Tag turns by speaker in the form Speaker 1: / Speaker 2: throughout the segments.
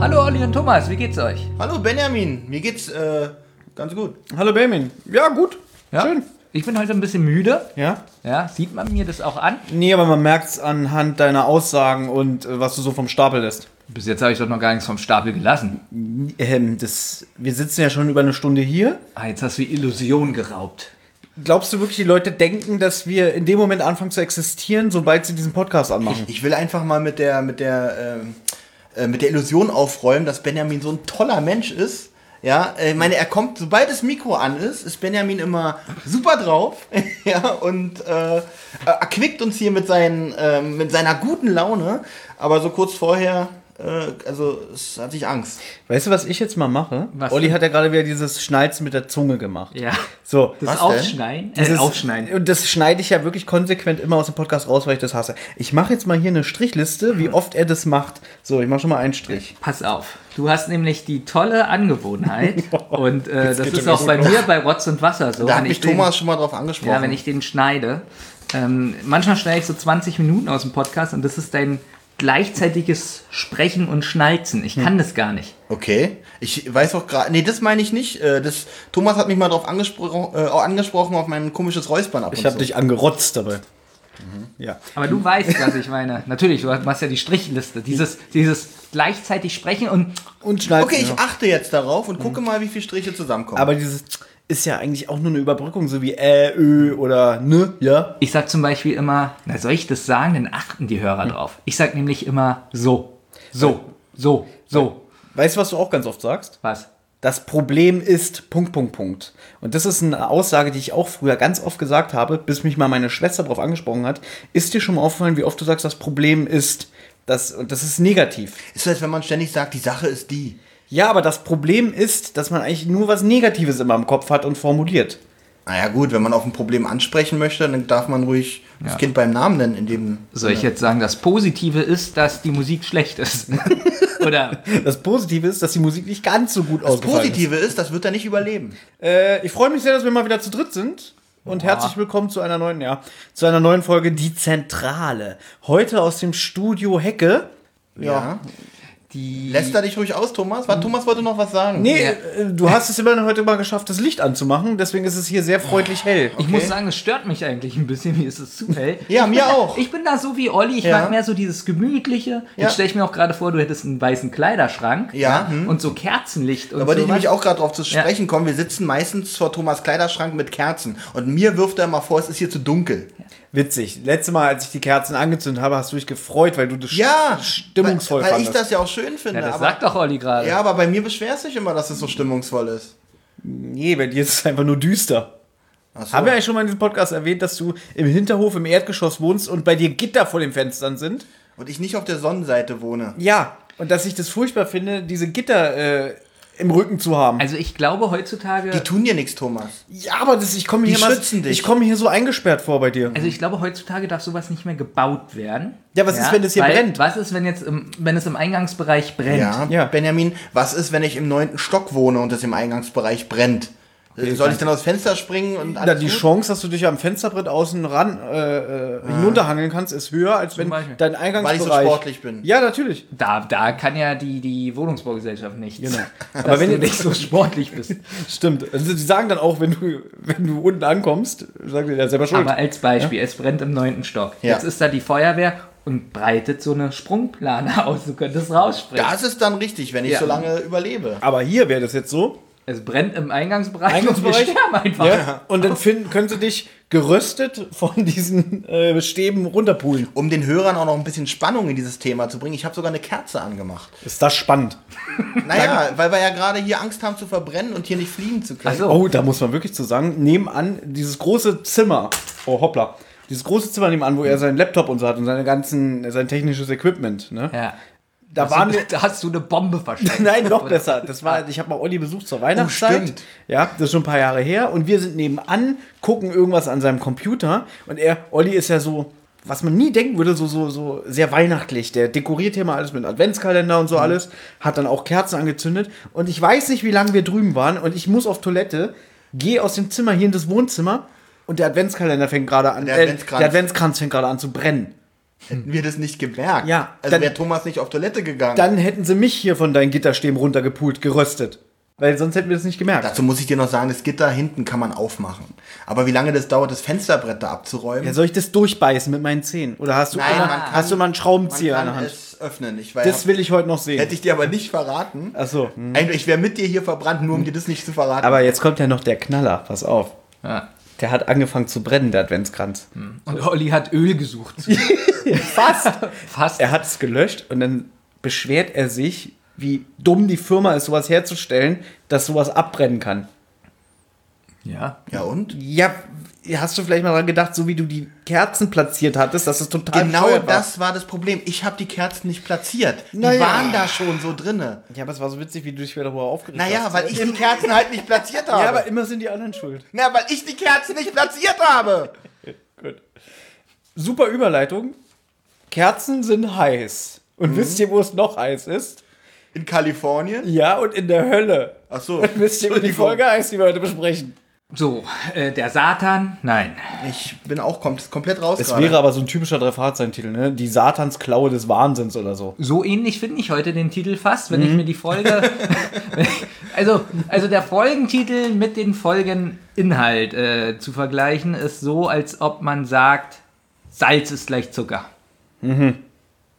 Speaker 1: Benjamin und Thomas, wie geht's euch?
Speaker 2: Hallo Benjamin, mir geht's äh, ganz gut.
Speaker 3: Hallo Benjamin. Ja, gut.
Speaker 1: Ja?
Speaker 3: Schön.
Speaker 1: Ich bin heute ein bisschen müde.
Speaker 3: Ja?
Speaker 1: Ja, sieht man mir das auch an?
Speaker 3: Nee, aber man merkt es anhand deiner Aussagen und äh, was du so vom Stapel lässt.
Speaker 1: Bis jetzt habe ich doch noch gar nichts vom Stapel gelassen.
Speaker 3: Ähm, das, wir sitzen ja schon über eine Stunde hier.
Speaker 1: Ah, jetzt hast du die Illusion geraubt.
Speaker 3: Glaubst du wirklich, die Leute denken, dass wir in dem Moment anfangen zu existieren, sobald sie diesen Podcast anmachen?
Speaker 2: Ich will einfach mal mit der, mit der, ähm, äh, mit der Illusion aufräumen, dass Benjamin so ein toller Mensch ist. Ja, äh, ich meine, er kommt, sobald das Mikro an ist, ist Benjamin immer super drauf ja, und äh, erquickt uns hier mit, seinen, ähm, mit seiner guten Laune. Aber so kurz vorher, äh, also es hatte ich Angst.
Speaker 3: Weißt du, was ich jetzt mal mache?
Speaker 1: Was
Speaker 3: Olli
Speaker 1: denn?
Speaker 3: hat ja gerade wieder dieses Schnalzen mit der Zunge gemacht.
Speaker 1: Ja.
Speaker 3: So.
Speaker 1: Das
Speaker 2: Was
Speaker 1: Aufschneiden? Äh,
Speaker 3: Dieses-
Speaker 1: Aufschneiden.
Speaker 3: Und das schneide ich ja wirklich konsequent immer aus dem Podcast raus, weil ich das hasse. Ich mache jetzt mal hier eine Strichliste, wie oft er das macht. So, ich mache schon mal einen Strich.
Speaker 1: Pass auf, du hast nämlich die tolle Angewohnheit und äh, das
Speaker 3: geht
Speaker 1: ist
Speaker 3: ja
Speaker 1: auch
Speaker 3: gut
Speaker 1: bei mir bei Rotz und Wasser so.
Speaker 2: Da
Speaker 1: wenn
Speaker 2: hat mich
Speaker 1: ich den-
Speaker 2: Thomas schon mal drauf angesprochen.
Speaker 1: Ja, wenn ich den schneide. Ähm, manchmal schneide ich so 20 Minuten aus dem Podcast und das ist dein gleichzeitiges Sprechen und Schnalzen. Ich kann das gar nicht.
Speaker 2: Okay, ich weiß auch gerade, nee, das meine ich nicht. Äh, Das, Thomas hat mich mal drauf angesprochen, äh, auch angesprochen auf mein komisches Räuspern ab
Speaker 3: Ich
Speaker 2: und
Speaker 3: habe
Speaker 2: so.
Speaker 3: dich angerotzt dabei. Ja.
Speaker 1: Aber du weißt, was ich meine. Natürlich, du machst ja die Strichliste. Dieses, dieses gleichzeitig sprechen und
Speaker 3: Und schneidest.
Speaker 2: Okay, ich
Speaker 3: noch.
Speaker 2: achte jetzt darauf und gucke mal, wie viele Striche zusammenkommen.
Speaker 3: Hm. Aber dieses ist ja eigentlich auch nur eine Überbrückung, so wie äh, ö oder ne, ja.
Speaker 1: ich sag zum Beispiel immer, na soll ich das sagen? Dann achten die Hörer
Speaker 2: Hm.
Speaker 1: drauf. Ich sag nämlich immer so, so, so, so.
Speaker 3: Weißt du, was du auch ganz oft sagst?
Speaker 1: Was?
Speaker 3: Das Problem ist Punkt, Punkt, Punkt. Und das ist eine Aussage, die ich auch früher ganz oft gesagt habe, bis mich mal meine Schwester darauf angesprochen hat. Ist dir schon mal aufgefallen, wie oft du sagst, das Problem ist das und das ist negativ?
Speaker 2: ist das, wenn man ständig sagt, die Sache ist die.
Speaker 3: Ja, aber das Problem ist, dass man eigentlich nur was Negatives immer im Kopf hat und formuliert.
Speaker 2: Naja gut, wenn man auf ein Problem ansprechen möchte, dann darf man ruhig das Kind beim Namen nennen, in dem.
Speaker 1: Soll ich jetzt sagen, das Positive ist, dass die Musik schlecht ist? Oder
Speaker 3: Das Positive ist, dass die Musik nicht ganz so gut
Speaker 2: Das
Speaker 3: ausgefallen ist.
Speaker 2: Positive ist, das wird er nicht überleben.
Speaker 3: Äh, ich freue mich sehr, dass wir mal wieder zu dritt sind. Und herzlich willkommen zu einer neuen, ja, zu einer neuen Folge Die Zentrale. Heute aus dem Studio Hecke.
Speaker 2: Ja.
Speaker 1: die
Speaker 2: Lässt er dich ruhig aus, Thomas? War, Thomas wollte noch was sagen.
Speaker 3: Hm. Nee,
Speaker 1: Ja.
Speaker 3: äh, du hast es immerhin heute mal geschafft, das Licht anzumachen. Deswegen ist es hier sehr freundlich hell.
Speaker 1: Ich muss sagen, es stört mich eigentlich ein bisschen. Mir ist es zu hell.
Speaker 2: Ja,
Speaker 1: Ich
Speaker 2: mir
Speaker 1: bin da-
Speaker 2: auch.
Speaker 1: Ich bin da so wie Olli. Ich
Speaker 2: Ja.
Speaker 1: mag mehr so dieses Gemütliche.
Speaker 2: Ja.
Speaker 1: Jetzt stelle ich mir auch gerade vor, du hättest einen weißen Kleiderschrank.
Speaker 2: Ja, hm.
Speaker 1: Und so Kerzenlicht und
Speaker 2: Da wollte ich
Speaker 1: sowas.
Speaker 2: nämlich auch gerade drauf zu sprechen kommen. Wir sitzen meistens vor Thomas Kleiderschrank mit Kerzen. Und mir wirft er immer vor, es ist hier zu dunkel.
Speaker 3: Witzig. Letztes Mal, als ich die Kerzen angezündet habe, hast du dich gefreut, weil du das
Speaker 2: Ja,
Speaker 3: stimmungsvoll
Speaker 2: weil, weil ich
Speaker 3: fandest.
Speaker 2: das ja auch schön finde.
Speaker 1: Ja, das
Speaker 2: aber,
Speaker 1: sagt doch Olli gerade.
Speaker 2: ja, aber bei mir beschwerst du dich immer, dass es so stimmungsvoll ist.
Speaker 3: nee, bei dir ist es einfach nur düster.
Speaker 2: Ach so.
Speaker 3: Haben wir eigentlich schon mal in diesem Podcast erwähnt, dass du im Hinterhof im Erdgeschoss wohnst und bei dir Gitter vor den Fenstern sind?
Speaker 2: Und ich nicht auf der Sonnenseite wohne.
Speaker 3: Ja, und dass ich das furchtbar finde, diese Gitter äh, im Rücken zu haben.
Speaker 1: Also ich glaube heutzutage.
Speaker 2: Die tun dir nichts, Thomas.
Speaker 3: ja, aber das, ich komme
Speaker 2: Die
Speaker 3: hier mal-
Speaker 2: schützen dich.
Speaker 3: Ich komme hier so eingesperrt vor bei dir.
Speaker 1: Also ich glaube, heutzutage darf sowas nicht mehr gebaut werden.
Speaker 3: Ja, was ist, wenn das hier
Speaker 1: weil-
Speaker 3: brennt?
Speaker 1: Was ist, wenn jetzt im, wenn es im Eingangsbereich brennt?
Speaker 2: Ja,
Speaker 3: Ja.
Speaker 2: Benjamin, was ist, wenn ich im neunten Stock wohne und es im Eingangsbereich brennt? Soll ich dann aus Fenster springen und
Speaker 3: Na, die
Speaker 2: gut?
Speaker 3: Chance, dass du dich am Fensterbrett außen ran äh, äh, hinunterhangeln kannst, ist höher, als wenn
Speaker 1: Beispiel.
Speaker 3: dein
Speaker 2: Weil
Speaker 3: Eingangsbereich...
Speaker 2: ich so sportlich bin.
Speaker 3: Ja, natürlich.
Speaker 1: Da, da kann ja die, die Wohnungsbaugesellschaft nicht. Genau.
Speaker 3: Aber
Speaker 1: Aber
Speaker 3: wenn
Speaker 1: wenn du
Speaker 3: ihr-
Speaker 1: nicht so sportlich bist.
Speaker 3: Stimmt. Also, die sagen dann auch, wenn du, wenn du unten ankommst, sagen die ja selber schuld.
Speaker 1: Aber als Beispiel, es brennt im neunten Stock.
Speaker 2: Ja.
Speaker 1: Jetzt ist da die Feuerwehr und breitet so eine Sprungplane aus. Du könntest rausspringen.
Speaker 2: Das ist dann richtig, wenn ich
Speaker 1: Ja.
Speaker 2: so lange überlebe.
Speaker 3: aber hier wäre das jetzt so.
Speaker 1: Es brennt im Eingangsbereich, und
Speaker 3: Eingangsbereich?
Speaker 1: wir sterben einfach.
Speaker 3: Ja. Und dann finden, können sie dich geröstet von diesen äh, Stäben runterpulen.
Speaker 2: Um den Hörern auch noch ein bisschen Spannung in dieses Thema zu bringen, ich habe sogar eine Kerze angemacht.
Speaker 3: Ist das spannend.
Speaker 2: Naja, weil wir ja gerade hier Angst haben zu verbrennen und hier nicht fliegen zu können.
Speaker 1: Ach so.
Speaker 3: Oh, da muss man wirklich zu sagen, nebenan dieses große Zimmer, oh hoppla, dieses große Zimmer nebenan, wo er seinen Laptop und so hat und seine ganzen, sein technisches Equipment, ne?
Speaker 1: Ja.
Speaker 3: Da waren wir,
Speaker 1: da hast du eine Bombe versteckt.
Speaker 3: nein, noch
Speaker 1: Oder-
Speaker 3: besser. Das war, ich habe mal Olli besucht zur Weihnachtszeit.
Speaker 2: Oh, stimmt.
Speaker 3: ja, das ist schon ein paar Jahre her. Und wir sind nebenan, gucken irgendwas an seinem Computer. Und er, Olli ist ja so, was man nie denken würde, so, so, so sehr weihnachtlich. Der dekoriert hier mal alles mit Adventskalender
Speaker 2: Mhm.
Speaker 3: und so alles. Hat dann auch Kerzen angezündet. Und ich weiß nicht, wie lange wir drüben waren. Und ich muss auf Toilette, gehe aus dem Zimmer hier in das Wohnzimmer. Und der Adventskalender fängt gerade an.
Speaker 2: Der
Speaker 3: äh,
Speaker 2: Adventskranz.
Speaker 3: der Adventskranz fängt gerade an zu brennen.
Speaker 2: hätten wir das nicht gemerkt.
Speaker 3: Ja,
Speaker 2: Also
Speaker 3: dann-
Speaker 2: wäre Thomas nicht auf Toilette gegangen.
Speaker 3: Dann hätten sie mich hier von deinen Gitterstäben runtergepult, geröstet. Weil sonst hätten wir das nicht gemerkt.
Speaker 2: Dazu muss ich dir noch sagen, das Gitter hinten kann man aufmachen. Aber wie lange das dauert, das Fensterbrett da abzuräumen?
Speaker 3: ja, soll ich das durchbeißen mit meinen Zähnen? Oder hast du,
Speaker 2: Nein,
Speaker 3: einer,
Speaker 2: man kann-
Speaker 3: hast du mal einen
Speaker 2: man
Speaker 3: Schraubenzieher in der
Speaker 2: kann
Speaker 3: Hand?
Speaker 2: es öffnen. Ich weiß,
Speaker 3: Das will ich heute noch sehen.
Speaker 2: hätte ich dir aber nicht verraten.
Speaker 3: Achso.
Speaker 2: Eigentlich, Ich wäre mit dir hier verbrannt, nur um dir das nicht zu verraten.
Speaker 3: Hm. Aber jetzt kommt ja noch der Knaller, pass auf.
Speaker 1: Ja.
Speaker 3: Der hat angefangen zu brennen, der Adventskranz.
Speaker 1: Und Olli hat Öl gesucht.
Speaker 3: Fast!
Speaker 1: Fast.
Speaker 3: er hat es gelöscht und dann beschwert er sich, wie dumm die Firma ist, sowas herzustellen, dass sowas abbrennen kann.
Speaker 1: Ja.
Speaker 2: ja und?
Speaker 3: Ja, hast du vielleicht mal dran gedacht, so wie du die Kerzen platziert hattest, dass es total
Speaker 2: Genau
Speaker 3: bescheuert war?
Speaker 2: das war das Problem. Ich habe die Kerzen nicht platziert. Die
Speaker 3: Naja.
Speaker 2: waren da schon so drinne.
Speaker 3: Ja, aber es war so witzig, wie du dich wieder darüber aufgeregt
Speaker 2: Naja,
Speaker 3: hast.
Speaker 2: weil ich die Kerzen halt nicht platziert habe.
Speaker 3: Ja, aber immer sind die anderen schuld.
Speaker 2: Na, weil ich die Kerzen nicht platziert habe.
Speaker 3: Gut. Super Überleitung. Kerzen sind heiß. Und wisst ihr, wo es noch heiß ist?
Speaker 2: In Kalifornien?
Speaker 3: Ja, und in der Hölle.
Speaker 2: Ach so.
Speaker 3: Und wisst ihr, wie die
Speaker 2: Entschuldigung.
Speaker 3: Folge heißt, die wir heute besprechen?
Speaker 1: So, äh, der Satan, nein.
Speaker 2: Ich bin auch kom komplett raus.
Speaker 3: Es
Speaker 2: gerade.
Speaker 3: wäre aber so ein typischer Drei-Fahrzeichen-Titel, ne? Die Satansklaue des Wahnsinns oder so.
Speaker 1: So ähnlich finde ich heute den Titel fast, wenn ich mir die Folge. also, also der Folgentitel mit den Folgeninhalt äh, zu vergleichen, ist so, als ob man sagt, Salz ist gleich Zucker.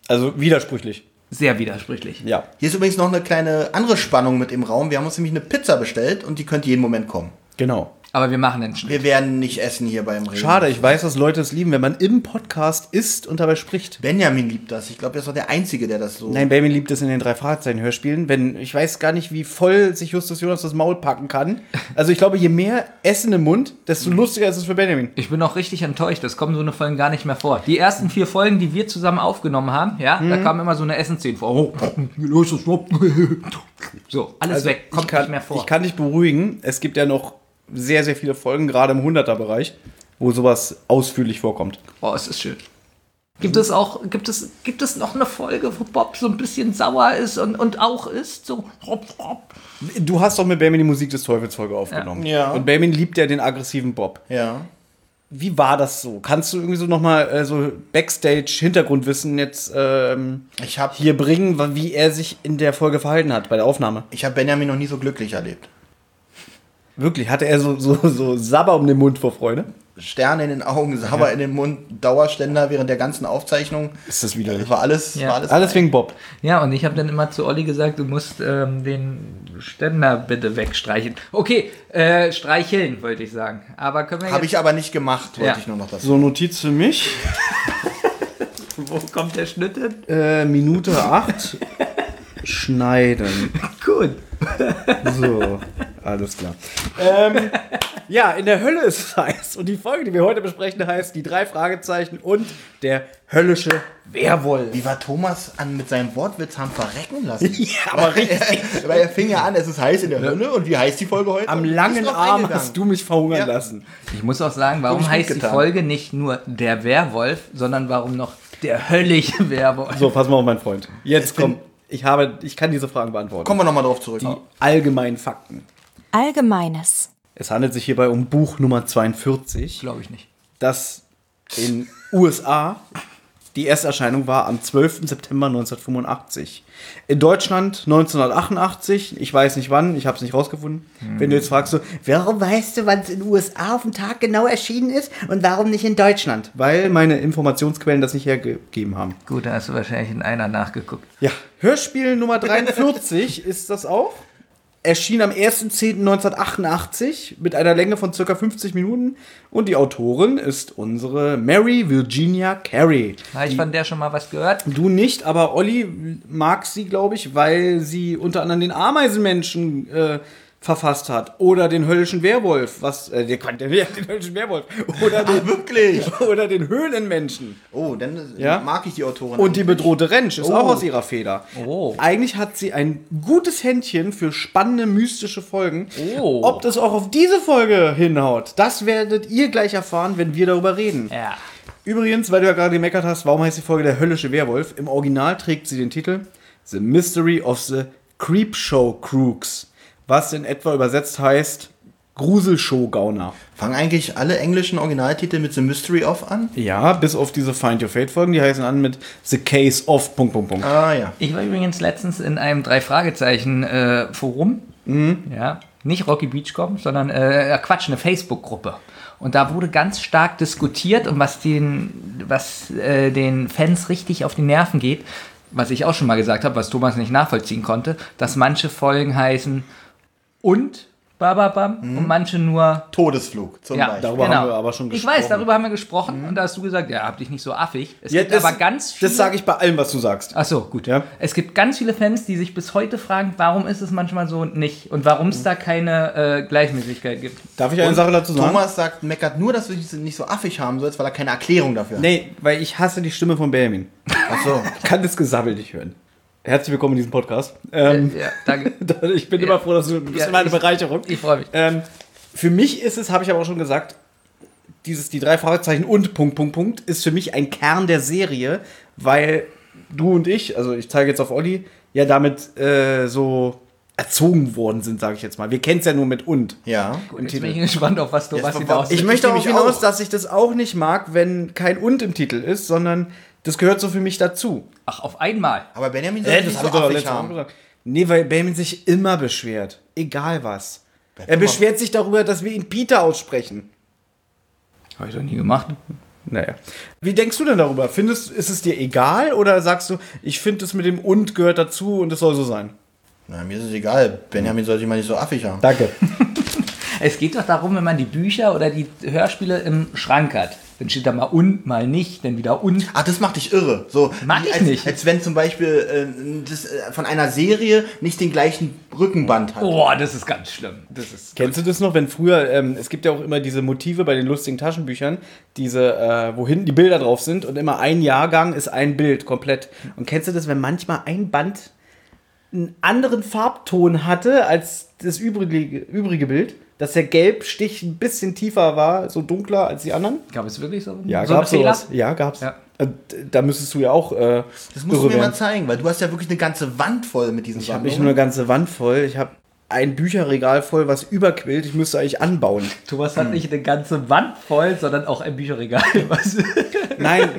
Speaker 3: Also widersprüchlich.
Speaker 1: Sehr widersprüchlich.
Speaker 3: Ja.
Speaker 2: Hier ist übrigens noch eine kleine andere Spannung mit im Raum. Wir haben uns nämlich eine Pizza bestellt und die könnte jeden Moment kommen.
Speaker 3: Genau.
Speaker 1: Aber wir machen den Schnitt.
Speaker 2: Wir werden nicht essen hier beim Reden.
Speaker 3: Schade, ich weiß, dass Leute es lieben, wenn man im Podcast isst und dabei spricht.
Speaker 2: Benjamin liebt das. Ich glaube, er ist auch der Einzige, der das so.
Speaker 3: Nein, Benjamin liebt es in den drei Fahrzeichen-Hörspielen, wenn ich weiß gar nicht, wie voll sich Justus Jonas das Maul packen kann. Also ich glaube, je mehr Essen im Mund, desto lustiger ist es für Benjamin.
Speaker 1: Ich bin auch richtig enttäuscht, das kommen so eine Folgen gar nicht mehr vor. Die ersten vier Folgen, die wir zusammen aufgenommen haben, ja,
Speaker 3: Mhm.
Speaker 1: da kam immer so eine Essensszene vor. Oh, los ist ab. so, alles weg, kommt
Speaker 3: Also, ich kann,
Speaker 1: nicht mehr vor.
Speaker 3: Ich kann dich beruhigen, es gibt ja noch sehr, sehr viele Folgen, gerade im 100er-Bereich, wo sowas ausführlich vorkommt.
Speaker 1: Oh, es ist schön. Gibt es auch, gibt es, gibt es noch eine Folge, wo Bob so ein bisschen sauer ist und, und auch ist? So, hopp, hopp.
Speaker 3: Du hast doch mit Benjamin die Musik des Teufels Folge aufgenommen.
Speaker 2: Ja.
Speaker 3: Und Benjamin liebt ja den aggressiven Bob.
Speaker 2: Ja.
Speaker 3: Wie war das so? Kannst du irgendwie so nochmal äh, so Backstage-Hintergrundwissen jetzt ähm,
Speaker 2: Ich habe
Speaker 3: hier bringen, wa- wie er sich in der Folge verhalten hat bei der Aufnahme?
Speaker 2: ich hab Benjamin noch nie so glücklich erlebt.
Speaker 3: Wirklich, hatte er so, so, so Sabber um den Mund vor Freude?
Speaker 2: Sterne in den Augen, Sauber in den Mund, Dauerständer während der ganzen Aufzeichnung.
Speaker 3: Ist das
Speaker 2: Das
Speaker 3: widerlich.
Speaker 2: war alles.
Speaker 1: Ja.
Speaker 2: War alles,
Speaker 3: Alles wegen Bob.
Speaker 1: Ja, und ich habe dann immer zu Olli gesagt, du musst ähm, den Ständer bitte wegstreichen. Okay, äh, streicheln, wollte ich sagen. Aber können wir
Speaker 2: Habe
Speaker 1: jetzt,
Speaker 2: ich aber nicht gemacht, wollte
Speaker 1: Ja.
Speaker 2: ich nur noch das.
Speaker 3: So, Notiz für mich.
Speaker 1: wo kommt der Schnitt hin?
Speaker 3: Äh, Minute 8. Schneiden.
Speaker 1: Gut.
Speaker 3: So, alles klar. Ähm, ja, in der Hölle ist es heiß. Und die Folge, die wir heute besprechen, heißt die drei Fragezeichen und der höllische Werwolf.
Speaker 2: Wie war Thomas an mit seinem Wortwitz haben verrecken lassen?
Speaker 3: Ja, aber richtig.
Speaker 2: Weil er fing ja an, es ist heiß in der Hölle und wie heißt die Folge heute?
Speaker 3: Am
Speaker 2: Und ist
Speaker 3: langen
Speaker 2: drauf
Speaker 3: Arm
Speaker 2: eingegangen.
Speaker 3: hast du mich verhungern
Speaker 2: Ja.
Speaker 3: lassen.
Speaker 1: Ich muss auch sagen, warum
Speaker 2: Hab ich gut
Speaker 1: heißt die
Speaker 2: getan.
Speaker 1: Folge nicht nur der Werwolf, sondern warum noch der höllische Werwolf?
Speaker 3: So, pass mal auf, mein Freund. Jetzt
Speaker 2: Ich bin-
Speaker 3: komm. Ich habe, ich kann diese Fragen beantworten.
Speaker 2: Kommen wir nochmal drauf zurück.
Speaker 3: Die allgemeinen Fakten.
Speaker 4: Allgemeines.
Speaker 3: Es handelt sich hierbei um Buch Nummer 42,
Speaker 1: Glaube ich nicht.
Speaker 3: das in USA die Ersterscheinung war am 12. September 1985. In Deutschland 1988, ich weiß nicht wann, ich habe es nicht rausgefunden. Wenn du jetzt fragst, so, warum weißt du, wann es in den USA auf dem Tag genau erschienen ist und warum nicht in Deutschland? Weil meine Informationsquellen das nicht hergegeben haben.
Speaker 1: Gut, da hast du wahrscheinlich in einer nachgeguckt.
Speaker 3: Ja, Hörspiel Nummer 43 ist das auch. Erschien am 1.10.1988 mit einer Länge von ca. 50 Minuten. Und die Autorin ist unsere Mary Virginia Carey.
Speaker 1: Habe ich von der schon mal was gehört?
Speaker 3: Du nicht, aber Olli mag sie, glaube ich, weil sie unter anderem den Ameisenmenschen äh, verfasst hat. Oder den höllischen Werwolf. Was, äh, der, der, den höllischen Werwolf. Oder den,
Speaker 2: Wirklich?
Speaker 3: oder den Höhlenmenschen.
Speaker 2: Oh, dann
Speaker 3: Ja.
Speaker 2: mag ich die Autorin.
Speaker 3: Und die
Speaker 2: eigentlich.
Speaker 3: bedrohte Rentsch ist
Speaker 2: Oh.
Speaker 3: auch aus ihrer Feder.
Speaker 1: Oh.
Speaker 3: Eigentlich hat sie ein gutes Händchen für spannende, mystische Folgen.
Speaker 1: Oh.
Speaker 3: Ob das auch auf diese Folge hinhaut, das werdet ihr gleich erfahren, wenn wir darüber reden.
Speaker 1: Ja.
Speaker 3: Übrigens, weil du ja gerade gemeckert hast, warum heißt die Folge der höllische Werwolf? Im Original trägt sie den Titel The Mystery of the Creepshow Crooks, was in etwa übersetzt heißt Gruselshow-Gauner.
Speaker 2: Fangen eigentlich alle englischen Originaltitel mit The Mystery of an?
Speaker 3: Ja, bis auf diese Find Your Fate-Folgen, die heißen an mit The Case of. Punkt, Punkt, Punkt.
Speaker 2: Ah ja.
Speaker 1: Ich war übrigens letztens in einem Drei-Fragezeichen-Forum.
Speaker 3: Mhm.
Speaker 1: Ja. Nicht Rocky Beach kommen, sondern äh, Quatsch, eine Facebook-Gruppe. Und da wurde ganz stark diskutiert und was den, was, äh, den Fans richtig auf die Nerven geht, was ich auch schon mal gesagt habe, was Thomas nicht nachvollziehen konnte, dass manche Folgen heißen und Bababam und manche nur genau.
Speaker 2: Todesflug zum Beispiel.
Speaker 3: Mhm. darüber haben wir aber schon
Speaker 1: Ich weiß,
Speaker 3: gesprochen. Mhm.
Speaker 1: darüber haben wir gesprochen und da hast du gesagt, ja, hab dich nicht so affig. Es
Speaker 3: Ja,
Speaker 1: gibt aber ganz viele.
Speaker 3: das sage ich bei allem, was du sagst.
Speaker 1: Ach so, gut.
Speaker 3: Ja.
Speaker 1: Es gibt ganz viele Fans, die sich bis heute fragen, warum ist es manchmal so und nicht und warum es da keine äh, Gleichmäßigkeit gibt.
Speaker 3: Darf ich eine
Speaker 2: Und
Speaker 3: Sache dazu sagen?
Speaker 2: Thomas sagt, meckert nur, dass du dich nicht so affig haben sollst, weil er keine Erklärung dafür hat.
Speaker 3: Nee, weil ich hasse die Stimme von Benjamin.
Speaker 2: Ach so.
Speaker 3: Ich kann das Gesabbel nicht hören. Herzlich willkommen in diesem Podcast. Ähm,
Speaker 1: Ja, danke.
Speaker 3: Ich bin immer froh, dass du ein bisschen
Speaker 1: Ja,
Speaker 3: meine
Speaker 1: ich-
Speaker 3: Bereicherung.
Speaker 1: Ich freue mich.
Speaker 3: Ähm, für mich ist es, habe ich aber auch schon gesagt, dieses die drei Fragezeichen und Punkt Punkt Punkt ist für mich ein Kern der Serie, weil du und ich, also ich zeige jetzt auf Olli, ja damit äh, so erzogen worden sind, sage ich jetzt mal. Wir kennen es ja nur mit und.
Speaker 2: Ja.
Speaker 1: Gut, jetzt
Speaker 3: Titel.
Speaker 1: bin ich gespannt, auf was Thomas
Speaker 2: Jetzt
Speaker 1: hinaus
Speaker 3: Ich
Speaker 2: Ich
Speaker 3: möchte auch
Speaker 2: nämlich
Speaker 3: hinaus,
Speaker 2: auch.
Speaker 3: dass ich das auch nicht mag, wenn kein und im Titel ist, sondern das gehört so für mich dazu.
Speaker 1: Ach, auf einmal.
Speaker 2: Aber Benjamin soll nicht so affig haben.
Speaker 3: gesagt. Nee, weil Benjamin sich immer beschwert. Egal was. Er
Speaker 2: mal-
Speaker 3: beschwert sich darüber, dass wir ihn Peter aussprechen.
Speaker 1: Habe ich doch nie gemacht.
Speaker 3: Naja. Wie denkst du denn darüber? Findest ist es dir egal oder sagst du, ich finde es mit dem und gehört dazu und es soll so sein?
Speaker 2: Na, mir ist es egal. Benjamin soll sich mal nicht so affig haben.
Speaker 3: Danke.
Speaker 1: Es geht doch darum, wenn man die Bücher oder die Hörspiele im Schrank hat. Dann steht da mal und, mal nicht, dann wieder und.
Speaker 2: Ach, das macht dich irre. So,
Speaker 1: Mag
Speaker 2: wie
Speaker 1: ich
Speaker 2: als,
Speaker 1: nicht.
Speaker 2: Als wenn zum Beispiel äh, das, äh, von einer Serie nicht den gleichen Rückenband hat.
Speaker 1: Boah, das ist ganz schlimm. Das ist.
Speaker 3: Kennst du das noch, wenn früher, ähm, es gibt ja auch immer diese Motive bei den lustigen Taschenbüchern, diese, äh, wo hinten die Bilder drauf sind und immer ein Jahrgang ist ein Bild komplett. Und kennst du das, wenn manchmal ein Band einen anderen Farbton hatte als das übrige, übrige Bild, dass der Gelbstich ein bisschen tiefer war, so dunkler als die anderen?
Speaker 1: Gab es wirklich so,
Speaker 3: Ja,
Speaker 1: so einen
Speaker 3: gab's
Speaker 1: Fehler?
Speaker 3: sowas. Ja, gab's.
Speaker 1: Ja.
Speaker 3: Äh, d- Da müsstest du ja auch. Äh,
Speaker 2: Das musst
Speaker 3: irre
Speaker 2: du mir
Speaker 3: werden.
Speaker 2: mal zeigen, weil du hast ja wirklich eine ganze Wand voll mit diesen
Speaker 3: Ich habe nicht nur eine ganze Wand voll, ich habe ein Bücherregal voll, was überquillt. Ich müsste eigentlich anbauen.
Speaker 1: Thomas hat nicht eine ganze Wand voll, sondern auch ein Bücherregal. Was?
Speaker 3: Nein,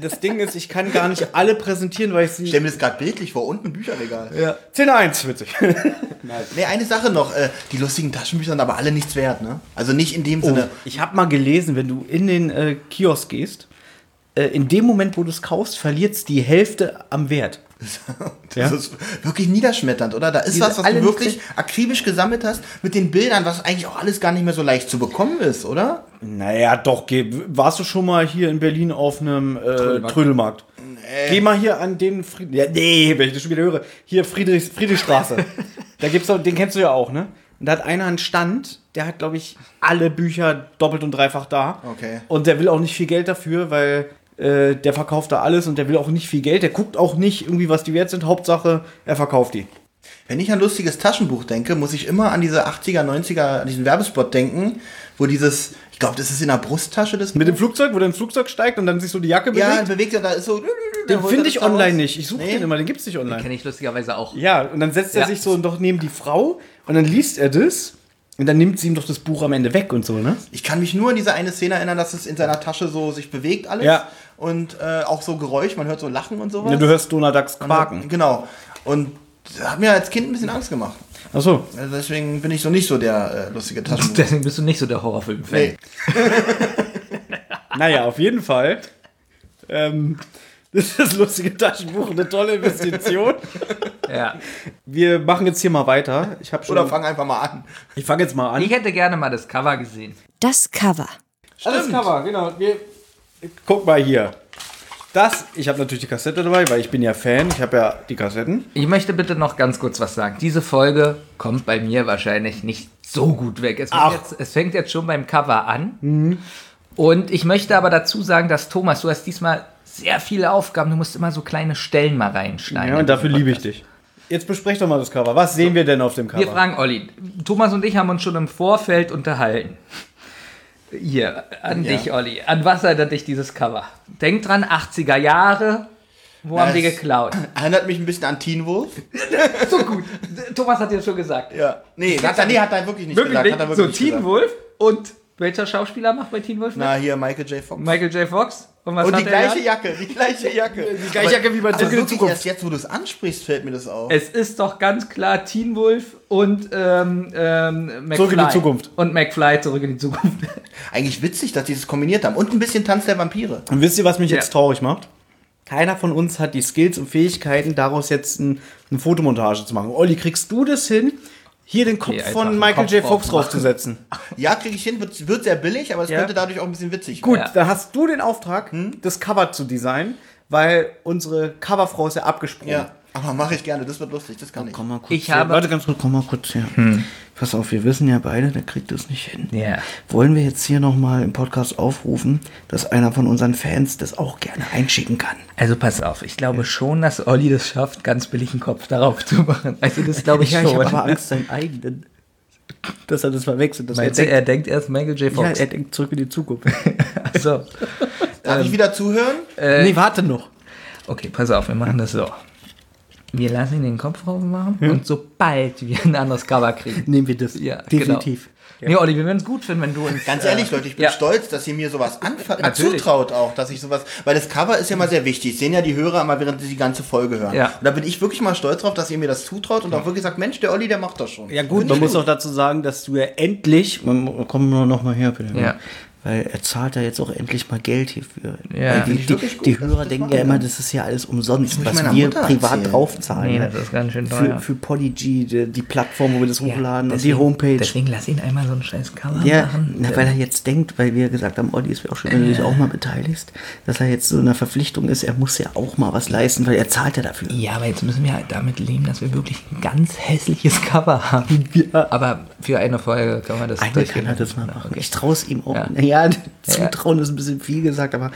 Speaker 3: das Ding ist, ich kann gar nicht alle präsentieren, weil ich
Speaker 2: Ich
Speaker 3: sie.
Speaker 2: stell mir das gerade bildlich vor, unten ein Bücherregal.
Speaker 3: Ja. 10-1, witzig.
Speaker 2: Oh. Nee, eine Sache noch. Äh, die lustigen Taschenbücher sind aber alle nichts wert, ne? Also nicht in
Speaker 3: Oh.
Speaker 2: dem Sinne.
Speaker 3: Ich habe mal gelesen, wenn du in den äh, Kiosk gehst, äh, in dem Moment, wo du es kaufst, verlierst die Hälfte am Wert.
Speaker 2: Das
Speaker 3: Ja.
Speaker 2: ist wirklich niederschmetternd, oder? Da ist
Speaker 3: Diese
Speaker 2: was, was du
Speaker 3: allen
Speaker 2: wirklich akribisch gesammelt hast mit den Bildern, was eigentlich auch alles gar nicht mehr so leicht zu bekommen ist, oder?
Speaker 3: Naja, doch, geh, warst du schon mal hier in Berlin auf einem äh, Trödelmarkt? Geh mal hier an den Fried ja, Nee, wenn ich das schon wieder höre. Hier Friedrichs, Friedrichstraße. da gibt's doch, den kennst du ja auch, ne? Und da hat einer einen Stand, der hat, glaube ich, alle Bücher doppelt und dreifach da.
Speaker 2: Okay.
Speaker 3: Und der will auch nicht viel Geld dafür, weil äh, der verkauft da alles und der will auch nicht viel Geld. Der guckt auch nicht irgendwie, was die wert sind. Hauptsache, er verkauft die.
Speaker 2: Wenn ich an lustiges Taschenbuch denke, muss ich immer an diese 80er, 90er, an diesen Werbespot denken, wo dieses, ich glaube, das ist in der Brusttasche das
Speaker 3: Mit dem Flugzeug, wo der ins Flugzeug steigt und dann sich so die Jacke bewegt.
Speaker 2: Ja, bewegt er da ist so.
Speaker 3: den finde ich online
Speaker 2: nicht.
Speaker 3: nicht. Ich suche
Speaker 2: Nee.
Speaker 3: den immer, den gibt's nicht online.
Speaker 1: Kenne ich lustigerweise auch.
Speaker 3: Ja, und dann setzt er
Speaker 1: Ja.
Speaker 3: sich so doch neben die Frau und dann liest er das und dann nimmt sie ihm doch das Buch am Ende weg und so, ne?
Speaker 2: Ich kann mich nur an diese eine Szene erinnern, dass es in seiner Tasche so sich bewegt alles.
Speaker 3: Ja.
Speaker 2: Und äh, auch so Geräusch, man hört so Lachen und sowas.
Speaker 3: Ja, du hörst Donald Ducks
Speaker 2: Und-
Speaker 3: quaken.
Speaker 2: Genau. Und das hat mir als Kind ein bisschen Angst gemacht.
Speaker 3: Achso.
Speaker 2: Also deswegen bin ich so nicht so der äh, lustige Taschenbuch.
Speaker 1: Deswegen bist du nicht so der Horrorfilm-Fan.
Speaker 2: Nee.
Speaker 3: Naja, auf jeden Fall. Ähm, das ist das lustige Taschenbuch, eine tolle Investition.
Speaker 1: Ja.
Speaker 3: Wir machen jetzt hier mal weiter. Ich habe schon.
Speaker 2: Oder fang einfach mal an.
Speaker 3: ich fange jetzt mal an.
Speaker 1: Ich hätte gerne mal das Cover gesehen.
Speaker 4: Das Cover.
Speaker 3: Alles Cover, genau. Wir, guck mal hier. Das, ich habe natürlich die Kassette dabei, weil ich bin ja Fan. Ich habe ja die Kassetten.
Speaker 1: Ich möchte bitte noch ganz kurz was sagen. Diese Folge kommt bei mir wahrscheinlich nicht so gut weg. Es, fängt
Speaker 3: Ach. Mhm.
Speaker 1: jetzt, es fängt jetzt schon beim Cover an. Und ich möchte aber dazu sagen, dass Thomas, du hast diesmal sehr viele Aufgaben. Du musst immer so kleine Stellen mal reinschneiden.
Speaker 3: Ja, und dafür liebe ich dich. Jetzt besprech doch mal das Cover. Was sehen wir denn auf dem Cover?
Speaker 1: Wir fragen Olli. Thomas und ich haben uns schon im Vorfeld unterhalten. Hier, an dich, Olli. An was erinnert dich dieses Cover? Denk dran, 80er Jahre. Wo haben die
Speaker 2: Nice.
Speaker 1: geklaut?
Speaker 2: Erinnert mich ein bisschen an Teen Wolf.
Speaker 1: So gut. Thomas hat dir schon gesagt.
Speaker 2: Ja. Nee, hat er, nee, hat er wirklich nicht
Speaker 1: Wirklich,
Speaker 2: gesagt. Hat er
Speaker 1: nicht? so
Speaker 2: nicht
Speaker 1: Teen
Speaker 2: gesagt.
Speaker 1: Wolf und welcher Schauspieler macht bei Teen Wolf mit?
Speaker 2: Na, hier Michael J. Fox.
Speaker 1: Michael J. Fox. Und was
Speaker 2: Und
Speaker 1: hat
Speaker 2: die
Speaker 1: er
Speaker 2: gleiche
Speaker 1: gehabt?
Speaker 2: Jacke, die gleiche Jacke. Die
Speaker 3: gleiche Jacke wie bei Zurück in die
Speaker 2: Zukunft.
Speaker 3: Zukunft.
Speaker 2: Erst jetzt, wo du es ansprichst, fällt mir das auf.
Speaker 1: Es ist doch ganz klar Teen Wolf und ähm, ähm, McFly.
Speaker 3: Zurück in die Zukunft.
Speaker 1: Und McFly zurück in die Zukunft.
Speaker 2: Eigentlich witzig, dass die das kombiniert haben. Und ein bisschen Tanz der Vampire.
Speaker 3: Und wisst ihr, was mich
Speaker 1: Ja.
Speaker 3: jetzt traurig macht? Keiner von uns hat die Skills und Fähigkeiten, daraus jetzt ein, eine Fotomontage zu machen. Olli, kriegst du das hin, hier den Kopf
Speaker 1: Nee, Alter,
Speaker 3: von
Speaker 1: den
Speaker 3: Michael
Speaker 1: Kopf
Speaker 3: J.
Speaker 1: drauf
Speaker 3: Fox
Speaker 1: machen.
Speaker 3: draufzusetzen?
Speaker 2: Ja, kriege ich hin, wird, wird sehr billig, aber es
Speaker 3: Ja.
Speaker 2: könnte dadurch auch ein bisschen witzig
Speaker 3: Gut,
Speaker 1: Ja. Hm?
Speaker 3: dann hast du den Auftrag, das Cover zu designen, weil unsere Coverfrau ist ja abgesprungen.
Speaker 2: Ja, aber mache ich gerne, das wird lustig, das kann ich.
Speaker 3: Komm mal kurz
Speaker 1: Ich
Speaker 3: her.
Speaker 1: habe- Hm.
Speaker 3: Warte ganz kurz, komm mal kurz her. Pass auf, wir wissen ja beide, der kriegt das nicht hin.
Speaker 1: Ja.
Speaker 3: Wollen wir jetzt hier nochmal im Podcast aufrufen, dass einer von unseren Fans das auch gerne einschicken kann?
Speaker 1: Also pass auf, ich glaube schon, dass Olli das schafft, ganz billigen Kopf darauf zu machen. Also das glaube ich
Speaker 3: ja, ich
Speaker 1: schon.
Speaker 3: habe aber Angst, seinen eigenen. Dass er das verwechselt. Dass
Speaker 1: Meinst du,
Speaker 3: denkt,
Speaker 1: er denkt erst Michael J.
Speaker 3: ja,
Speaker 1: Fox.
Speaker 3: er denkt zurück in die Zukunft.
Speaker 1: so.
Speaker 2: Darf ich wieder zuhören?
Speaker 1: Äh.
Speaker 3: nee, warte noch.
Speaker 1: Okay, pass auf, wir machen das so. Wir lassen ihn den Kopf drauf machen und sobald wir ein anderes Cover kriegen.
Speaker 3: Nehmen wir das.
Speaker 1: Ja,
Speaker 3: definitiv.
Speaker 1: Genau. Nee, Olli, wir würden es gut finden, wenn du uns.
Speaker 2: Ganz ehrlich, Leute, ich bin
Speaker 1: ja.
Speaker 2: stolz, dass ihr mir sowas anfangt,
Speaker 1: Natürlich.
Speaker 2: zutraut auch, dass ich sowas, weil das Cover ist ja mal sehr wichtig. Sehen ja die Hörer immer, während sie die ganze Folge hören.
Speaker 1: Ja.
Speaker 2: Und da bin ich wirklich mal stolz drauf, dass ihr mir das zutraut und auch wirklich sagt, Mensch, der Olli, der macht das schon.
Speaker 3: Ja gut, man muss auch dazu sagen, dass du ja endlich, man, komm nur noch mal her bitte,
Speaker 1: Ja.
Speaker 3: weil er zahlt ja jetzt auch endlich mal Geld hierfür.
Speaker 1: Ja.
Speaker 3: Weil
Speaker 1: Finde
Speaker 3: die,
Speaker 2: ich
Speaker 3: die,
Speaker 2: wirklich gut,
Speaker 3: die
Speaker 2: dass
Speaker 3: Hörer
Speaker 2: das
Speaker 3: denken
Speaker 2: machen.
Speaker 3: ja immer, das ist ja alles umsonst,
Speaker 2: muss ich
Speaker 3: was
Speaker 2: meiner
Speaker 3: wir
Speaker 2: Mutter
Speaker 3: privat
Speaker 2: erzählen.
Speaker 3: draufzahlen.
Speaker 1: Nee,
Speaker 3: ne?
Speaker 1: das ist ganz schön
Speaker 3: für,
Speaker 1: teuer.
Speaker 3: für Podigy, die, die Plattform, wo wir das
Speaker 1: Ja,
Speaker 3: hochladen
Speaker 1: deswegen-
Speaker 3: und die Homepage.
Speaker 1: Deswegen lass ihn einmal so ein scheiß Cover
Speaker 3: Ja,
Speaker 1: machen.
Speaker 3: na, weil er jetzt denkt, weil wir gesagt haben, Olli, es wäre auch schön, wenn du dich auch mal beteiligst, dass er jetzt so in einer Verpflichtung ist, er muss ja auch mal was leisten, weil er zahlt ja dafür.
Speaker 1: Ja, aber jetzt müssen wir halt damit leben, dass wir wirklich ein ganz hässliches Cover haben. Aber für eine Folge kann man das
Speaker 3: Einmal
Speaker 1: durchgehen.
Speaker 3: kann er das mal machen.
Speaker 1: Okay.
Speaker 3: Ich traue es ihm auch.
Speaker 1: Ja.
Speaker 3: Naja, zutrauen ist ein bisschen viel gesagt, aber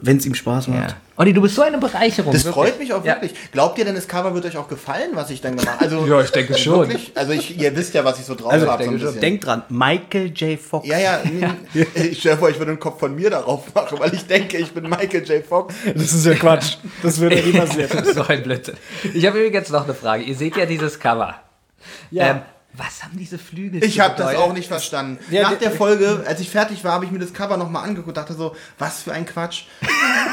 Speaker 3: wenn es ihm Spaß macht.
Speaker 1: Ja. Olli, du bist so eine Bereicherung.
Speaker 2: Das
Speaker 1: wirklich.
Speaker 2: freut mich auch
Speaker 1: Ja.
Speaker 2: wirklich. Glaubt ihr denn, das Cover wird euch auch gefallen, was ich dann gemacht habe? Also,
Speaker 1: Ja, ich denke schon.
Speaker 2: Wirklich? Also ich, ihr wisst ja, was ich so drauf
Speaker 3: Also,
Speaker 2: habe. So ein
Speaker 1: denke schon.
Speaker 2: bisschen.
Speaker 3: Denkt dran, Michael J. Fox.
Speaker 2: ja, ja, nee, ich stelle vor, ich würde einen Kopf von mir darauf machen, weil ich denke, ich bin Michael J. Fox.
Speaker 3: Das ist ja Quatsch. Das würde nie passieren.
Speaker 1: so ein Blödsinn. Ich habe übrigens noch eine Frage. Ihr seht ja dieses Cover. Ähm, was haben diese Flügel?
Speaker 2: Ich
Speaker 1: zu
Speaker 2: habe das
Speaker 1: bedeuten?
Speaker 2: auch nicht verstanden.
Speaker 3: Ja,
Speaker 2: Nach der
Speaker 3: der-
Speaker 2: Folge, als ich fertig war, habe ich mir das Cover nochmal angeguckt dachte so, was für ein Quatsch.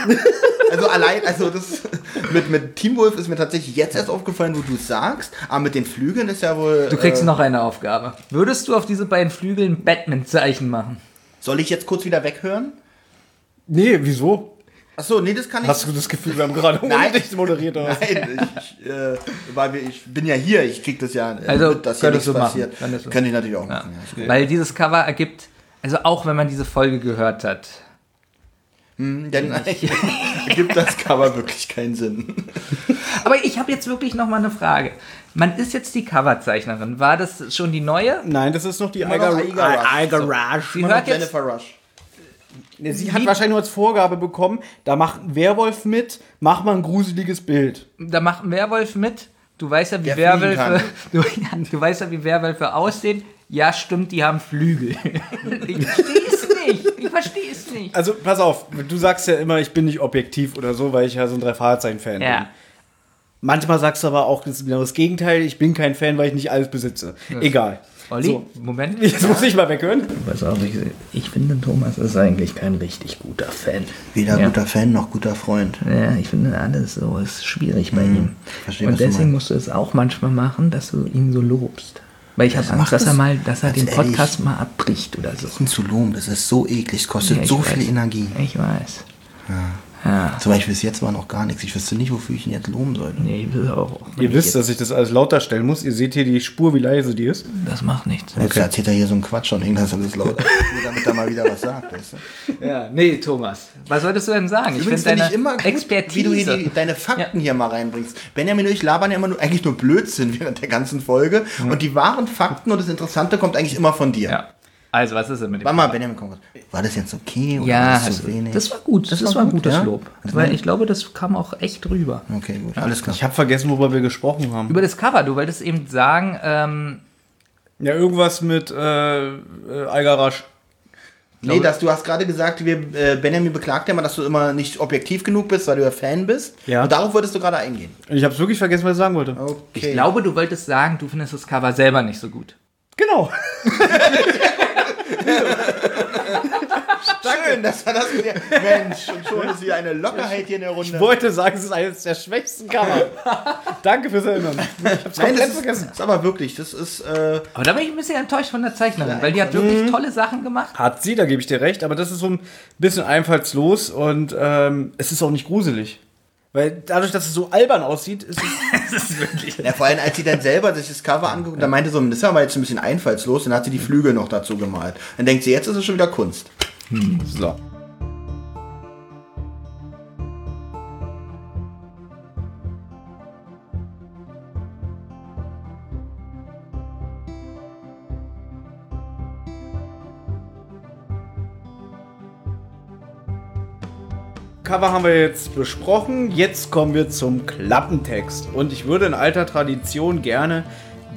Speaker 2: also allein, also das mit, mit Team Wolf ist mir tatsächlich jetzt erst aufgefallen, wo du es sagst, aber mit den Flügeln ist ja wohl. äh,
Speaker 1: Du kriegst noch eine Aufgabe. Würdest du auf diese beiden Flügeln Batman-Zeichen machen?
Speaker 2: Soll ich jetzt kurz wieder weghören?
Speaker 3: Nee, wieso?
Speaker 2: Achso, nee, das kann ich.
Speaker 3: Hast du das Gefühl, wir haben gerade
Speaker 2: Nein.
Speaker 3: undicht moderiert? oder was?
Speaker 2: Nein, ich, ich, äh, weil wir, ich bin ja hier, ich krieg das ja äh,
Speaker 1: Also,
Speaker 2: mit, dass hier nichts
Speaker 1: könntest du machen,
Speaker 2: passiert.
Speaker 1: könntest du.
Speaker 2: Könnte ich natürlich auch machen. Ja.
Speaker 1: Weil dieses Cover ergibt, also auch wenn man diese Folge gehört hat.
Speaker 2: Hm, Denn gibt das Cover wirklich keinen Sinn.
Speaker 1: Aber ich habe jetzt wirklich noch mal eine Frage. Man ist jetzt die Coverzeichnerin. War das schon die neue?
Speaker 3: Nein, das ist noch die
Speaker 2: Immer noch Algarage.
Speaker 3: Algarage.
Speaker 1: Sie hört jetzt,
Speaker 2: Jennifer Rush.
Speaker 3: Nee, Sie hat wahrscheinlich nur als Vorgabe bekommen, da macht ein Werwolf mit, mach mal ein gruseliges Bild.
Speaker 1: da macht ein Werwolf mit. Du weißt ja, wie
Speaker 2: Der fliegen
Speaker 1: Werwölfe, du, ja, du weißt ja, wie Werwölfe aussehen. Ja, stimmt, die haben Flügel. Ich verstehe es nicht. Ich verstehe es nicht.
Speaker 3: Also, pass auf, du sagst ja immer, ich bin nicht objektiv oder so, weil ich ja so ein Drei-Fahrzeichen-Fan bin.
Speaker 1: Ja.
Speaker 3: Manchmal sagst du aber auch das ist genau das Gegenteil. Ich bin kein Fan, weil ich nicht alles besitze. Egal.
Speaker 1: Olli,
Speaker 3: So,
Speaker 1: Moment.
Speaker 3: jetzt muss ich mal weghören.
Speaker 1: Pass auf, ich, ich finde, Thomas ist eigentlich kein richtig guter Fan.
Speaker 2: Weder
Speaker 1: Ja.
Speaker 2: guter Fan noch guter Freund.
Speaker 1: Ja, ich finde alles so ist schwierig bei ihm.
Speaker 2: Hm, verstehe, was
Speaker 1: Und
Speaker 2: du
Speaker 1: deswegen musst
Speaker 2: meinst.
Speaker 1: du es auch manchmal machen, dass du ihn so lobst. Weil ich habe Angst,
Speaker 2: macht
Speaker 1: dass er
Speaker 2: es-
Speaker 1: mal, dass er
Speaker 2: ganz
Speaker 1: den
Speaker 2: ehrlich.
Speaker 1: Podcast mal abbricht oder so.
Speaker 2: zu loben, das ist so eklig, es kostet
Speaker 1: Ja, ich
Speaker 2: so
Speaker 1: weiß.
Speaker 2: viel Energie.
Speaker 1: Ich weiß.
Speaker 2: Zum Beispiel bis jetzt war noch gar nichts. Ich wüsste nicht, wofür ich ihn jetzt loben sollte.
Speaker 1: Nee, ich will auch. auch wenn
Speaker 3: Ihr
Speaker 1: ich
Speaker 3: wisst, dass ich das alles lauter stellen muss. Ihr seht hier die Spur, wie leise die ist.
Speaker 1: jetzt- Das macht nichts.
Speaker 2: Jetzt erzählt er hier so einen Quatsch und irgendwas alles laut, Nur damit er mal wieder was sagt. Weißt du?
Speaker 1: Ja, nee, Thomas. Was solltest du denn sagen?
Speaker 2: Übrigens
Speaker 1: find
Speaker 2: finde ich immer gut, wie du hier die, deine Fakten hier mal reinbringst. Benjamin und ich labern ja immer nur, eigentlich nur Blödsinn während der ganzen Folge. Und die wahren Fakten und das Interessante kommt eigentlich immer von dir.
Speaker 1: ja. Also, was ist denn mit dem?
Speaker 2: Warte mal, Benjamin, komm kurz. War das jetzt okay oder war
Speaker 1: Ja,
Speaker 2: das zu
Speaker 1: hast du-
Speaker 2: wenig?
Speaker 1: das war gut. Das,
Speaker 2: war
Speaker 1: war ein
Speaker 2: gut,
Speaker 1: gutes
Speaker 2: ja? Also
Speaker 1: Lob. Weil ich glaube, das kam auch echt rüber.
Speaker 2: okay, gut, alles klar.
Speaker 3: Ich habe vergessen, worüber wir gesprochen haben.
Speaker 1: Über das Cover, du wolltest eben sagen, ähm,
Speaker 3: Ja, irgendwas mit äh, äh, Algarasch.
Speaker 2: Nee, dass du hast gerade gesagt, wir, äh, Benjamin beklagt ja immer, dass du immer nicht objektiv genug bist, weil du ja Fan bist.
Speaker 3: Ja.
Speaker 2: Und darauf wolltest du gerade eingehen.
Speaker 3: Ich habe es wirklich vergessen, was ich sagen wollte.
Speaker 2: Okay.
Speaker 1: Ich glaube, du wolltest sagen, du findest das Cover selber nicht so gut.
Speaker 3: Genau.
Speaker 2: Schön, dass wir das mit der Mensch, und schon ist wieder eine Lockerheit hier in der Runde.
Speaker 3: Ich wollte sagen, es ist eines der schwächsten Cover. Danke fürs Erinnern. Ich
Speaker 2: Nein, das
Speaker 3: hab's komplett
Speaker 2: ist, das
Speaker 3: vergessen.
Speaker 2: ist aber wirklich, das ist, äh,
Speaker 1: Aber da bin ich ein bisschen enttäuscht von der Zeichnerin, weil die hat
Speaker 3: Mhm.
Speaker 1: wirklich tolle Sachen gemacht.
Speaker 3: Hat sie, da gebe ich dir recht, aber das ist so ein bisschen einfallslos und ähm, es ist auch nicht gruselig. Weil dadurch, dass es so albern aussieht, ist es.
Speaker 2: ja, vor allem als sie dann selber sich das Cover anguckt, dann meinte so, das ist ja mal jetzt ein bisschen einfallslos, und dann hat sie die Flügel noch dazu gemalt. Dann denkt sie, jetzt ist es schon wieder Kunst.
Speaker 3: so. Cover haben wir jetzt besprochen. Jetzt kommen wir zum Klappentext. Und ich würde in alter Tradition gerne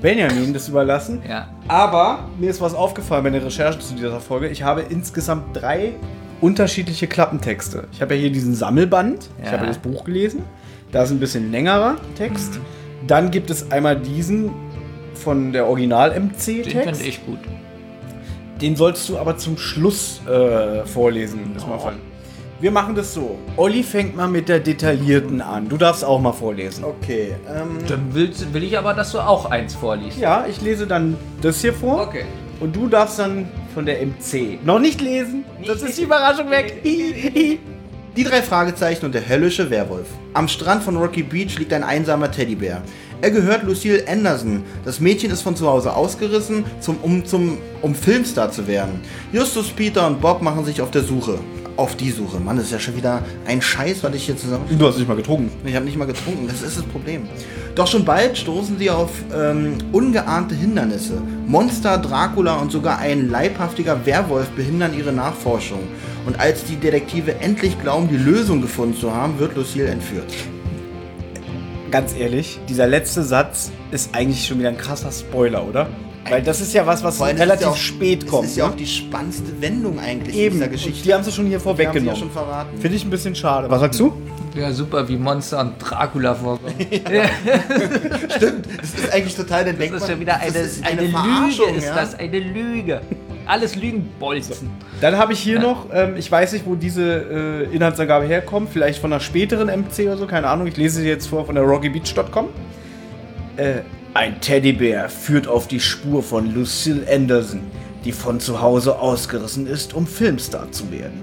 Speaker 3: Benjamin das überlassen.
Speaker 1: Ja.
Speaker 3: Aber mir ist was aufgefallen bei den Recherchen zu dieser Folge. Ich habe insgesamt drei unterschiedliche Klappentexte. Ich habe ja hier diesen Sammelband. Ich
Speaker 1: Ja.
Speaker 3: habe das Buch gelesen. Da ist ein bisschen längerer Text. Dann gibt es einmal diesen von der
Speaker 1: Den finde
Speaker 3: Original-MC-Text.
Speaker 1: ich gut.
Speaker 3: Den sollst du aber zum Schluss äh, vorlesen. Ist mal
Speaker 1: Oh.
Speaker 3: voll. Wir machen das so. Olli fängt mal mit der detaillierten an. Du darfst auch mal vorlesen.
Speaker 2: Okay, ähm,
Speaker 1: Dann willst, will ich aber, dass du auch eins vorliest.
Speaker 3: Ja, ich lese dann das hier vor.
Speaker 1: Okay.
Speaker 3: Und du darfst dann von der MC. Noch nicht lesen. Das ist die Überraschung weg. Hi, hi.
Speaker 2: Die drei Fragezeichen und der höllische Werwolf. Am Strand von Rocky Beach liegt ein einsamer Teddybär. Er gehört Lucille Anderson. Das Mädchen ist von zu Hause ausgerissen, zum, um, zum, um Filmstar zu werden. Justus, Peter und Bob machen sich auf der Suche. Auf die Suche. Mann, das ist ja schon wieder ein Scheiß, was ich hier zusammen.
Speaker 3: du hast nicht mal getrunken.
Speaker 2: Ich habe nicht mal getrunken, das ist das Problem. Doch schon bald stoßen sie auf ähm, ungeahnte Hindernisse. Monster, Dracula und sogar ein leibhaftiger Werwolf behindern ihre Nachforschung. Und als die Detektive endlich glauben, die Lösung gefunden zu haben, wird Lucille entführt.
Speaker 3: Ganz ehrlich, dieser letzte Satz ist eigentlich schon wieder ein krasser Spoiler, oder? Weil das ist ja was, was
Speaker 2: Vor allem, das
Speaker 3: relativ
Speaker 2: ist ja auch-
Speaker 3: spät kommt.
Speaker 2: Das ist ja
Speaker 3: ne?
Speaker 2: auch die spannendste Wendung eigentlich in
Speaker 3: Eben.
Speaker 2: dieser
Speaker 3: Und
Speaker 2: Geschichte.
Speaker 3: Die haben sie schon hier
Speaker 2: Die
Speaker 3: vorweggenommen. Hm.
Speaker 2: haben sie ja schon verraten.
Speaker 3: Finde ich ein bisschen schade. Was sagst du?
Speaker 1: Ja, super, wie Monster und Dracula vorkommen.
Speaker 2: Stimmt, das ist eigentlich total der
Speaker 1: Das ist schon wieder eine, eine, Lüge, ist das eine Lüge. Alles Lügenbolzen.
Speaker 3: Dann habe ich hier noch, ähm, ich weiß nicht, wo diese äh, Inhaltsangabe herkommt, vielleicht von einer späteren MC oder so, keine Ahnung, ich lese sie jetzt vor von der rockybeach.com. Äh, ein Teddybär führt auf die Spur von Lucille Anderson, die von zu Hause ausgerissen ist, um Filmstar zu werden.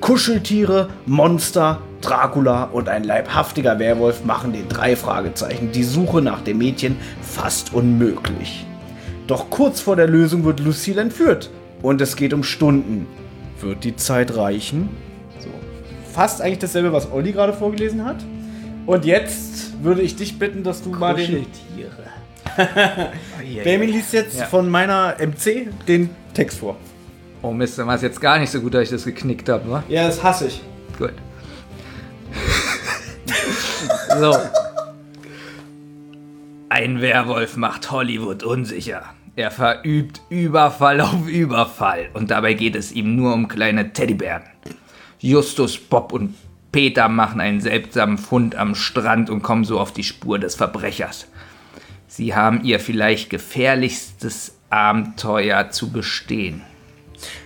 Speaker 3: Kuscheltiere, Monster, Dracula und ein leibhaftiger Werwolf machen den drei Fragezeichen die Suche nach dem Mädchen fast unmöglich. Doch kurz vor der Lösung wird Lucille entführt. Und es geht um Stunden. Wird die Zeit reichen? So. Fast eigentlich dasselbe, was Olli gerade vorgelesen hat. Und jetzt würde ich dich bitten, dass du mal den.
Speaker 1: Kuscheltiere.
Speaker 3: Benjamin liest jetzt
Speaker 1: Ja.
Speaker 3: von meiner MC den Text vor.
Speaker 1: Oh Mist, dann war es jetzt gar nicht so gut, dass ich das geknickt habe, wa?
Speaker 3: Ja, das hasse ich.
Speaker 1: Gut. so. Ein Werwolf macht Hollywood unsicher. Er verübt Überfall auf Überfall und dabei geht es ihm nur um kleine Teddybären. Justus, Bob und Peter machen einen seltsamen Fund am Strand und kommen so auf die Spur des Verbrechers. Sie haben ihr vielleicht gefährlichstes Abenteuer zu bestehen.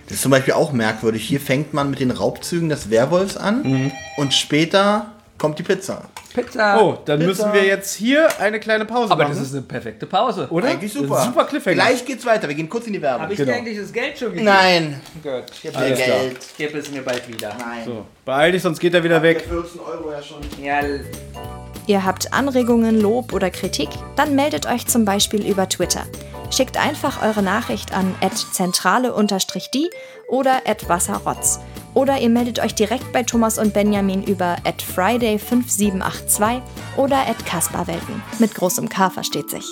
Speaker 2: Das ist zum Beispiel auch merkwürdig. Hier fängt man mit den Raubzügen des Werwolfs an
Speaker 3: Mhm.
Speaker 2: und später kommt die Pizza.
Speaker 1: Pizza!
Speaker 3: Oh, dann müssen wir jetzt hier eine kleine Pause
Speaker 1: Aber
Speaker 3: machen.
Speaker 1: das ist eine perfekte Pause.
Speaker 3: oder?
Speaker 2: Eigentlich super.
Speaker 3: Super Cliffhanger.
Speaker 2: Gleich geht's weiter. Wir gehen kurz in die Werbung.
Speaker 1: Habe ich dir eigentlich das Geld schon gegeben?
Speaker 2: Nein.
Speaker 1: Gott,
Speaker 2: Ich hab
Speaker 3: Alles
Speaker 2: mehr
Speaker 3: klar.
Speaker 2: Geld.
Speaker 1: gib es mir bald wieder.
Speaker 2: Nein.
Speaker 3: So, beeil dich, sonst geht er wieder weg.
Speaker 2: 14 Euro ja schon.
Speaker 1: Ja,
Speaker 4: Ihr habt Anregungen, Lob oder Kritik? Dann meldet euch zum Beispiel über Twitter. Schickt einfach eure Nachricht an zentrale-die oder wasserrotz. Oder ihr meldet euch direkt bei Thomas und Benjamin über friday5782 oder kasperwelten. Mit großem K versteht sich.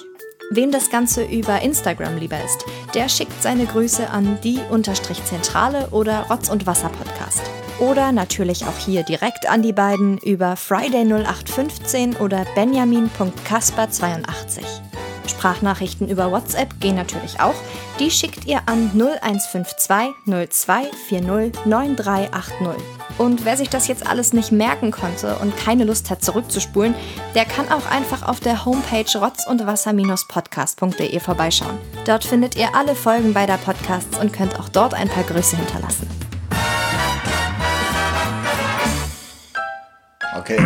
Speaker 4: Wem das Ganze über Instagram lieber ist, der schickt seine Grüße an die-zentrale oder Rotz und Wasser Podcast. Oder natürlich auch hier direkt an die beiden über Friday 0815 oder benjamin.kasper82. Sprachnachrichten über WhatsApp gehen natürlich auch. Die schickt ihr an 0152 0240 9380. Und wer sich das jetzt alles nicht merken konnte und keine Lust hat zurückzuspulen, der kann auch einfach auf der Homepage rotzundwasser-podcast.de vorbeischauen. Dort findet ihr alle Folgen beider Podcasts und könnt auch dort ein paar Grüße hinterlassen.
Speaker 2: Okay.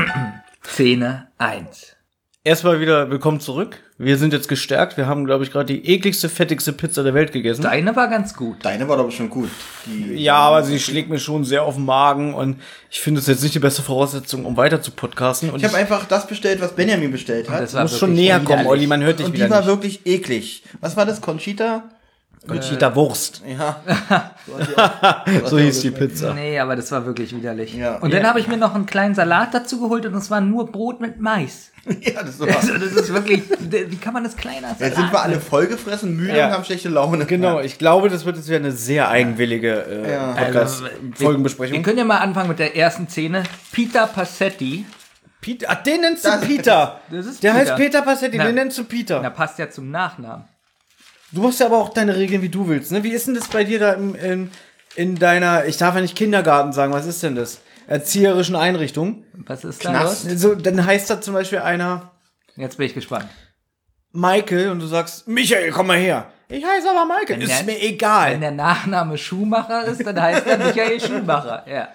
Speaker 1: Szene 1.
Speaker 3: Erstmal wieder willkommen zurück. Wir sind jetzt gestärkt. Wir haben, glaube ich, gerade die ekligste, fettigste Pizza der Welt gegessen.
Speaker 1: Deine war ganz gut.
Speaker 2: Deine war doch schon gut. Die,
Speaker 3: Ja, aber sie schlägt mir schon sehr auf den Magen und ich finde es jetzt nicht die beste Voraussetzung, um weiter zu podcasten. Und
Speaker 2: ich habe einfach das bestellt, was Benjamin bestellt hat.
Speaker 1: Das
Speaker 3: du
Speaker 1: war
Speaker 3: musst schon
Speaker 1: wirklich
Speaker 3: näher
Speaker 1: widerlich.
Speaker 3: kommen, Olli, man hört dich
Speaker 2: und die
Speaker 3: wieder
Speaker 2: war
Speaker 3: nicht.
Speaker 2: wirklich eklig. Was war das? Conchita?
Speaker 3: Conchita Wurst.
Speaker 2: Ja.
Speaker 3: So hieß die Pizza.
Speaker 1: Nee, aber das war wirklich widerlich.
Speaker 2: Ja.
Speaker 1: Und dann habe ich mir noch einen kleinen Salat dazu geholt und es war nur Brot mit Mais.
Speaker 2: ja, das war.
Speaker 1: Also das ist wirklich, wie kann man das kleiner
Speaker 2: Jetzt sind
Speaker 1: Salat?
Speaker 2: wir alle vollgefressen, müde
Speaker 3: Ja.
Speaker 2: und haben schlechte Laune.
Speaker 3: Genau, ich glaube, das wird jetzt wieder eine sehr eigenwillige äh,
Speaker 2: Ja.
Speaker 1: Also, Wir
Speaker 3: Podcast-Folgenbesprechung.
Speaker 1: können ja mal anfangen mit der ersten Szene. Peter Passetti,
Speaker 3: Peter, ach, ah, den nennst du Peter.
Speaker 1: Das ist
Speaker 3: Der
Speaker 1: Peter.
Speaker 3: heißt Peter Passetti,
Speaker 1: Na.
Speaker 3: den nennst du
Speaker 1: da
Speaker 3: Peter.
Speaker 1: passt ja zum Nachnamen.
Speaker 3: Du machst ja aber auch deine Regeln, wie du willst. Ne? Wie ist denn das bei dir da im, in, in deiner, ich darf ja nicht Kindergarten sagen, was ist denn das? Erzieherischen Einrichtung.
Speaker 1: Was ist da
Speaker 2: Knast.
Speaker 1: los?
Speaker 3: So, dann heißt da zum Beispiel einer,
Speaker 1: Jetzt bin ich gespannt.
Speaker 3: Michael und du sagst, Michael, komm mal her. Ich heiße aber Michael. ist
Speaker 1: der-
Speaker 3: mir
Speaker 1: Wenn
Speaker 3: egal.
Speaker 1: der Nachname Schumacher ist, dann heißt er Michael Schumacher. Ja.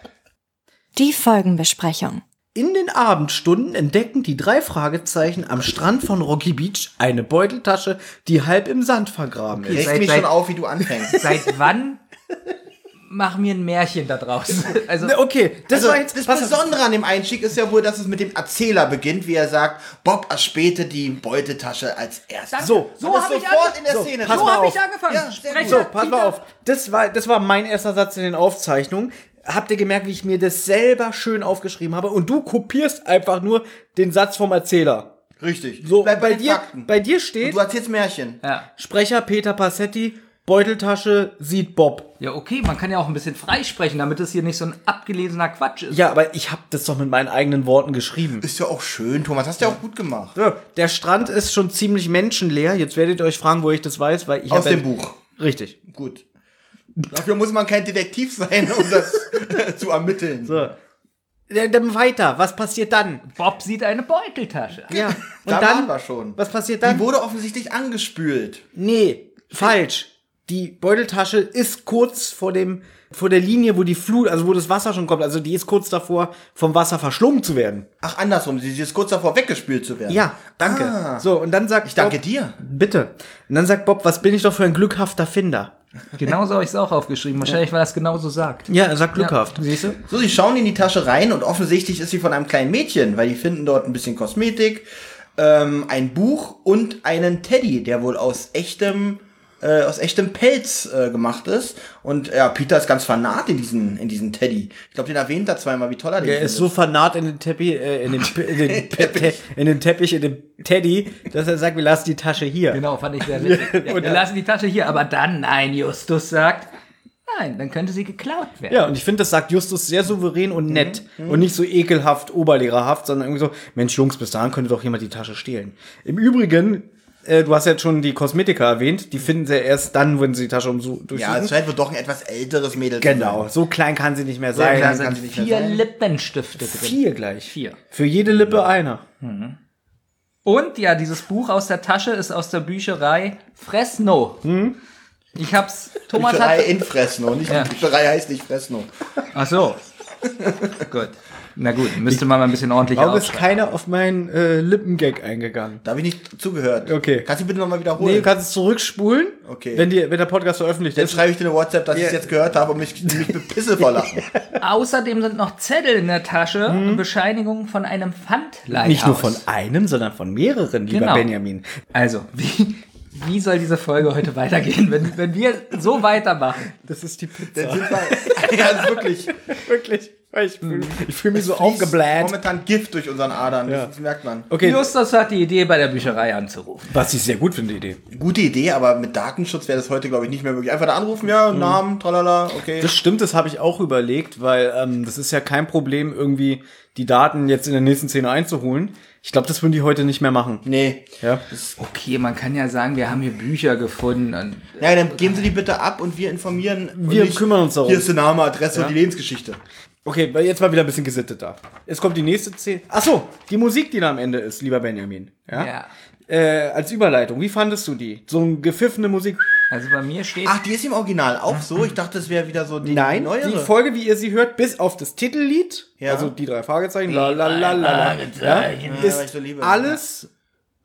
Speaker 4: Die Folgenbesprechung.
Speaker 3: In den Abendstunden entdecken die drei Fragezeichen am Strand von Rocky Beach eine Beuteltasche, die halb im Sand vergraben ist.
Speaker 2: Regt
Speaker 1: Seit-
Speaker 2: mich
Speaker 1: seit-
Speaker 2: schon auf, wie du anfängst.
Speaker 1: Seit wann mach mir ein Märchen da draus? Also,
Speaker 3: Ne, Okay, das
Speaker 2: Also,
Speaker 3: war jetzt.
Speaker 2: das
Speaker 3: pass auf.
Speaker 2: Besondere an dem Einstieg ist ja wohl, dass es mit dem Erzähler beginnt, wie er sagt, Bob erspähte die Beutetasche als erstes.
Speaker 3: So.
Speaker 1: so
Speaker 2: Und
Speaker 1: habe
Speaker 2: ist
Speaker 1: ich,
Speaker 2: sofort in der
Speaker 3: so,
Speaker 2: Szene.
Speaker 3: pass
Speaker 2: drin.
Speaker 3: mal
Speaker 1: hab ich
Speaker 3: auf.
Speaker 1: angefangen.
Speaker 2: Ja, sehr gut.
Speaker 3: So,
Speaker 1: Sprecher
Speaker 3: pass mal
Speaker 1: Peter-
Speaker 3: auf. Das war, das war mein erster Satz in den Aufzeichnungen. Habt ihr gemerkt, wie ich mir das selber schön aufgeschrieben habe? Und du kopierst einfach nur den Satz vom Erzähler.
Speaker 2: Richtig.
Speaker 3: So,
Speaker 2: Bleib
Speaker 3: bei,
Speaker 2: den
Speaker 3: dir,
Speaker 2: Fakten.
Speaker 3: bei dir steht.
Speaker 2: du erzählst Märchen.
Speaker 1: Ja.
Speaker 3: Sprecher Peter Passetti, Beuteltasche sieht Bob.
Speaker 1: ja, okay, man kann ja auch ein bisschen freisprechen, damit es hier nicht so ein abgelesener Quatsch ist.
Speaker 3: Ja, aber ich habe das doch mit meinen eigenen Worten geschrieben.
Speaker 2: Ist ja auch schön, Thomas. Hast du ja auch gut gemacht.
Speaker 3: So, der Strand ist schon ziemlich menschenleer. Jetzt werdet ihr euch fragen, wo ich das weiß, weil ich
Speaker 2: Aus
Speaker 3: hab ja-
Speaker 2: dem Buch.
Speaker 3: Richtig.
Speaker 2: Gut. Dafür muss man kein Detektiv sein, um das zu ermitteln.
Speaker 3: So. Dann dann weiter. Was passiert dann?
Speaker 1: Bob sieht eine Beuteltasche.
Speaker 3: Ja. Und
Speaker 2: da waren
Speaker 3: dann
Speaker 2: wir schon.
Speaker 3: Was passiert
Speaker 2: Die
Speaker 3: dann?
Speaker 2: wurde offensichtlich angespült.
Speaker 3: Nee, falsch. Die Beuteltasche ist kurz vor dem vor der Linie, wo die Flut, also wo das Wasser schon kommt, also die ist kurz davor vom Wasser verschlungen zu werden.
Speaker 2: Ach, andersrum. Sie ist kurz davor, weggespült zu werden.
Speaker 3: Ja, danke.
Speaker 2: Ah.
Speaker 3: So, und dann sagt
Speaker 2: Ich danke dir.
Speaker 3: Bitte. Und dann sagt Bob, was bin ich doch für ein glückhafter Finder?
Speaker 1: Genauso habe ich es auch aufgeschrieben. Wahrscheinlich, weil er es genauso sagt.
Speaker 3: Ja, er sagt glückhaft. Siehst du?
Speaker 2: So, sie schauen in die Tasche rein und offensichtlich ist sie von einem kleinen Mädchen, weil die finden dort ein bisschen Kosmetik, ähm, ein Buch und einen Teddy, der wohl aus echtem äh, aus echtem Pelz äh, gemacht ist. Und ja, Peter ist ganz fanat in diesen in diesen Teddy. Ich glaube, den erwähnt er zweimal, wie toll er den
Speaker 3: Er
Speaker 2: findet.
Speaker 3: ist so vernarrt in den Teppich, äh, in den, P- in den, Pe- Te- in den Teppich, in den Teddy, dass er sagt, wir lassen die Tasche hier.
Speaker 1: Genau, fand ich sehr witzig. Ja, wir lassen die Tasche hier, aber dann, nein, Justus sagt, nein, dann könnte sie geklaut werden.
Speaker 3: Ja, und ich finde, das sagt Justus sehr souverän
Speaker 2: Mhm,
Speaker 3: und nett. Und nicht so ekelhaft, oberlehrerhaft, sondern irgendwie so, Mensch, Jungs, bis dahin könnte doch jemand die Tasche stehlen. Im Übrigen, äh, du hast ja jetzt schon die Kosmetiker erwähnt, die finden sie erst dann, wenn sie die Tasche umsu
Speaker 2: ja, es
Speaker 3: durchsuchen.
Speaker 2: scheint wohl doch ein etwas älteres Mädel zu
Speaker 3: genau,
Speaker 2: sein.
Speaker 3: so klein kann sie nicht mehr
Speaker 2: klein
Speaker 1: Da
Speaker 3: sein.
Speaker 2: kann
Speaker 1: sind
Speaker 2: sie nicht
Speaker 1: vier
Speaker 2: mehr sein.
Speaker 1: Lippenstifte drin.
Speaker 3: Vier gleich.
Speaker 1: Vier.
Speaker 3: Für jede Lippe einer.
Speaker 1: Und ja, dieses Buch aus der Tasche ist aus der Bücherei Fresno.
Speaker 3: Hm?
Speaker 1: Ich hab's. Thomas
Speaker 2: Bücherei
Speaker 1: hat.
Speaker 2: in Fresno, nicht ja. Bücherei heißt nicht Fresno.
Speaker 1: Ach so. gut. Na gut, müsste man mal ein bisschen ordentlich
Speaker 3: Warum ist
Speaker 1: aufschreiben.
Speaker 3: keiner auf meinen äh, Lippengag eingegangen?
Speaker 2: Da habe ich nicht zugehört.
Speaker 3: Okay.
Speaker 2: Kannst du bitte nochmal wiederholen?
Speaker 3: Nee, du kannst es zurückspulen,
Speaker 2: Okay.
Speaker 3: wenn, die, wenn der Podcast veröffentlicht
Speaker 2: Jetzt
Speaker 3: ist.
Speaker 2: schreibe ich dir eine WhatsApp, dass ich es jetzt gehört habe und mich, mich bepisse vor Lachen.
Speaker 1: Außerdem sind noch Zettel in der Tasche und Bescheinigungen von einem Pfandleihhaus.
Speaker 3: Mhm. Nicht nur von einem, sondern von mehreren, lieber
Speaker 1: Genau.
Speaker 3: Benjamin.
Speaker 1: Also, wie, wie soll diese Folge heute weitergehen, wenn, wenn wir so weitermachen?
Speaker 3: Das ist die Pizza.
Speaker 2: Dann sind wir, ja, das ist wirklich.
Speaker 3: Wirklich. Ich fühle fühl mich so
Speaker 2: Fließt
Speaker 3: aufgebläht.
Speaker 2: Momentan Gift durch unseren Adern,
Speaker 3: Ja.
Speaker 2: das merkt man.
Speaker 3: Okay,
Speaker 1: Justus hat die Idee, bei der Bücherei anzurufen.
Speaker 3: was ich sehr gut finde, die Idee.
Speaker 2: Gute Idee, aber mit Datenschutz wäre das heute, glaube ich, nicht mehr möglich. Einfach da anrufen, ja,
Speaker 3: Mhm.
Speaker 2: Namen, tralala, okay.
Speaker 3: Das stimmt, das habe ich auch überlegt, weil ähm, das ist ja kein Problem, irgendwie die Daten jetzt in der nächsten Szene einzuholen. Ich glaube, das würden die heute nicht mehr machen.
Speaker 2: nee.
Speaker 3: Ja.
Speaker 1: Okay, man kann ja sagen, wir haben hier Bücher gefunden. Und
Speaker 2: Ja, dann geben Sie die bitte ab und wir informieren. und
Speaker 3: Wir kümmern uns darum.
Speaker 2: Hier ist der Name, Adresse und die Lebensgeschichte.
Speaker 3: Okay, weil jetzt mal wieder ein bisschen gesitteter. Jetzt kommt die nächste Szene. Ach so, die Musik, die da am Ende ist, lieber Benjamin. Ja.
Speaker 1: Ja.
Speaker 3: Äh, als Überleitung, wie fandest du die? So eine gepfiffene Musik.
Speaker 1: also bei mir steht.
Speaker 2: Ach, die ist im Original auch so? Ich dachte, das wäre wieder so die
Speaker 3: Nein,
Speaker 2: neuere.
Speaker 3: die Folge, wie ihr sie hört, bis auf das Titellied,
Speaker 2: Ja.
Speaker 3: also die drei Fragezeichen, la la la la, la ja,
Speaker 2: weil ich
Speaker 3: ist
Speaker 2: so liebe.
Speaker 3: alles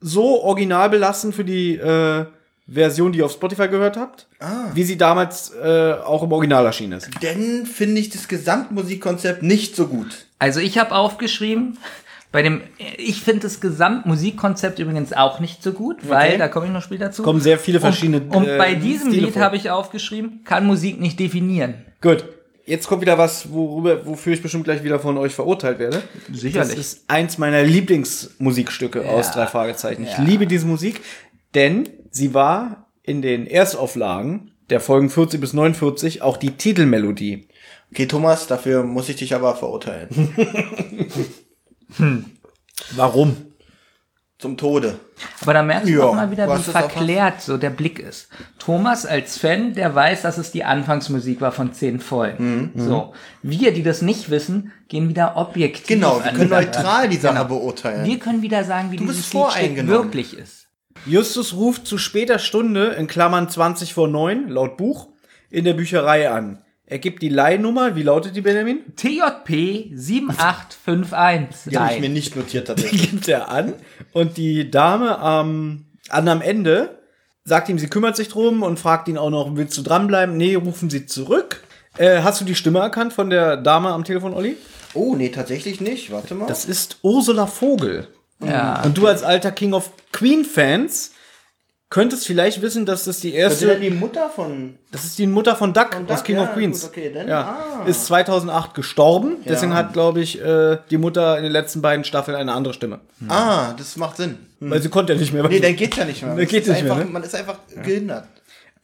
Speaker 3: so original belassen für die äh, Version, die ihr auf Spotify gehört habt,
Speaker 2: Ah.
Speaker 3: wie sie damals äh, auch im Original erschienen ist.
Speaker 2: Denn finde ich das Gesamtmusikkonzept nicht so gut.
Speaker 1: Also ich habe aufgeschrieben, bei dem, ich finde das Gesamtmusikkonzept übrigens auch nicht so gut, weil, da komme ich noch später zu.
Speaker 3: Kommen sehr viele verschiedene,
Speaker 1: Und, und bei
Speaker 3: äh,
Speaker 1: diesem
Speaker 3: Stile
Speaker 1: Lied
Speaker 3: vor.
Speaker 1: habe ich aufgeschrieben, kann Musik nicht definieren.
Speaker 3: Gut, jetzt kommt wieder was, worüber, wofür ich bestimmt gleich wieder von euch verurteilt werde.
Speaker 1: Sicherlich.
Speaker 3: Das ist eins meiner Lieblingsmusikstücke aus drei Fragezeichen. Ich liebe diese Musik, denn sie war in den Erstauflagen der Folgen 40 bis 49 auch die Titelmelodie.
Speaker 2: Okay, Thomas, dafür muss ich dich aber verurteilen.
Speaker 3: Hm. Warum?
Speaker 2: Zum Tode.
Speaker 1: Aber da merkst du
Speaker 2: Ja,
Speaker 1: auch mal wieder,
Speaker 2: was
Speaker 1: wie
Speaker 2: ist auch was?
Speaker 1: verklärt so der Blick ist. Thomas als Fan, der weiß, dass es die Anfangsmusik war von zehn
Speaker 2: Mhm.
Speaker 1: Folgen. So. Wir, die das nicht wissen, gehen wieder objektiv
Speaker 2: Genau, wir
Speaker 1: an die
Speaker 2: können
Speaker 1: Sache.
Speaker 2: neutral Genau. die Sache beurteilen.
Speaker 1: Wir können wieder sagen, wie
Speaker 2: bist
Speaker 1: dieses Liedstück
Speaker 2: voreingenommen.
Speaker 1: wirklich ist.
Speaker 3: Justus ruft zu später Stunde, in Klammern 20 vor 9, laut Buch, in der Bücherei an. Er gibt die Leihnummer, wie lautet die, Benjamin?
Speaker 1: TJP 7851.
Speaker 2: Die habe ich mir nicht notiert
Speaker 3: Die
Speaker 2: tatsächlich.
Speaker 3: gibt er an und die Dame am an am Ende sagt ihm, sie kümmert sich drum und fragt ihn auch noch, willst du dranbleiben? Nee, rufen sie zurück. Äh, hast du die Stimme erkannt von der Dame am Telefon, Olli?
Speaker 2: Oh, nee, tatsächlich nicht. Warte mal.
Speaker 3: Das ist Ursula Vogel.
Speaker 1: Ja.
Speaker 3: Und du als alter King of Queen-Fans könntest vielleicht wissen, dass das die
Speaker 2: das ist ja
Speaker 3: erste,
Speaker 2: die Mutter von.
Speaker 3: das ist die Mutter von Duck
Speaker 2: Duck,
Speaker 3: aus King
Speaker 2: ja,
Speaker 3: of Queens.
Speaker 2: gut, okay, dann, ah.
Speaker 3: ja. Ist 2008 gestorben. Deswegen hat, glaube ich, äh, die Mutter in den letzten beiden Staffeln eine andere Stimme.
Speaker 2: Ah, das macht Sinn.
Speaker 3: Weil sie konnte ja nicht mehr.
Speaker 2: Nee, dann geht's ja nicht mehr.
Speaker 3: Dann geht's
Speaker 2: Es ist
Speaker 3: nicht mehr,
Speaker 2: einfach,
Speaker 3: ne?
Speaker 2: Man ist einfach gehindert.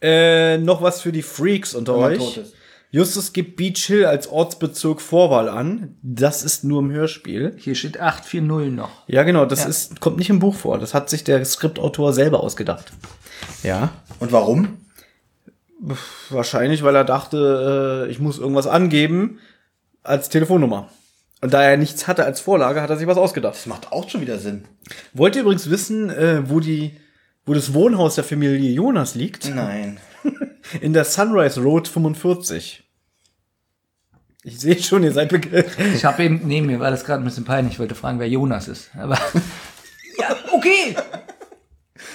Speaker 3: Äh, noch was für die Freaks unter
Speaker 2: man
Speaker 3: euch.
Speaker 2: tot ist.
Speaker 3: Justus gibt Beach Hill als Ortsbezirk Vorwahl an. Das ist nur im Hörspiel.
Speaker 1: Hier steht 840 noch.
Speaker 3: Ja, genau, das ist, kommt nicht im Buch vor. Das hat sich der Skriptautor selber ausgedacht. Ja.
Speaker 2: Und warum?
Speaker 3: Wahrscheinlich, weil er dachte, äh, ich muss irgendwas angeben als Telefonnummer. Und da er nichts hatte als Vorlage, hat er sich was ausgedacht.
Speaker 2: Das macht auch schon wieder Sinn.
Speaker 3: Wollt ihr übrigens wissen, äh, wo die, wo das Wohnhaus der Familie Jonas liegt?
Speaker 2: Nein.
Speaker 3: In der Sunrise Road 45. Ich sehe schon, ihr seid be
Speaker 1: Ich habe eben, nee, mir war das gerade ein bisschen peinlich. Ich wollte fragen, wer Jonas ist. Aber, ja, okay.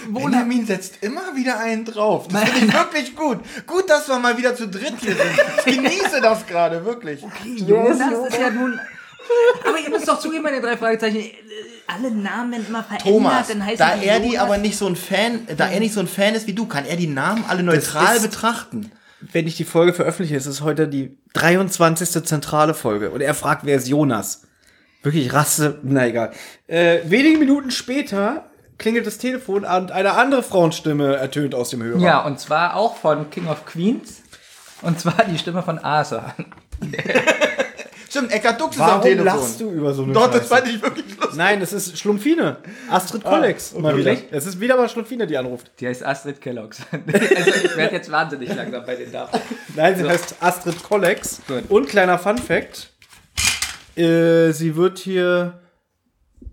Speaker 2: Benjamin setzt immer wieder einen drauf. Das finde ich wirklich gut. Gut, dass wir mal wieder zu dritt hier sind. Ich genieße das gerade, wirklich.
Speaker 1: Jonas ist ja nun. Aber ihr müsst doch zugeben bei den drei Fragezeichen, äh, alle Namen werden immer verändert,
Speaker 2: Thomas, da
Speaker 1: die
Speaker 2: er die
Speaker 1: Jonas.
Speaker 2: aber nicht so ein Fan, da er nicht so ein Fan ist wie du, kann er die Namen alle neutral
Speaker 3: ist-
Speaker 2: betrachten.
Speaker 3: Wenn ich die Folge veröffentliche, ist es heute die 23. zentrale Folge. Und er fragt, wer ist Jonas? Wirklich rasse, na egal. Äh, wenige Minuten später klingelt das Telefon und eine andere Frauenstimme ertönt aus dem Hörer.
Speaker 1: Ja, und zwar auch von King of Queens. Und zwar die Stimme von Asa.
Speaker 2: Stimmt, Eckart Dux ist am
Speaker 3: Warum
Speaker 2: Telefon.
Speaker 3: lachst du über so eine
Speaker 2: Doch, das
Speaker 3: Scheiße?
Speaker 2: fand ich wirklich lustig.
Speaker 3: Nein, es ist Schlumpfine. Astrid Kollex. mal Ah, wieder.
Speaker 1: wirklich?
Speaker 3: Es ist wieder mal Schlumpfine, die anruft.
Speaker 1: Die heißt Astrid Kellogg's. Also ich werde jetzt wahnsinnig langsam bei den Daten.
Speaker 3: Nein, sie heißt Astrid Kollex.
Speaker 1: Gut.
Speaker 3: Und kleiner Fun Fact: äh, Sie wird hier.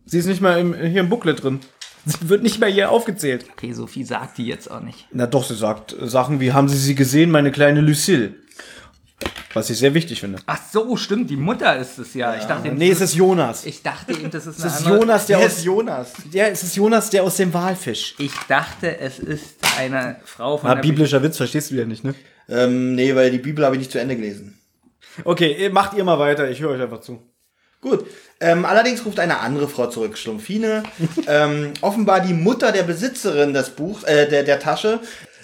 Speaker 3: Sie ist nicht mal im, hier im Booklet drin. Sie wird nicht mehr hier aufgezählt.
Speaker 1: Okay, so viel sagt die jetzt auch nicht.
Speaker 3: Na doch, sie sagt äh, Sachen wie: Haben Sie sie gesehen, meine kleine Lucille? Was ich sehr wichtig finde.
Speaker 1: Ach so, stimmt, die Mutter ist es ja. ich, dachte, eben,
Speaker 3: Nee, es ist Jonas.
Speaker 1: ich dachte eben, das ist eine
Speaker 3: es ist
Speaker 1: andere.
Speaker 3: Jonas, der
Speaker 2: Wer ist
Speaker 3: aus.
Speaker 2: Jonas?
Speaker 3: Ja, es ist Jonas, der aus dem Walfisch.
Speaker 1: Ich dachte, es ist eine Frau von
Speaker 3: Na,
Speaker 1: der
Speaker 3: Ah, biblischer Witz, verstehst du ja nicht, ne?
Speaker 2: Ähm, nee, weil die Bibel habe ich nicht zu Ende gelesen.
Speaker 3: Okay, ihr- macht ihr mal weiter, ich höre euch einfach zu.
Speaker 2: Gut. Ähm, allerdings ruft eine andere Frau zurück, Schlumpfine. ähm, offenbar die Mutter der Besitzerin des Buchs, äh, der, der Tasche.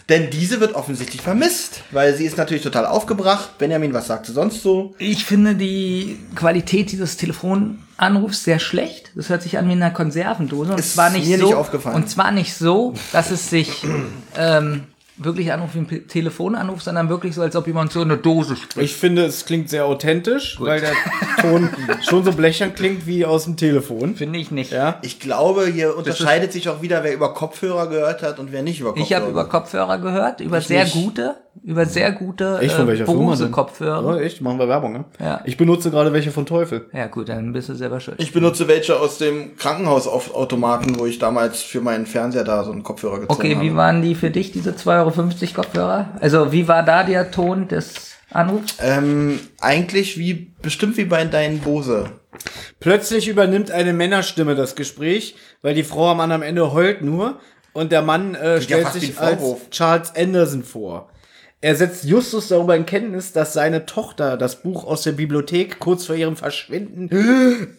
Speaker 2: Denn diese wird offensichtlich vermisst, weil sie ist natürlich total aufgebracht. Benjamin, was sagst du sonst so?
Speaker 1: Ich finde die Qualität dieses Telefonanrufs sehr schlecht. Das hört sich an wie in einer Konservendose. Und
Speaker 2: Ist
Speaker 1: zwar nicht
Speaker 2: mir
Speaker 1: so,
Speaker 2: nicht aufgefallen.
Speaker 1: Und zwar nicht so, dass es sich ähm, wirklich anruft wie ein Pe- Telefonanruf, sondern wirklich so, als ob jemand so eine Dose spricht.
Speaker 3: Ich finde, es klingt sehr authentisch, weil der Ton schon so blechern klingt wie aus dem Telefon.
Speaker 1: Finde ich nicht.
Speaker 3: Ja.
Speaker 2: Ich glaube, hier unterscheidet sich auch wieder, wer über Kopfhörer gehört hat und wer nicht über Kopfhörer.
Speaker 1: Ich habe über
Speaker 2: gehört hat.
Speaker 1: Kopfhörer gehört, über sehr
Speaker 3: nicht.
Speaker 1: gute, über sehr gute äh,
Speaker 3: Echt, von welcher Firma
Speaker 1: Bose
Speaker 3: denn? Oh,
Speaker 1: Kopfhörer.
Speaker 3: echt? Machen wir Werbung, ne?
Speaker 1: Ja.
Speaker 3: Ich benutze gerade welche von Teufel.
Speaker 1: Ja gut, dann bist du selber schuld.
Speaker 2: Ich benutze welche aus dem Krankenhausautomaten, wo ich damals für meinen Fernseher da so einen Kopfhörer gezogen
Speaker 1: Okay,
Speaker 2: habe.
Speaker 1: wie waren die für dich, diese 2,50 Euro Kopfhörer? Also wie war da der Ton des Anrufs?
Speaker 2: Ähm, eigentlich wie bestimmt wie bei deinen Bose.
Speaker 3: Plötzlich übernimmt eine Männerstimme das Gespräch, weil die Frau am anderen Ende heult nur und der Mann äh, stellt
Speaker 2: fast wie
Speaker 3: sich
Speaker 2: ein
Speaker 3: als
Speaker 2: Vorwurf.
Speaker 3: Charles Anderson vor. Er setzt Justus darüber in Kenntnis, dass seine Tochter das Buch aus der Bibliothek kurz vor ihrem Verschwinden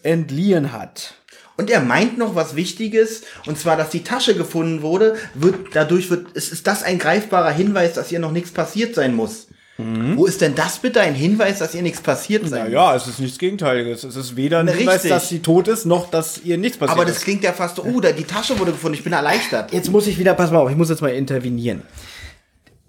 Speaker 3: entliehen hat.
Speaker 2: Und er meint noch was Wichtiges, und zwar, dass die Tasche gefunden wurde. Wird, dadurch wird, ist, ist das ein greifbarer Hinweis, dass ihr noch nichts passiert sein muss. Wo ist denn das bitte ein Hinweis, dass ihr nichts passiert sein muss?
Speaker 3: Mhm. Ja, es ist nichts Gegenteiliges. Es ist weder ein
Speaker 2: Na,
Speaker 3: Hinweis,
Speaker 2: richtig.
Speaker 3: dass sie tot ist, noch dass ihr nichts passiert
Speaker 2: Aber das
Speaker 3: ist.
Speaker 2: klingt ja fast, so, oh, da, die Tasche wurde gefunden, ich bin erleichtert.
Speaker 3: Jetzt muss ich wieder, pass mal auf, ich muss jetzt mal intervenieren.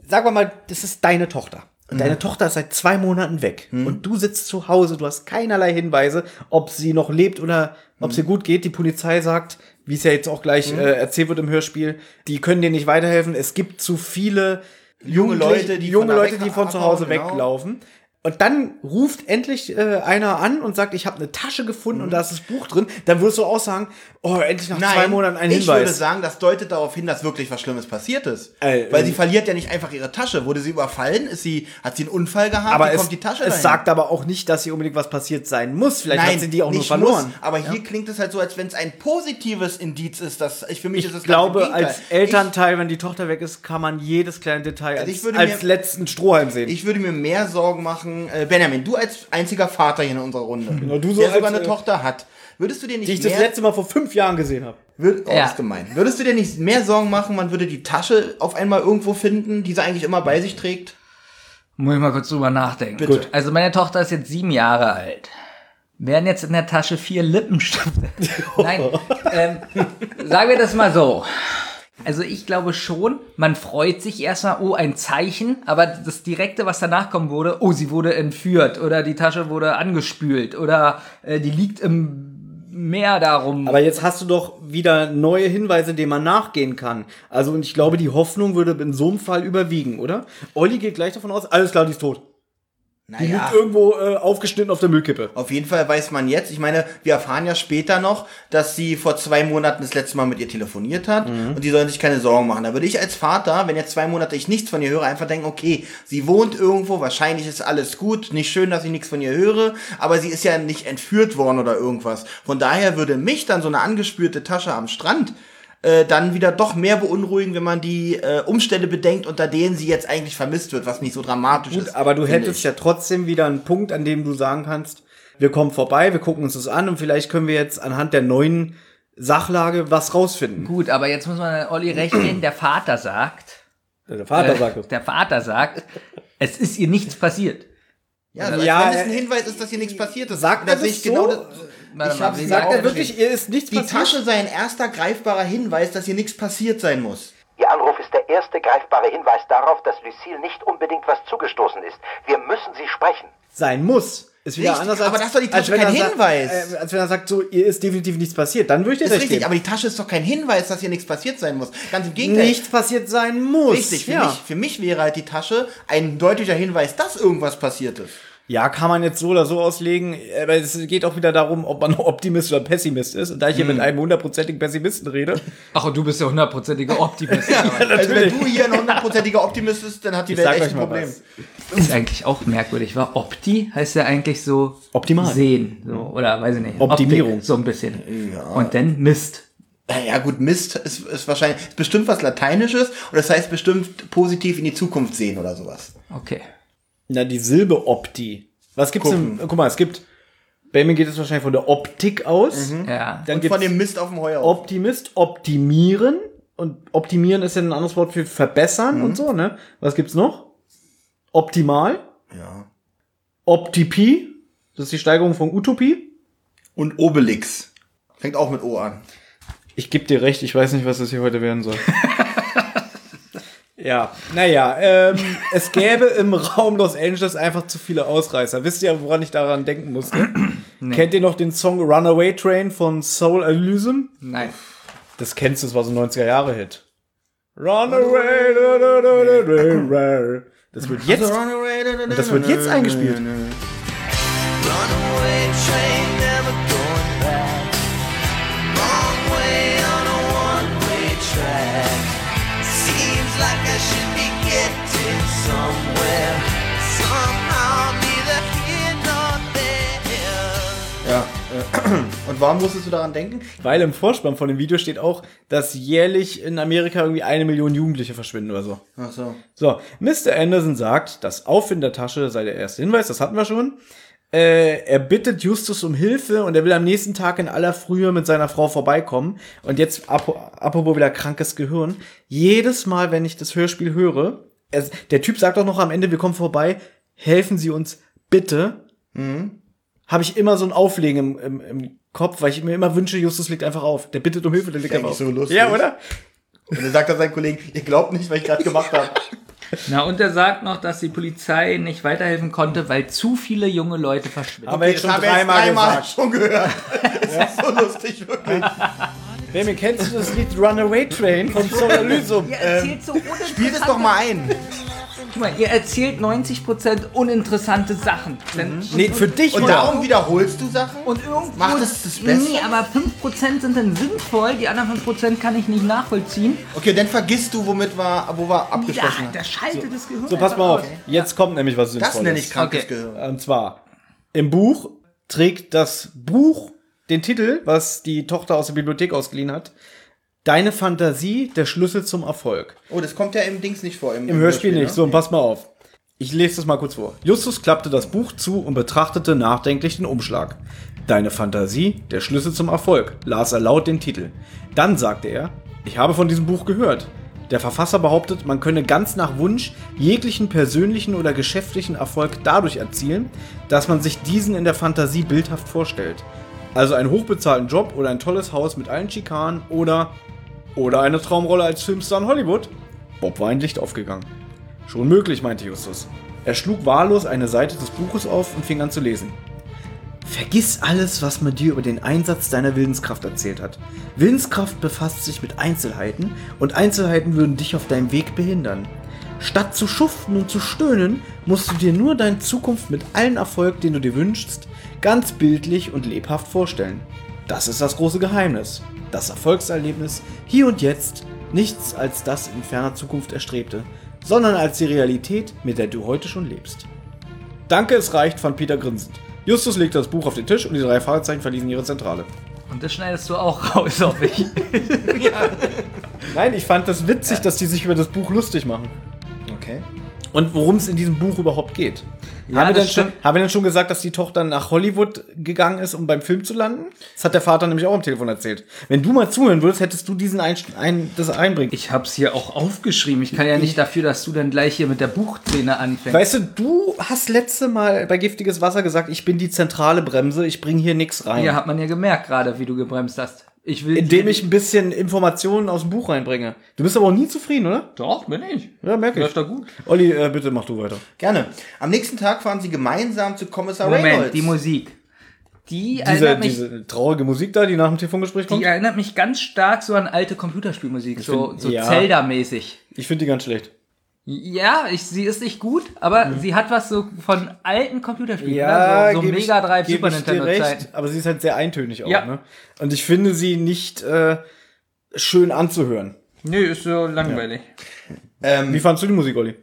Speaker 3: Sagen wir mal, das ist deine Tochter. Und
Speaker 2: Mhm.
Speaker 3: deine Tochter ist seit zwei Monaten weg. Und du sitzt zu Hause, du hast keinerlei Hinweise, ob sie noch lebt oder ob es
Speaker 2: Mhm.
Speaker 3: ihr gut geht. Die Polizei sagt, wie es ja jetzt auch gleich äh, erzählt wird im Hörspiel, die können dir nicht weiterhelfen. Es gibt zu viele
Speaker 2: Junge
Speaker 3: Jugendliche-
Speaker 2: Leute, die von
Speaker 3: junge
Speaker 2: da
Speaker 3: Leute,
Speaker 2: weg-
Speaker 3: die von zu Hause
Speaker 2: abhauen, genau.
Speaker 3: weglaufen. Und dann ruft endlich äh, einer an und sagt, ich habe eine Tasche gefunden
Speaker 2: Mhm.
Speaker 3: und da ist das Buch drin. Dann würdest du auch sagen, oh, endlich nach zwei Monaten ein
Speaker 2: ich
Speaker 3: Hinweis.
Speaker 2: würde sagen, das deutet darauf hin, dass wirklich was Schlimmes passiert ist.
Speaker 3: Äh,
Speaker 2: Weil
Speaker 3: ähm,
Speaker 2: sie verliert ja nicht einfach ihre Tasche. Wurde sie überfallen? Ist sie, hat sie einen Unfall gehabt?
Speaker 3: aber
Speaker 2: Wie
Speaker 3: es,
Speaker 2: kommt die Tasche
Speaker 3: es
Speaker 2: dahin?
Speaker 3: sagt aber auch nicht, dass hier unbedingt was passiert sein muss. Vielleicht hat sie die auch nur
Speaker 2: nicht
Speaker 3: verloren.
Speaker 2: Muss, aber hier klingt es halt so, als wenn es ein positives Indiz ist. Dass, ich, für mich ist es
Speaker 3: Ich
Speaker 2: das
Speaker 3: glaube,
Speaker 2: Gegenteil.
Speaker 3: als Elternteil, wenn die Tochter weg ist, kann man jedes kleine Detail als,
Speaker 2: Also ich würde
Speaker 3: als
Speaker 2: mir-
Speaker 3: letzten Strohhalm sehen.
Speaker 2: Ich, ich würde mir mehr Sorgen machen, äh, Benjamin, du als einziger Vater hier in unserer Runde,
Speaker 3: du so
Speaker 2: der
Speaker 3: als,
Speaker 2: sogar eine
Speaker 3: äh,
Speaker 2: Tochter hat, würdest du dir nicht
Speaker 3: die ich
Speaker 2: mehr...
Speaker 3: das letzte Mal vor fünf Jahren gesehen habe.
Speaker 2: Würd, oh,
Speaker 1: Ja.
Speaker 2: ist gemein. Würdest du dir nicht mehr Sorgen machen, man würde die Tasche auf einmal irgendwo finden, die sie eigentlich immer bei sich trägt?
Speaker 1: Muss ich mal kurz drüber nachdenken.
Speaker 2: Bitte. Gut.
Speaker 1: Also meine Tochter ist jetzt sieben Jahre alt. Wären jetzt in der Tasche vier Lippenstifte. Nein, ähm, sagen wir das mal so. Also ich glaube schon, man freut sich erstmal, oh, ein Zeichen, aber das Direkte, was danach kommen wurde, oh, sie wurde entführt oder die Tasche wurde angespült oder äh, die liegt im Meer darum.
Speaker 3: Aber jetzt hast du doch wieder neue Hinweise, denen man nachgehen kann. Also, und ich glaube, die Hoffnung würde in so einem Fall überwiegen, oder? Olli geht gleich davon aus, alles klar, die ist tot. Die liegt irgendwo äh, aufgeschnitten auf der Müllkippe.
Speaker 2: Auf jeden Fall weiß man jetzt, ich meine, wir erfahren ja später noch, dass sie vor zwei Monaten das letzte Mal mit ihr telefoniert hat
Speaker 3: Mhm.
Speaker 2: und die sollen sich keine Sorgen machen. Da würde ich als Vater, wenn jetzt zwei Monate ich nichts von ihr höre, einfach denken, okay, sie wohnt irgendwo, wahrscheinlich ist alles gut, nicht schön, dass ich nichts von ihr höre, aber sie ist ja nicht entführt worden oder irgendwas. Von daher würde mich dann so eine angespürte Tasche am Strand äh, dann wieder doch mehr beunruhigen, wenn man die äh, Umstände bedenkt, unter denen sie jetzt eigentlich vermisst wird, was nicht so dramatisch
Speaker 3: Gut,
Speaker 2: ist.
Speaker 3: aber du
Speaker 2: finde
Speaker 3: hättest ja trotzdem wieder einen Punkt, an dem du sagen kannst, wir kommen vorbei, wir gucken uns das an und vielleicht können wir jetzt anhand der neuen Sachlage was rausfinden.
Speaker 1: Gut, aber jetzt muss man Olli recht geben, der Vater sagt,
Speaker 3: Der Vater sagt
Speaker 1: äh, der Vater sagt, es ist ihr nichts passiert.
Speaker 2: Ja, also
Speaker 3: Ja,
Speaker 2: als wenn es ein
Speaker 3: äh,
Speaker 2: Hinweis ist, dass hier nichts passiert ist.
Speaker 3: sagt
Speaker 2: Da
Speaker 3: er
Speaker 2: sehe
Speaker 3: das
Speaker 2: ich
Speaker 3: so?
Speaker 2: genau das-
Speaker 1: Warte
Speaker 2: Ich
Speaker 1: mal,
Speaker 2: hab-
Speaker 1: wie
Speaker 2: sagt er
Speaker 1: das?
Speaker 2: wirklich,
Speaker 3: ihr ist nichts
Speaker 2: Die Tasche sei ein erster greifbarer Hinweis, dass hier nichts passiert sein muss.
Speaker 5: Ihr Anruf ist der erste greifbare Hinweis darauf, dass Lucille nicht unbedingt was zugestoßen ist. Wir müssen sie sprechen.
Speaker 3: sein muss. Ist wieder
Speaker 2: Richtig,
Speaker 3: anders als,
Speaker 2: aber das ist doch die Tasche
Speaker 3: wenn
Speaker 2: kein
Speaker 3: er sa-
Speaker 2: Hinweis.
Speaker 3: Äh, als wenn er sagt, so, ihr ist definitiv nichts passiert, dann würde ich dir
Speaker 2: Ist
Speaker 3: recht
Speaker 2: richtig,
Speaker 3: geben.
Speaker 2: aber die Tasche ist doch kein Hinweis, dass hier nichts passiert sein muss. Ganz im Gegenteil.
Speaker 3: nichts passiert sein muss.
Speaker 2: Richtig, für,
Speaker 3: ja.
Speaker 2: mich, für mich wäre halt die Tasche ein deutlicher Hinweis, dass irgendwas passiert ist.
Speaker 3: Ja, kann man jetzt so oder so auslegen, aber es geht auch wieder darum, ob man Optimist oder Pessimist ist. Und da ich
Speaker 2: Hm.
Speaker 3: hier mit einem hundertprozentigen Pessimisten rede,
Speaker 1: Ach, und du bist ja hundertprozentiger Optimist.
Speaker 2: Also wenn du hier ein hundertprozentiger Optimist bist, dann hat die Welt
Speaker 3: sag
Speaker 2: echt
Speaker 3: euch
Speaker 2: ein
Speaker 3: mal
Speaker 2: Problem.
Speaker 3: was.
Speaker 1: ist eigentlich auch merkwürdig, war Opti heißt ja eigentlich so
Speaker 3: Optimal.
Speaker 1: sehen, so, oder weiß ich nicht.
Speaker 3: Optimierung.
Speaker 1: Optik, so ein bisschen. Und dann Mist.
Speaker 2: Naja gut, Mist ist, ist wahrscheinlich ist bestimmt was Lateinisches und das heißt bestimmt positiv in die Zukunft sehen oder sowas.
Speaker 1: Okay.
Speaker 3: Na, die Silbe Opti. Was gibt's
Speaker 2: Gucken.
Speaker 3: denn? Guck mal, es gibt. Bei mir geht es wahrscheinlich von der Optik aus.
Speaker 1: Ja.
Speaker 3: Dann
Speaker 2: Mhm. Von
Speaker 3: gibt's
Speaker 2: dem Mist auf dem Heuer.
Speaker 3: Optimist, optimieren. und optimieren ist ja ein anderes Wort für verbessern
Speaker 2: Mhm.
Speaker 3: und so, ne? Was gibt's noch? Optimal,
Speaker 2: Ja.
Speaker 3: Optipie, das ist die Steigerung von Utopie.
Speaker 2: Und Obelix. Fängt auch mit O an.
Speaker 3: Ich geb dir recht, ich weiß nicht, was das hier heute werden soll. ja, naja, ähm, es gäbe im Raum Los Angeles einfach zu viele Ausreißer. Wisst ihr, woran ich daran denken musste? Kennt ihr noch den Song Runaway Train von Soul Illusion?
Speaker 1: Nein.
Speaker 3: Das kennst du, das war so ein 90er-Jahre-Hit. Run away, da, da, da, da, da, da. Das wird jetzt,
Speaker 2: Und
Speaker 3: das wird jetzt eingespielt.
Speaker 6: Runaway train, never going back. Wrong way on a one-way track. Seems like I should be getting somewhere. Somehow neither here
Speaker 2: Ja.
Speaker 6: nor there.
Speaker 2: äh, Und warum musstest du daran denken?
Speaker 3: Weil im Vorspann von dem Video steht auch, dass jährlich in Amerika irgendwie eine Million Jugendliche verschwinden oder so.
Speaker 2: Ach so.
Speaker 3: So, Mr. Anderson sagt, das Auffinden der Tasche sei der erste Hinweis, das hatten wir schon. Äh, er bittet Justus um Hilfe und er will am nächsten Tag in aller Frühe mit seiner Frau vorbeikommen. Und jetzt, apo- apropos wieder krankes Gehirn, jedes Mal, wenn ich das Hörspiel höre, er, der Typ sagt auch noch am Ende, wir kommen vorbei, helfen Sie uns bitte.
Speaker 2: Mhm.
Speaker 3: Habe ich immer so ein Auflegen im, im, im Kopf, weil ich mir immer wünsche, Justus legt einfach auf. Der bittet um Hilfe, der legt einfach auf.
Speaker 2: eigentlich so lustig.
Speaker 3: Ja, oder?
Speaker 2: Und er sagt dann seinen Kollegen, ihr glaubt nicht, was ich gerade gemacht habe.
Speaker 1: Na, und er sagt noch, dass die Polizei nicht weiterhelfen konnte, weil zu viele junge Leute verschwinden.
Speaker 3: Aber jetzt schon
Speaker 2: haben wir jetzt
Speaker 3: dreimal gesagt.
Speaker 2: schon gehört. Das ist so lustig, wirklich.
Speaker 3: Remy, kennst du das Lied Runaway Train von Soul Elysum?
Speaker 1: erzählt so
Speaker 2: Spielt es doch mal ein.
Speaker 1: Guck mal, ihr erzählt 90% uninteressante Sachen. Denn-
Speaker 3: Mhm. Nee, für dich
Speaker 2: Und
Speaker 3: nur.
Speaker 2: darum wiederholst du Sachen?
Speaker 1: Und irgendwo.
Speaker 2: Macht es das Beste?
Speaker 1: Nee, aber 5% sind dann sinnvoll, die anderen 5% kann ich nicht nachvollziehen.
Speaker 2: Okay, dann vergisst du, womit wir, wo wir
Speaker 1: Da,
Speaker 2: abgeschlossen
Speaker 1: da
Speaker 2: haben.
Speaker 1: schaltet das Gehirn.
Speaker 3: So, pass
Speaker 1: einfach
Speaker 3: mal auf.
Speaker 1: aus.
Speaker 3: Jetzt kommt nämlich was Sinnvolles.
Speaker 2: Das nenne ich krankes
Speaker 1: Okay.
Speaker 2: Gehirn.
Speaker 3: Und zwar, im Buch trägt das Buch den Titel, was die Tochter aus der Bibliothek ausgeliehen hat. Deine Fantasie, der Schlüssel zum Erfolg.
Speaker 2: Oh, das kommt ja im Dings nicht vor.
Speaker 3: Im Hörspiel nicht.
Speaker 2: ne?
Speaker 3: So, und pass mal auf. Ich lese das mal kurz vor. Justus klappte das Buch zu und betrachtete nachdenklich den Umschlag. Deine Fantasie, der Schlüssel zum Erfolg, las er laut den Titel. Dann sagte er, ich habe von diesem Buch gehört. Der Verfasser behauptet, man könne ganz nach Wunsch jeglichen persönlichen oder geschäftlichen Erfolg dadurch erzielen, dass man sich diesen in der Fantasie bildhaft vorstellt. Also einen hochbezahlten Job oder ein tolles Haus mit allen Schikanen oder oder eine Traumrolle als Filmstar in Hollywood? Bob war ein Licht aufgegangen. Schon möglich, meinte Justus. Er schlug wahllos eine Seite des Buches auf und fing an zu lesen. Vergiss alles, was man dir über den Einsatz deiner Willenskraft erzählt hat. Willenskraft befasst sich mit Einzelheiten und Einzelheiten würden dich auf deinem Weg behindern. Statt zu schuften und zu stöhnen, musst du dir nur deine Zukunft mit allen Erfolg, den du dir wünschst, ganz bildlich und lebhaft vorstellen. Das ist das große Geheimnis. Das Erfolgserlebnis hier und jetzt nichts als das in ferner Zukunft erstrebte, sondern als die Realität, mit der du heute schon lebst. Danke, es reicht, fand Peter grinsend. Justus legte das Buch auf den Tisch und die drei Fragezeichen verließen ihre Zentrale.
Speaker 1: Und das schneidest du auch raus, hoffe ich.
Speaker 3: Nein, ich fand das witzig, dass die sich über das Buch lustig machen.
Speaker 2: Okay.
Speaker 3: Und worum es in diesem Buch überhaupt geht. haben, wir
Speaker 1: das
Speaker 3: denn schon,
Speaker 1: stimmt.
Speaker 3: haben wir denn schon gesagt, dass die Tochter nach Hollywood gegangen ist, um beim Film zu landen? Das hat der Vater nämlich auch am Telefon erzählt. Wenn du mal zuhören würdest, hättest du diesen ein, ein, das einbringen.
Speaker 1: Ich hab's hier auch aufgeschrieben. Ich kann ja nicht dafür, dass du dann gleich hier mit der Buchszene anfängst.
Speaker 3: Weißt du, du hast letzte Mal bei Giftiges Wasser gesagt, ich bin die zentrale Bremse, ich bringe hier nichts rein.
Speaker 1: ja, hat man ja gemerkt gerade, wie du gebremst hast. Ich will
Speaker 3: Indem ich ein bisschen Informationen aus dem Buch reinbringe. Du bist aber auch nie zufrieden, oder?
Speaker 1: Doch, bin ich.
Speaker 3: Ja, merke ich.
Speaker 1: Läuft doch gut.
Speaker 3: Olli, äh, bitte mach du weiter.
Speaker 2: Gerne. Am nächsten Tag fahren sie gemeinsam zu Kommissar
Speaker 1: Moment,
Speaker 2: Reynolds.
Speaker 1: die Musik. Die
Speaker 3: Diese,
Speaker 1: erinnert mich
Speaker 3: diese traurige Musik da, die nach dem Telefongespräch
Speaker 1: Die äh,
Speaker 3: kommt,
Speaker 1: erinnert mich ganz stark so an alte Computerspielmusik, so,
Speaker 3: find-
Speaker 1: so
Speaker 3: ja.
Speaker 1: Zelda-mäßig.
Speaker 3: ich finde die ganz schlecht.
Speaker 1: Ja, ich, sie ist nicht gut, aber
Speaker 3: Mhm.
Speaker 1: sie hat was so von alten Computerspielen. ne? so so
Speaker 3: gebe ich-
Speaker 1: Mega Drive,
Speaker 3: gebe
Speaker 1: Super
Speaker 3: ich dir
Speaker 1: Nintendo-Zeit.
Speaker 3: recht, Aber sie ist halt sehr eintönig auch,
Speaker 1: Ja.
Speaker 3: ne? Und ich finde sie nicht äh, schön anzuhören.
Speaker 1: Nö, ist so langweilig.
Speaker 3: Wie fandst du die Musik, Olli?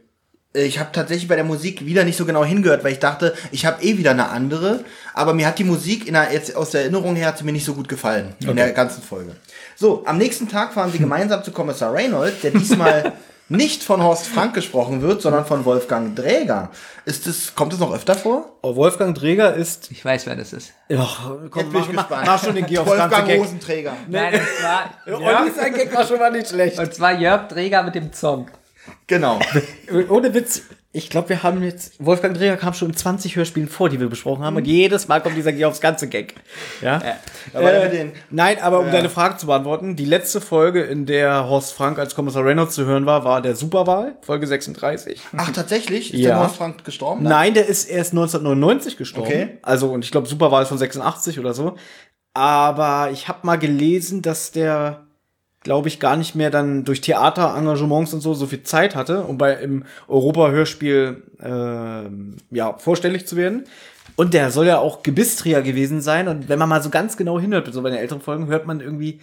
Speaker 2: Äh, Ich habe tatsächlich bei der Musik wieder nicht so genau hingehört, weil ich dachte, ich habe eh wieder eine andere. Aber mir hat die Musik in der, jetzt aus der Erinnerung her hat sie mir nicht so gut gefallen in der ganzen Folge. So, am nächsten Tag fahren sie gemeinsam zu Kommissar Reynolds, der diesmal nicht von Horst Frank gesprochen wird, sondern von Wolfgang Dräger. Ist das, kommt es noch öfter vor?
Speaker 3: Oh, Wolfgang Träger ist.
Speaker 1: Ich weiß, wer das ist.
Speaker 3: Ach, komm,
Speaker 2: Jetzt
Speaker 3: mach, mach, mach schon den Geh aufs ganze
Speaker 2: Wolfgang
Speaker 3: Gag.
Speaker 2: Hosenträger.
Speaker 1: Nein, das war
Speaker 3: Olli, sein Gag war schon mal nicht schlecht.
Speaker 1: Und zwar Jörg Träger mit dem Zong.
Speaker 2: Genau.
Speaker 3: Ohne Witz, ich glaube, wir haben jetzt. Wolfgang Dreher kam schon in 20 Hörspielen vor, die wir besprochen haben. Und jedes Mal kommt dieser Geh aufs ganze Gag. Ja.
Speaker 2: Aber
Speaker 3: Äh,
Speaker 2: mit den-
Speaker 3: nein, aber um deine Frage zu beantworten, die letzte Folge, in der Horst Frank als Kommissar Reynolds zu hören war, war der Superwahl, Folge 36.
Speaker 2: Ach, tatsächlich? Ist
Speaker 3: Ja.
Speaker 2: der Horst Frank gestorben?
Speaker 3: Nein, der ist erst 1999 gestorben.
Speaker 2: Okay.
Speaker 3: Also, und ich glaube, Superwahl ist von 86 oder so. Aber ich habe mal gelesen, dass der, glaube ich, gar nicht mehr dann durch Theaterengagements und so so viel Zeit hatte, um bei im Europa-Hörspiel ähm, ja, vorstellig zu werden. Und der soll ja auch Gebistria gewesen sein. Und wenn man mal so ganz genau hinhört, so bei den älteren Folgen, hört man irgendwie,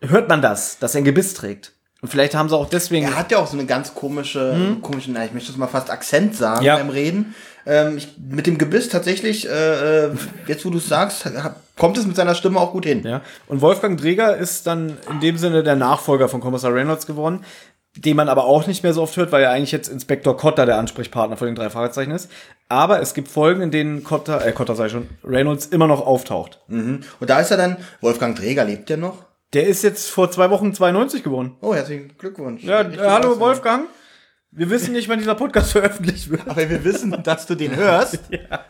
Speaker 3: hört man das, dass er ein Gebiss trägt. Und vielleicht haben sie auch deswegen.
Speaker 2: Er hat ja auch so eine ganz komische, komischen, na, ich möchte es mal fast Akzent sagen
Speaker 3: Hm? Ja.
Speaker 2: beim Reden. Ähm, ich, mit dem Gebiss tatsächlich, äh, äh, jetzt wo du es sagst, ha- kommt es mit seiner Stimme auch gut hin.
Speaker 3: Ja. Und Wolfgang Dreger ist dann in dem Sinne der Nachfolger von Kommissar Reynolds geworden, den man aber auch nicht mehr so oft hört, weil ja eigentlich jetzt Inspektor Cotter der Ansprechpartner von den drei Fragezeichen ist. Aber es gibt Folgen, in denen Cotter, äh, Cotter sei schon, Reynolds immer noch auftaucht.
Speaker 2: Und da ist er dann, Wolfgang Dräger lebt ja noch.
Speaker 3: Der ist jetzt vor zwei Wochen 92 geworden.
Speaker 2: Oh, herzlichen Glückwunsch.
Speaker 3: Ja,
Speaker 2: Richtig
Speaker 3: äh, hallo
Speaker 2: was.
Speaker 3: Wolfgang. Wir wissen nicht, wann dieser Podcast veröffentlicht wird.
Speaker 2: Aber wir wissen, dass du den hörst.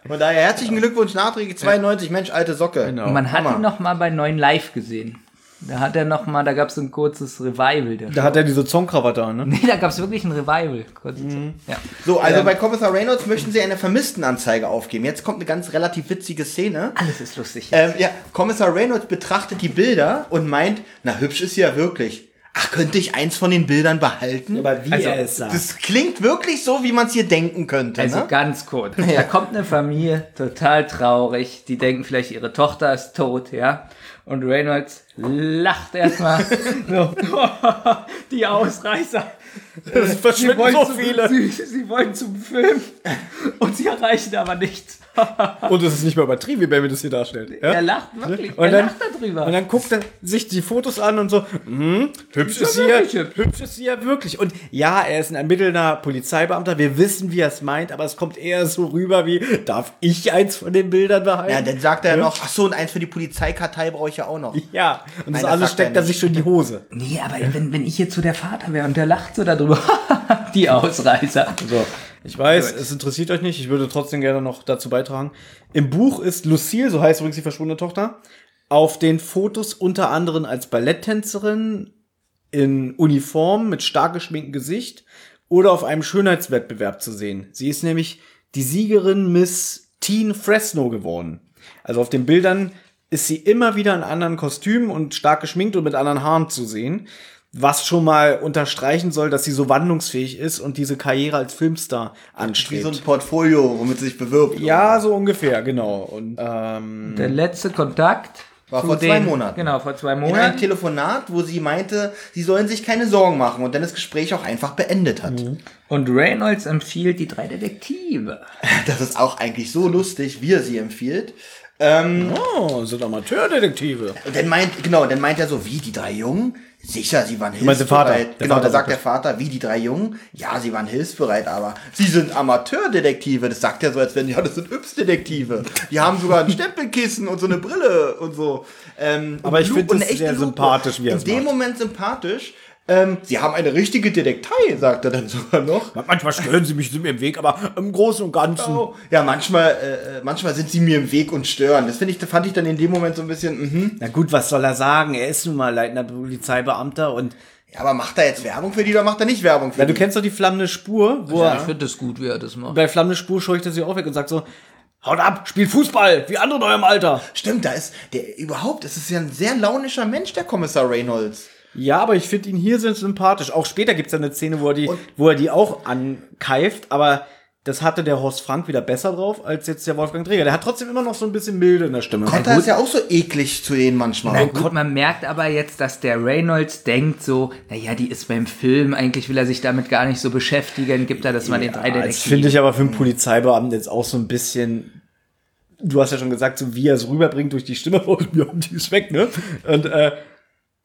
Speaker 2: Von daher herzlichen Glückwunsch, nachträglich 92, Mensch, alte Socke.
Speaker 3: Genau. Oh,
Speaker 1: Und man hat
Speaker 2: Hammer.
Speaker 1: ihn noch mal bei Neuen Live gesehen. Da hat er noch mal, da gab es ein kurzes Revival. Der
Speaker 3: Da hat er diese Zongkrawatte an, ne?
Speaker 1: nee, da gab es wirklich ein Revival. Kurze
Speaker 3: Mhm.
Speaker 1: Zeit. Ja.
Speaker 2: So, also bei Kommissar Reynolds möchten sie eine Vermisstenanzeige aufgeben. Jetzt kommt eine ganz relativ witzige Szene.
Speaker 1: Alles ist lustig.
Speaker 2: Ähm, ja, Kommissar Reynolds betrachtet die Bilder und meint, na hübsch ist sie ja wirklich. Ach, könnte ich eins von den Bildern behalten?
Speaker 3: Aber wie
Speaker 1: Also,
Speaker 3: er es sagt.
Speaker 2: das klingt wirklich so, wie man es hier denken könnte.
Speaker 1: Also
Speaker 2: ne?
Speaker 1: ganz kurz. Da kommt eine Familie, total traurig. Die denken vielleicht, ihre Tochter ist tot, ja. Und Reynolds lacht erstmal. So. die Ausreißer.
Speaker 3: Es
Speaker 1: Sie
Speaker 3: verschwinden
Speaker 1: wollen,
Speaker 3: so
Speaker 1: zum,
Speaker 3: viele.
Speaker 1: Sie, sie wollen zum Film und sie erreichen aber nichts.
Speaker 3: Und es ist nicht mal übertrieben, wie Baby das hier darstellt. Ja?
Speaker 1: Er lacht wirklich.
Speaker 3: Und
Speaker 1: er
Speaker 3: dann-
Speaker 1: lacht darüber.
Speaker 3: Und dann guckt er sich die Fotos an und so, hm, hübsch ist sie ja,
Speaker 1: wirklich hübsch.
Speaker 3: hübsch ist sie ja wirklich. Und ja, er ist ein ermittelnder Polizeibeamter, wir wissen, wie er es meint, aber es kommt eher so rüber wie, darf ich eins von den Bildern behalten?
Speaker 2: ja, dann sagt er noch, ach so, und eins für die Polizeikartei brauche ich ja auch noch.
Speaker 3: Ja, und
Speaker 2: Nein,
Speaker 3: das
Speaker 2: das
Speaker 3: alles
Speaker 2: sagt er
Speaker 3: steckt er
Speaker 2: nicht.
Speaker 3: sich schon in die Hose.
Speaker 1: nee, aber wenn, wenn ich jetzt so der Vater wäre und der lacht so darüber. die Ausreißer.
Speaker 3: So, ich weiß, es interessiert euch nicht, ich würde trotzdem gerne noch dazu beitragen. Im Buch ist Lucille, so heißt übrigens die verschwundene Tochter, auf den Fotos unter anderem als Balletttänzerin in Uniform mit stark geschminktem Gesicht oder auf einem Schönheitswettbewerb zu sehen. Sie ist nämlich die Siegerin Miss Teen Fresno geworden. Also auf den Bildern ist sie immer wieder in anderen Kostümen und stark geschminkt und mit anderen Haaren zu sehen, was schon mal unterstreichen soll, dass sie so wandlungsfähig ist und diese Karriere als Filmstar
Speaker 2: Wie
Speaker 3: anstrebt.
Speaker 2: so ein Portfolio, womit sie sich bewirbt.
Speaker 3: ja, so ungefähr, genau. Und ähm,
Speaker 1: Der letzte Kontakt.
Speaker 2: Mhm. War
Speaker 1: zu
Speaker 2: vor zwei Monaten.
Speaker 1: Genau, vor zwei
Speaker 2: In einem
Speaker 1: Monaten.
Speaker 2: Telefonat, wo sie meinte, sie sollen sich keine Sorgen machen und dann das Gespräch auch einfach beendet hat.
Speaker 3: Mhm.
Speaker 1: Und Reynolds empfiehlt die drei Detektive.
Speaker 2: Das ist auch eigentlich so lustig, wie er sie empfiehlt.
Speaker 3: oh, sind Amateurdetektive.
Speaker 2: Und dann meint, genau, dann meint er so, wie die drei Jungen? Sicher, sie waren
Speaker 3: meinst
Speaker 2: hilfsbereit.
Speaker 3: den Vater? Der
Speaker 2: genau,
Speaker 3: Vater
Speaker 2: da sagt
Speaker 3: sagt
Speaker 2: der Vater, wie die drei Jungen? Ja, sie waren hilfsbereit, aber sie sind Amateurdetektive. Das sagt er so, als wenn, ja, das sind Yps-Detektive. Die haben sogar ein Stempelkissen und so eine Brille und so. Ähm,
Speaker 3: Aber
Speaker 2: und
Speaker 3: ich
Speaker 2: Lu-
Speaker 3: find
Speaker 2: und
Speaker 3: das
Speaker 2: eine echte
Speaker 3: sehr
Speaker 2: Lupe.
Speaker 3: sympathisch, wie er
Speaker 2: In
Speaker 3: es
Speaker 2: dem
Speaker 3: macht.
Speaker 2: Moment sympathisch. Ähm, sie haben eine richtige Detektei, sagt er dann sogar noch.
Speaker 3: Manchmal stören sie mich, sind mir im Weg, aber im Großen und Ganzen.
Speaker 2: Oh, Ja, manchmal, äh, manchmal sind sie mir im Weg und stören. Das finde ich, fand ich dann in dem Moment so ein bisschen, mhm.
Speaker 3: Na gut, was soll er sagen? Er ist nun mal leitender Polizeibeamter und.
Speaker 2: Ja, aber macht er jetzt Werbung für die oder macht er nicht Werbung für
Speaker 3: Ja,
Speaker 2: die?
Speaker 3: du kennst doch die flammende Spur, wo
Speaker 1: Ich
Speaker 3: er,
Speaker 1: finde es gut, wie er das macht.
Speaker 3: bei flammende Spur scheucht er sie auch weg und sagt so, haut ab, spielt Fußball, wie andere in eurem Alter.
Speaker 2: Stimmt, da ist der überhaupt, es ist ja ein sehr launischer Mensch, der Kommissar Reynolds.
Speaker 3: Ja, aber ich finde ihn hier sehr sympathisch. Auch später gibt's dann eine Szene, wo er die, wo er die auch ankeift, aber das hatte der Horst Frank wieder besser drauf als jetzt der Wolfgang Träger. Der hat trotzdem immer noch so ein bisschen milde in der Stimme.
Speaker 2: Kotter ist ja auch so eklig zu denen manchmal.
Speaker 1: Gut, man merkt aber jetzt, dass der Reynolds denkt so, naja, die ist beim Film, eigentlich will er sich damit gar nicht so beschäftigen, gibt er das mal den drei
Speaker 3: Ja, Das finde ich aber für einen Polizeibeamten jetzt auch so ein bisschen. Du hast ja schon gesagt, so wie er es rüberbringt durch die Stimme, oh, wir haben die ist weg, ne? Und äh,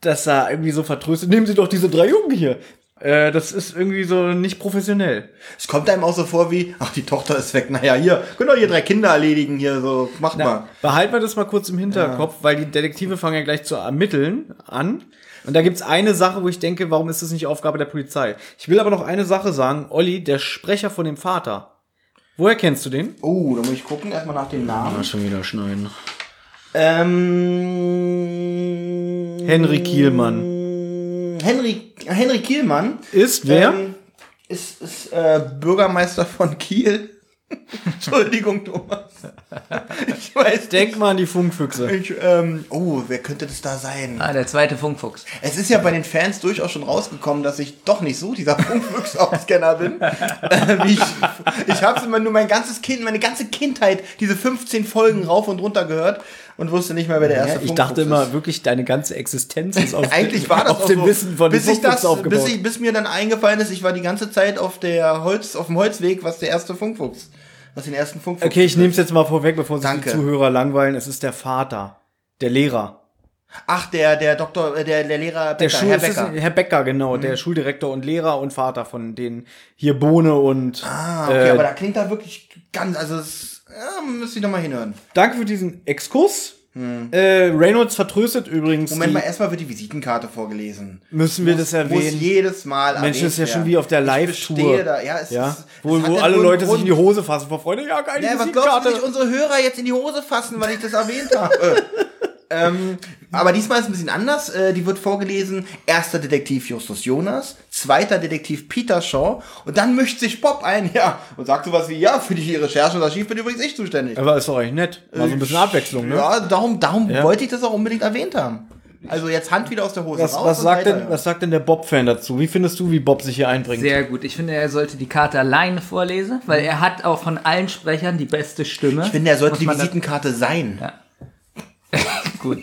Speaker 3: dass er irgendwie so vertröstet, nehmen Sie doch diese drei Jungen hier. Äh, das ist irgendwie so nicht professionell.
Speaker 2: Es kommt einem auch so vor wie, ach, die Tochter ist weg, naja, hier, könnt ihr hier drei Kinder erledigen, hier, so, macht mal.
Speaker 3: Behalten wir das mal kurz im Hinterkopf, weil die Detektive fangen ja gleich zu ermitteln an. Und da gibt's eine Sache, wo ich denke, warum ist das nicht Aufgabe der Polizei? Ich will aber noch eine Sache sagen. Olli, der Sprecher von dem Vater. Woher kennst du den?
Speaker 2: Oh, da muss ich gucken, erstmal nach dem Namen.
Speaker 3: Schon wieder schneiden.
Speaker 2: Ähm,
Speaker 3: Henry Kielmann.
Speaker 2: Henry, Henry Kielmann
Speaker 3: Ist wer?
Speaker 2: ähm, ist, ist äh, Bürgermeister von Kiel. Entschuldigung, Thomas. Ich weiß
Speaker 3: Denk mal an die Funkfüchse.
Speaker 2: nicht. Ich, ähm, oh, wer könnte das da sein?
Speaker 1: Ah, der zweite Funkfuchs.
Speaker 2: Es ist ja bei den Fans durchaus schon rausgekommen, dass ich doch nicht so dieser Funkfüchs-Scanner bin. Äh, wie ich ich habe immer nur mein ganzes Kind, meine ganze Kindheit, diese 15 Folgen rauf und runter gehört und wusste nicht mal, wer der erste
Speaker 3: ich
Speaker 2: Funkfuchs
Speaker 3: dachte
Speaker 2: ist.
Speaker 3: immer wirklich, deine ganze Existenz ist auf,
Speaker 2: Eigentlich war das
Speaker 3: auf
Speaker 2: auch
Speaker 3: dem
Speaker 2: so,
Speaker 3: Wissen von
Speaker 2: bis
Speaker 3: den
Speaker 2: ich das,
Speaker 3: Funkfuchsen aufgebaut.
Speaker 2: bis, ich, bis mir dann eingefallen ist, ich war die ganze Zeit auf der Holz, auf dem Holzweg, was der erste Funkfuchs, was den ersten Funkfuchs.
Speaker 3: Okay, ich nehme es jetzt mal vorweg, bevor sich
Speaker 2: Danke.
Speaker 3: die Zuhörer langweilen. Es ist der Vater, der Lehrer,
Speaker 2: Ach, der, der Doktor, äh, der, der Lehrer
Speaker 3: der
Speaker 2: Becker,
Speaker 3: Schul
Speaker 2: Herr
Speaker 3: es ist-
Speaker 2: Becker. Mhm.
Speaker 3: Herr Becker, genau, der Schuldirektor und Lehrer und Vater von den hier Bohne und.
Speaker 2: Ah, okay,
Speaker 3: äh,
Speaker 2: aber da klingt da wirklich ganz, also es, ja, müsste ich nochmal hinhören.
Speaker 3: Danke für diesen Exkurs. Äh, Reynolds vertröstet übrigens.
Speaker 2: Hm. Moment
Speaker 3: die,
Speaker 2: mal, erstmal wird die Visitenkarte vorgelesen.
Speaker 3: müssen wir das
Speaker 2: Muss
Speaker 3: erwähnen?
Speaker 2: jedes Mal
Speaker 3: Mensch, das ist ja
Speaker 2: erwähnt
Speaker 3: schon wie auf der
Speaker 2: werden. Ich
Speaker 3: Live-Tour.
Speaker 2: bestehe da- Ja, es
Speaker 3: Ja,
Speaker 2: ist,
Speaker 3: wo,
Speaker 2: es hat
Speaker 3: wo
Speaker 2: ja
Speaker 3: alle
Speaker 2: wohl einen
Speaker 3: Leute sich in die
Speaker 2: Grund.
Speaker 3: Hose fassen vor Freude. Ja, keine
Speaker 2: Ja, was glaubst du,
Speaker 3: Visitenkarte.
Speaker 2: wie sich unsere Hörer jetzt in die Hose fassen, weil ich das erwähnt habe? ähm, aber diesmal ist es ein bisschen anders. Äh, die wird vorgelesen, erster Detektiv Justus Jonas, zweiter Detektiv Peter Shaw und dann mischt sich Bob ein, ja, und sagt sowas wie, ja, für die Recherche und Archiv bin übrigens ich zuständig.
Speaker 3: Aber ist doch eigentlich nett. Mal so ein bisschen Abwechslung, ne?
Speaker 2: Äh, Ja, darum, darum
Speaker 3: Ja.
Speaker 2: wollte ich das auch unbedingt erwähnt haben. Also jetzt Hand wieder aus der Hose
Speaker 3: Was,
Speaker 2: raus.
Speaker 3: was,
Speaker 2: und
Speaker 3: sagt
Speaker 2: weiter,
Speaker 3: denn,
Speaker 2: ja.
Speaker 3: was sagt denn der Bob-Fan dazu? Wie findest du, wie Bob sich hier einbringt?
Speaker 1: Sehr gut. Ich finde, er sollte die Karte alleine vorlesen, weil er hat auch von allen Sprechern die beste Stimme.
Speaker 2: Mhm. Ich finde, er sollte
Speaker 1: Muss
Speaker 2: die
Speaker 1: man da-
Speaker 2: Visitenkarte sein.
Speaker 1: Gut.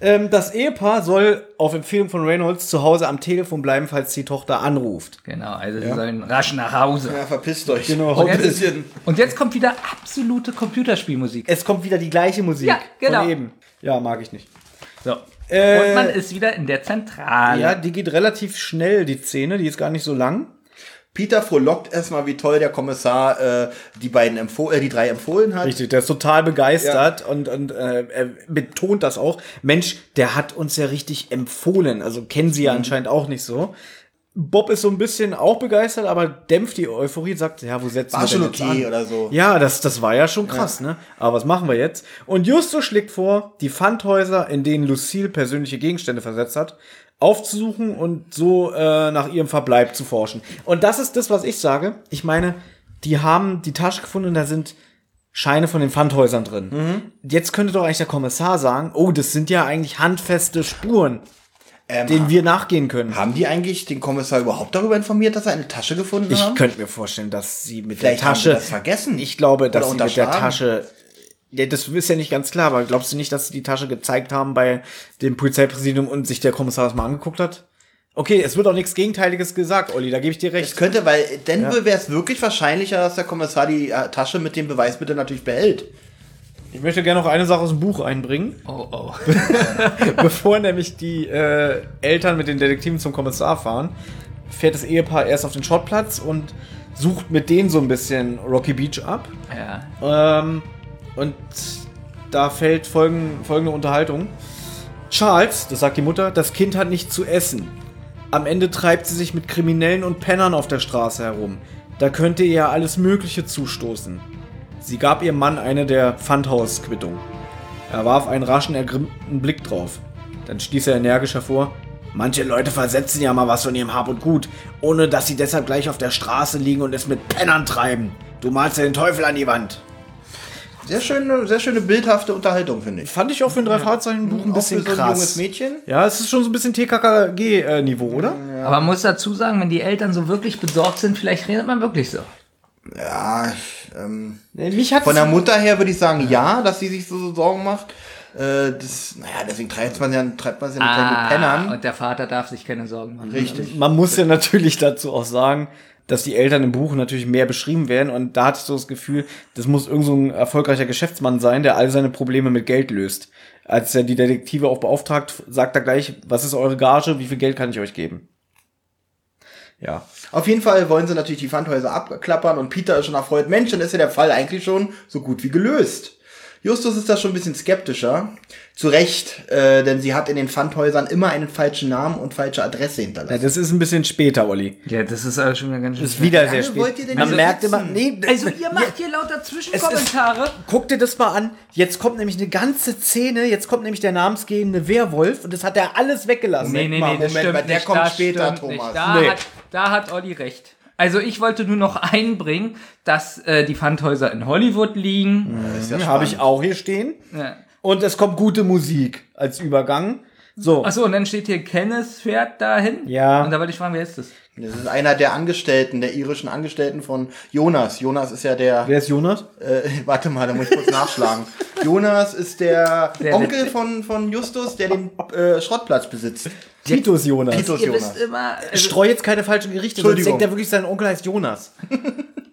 Speaker 3: Ähm, das Ehepaar soll auf Empfehlung von Reynolds zu Hause am Telefon bleiben, falls die Tochter anruft.
Speaker 1: Genau, also sie sollen rasch nach Hause.
Speaker 2: Ja, verpisst euch.
Speaker 3: Genau.
Speaker 2: Haut ein
Speaker 1: Jetzt-
Speaker 2: bisschen.
Speaker 1: Und jetzt kommt wieder absolute Computerspielmusik.
Speaker 3: Es kommt wieder die gleiche Musik.
Speaker 1: Ja, genau.
Speaker 3: Von eben. Ja, mag ich nicht.
Speaker 1: So.
Speaker 3: Äh,
Speaker 1: und man ist wieder in der Zentrale.
Speaker 3: Ja, die geht relativ schnell, die Szene. Die ist gar nicht so lang.
Speaker 2: Peter frohlockt erstmal, wie toll der Kommissar äh, die beiden empfohlen, äh, die drei empfohlen hat.
Speaker 3: Richtig, der ist total begeistert und, und äh, er betont das auch. Mensch, der hat uns ja richtig empfohlen. Also kennen sie ja
Speaker 2: Mhm.
Speaker 3: anscheinend auch nicht so. Bob ist so ein bisschen auch begeistert, aber dämpft die Euphorie und sagt, ja, wo setzen
Speaker 2: War
Speaker 3: wir
Speaker 2: schon
Speaker 3: denn jetzt
Speaker 2: okay
Speaker 3: an?
Speaker 2: oder so.
Speaker 3: Ja, das, das war ja schon krass, ne? Aber was machen wir jetzt? Und Justus schlägt vor, die Pfandhäuser, in denen Lucille persönliche Gegenstände versetzt hat, aufzusuchen und so äh, nach ihrem Verbleib zu forschen. Und das ist das, was ich sage. Ich meine, die haben die Tasche gefunden und da sind Scheine von den Pfandhäusern drin. Jetzt könnte doch eigentlich der Kommissar sagen, oh, das sind ja eigentlich handfeste Spuren, denen wir nachgehen können.
Speaker 2: Haben die eigentlich den Kommissar überhaupt darüber informiert, dass er eine Tasche gefunden
Speaker 3: Ich
Speaker 2: haben?
Speaker 3: könnte mir vorstellen, dass sie mit
Speaker 2: Vielleicht
Speaker 3: der
Speaker 2: haben
Speaker 3: Tasche
Speaker 2: sie das vergessen.
Speaker 3: Ich glaube, dass
Speaker 2: Oder
Speaker 3: sie mit der
Speaker 2: unterschlagen.
Speaker 3: Tasche. Ja, das ist ja nicht ganz klar, aber glaubst du nicht, dass sie die Tasche gezeigt haben bei dem Polizeipräsidium und sich der Kommissar das mal angeguckt hat? Okay, es wird auch nichts Gegenteiliges gesagt, Olli, da gebe ich dir
Speaker 2: Es
Speaker 3: recht.
Speaker 2: könnte, weil dann wäre es wirklich wahrscheinlicher, dass der Kommissar die äh, Tasche mit dem Beweismittel natürlich behält.
Speaker 3: Ich möchte gerne noch eine Sache aus dem Buch einbringen,
Speaker 1: Oh, oh.
Speaker 3: bevor nämlich die äh, Eltern mit den Detektiven zum Kommissar fahren, fährt das Ehepaar erst auf den Schrottplatz und sucht mit denen so ein bisschen Rocky Beach ab.
Speaker 1: Ja.
Speaker 3: Ähm, und da fällt folgen, folgende Unterhaltung. Charles, das sagt die Mutter, das Kind hat nichts zu essen. Am Ende treibt sie sich mit Kriminellen und Pennern auf der Straße herum. Da könnte ihr ja alles Mögliche zustoßen. Sie gab ihrem Mann eine der Pfandhausquittung. Er warf einen raschen, ergrimmten Blick drauf. Dann stieß er energisch hervor. Manche Leute versetzen ja mal was von ihrem Hab und Gut, ohne dass sie deshalb gleich auf der Straße liegen und es mit Pennern treiben. Du malst ja den Teufel an die Wand.
Speaker 2: Sehr schöne, sehr schöne bildhafte Unterhaltung, finde ich.
Speaker 3: Fand ich auch für ein Drei-Fahrzeichen-Buch ein bisschen
Speaker 2: Auch für so ein junges
Speaker 3: krass.
Speaker 2: Mädchen.
Speaker 3: ja, es ist schon so ein bisschen TKKG-Niveau, oder?
Speaker 1: Aber man muss dazu sagen, wenn die Eltern so wirklich besorgt sind, vielleicht redet man wirklich so.
Speaker 2: Ja, ich, ähm,
Speaker 3: Mich hat
Speaker 2: Von der Mutter her würde ich sagen, ja, dass sie sich so, so Sorgen macht. Äh, das, naja, deswegen treibt man ja, treibt man ja nicht gleich mit Pennern.
Speaker 1: Ah, und der Vater darf sich keine Sorgen machen.
Speaker 2: Richtig.
Speaker 3: Man muss ja natürlich dazu auch sagen, dass die Eltern im Buch natürlich mehr beschrieben werden und da hatte ich so das Gefühl, das muss irgend so ein erfolgreicher Geschäftsmann sein, der all seine Probleme mit Geld löst. Als er die Detektive auch beauftragt, sagt er gleich, was ist eure Gage, wie viel Geld kann ich euch geben? Ja.
Speaker 2: Auf jeden Fall wollen sie natürlich die Pfandhäuser abklappern und Peter ist schon erfreut. Mensch, dann ist ja der Fall eigentlich schon so gut wie gelöst. Justus ist da schon ein bisschen skeptischer. Zu Recht, äh, denn sie hat in den Pfandhäusern immer einen falschen Namen und falsche Adresse
Speaker 3: ja.
Speaker 2: hinterlassen.
Speaker 3: Das ist ein bisschen später, Olli.
Speaker 1: Ja, das ist aber schon wieder ganz schön.
Speaker 3: Das ist wieder sehr
Speaker 2: lange wollt ihr
Speaker 3: spät.
Speaker 2: denn
Speaker 3: Man
Speaker 2: hier
Speaker 3: merkt
Speaker 2: sitzen?
Speaker 3: immer, nee,
Speaker 1: also ihr macht hier lauter Zwischenkommentare.
Speaker 3: Guck dir das mal an. Jetzt kommt nämlich eine ganze Szene. Jetzt kommt nämlich der namensgebende Werwolf und das hat er alles weggelassen.
Speaker 1: Nee, nee,
Speaker 2: mal,
Speaker 1: nee, das
Speaker 2: Moment mal,
Speaker 1: stimmt
Speaker 2: der
Speaker 1: nicht,
Speaker 2: kommt
Speaker 1: das
Speaker 2: später,
Speaker 1: stimmt
Speaker 2: Thomas.
Speaker 1: Nicht. Da,
Speaker 3: Nee.
Speaker 1: hat, da hat Olli recht. Also ich wollte nur noch einbringen, dass äh, die Pfandhäuser in Hollywood liegen.
Speaker 2: Das ist ja
Speaker 3: Habe
Speaker 2: spannend.
Speaker 3: ich auch hier stehen.
Speaker 1: Ja.
Speaker 3: Und es kommt gute Musik als Übergang. So.
Speaker 1: Achso, und dann steht hier, Kenneth fährt dahin.
Speaker 3: Ja.
Speaker 1: Und da wollte ich fragen, wer ist das?
Speaker 2: Das ist einer der Angestellten, der irischen Angestellten von Jonas. Jonas ist ja der,
Speaker 3: Wer ist Jonas?
Speaker 2: äh, warte mal, da muss ich kurz nachschlagen. Jonas ist der,
Speaker 1: Der
Speaker 2: Onkel
Speaker 1: letzte.
Speaker 2: von, von Justus, der den äh, Schrottplatz besitzt.
Speaker 3: Titus Jonas.
Speaker 2: Titus
Speaker 1: Ihr
Speaker 2: Jonas.
Speaker 1: wisst immer, also,
Speaker 3: Streu jetzt keine falschen Gerichte, sonst
Speaker 2: Entschuldigung.
Speaker 3: denkt er wirklich, sein Onkel heißt Jonas.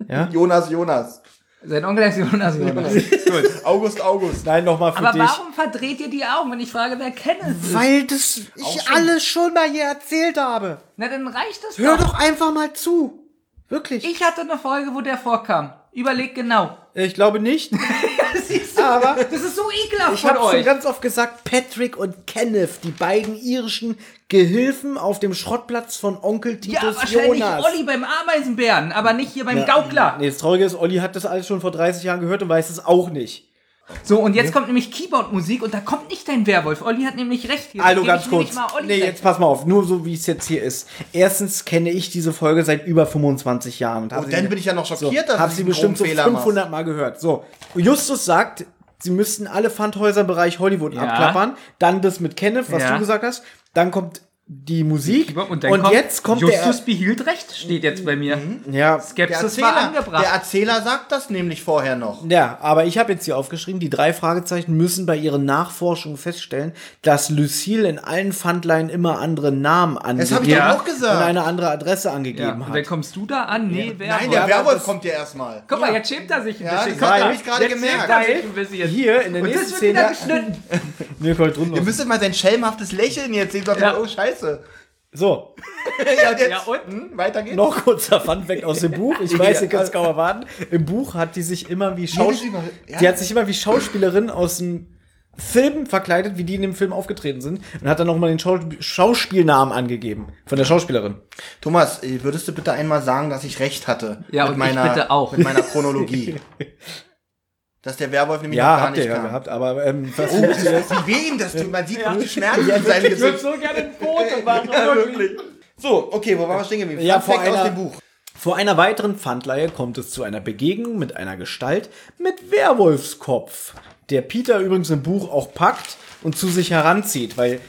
Speaker 1: äh,
Speaker 2: Jonas, Jonas.
Speaker 1: sein Onkel heißt Jonas. Jonas.
Speaker 2: August, August.
Speaker 3: Nein, nochmal für
Speaker 1: Aber
Speaker 3: dich.
Speaker 1: warum verdreht ihr die Augen, wenn ich frage, wer Kenneth ist?
Speaker 3: Weil das ich alles schon mal hier erzählt habe.
Speaker 1: Na, dann reicht das
Speaker 3: Hör
Speaker 1: doch.
Speaker 3: doch einfach mal zu. Wirklich.
Speaker 1: Ich hatte eine Folge, wo der vorkam. Überlegt genau.
Speaker 3: Ich glaube nicht. Aber
Speaker 1: Das ist so ekelhaft
Speaker 3: ich
Speaker 1: von
Speaker 3: habe schon
Speaker 1: euch.
Speaker 3: ganz oft gesagt, Patrick und Kenneth, die beiden irischen Gehilfen auf dem Schrottplatz von Onkel
Speaker 1: Ja,
Speaker 3: Titus
Speaker 1: wahrscheinlich
Speaker 3: Jonas.
Speaker 1: Olli beim Ameisenbären, aber nicht hier beim Gaukler.
Speaker 3: Nee, das Traurige ist, Olli hat das alles schon vor 30 Jahren gehört und weiß es auch nicht.
Speaker 1: So, und jetzt kommt nämlich Keyboard-Musik und da kommt nicht dein Werwolf. Olli hat nämlich recht. Hier
Speaker 3: Also
Speaker 1: gebe
Speaker 3: ganz
Speaker 1: ich nämlich
Speaker 3: kurz.
Speaker 1: Mal Olli
Speaker 3: Nee,
Speaker 1: recht.
Speaker 3: jetzt pass mal auf. Nur so, wie es jetzt hier ist. Erstens kenne ich diese Folge seit über 25 Jahren. Und, hab
Speaker 2: Und
Speaker 3: sie-
Speaker 2: dann bin ich ja noch
Speaker 3: Also so,
Speaker 2: schockiert, dass
Speaker 3: habe
Speaker 2: du
Speaker 3: sie
Speaker 2: diesen groben
Speaker 3: bestimmt so
Speaker 2: Fehler
Speaker 3: 500 Mal gehört. So, Justus sagt, sie müssten alle Pfandhäuser im Bereich Hollywood abklappern. Dann das mit Kenneth, was
Speaker 1: Ja.
Speaker 3: du gesagt hast. Dann kommt die Musik.
Speaker 1: Keyboard- Und, dann kommt
Speaker 3: jetzt kommt Mhm.
Speaker 1: Justus behielt recht, steht jetzt bei mir.
Speaker 3: der... Ja,
Speaker 2: Der
Speaker 1: Skepsis war
Speaker 2: Erzähler, der
Speaker 1: angebracht.
Speaker 2: Erzähler sagt das nämlich vorher noch.
Speaker 3: Ja, aber ich habe jetzt hier aufgeschrieben, die drei Fragezeichen müssen bei ihren Nachforschungen feststellen, dass Lucille in allen Pfandleihen immer andere Namen
Speaker 2: Das
Speaker 3: angegeben
Speaker 2: habe ich
Speaker 1: Ja.
Speaker 2: doch auch
Speaker 3: und
Speaker 2: gesagt.
Speaker 3: eine andere Adresse
Speaker 1: Ja,
Speaker 3: angegeben
Speaker 1: und dann
Speaker 3: hat.
Speaker 1: kommst du da an? Nee, Werwolf.
Speaker 2: Nein, der
Speaker 3: aber
Speaker 2: Werwolf
Speaker 3: das-
Speaker 2: kommt ja erstmal.
Speaker 1: Guck mal, jetzt schämt er sich ein
Speaker 2: Ja,
Speaker 1: bisschen.
Speaker 2: das habe
Speaker 3: weil-
Speaker 2: ich gerade
Speaker 1: Jetzt schämt er
Speaker 2: gemerkt.
Speaker 1: sich ein bisschen.
Speaker 3: Hier in der
Speaker 1: und
Speaker 3: nächsten
Speaker 1: das wird wieder
Speaker 3: Szene.
Speaker 1: geschnitten.
Speaker 3: Nee, voll drin
Speaker 2: Ihr
Speaker 3: los.
Speaker 2: müsstet mal sein schelmhaftes Lächeln jetzt sehen. Sagt,
Speaker 1: Ja.
Speaker 2: Oh, scheiße.
Speaker 3: So,
Speaker 2: Ja, und jetzt,
Speaker 1: Ja, und?
Speaker 2: Hm, weiter geht's.
Speaker 3: noch kurzer Funfact aus dem Buch. Ich weiß, ihr könnt es kaum erwarten. Im Buch hat die sich immer wie
Speaker 2: Jedes
Speaker 3: Schaus
Speaker 2: Über- ja.
Speaker 3: die hat sich immer wie Schauspielerin aus dem Film verkleidet, wie die in dem Film aufgetreten sind und hat dann nochmal den Schau Schauspielnamen angegeben von der Schauspielerin.
Speaker 2: Thomas, äh, würdest du bitte einmal sagen, dass ich recht hatte?
Speaker 1: Ja, und ich bitte auch.
Speaker 2: Mit meiner Chronologie. dass der Werwolf nämlich
Speaker 3: Ja,
Speaker 2: noch gar
Speaker 3: habt ihr
Speaker 2: nicht
Speaker 3: ja
Speaker 2: kam.
Speaker 3: gehabt, aber ähm, was
Speaker 2: Oh, wie weh ihm das tut. Man sieht ja. die Schmerzen in seinem
Speaker 1: Ich würde
Speaker 2: Gesicht.
Speaker 1: so gerne ein
Speaker 3: Äh,
Speaker 1: Foto machen.
Speaker 2: wirklich. So, okay, wo waren wir stehen geblieben?
Speaker 3: Ja,
Speaker 2: Fun
Speaker 3: vor
Speaker 2: Fact aus
Speaker 3: einer-
Speaker 2: dem Buch.
Speaker 3: Vor einer weiteren Pfandleihe kommt es zu einer Begegnung mit einer Gestalt mit Werwolfskopf, der Peter übrigens im Buch auch packt und zu sich heranzieht, weil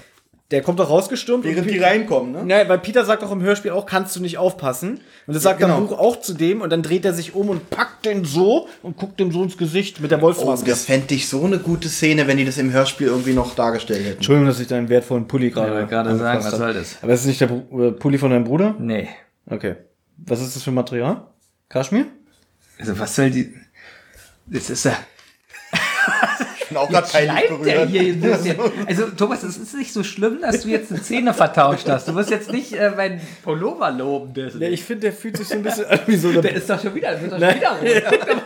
Speaker 3: der kommt doch rausgestürmt.
Speaker 2: Während
Speaker 3: und
Speaker 2: die reinkommen, ne?
Speaker 3: Naja, weil Peter sagt auch im Hörspiel auch, kannst du nicht aufpassen. Und das sagt er im
Speaker 2: genau.
Speaker 3: Buch auch zu dem und dann dreht er sich um und packt den so und guckt dem so ins Gesicht mit der
Speaker 2: Oh,
Speaker 3: Wolfsmaske.
Speaker 2: das fände ich so eine gute Szene, wenn die das im Hörspiel irgendwie noch dargestellt hätten.
Speaker 3: Entschuldigung, dass ich deinen wertvollen Pulli gerade.
Speaker 1: Ich wollte gerade sagen, was
Speaker 3: angefasst
Speaker 1: soll
Speaker 3: habe.
Speaker 1: das? Hm.
Speaker 3: Aber ist es nicht der Bru- äh, Pulli von deinem Bruder?
Speaker 1: Nee.
Speaker 3: Okay. Was ist das für ein Material? Kaschmir?
Speaker 1: Also was soll die... Das ist ja...
Speaker 2: Ich bin auch gerade peinlich
Speaker 1: Bleibt der
Speaker 2: berührt.
Speaker 1: hier ein bisschen? Also, Thomas, es ist nicht so schlimm, dass du jetzt eine Szene vertauscht hast. Du musst jetzt nicht äh, meinen Pullover loben. Der,
Speaker 3: Ja, ich finde, der fühlt sich so ein bisschen an wie so
Speaker 1: der
Speaker 3: eine.
Speaker 1: ist doch schon wieder, wird doch schon wieder rot.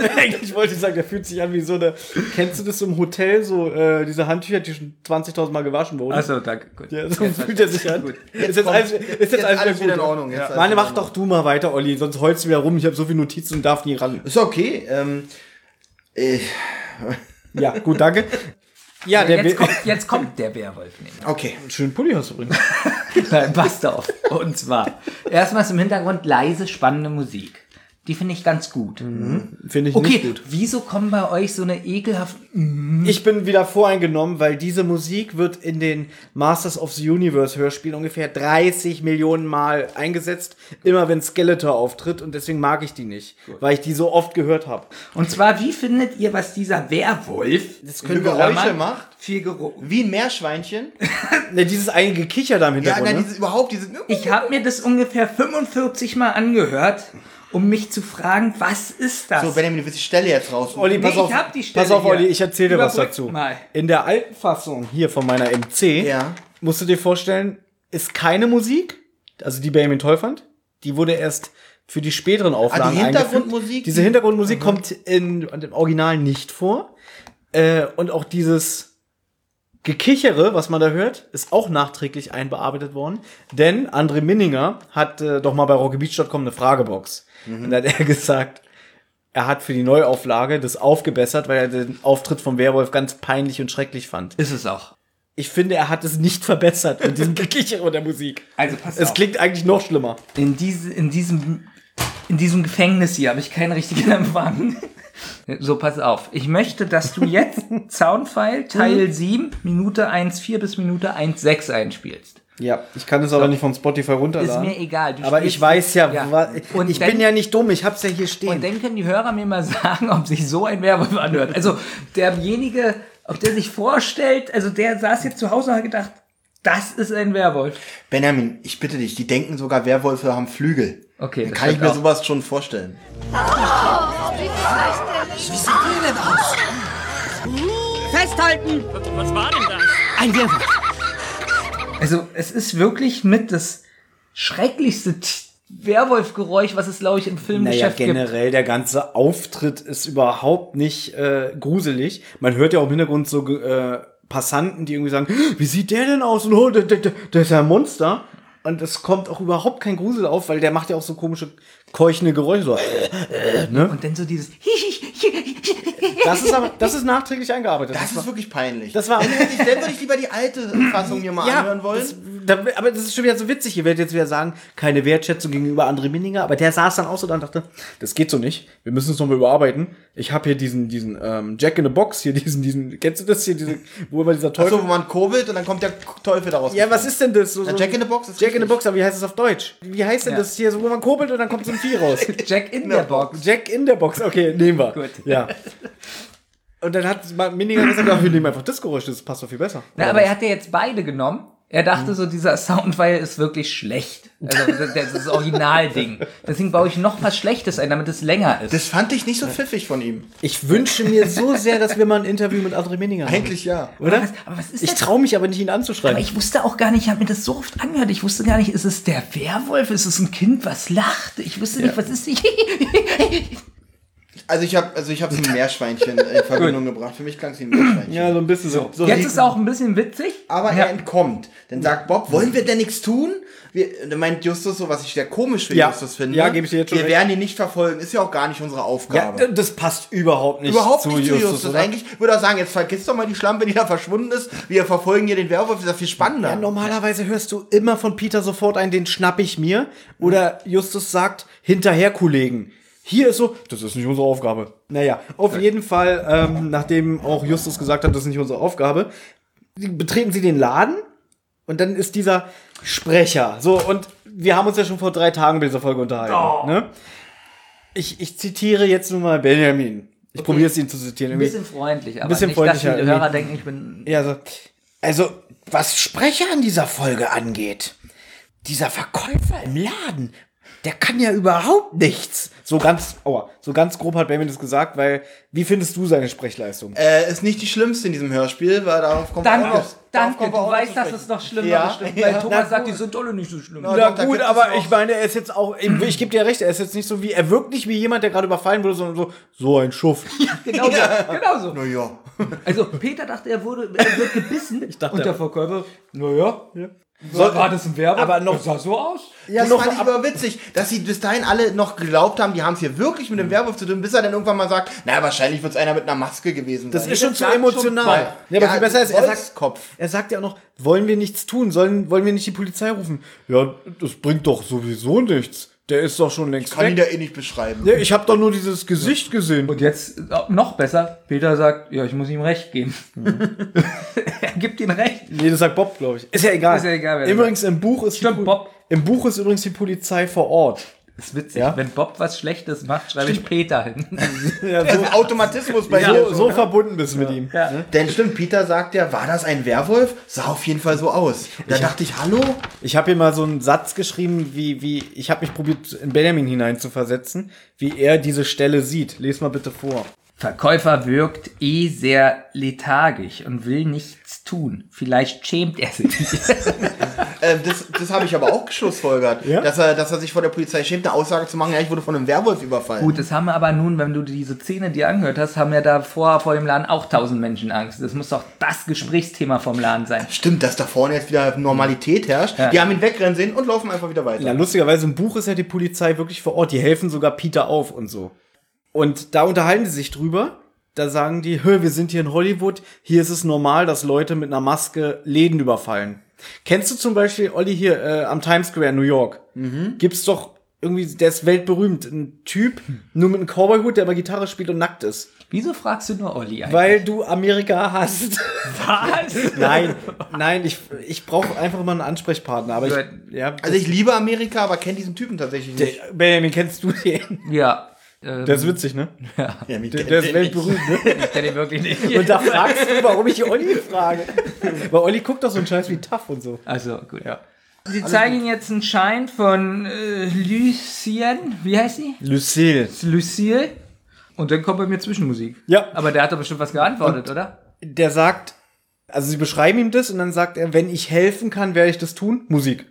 Speaker 3: Eigentlich wollte ich sagen, der fühlt sich an wie so eine. Kennst du das im Hotel, so äh, diese Handtücher, die schon 20.000 Mal gewaschen wurden?
Speaker 1: Achso, danke. Gut.
Speaker 3: ja, so fühlt er sich an.
Speaker 1: Gut.
Speaker 3: Ist jetzt, alles, ist jetzt,
Speaker 2: jetzt
Speaker 3: alles,
Speaker 2: alles wieder
Speaker 3: gut,
Speaker 2: in
Speaker 3: ja?
Speaker 2: Ordnung, jetzt
Speaker 3: Ja.
Speaker 2: alles
Speaker 3: Mann,
Speaker 2: wieder
Speaker 3: mach
Speaker 2: in
Speaker 3: doch du mal weiter, Olli, sonst holst du wieder rum. Ich habe so viele Notizen und darf nie ran.
Speaker 2: Ist okay. Ähm, äh,
Speaker 3: Ja, gut, danke. Ja, der will.
Speaker 1: Jetzt kommt, jetzt kommt der Werwolf nämlich.
Speaker 2: okay.
Speaker 3: Schönen Pulli hast du übrigens.
Speaker 1: Nein, passt auf. Und zwar, erstmal ist im Hintergrund leise, spannende Musik. Die finde ich ganz gut.
Speaker 3: Finde ich nicht
Speaker 1: Okay,
Speaker 3: gut.
Speaker 1: wieso kommen bei euch so eine ekelhafte...
Speaker 3: Ich bin wieder voreingenommen, weil diese Musik wird in den Masters of the Universe Hörspielen ungefähr 30 Millionen Mal eingesetzt, immer wenn Skeletor auftritt und deswegen mag ich die nicht, weil ich die so oft gehört habe.
Speaker 1: Und zwar, wie findet ihr, was dieser Werwolf... Das
Speaker 2: Wenn du Geräusche macht,
Speaker 1: Viel Geruch.
Speaker 2: wie ein Meerschweinchen.
Speaker 3: Ne, dieses eine Gekicher da im
Speaker 2: Ja,
Speaker 3: Hintergrund.
Speaker 2: nein,
Speaker 3: ne?
Speaker 2: dieses, überhaupt dieses.
Speaker 1: Ich habe mir das ungefähr 45 Mal angehört, um mich zu fragen, was ist das?
Speaker 2: So, Benjamin, du willst die Stelle jetzt raus.
Speaker 3: Olli, pass
Speaker 1: Nee,
Speaker 3: auf,
Speaker 1: ich hab die Stelle
Speaker 3: pass auf,
Speaker 1: hier.
Speaker 3: Olli, ich erzähle dir was
Speaker 1: Überbrück
Speaker 3: dazu.
Speaker 1: mal.
Speaker 3: In der alten Fassung hier von meiner MC
Speaker 2: Ja.
Speaker 3: musst du dir vorstellen, ist keine Musik, also die Benjamin toll fand, die wurde erst für die späteren Auflagen
Speaker 2: Ah, die
Speaker 3: eingeführt.
Speaker 2: Hintergrundmusik? Mhm.
Speaker 3: Diese Hintergrundmusik kommt in, im Original nicht vor. Äh, und auch dieses Gekichere, was man da hört, ist auch nachträglich einbearbeitet worden. Denn André Minninger hat äh, doch mal bei rockybeach.com eine Fragebox.
Speaker 2: Mhm.
Speaker 3: Und da hat er gesagt, er hat für die Neuauflage das aufgebessert, weil er den Auftritt von Werwolf ganz peinlich und schrecklich fand.
Speaker 1: Ist es auch.
Speaker 3: Ich finde, er hat es nicht verbessert mit diesem Gekichere der Musik.
Speaker 1: Also pass
Speaker 3: Es
Speaker 1: auf.
Speaker 3: klingt eigentlich noch schlimmer.
Speaker 1: In, diese, in, diesem, in diesem Gefängnis hier habe ich keinen richtigen Empfang. So, pass auf. Ich möchte, dass du jetzt Soundfile Teil 7, Minute 1,4 bis Minute 1,6 einspielst.
Speaker 3: Ja, ich kann es aber nicht von Spotify runterladen.
Speaker 1: Ist mir egal. Du
Speaker 3: Aber
Speaker 1: spielst-
Speaker 3: ich weiß ja, wa-
Speaker 1: Und
Speaker 3: ich
Speaker 1: dann-
Speaker 3: bin ja nicht dumm, ich hab's ja hier stehen.
Speaker 1: Und dann können die Hörer mir mal sagen, ob sich so ein Werwolf anhört. Also derjenige, ob der sich vorstellt, also der saß jetzt zu Hause und hat gedacht, das ist ein Werwolf.
Speaker 2: Benjamin, ich bitte dich, die denken sogar, Werwölfe haben Flügel.
Speaker 1: Okay,
Speaker 2: Dann
Speaker 1: das
Speaker 2: kann ich
Speaker 1: stimmt
Speaker 2: mir
Speaker 1: auch.
Speaker 2: sowas schon vorstellen.
Speaker 7: Festhalten!
Speaker 8: Was war denn das?
Speaker 7: Ein Wirrwarr.
Speaker 1: Also es ist wirklich mit das schrecklichste T- Werwolfgeräusch, was es, glaube ich, im
Speaker 3: Naja,
Speaker 1: Filmgeschäft gibt.
Speaker 3: generell, der ganze Auftritt ist überhaupt nicht äh, gruselig. Man hört ja auch im Hintergrund so äh, Passanten, die irgendwie sagen, wie sieht der denn aus? Und oh, der, der, der, der ist ja ein Monster. Und es kommt auch überhaupt kein Grusel auf, weil der macht ja auch so komische, keuchende Geräusche. So.
Speaker 1: Und dann so dieses
Speaker 3: Das ist aber, das ist nachträglich eingearbeitet.
Speaker 2: Das ist wirklich peinlich.
Speaker 3: Das war-
Speaker 2: dann, hätte ich, dann würde ich lieber die alte Fassung mir mal anhören wollen.
Speaker 3: Das, da, aber das ist schon wieder so witzig. Ihr werdet jetzt wieder sagen, keine Wertschätzung gegenüber André Minninger. Aber der saß dann auch so da und dachte, das geht so nicht. Wir müssen es nochmal überarbeiten. Ich habe hier diesen, diesen ähm, Jack in the Box, hier diesen, diesen, kennst du das hier, diese, wo immer dieser
Speaker 2: Ach
Speaker 3: Teufel...
Speaker 2: so, wo man kurbelt und dann kommt der Teufel daraus.
Speaker 3: ja, was ist denn das? So,
Speaker 2: Na,
Speaker 3: so-
Speaker 2: Jack in the Box ist
Speaker 3: Jack in the
Speaker 2: richtig.
Speaker 3: Box, aber wie heißt es auf Deutsch? Wie heißt denn
Speaker 1: Ja.
Speaker 3: das hier, so, wo man kurbelt und dann kommt so ein Vieh raus?
Speaker 1: Jack in der Box.
Speaker 3: Jack in der Box, okay, nehmen wir.
Speaker 1: Gut.
Speaker 3: Ja. Und dann hat mal Minninger gesagt, ach, wir nehmen einfach das Geräusch, das passt doch viel besser.
Speaker 1: Na, aber er hat ja jetzt beide genommen. Er
Speaker 2: Mhm.
Speaker 1: dachte so, dieser Soundfile ist wirklich schlecht. Also das, das ist das Originalding. Deswegen baue ich noch was Schlechtes ein, damit es länger ist.
Speaker 2: Das fand ich nicht so pfiffig von ihm.
Speaker 3: ich wünsche mir so sehr, dass wir mal ein Interview mit André Minninger haben.
Speaker 2: Eigentlich ja.
Speaker 3: Oder?
Speaker 1: Was- aber was ist
Speaker 3: ich
Speaker 1: das?
Speaker 3: traue mich aber nicht, ihn
Speaker 1: Aber
Speaker 3: anzuschreiben.
Speaker 1: ich wusste auch gar nicht, ich habe mir das so oft angehört. Ich wusste gar nicht, ist es der Werwolf? Ist es ein Kind, was lacht? Ich wusste nicht, was ist die?
Speaker 2: Also ich habe also ich habe es mit Meerschweinchen in Verbindung gebracht. Für mich klang es wie ein Meerschweinchen.
Speaker 3: so ein bisschen so.
Speaker 1: Jetzt ist auch ein bisschen witzig.
Speaker 2: Aber
Speaker 1: Ja.
Speaker 2: er entkommt. Dann sagt Bob, wollen wir denn nichts tun? Wir, dann meint Justus so, was ich sehr komisch für
Speaker 3: Ja.
Speaker 2: Justus finde.
Speaker 3: Ja, gebe ich dir jetzt schon
Speaker 2: Wir
Speaker 3: recht.
Speaker 2: werden ihn nicht verfolgen. Ist ja auch gar nicht unsere
Speaker 3: ja,
Speaker 2: Aufgabe.
Speaker 3: d- das passt überhaupt nicht
Speaker 2: Überhaupt nicht zu Justus.
Speaker 3: oder?
Speaker 2: Eigentlich würde er sagen, jetzt vergiss doch mal die Schlampe, die da verschwunden ist. Wir verfolgen hier den Werwolf, ist ja viel spannender.
Speaker 3: Ja, normalerweise hörst du immer von Peter sofort ein, den schnapp ich mir. Oder Justus sagt, hinterher Kollegen. Hier ist so, das ist nicht unsere Aufgabe. Naja, auf jeden Fall, ähm, nachdem auch Justus gesagt hat, das ist nicht unsere Aufgabe, betreten sie den Laden und dann ist dieser Sprecher. So, und wir haben uns ja schon vor drei Tagen über diese Folge unterhalten.
Speaker 1: Oh.
Speaker 3: Ne? Ich, ich zitiere jetzt nun mal Benjamin. Ich probiere es ihn zu zitieren.
Speaker 1: Ein
Speaker 3: Irgendwie.
Speaker 1: bisschen freundlich, aber
Speaker 3: bisschen
Speaker 1: nicht,
Speaker 3: freundlicher
Speaker 1: dass die
Speaker 3: irgendwie.
Speaker 1: Hörer denken, ich bin...
Speaker 3: Ja, so. Also, was Sprecher an dieser Folge angeht, dieser Verkäufer im Laden, der kann ja überhaupt nichts. So ganz, aua, so ganz grob hat Benjamin das gesagt, weil, wie findest du seine Sprechleistung?
Speaker 2: äh, ist nicht die schlimmste in diesem Hörspiel, weil darauf kommt
Speaker 1: Danke,
Speaker 2: auch noch- darauf
Speaker 1: danke,
Speaker 2: kommt
Speaker 1: du
Speaker 2: auch noch
Speaker 1: weißt,
Speaker 2: zu
Speaker 1: dass
Speaker 2: sprechen.
Speaker 1: es noch schlimmer
Speaker 2: Ja,
Speaker 1: bestimmt,
Speaker 2: ja.
Speaker 1: weil Thomas
Speaker 2: Na
Speaker 1: sagt, die
Speaker 2: gut.
Speaker 1: sind alle nicht so schlimm.
Speaker 2: Na doch, da gibt es auch-
Speaker 3: meine, er ist jetzt auch, ich gebe dir recht, er ist jetzt nicht so wie, er wirkt nicht wie jemand, der gerade überfallen wurde, sondern so, so ein Schuft.
Speaker 1: Genau so, genau so.
Speaker 2: Na ja.
Speaker 1: Also Peter dachte, er, wurde, er wird gebissen und der Verkäufer, naja, ja.
Speaker 3: So-
Speaker 1: war das ein Werwolf?
Speaker 3: Aber noch-
Speaker 1: Das sah so aus.
Speaker 3: Ja,
Speaker 2: das fand ich aber witzig, dass sie bis dahin alle noch geglaubt haben, die haben es hier wirklich mit dem
Speaker 3: Hm.
Speaker 2: Werwolf zu tun, bis er dann irgendwann mal sagt, naja, wahrscheinlich wird es einer mit einer Maske gewesen
Speaker 3: Das
Speaker 2: sein.
Speaker 3: ist schon
Speaker 1: das
Speaker 3: zu
Speaker 1: sagt schon
Speaker 3: emotional.
Speaker 1: zwei.
Speaker 3: ja, aber
Speaker 2: Ja,
Speaker 3: viel besser ist, er sagt,
Speaker 2: Wolfskopf.
Speaker 3: er sagt ja auch noch, wollen wir nichts tun, sollen, wollen wir nicht die Polizei rufen? Ja, das bringt doch sowieso nichts. Der ist doch schon längst
Speaker 2: Kann ihn
Speaker 3: weg.
Speaker 2: ja eh nicht beschreiben.
Speaker 3: Ja, ich habe doch nur dieses Gesicht gesehen.
Speaker 1: Und jetzt äh, noch besser, Peter sagt, ja, ich muss ihm recht geben. Mhm. er gibt ihm recht.
Speaker 3: Nee, das sagt Bob, glaube ich. Ist ja egal.
Speaker 1: Ist ja egal, wer das
Speaker 3: Übrigens, im Buch ist, die
Speaker 1: Stimmt,
Speaker 3: Pol-
Speaker 1: Bob.
Speaker 3: im Buch ist übrigens die Polizei vor Ort.
Speaker 1: ist witzig.
Speaker 3: Ja.
Speaker 1: Wenn Bob was Schlechtes macht, schreibe ich Peter hin.
Speaker 3: Ja,
Speaker 2: Das
Speaker 3: so,
Speaker 2: ist ein Also Automatismus bei dir.
Speaker 3: so, so verbunden bist du mit ihm.
Speaker 2: Denn stimmt, Peter sagt ja, war das ein Werwolf? Sah auf jeden Fall so aus. Da dachte ich, hallo?
Speaker 3: Ich habe hier mal so einen Satz geschrieben, wie, wie ich habe mich probiert, in Benjamin hineinzuversetzen, wie er diese Stelle sieht. Lies mal bitte vor.
Speaker 1: Verkäufer wirkt eh sehr lethargisch und will nichts tun. Vielleicht schämt er sich.
Speaker 2: Ähm, das das habe ich aber auch geschlussfolgert,
Speaker 3: Ja?
Speaker 2: dass, er, dass er sich vor der Polizei schämt, eine Aussage zu machen, ja, ich wurde von einem Werwolf überfallen.
Speaker 1: Gut, das haben wir aber nun, wenn du diese Szene dir angehört hast, haben ja davor vor dem Laden auch tausend Menschen Angst. Das muss doch das Gesprächsthema vom Laden sein.
Speaker 2: Stimmt, dass da vorne jetzt wieder Normalität herrscht.
Speaker 1: Ja.
Speaker 2: Die haben ihn wegrennen sehen und laufen einfach wieder weiter.
Speaker 3: Ja, lustigerweise im Buch ist ja die Polizei wirklich vor Ort. Die helfen sogar Peter auf und so. Und da unterhalten die sich drüber. Da sagen die, hör, wir sind hier in Hollywood. Hier ist es normal, dass Leute mit einer Maske Läden überfallen. Kennst du zum Beispiel, Olli, hier äh, am Times Square in New York? Gibt's doch irgendwie, der ist weltberühmt. Ein Typ, nur mit einem Cowboy-Hut, der aber Gitarre spielt und nackt ist.
Speaker 1: Wieso fragst du nur Olli ein?
Speaker 3: Weil du Amerika hast.
Speaker 1: Was?
Speaker 3: nein, nein, ich, ich brauche einfach mal einen Ansprechpartner. Aber ich,
Speaker 1: Gut.
Speaker 3: ja,
Speaker 2: Also ich liebe Amerika, aber kenne diesen Typen tatsächlich nicht.
Speaker 3: Der- Benjamin, kennst du den?
Speaker 1: Ja. Ähm,
Speaker 3: Der ist witzig, ne?
Speaker 2: Ja, mich
Speaker 3: Der,
Speaker 2: kennt
Speaker 3: der ist
Speaker 2: den
Speaker 3: weltberühmt, ne?
Speaker 1: ich kenne ihn wirklich nicht.
Speaker 3: Und da fragst du, warum ich Olli frage. Weil Olli guckt doch so einen Scheiß wie Tough und so.
Speaker 1: Also, gut. Sie zeigen ihm jetzt einen Schein von äh, Lucien. Wie heißt sie?
Speaker 3: Lucille.
Speaker 1: Lucille. Und dann kommt bei mir Zwischenmusik.
Speaker 3: Ja.
Speaker 1: Aber der hat doch bestimmt was geantwortet, oder?
Speaker 3: Der sagt, also sie beschreiben ihm das und dann sagt er, wenn ich helfen kann, werde ich das tun. Musik.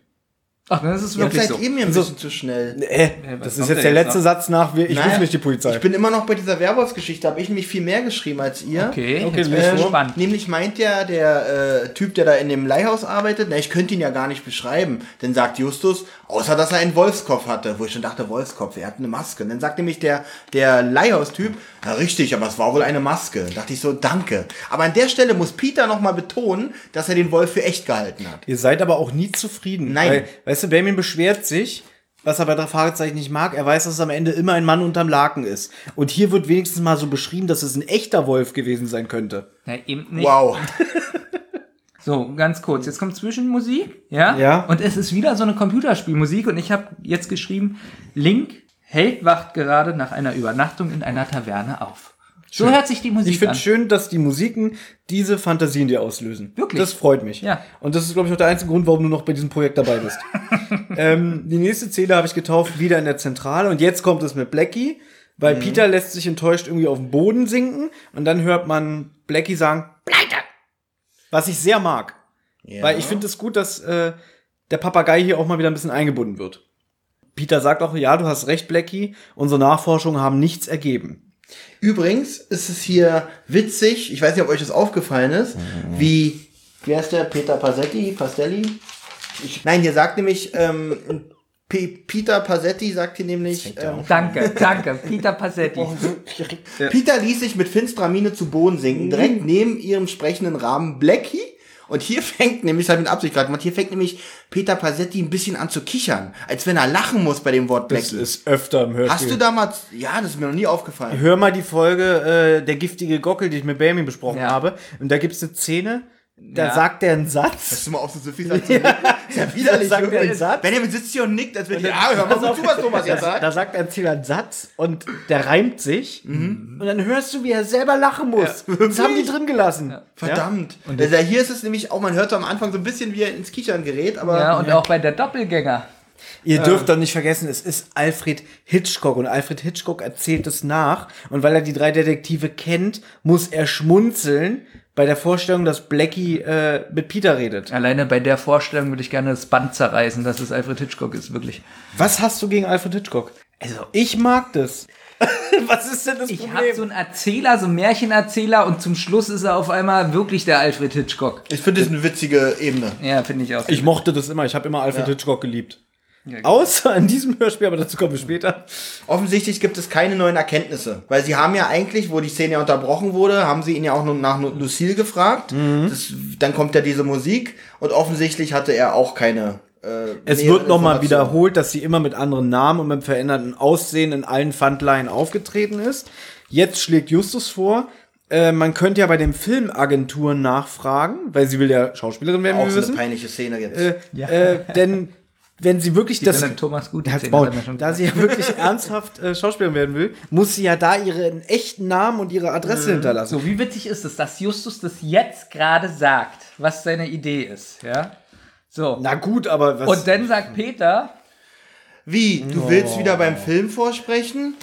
Speaker 1: Ach, dann ist es
Speaker 2: Ihr
Speaker 1: wirklich
Speaker 2: seid
Speaker 1: so.
Speaker 2: eben hier ein bisschen zu schnell.
Speaker 1: was
Speaker 3: Äh, das ist
Speaker 1: kommt
Speaker 3: jetzt der
Speaker 1: denn jetzt
Speaker 3: letzte
Speaker 1: noch?
Speaker 3: Satz nach, wir- Also, ich
Speaker 2: Naja,
Speaker 3: rufe nicht die Polizei.
Speaker 2: Ich bin immer noch bei dieser Werwolfsgeschichte, habe ich nämlich viel mehr geschrieben als ihr.
Speaker 1: Okay,
Speaker 3: Okay,
Speaker 1: jetzt bin
Speaker 2: Ähm,
Speaker 1: ich gespannt.
Speaker 2: Nämlich meint ja der äh, Typ, der da in dem Leihhaus arbeitet, na, ich könnte ihn ja gar nicht beschreiben. Dann sagt Justus, außer dass er einen Wolfskopf hatte, wo ich schon dachte, Wolfskopf, er hat eine Maske. Und dann sagt nämlich der, der Leihhaustyp, ja richtig, aber es war wohl eine Maske. Dann dachte ich so, danke. Aber an der Stelle muss Peter nochmal betonen, dass er den Wolf für echt gehalten hat.
Speaker 3: Ihr seid aber auch nie zufrieden.
Speaker 2: Nein.
Speaker 3: Weil, weißt du, Benjamin beschwert sich, was er bei der Fahrzeichen nicht mag. Er weiß, dass es am Ende immer ein Mann unterm Laken ist. Und hier wird wenigstens mal so beschrieben, dass es ein echter Wolf gewesen sein könnte.
Speaker 1: Na, eben nicht.
Speaker 2: Wow.
Speaker 1: So, ganz kurz. Jetzt kommt Zwischenmusik, ja?
Speaker 3: Ja.
Speaker 1: Und es ist wieder so eine Computerspielmusik und ich habe jetzt geschrieben, Link hält Wacht gerade nach einer Übernachtung in einer Taverne auf. So hört sich die Musik
Speaker 3: Ich finde
Speaker 1: an.
Speaker 3: schön, dass die Musiken diese Fantasien dir auslösen.
Speaker 1: Wirklich?
Speaker 3: Das freut mich.
Speaker 1: Ja.
Speaker 3: Und das ist, glaube ich, auch der einzige Grund, warum du noch bei diesem Projekt dabei bist. ähm, die nächste Szene habe ich getauft, wieder in der Zentrale. Und jetzt kommt es mit Blackie, weil
Speaker 1: Mhm.
Speaker 3: Peter lässt sich enttäuscht irgendwie auf den Boden sinken. Und dann hört man Blackie sagen, Pleite! Was ich sehr mag. Weil ich finde es gut, dass äh, der Papagei hier auch mal wieder ein bisschen eingebunden wird. Peter sagt auch, ja, du hast recht, Blackie. Unsere Nachforschungen haben nichts ergeben.
Speaker 2: Übrigens ist es hier witzig, ich weiß nicht, ob euch das aufgefallen ist, wie, wer ist der? Peter Pasetti, Pastelli? Ich, nein, hier sagt nämlich, ähm, P Peter Pasetti sagt hier nämlich, ähm,
Speaker 1: Danke, danke. Peter Passetti.
Speaker 3: Oh,
Speaker 2: Peter ließ sich mit finsterer Miene zu Boden sinken,
Speaker 3: Mhm.
Speaker 2: direkt neben ihrem sprechenden Rahmen Blackie. Und hier fängt nämlich, das habe ich mit Absicht gerade gemacht, hier fängt nämlich Peter Pasetti ein bisschen an zu kichern, als wenn er lachen muss bei dem Wort
Speaker 3: Das
Speaker 2: Blackie.
Speaker 3: ist öfter im Hörspiel.
Speaker 2: Hast du damals, ja, das ist mir noch nie aufgefallen.
Speaker 3: Hör mal die Folge äh, Der giftige Gockel, die ich mit Bami besprochen
Speaker 1: Ja.
Speaker 3: habe. Und da gibt es eine Szene, da
Speaker 1: Ja.
Speaker 3: sagt er einen Satz.
Speaker 2: Hast du mal auf so suffisant zu nicken? Ist ja widerlich.
Speaker 3: sagt er
Speaker 2: wirklich.
Speaker 3: den Satz?
Speaker 2: Benjamin sitzt hier und nickt, als wenn die, ah, hör mal zu, was Thomas jetzt sagt.
Speaker 3: Da sagt er einen Szene einen Satz und der reimt sich.
Speaker 2: Mhm.
Speaker 3: Und dann hörst du, wie er selber lachen muss. das haben die drin gelassen.
Speaker 2: Verdammt. Und also hier ist es nämlich auch, man hört so am Anfang so ein bisschen, wie er ins Kichern gerät, aber
Speaker 1: Ja, und auch bei der Doppelgänger.
Speaker 2: Äh.
Speaker 3: Ihr dürft doch nicht vergessen, es ist Alfred Hitchcock und Alfred Hitchcock erzählt es nach. Und weil er die drei Detektive kennt, muss er schmunzeln bei der Vorstellung, dass Blackie äh, mit Peter redet.
Speaker 1: Alleine bei der Vorstellung würde ich gerne das Band zerreißen, dass es Alfred Hitchcock ist, wirklich.
Speaker 3: Was hast du gegen Alfred Hitchcock?
Speaker 1: Also,
Speaker 3: Ich mag das. Was ist denn das
Speaker 1: ich habe so einen Erzähler, so einen Märchenerzähler und zum Schluss ist er auf einmal wirklich der Alfred Hitchcock.
Speaker 2: ich finde das eine witzige Ebene.
Speaker 1: Ja, finde ich auch.
Speaker 3: ich mochte das immer. Ich habe immer Alfred Hitchcock geliebt. Außer in diesem Hörspiel, aber dazu kommen wir später.
Speaker 2: Offensichtlich gibt es keine neuen Erkenntnisse, weil sie haben ja eigentlich, wo die Szene ja unterbrochen wurde, haben sie ihn ja auch nur nach Lucille gefragt.
Speaker 3: Mhm.
Speaker 2: Das, dann kommt ja diese Musik und offensichtlich hatte er auch keine. Äh,
Speaker 3: Es
Speaker 2: näheren
Speaker 3: wird nochmal
Speaker 2: Informationen.
Speaker 3: wiederholt, dass sie immer mit anderen Namen und mit veränderten Aussehen in allen Pfandleihen aufgetreten ist. Jetzt schlägt Justus vor, äh, man könnte ja bei den Filmagenturen nachfragen, weil sie will ja Schauspielerin werden, wie
Speaker 2: Auch
Speaker 3: wir
Speaker 2: so eine
Speaker 3: wissen.
Speaker 2: peinliche Szene jetzt.
Speaker 3: Äh, äh, denn wenn sie wirklich das
Speaker 1: dann Thomas gut
Speaker 3: Halt's
Speaker 1: sehen,
Speaker 3: Maul.
Speaker 1: hat er mir schon
Speaker 3: Da sie ja wirklich ernsthaft äh, Schauspielerin werden will, muss sie ja da ihren echten Namen und ihre
Speaker 2: Äh,
Speaker 3: Adresse hinterlassen.
Speaker 1: So, wie witzig ist es, dass Justus das jetzt gerade sagt, was seine Idee ist, ja? So.
Speaker 3: Na gut, aber was?
Speaker 1: und dann sagt Peter,
Speaker 2: Wie? Du willst wieder beim Film vorsprechen?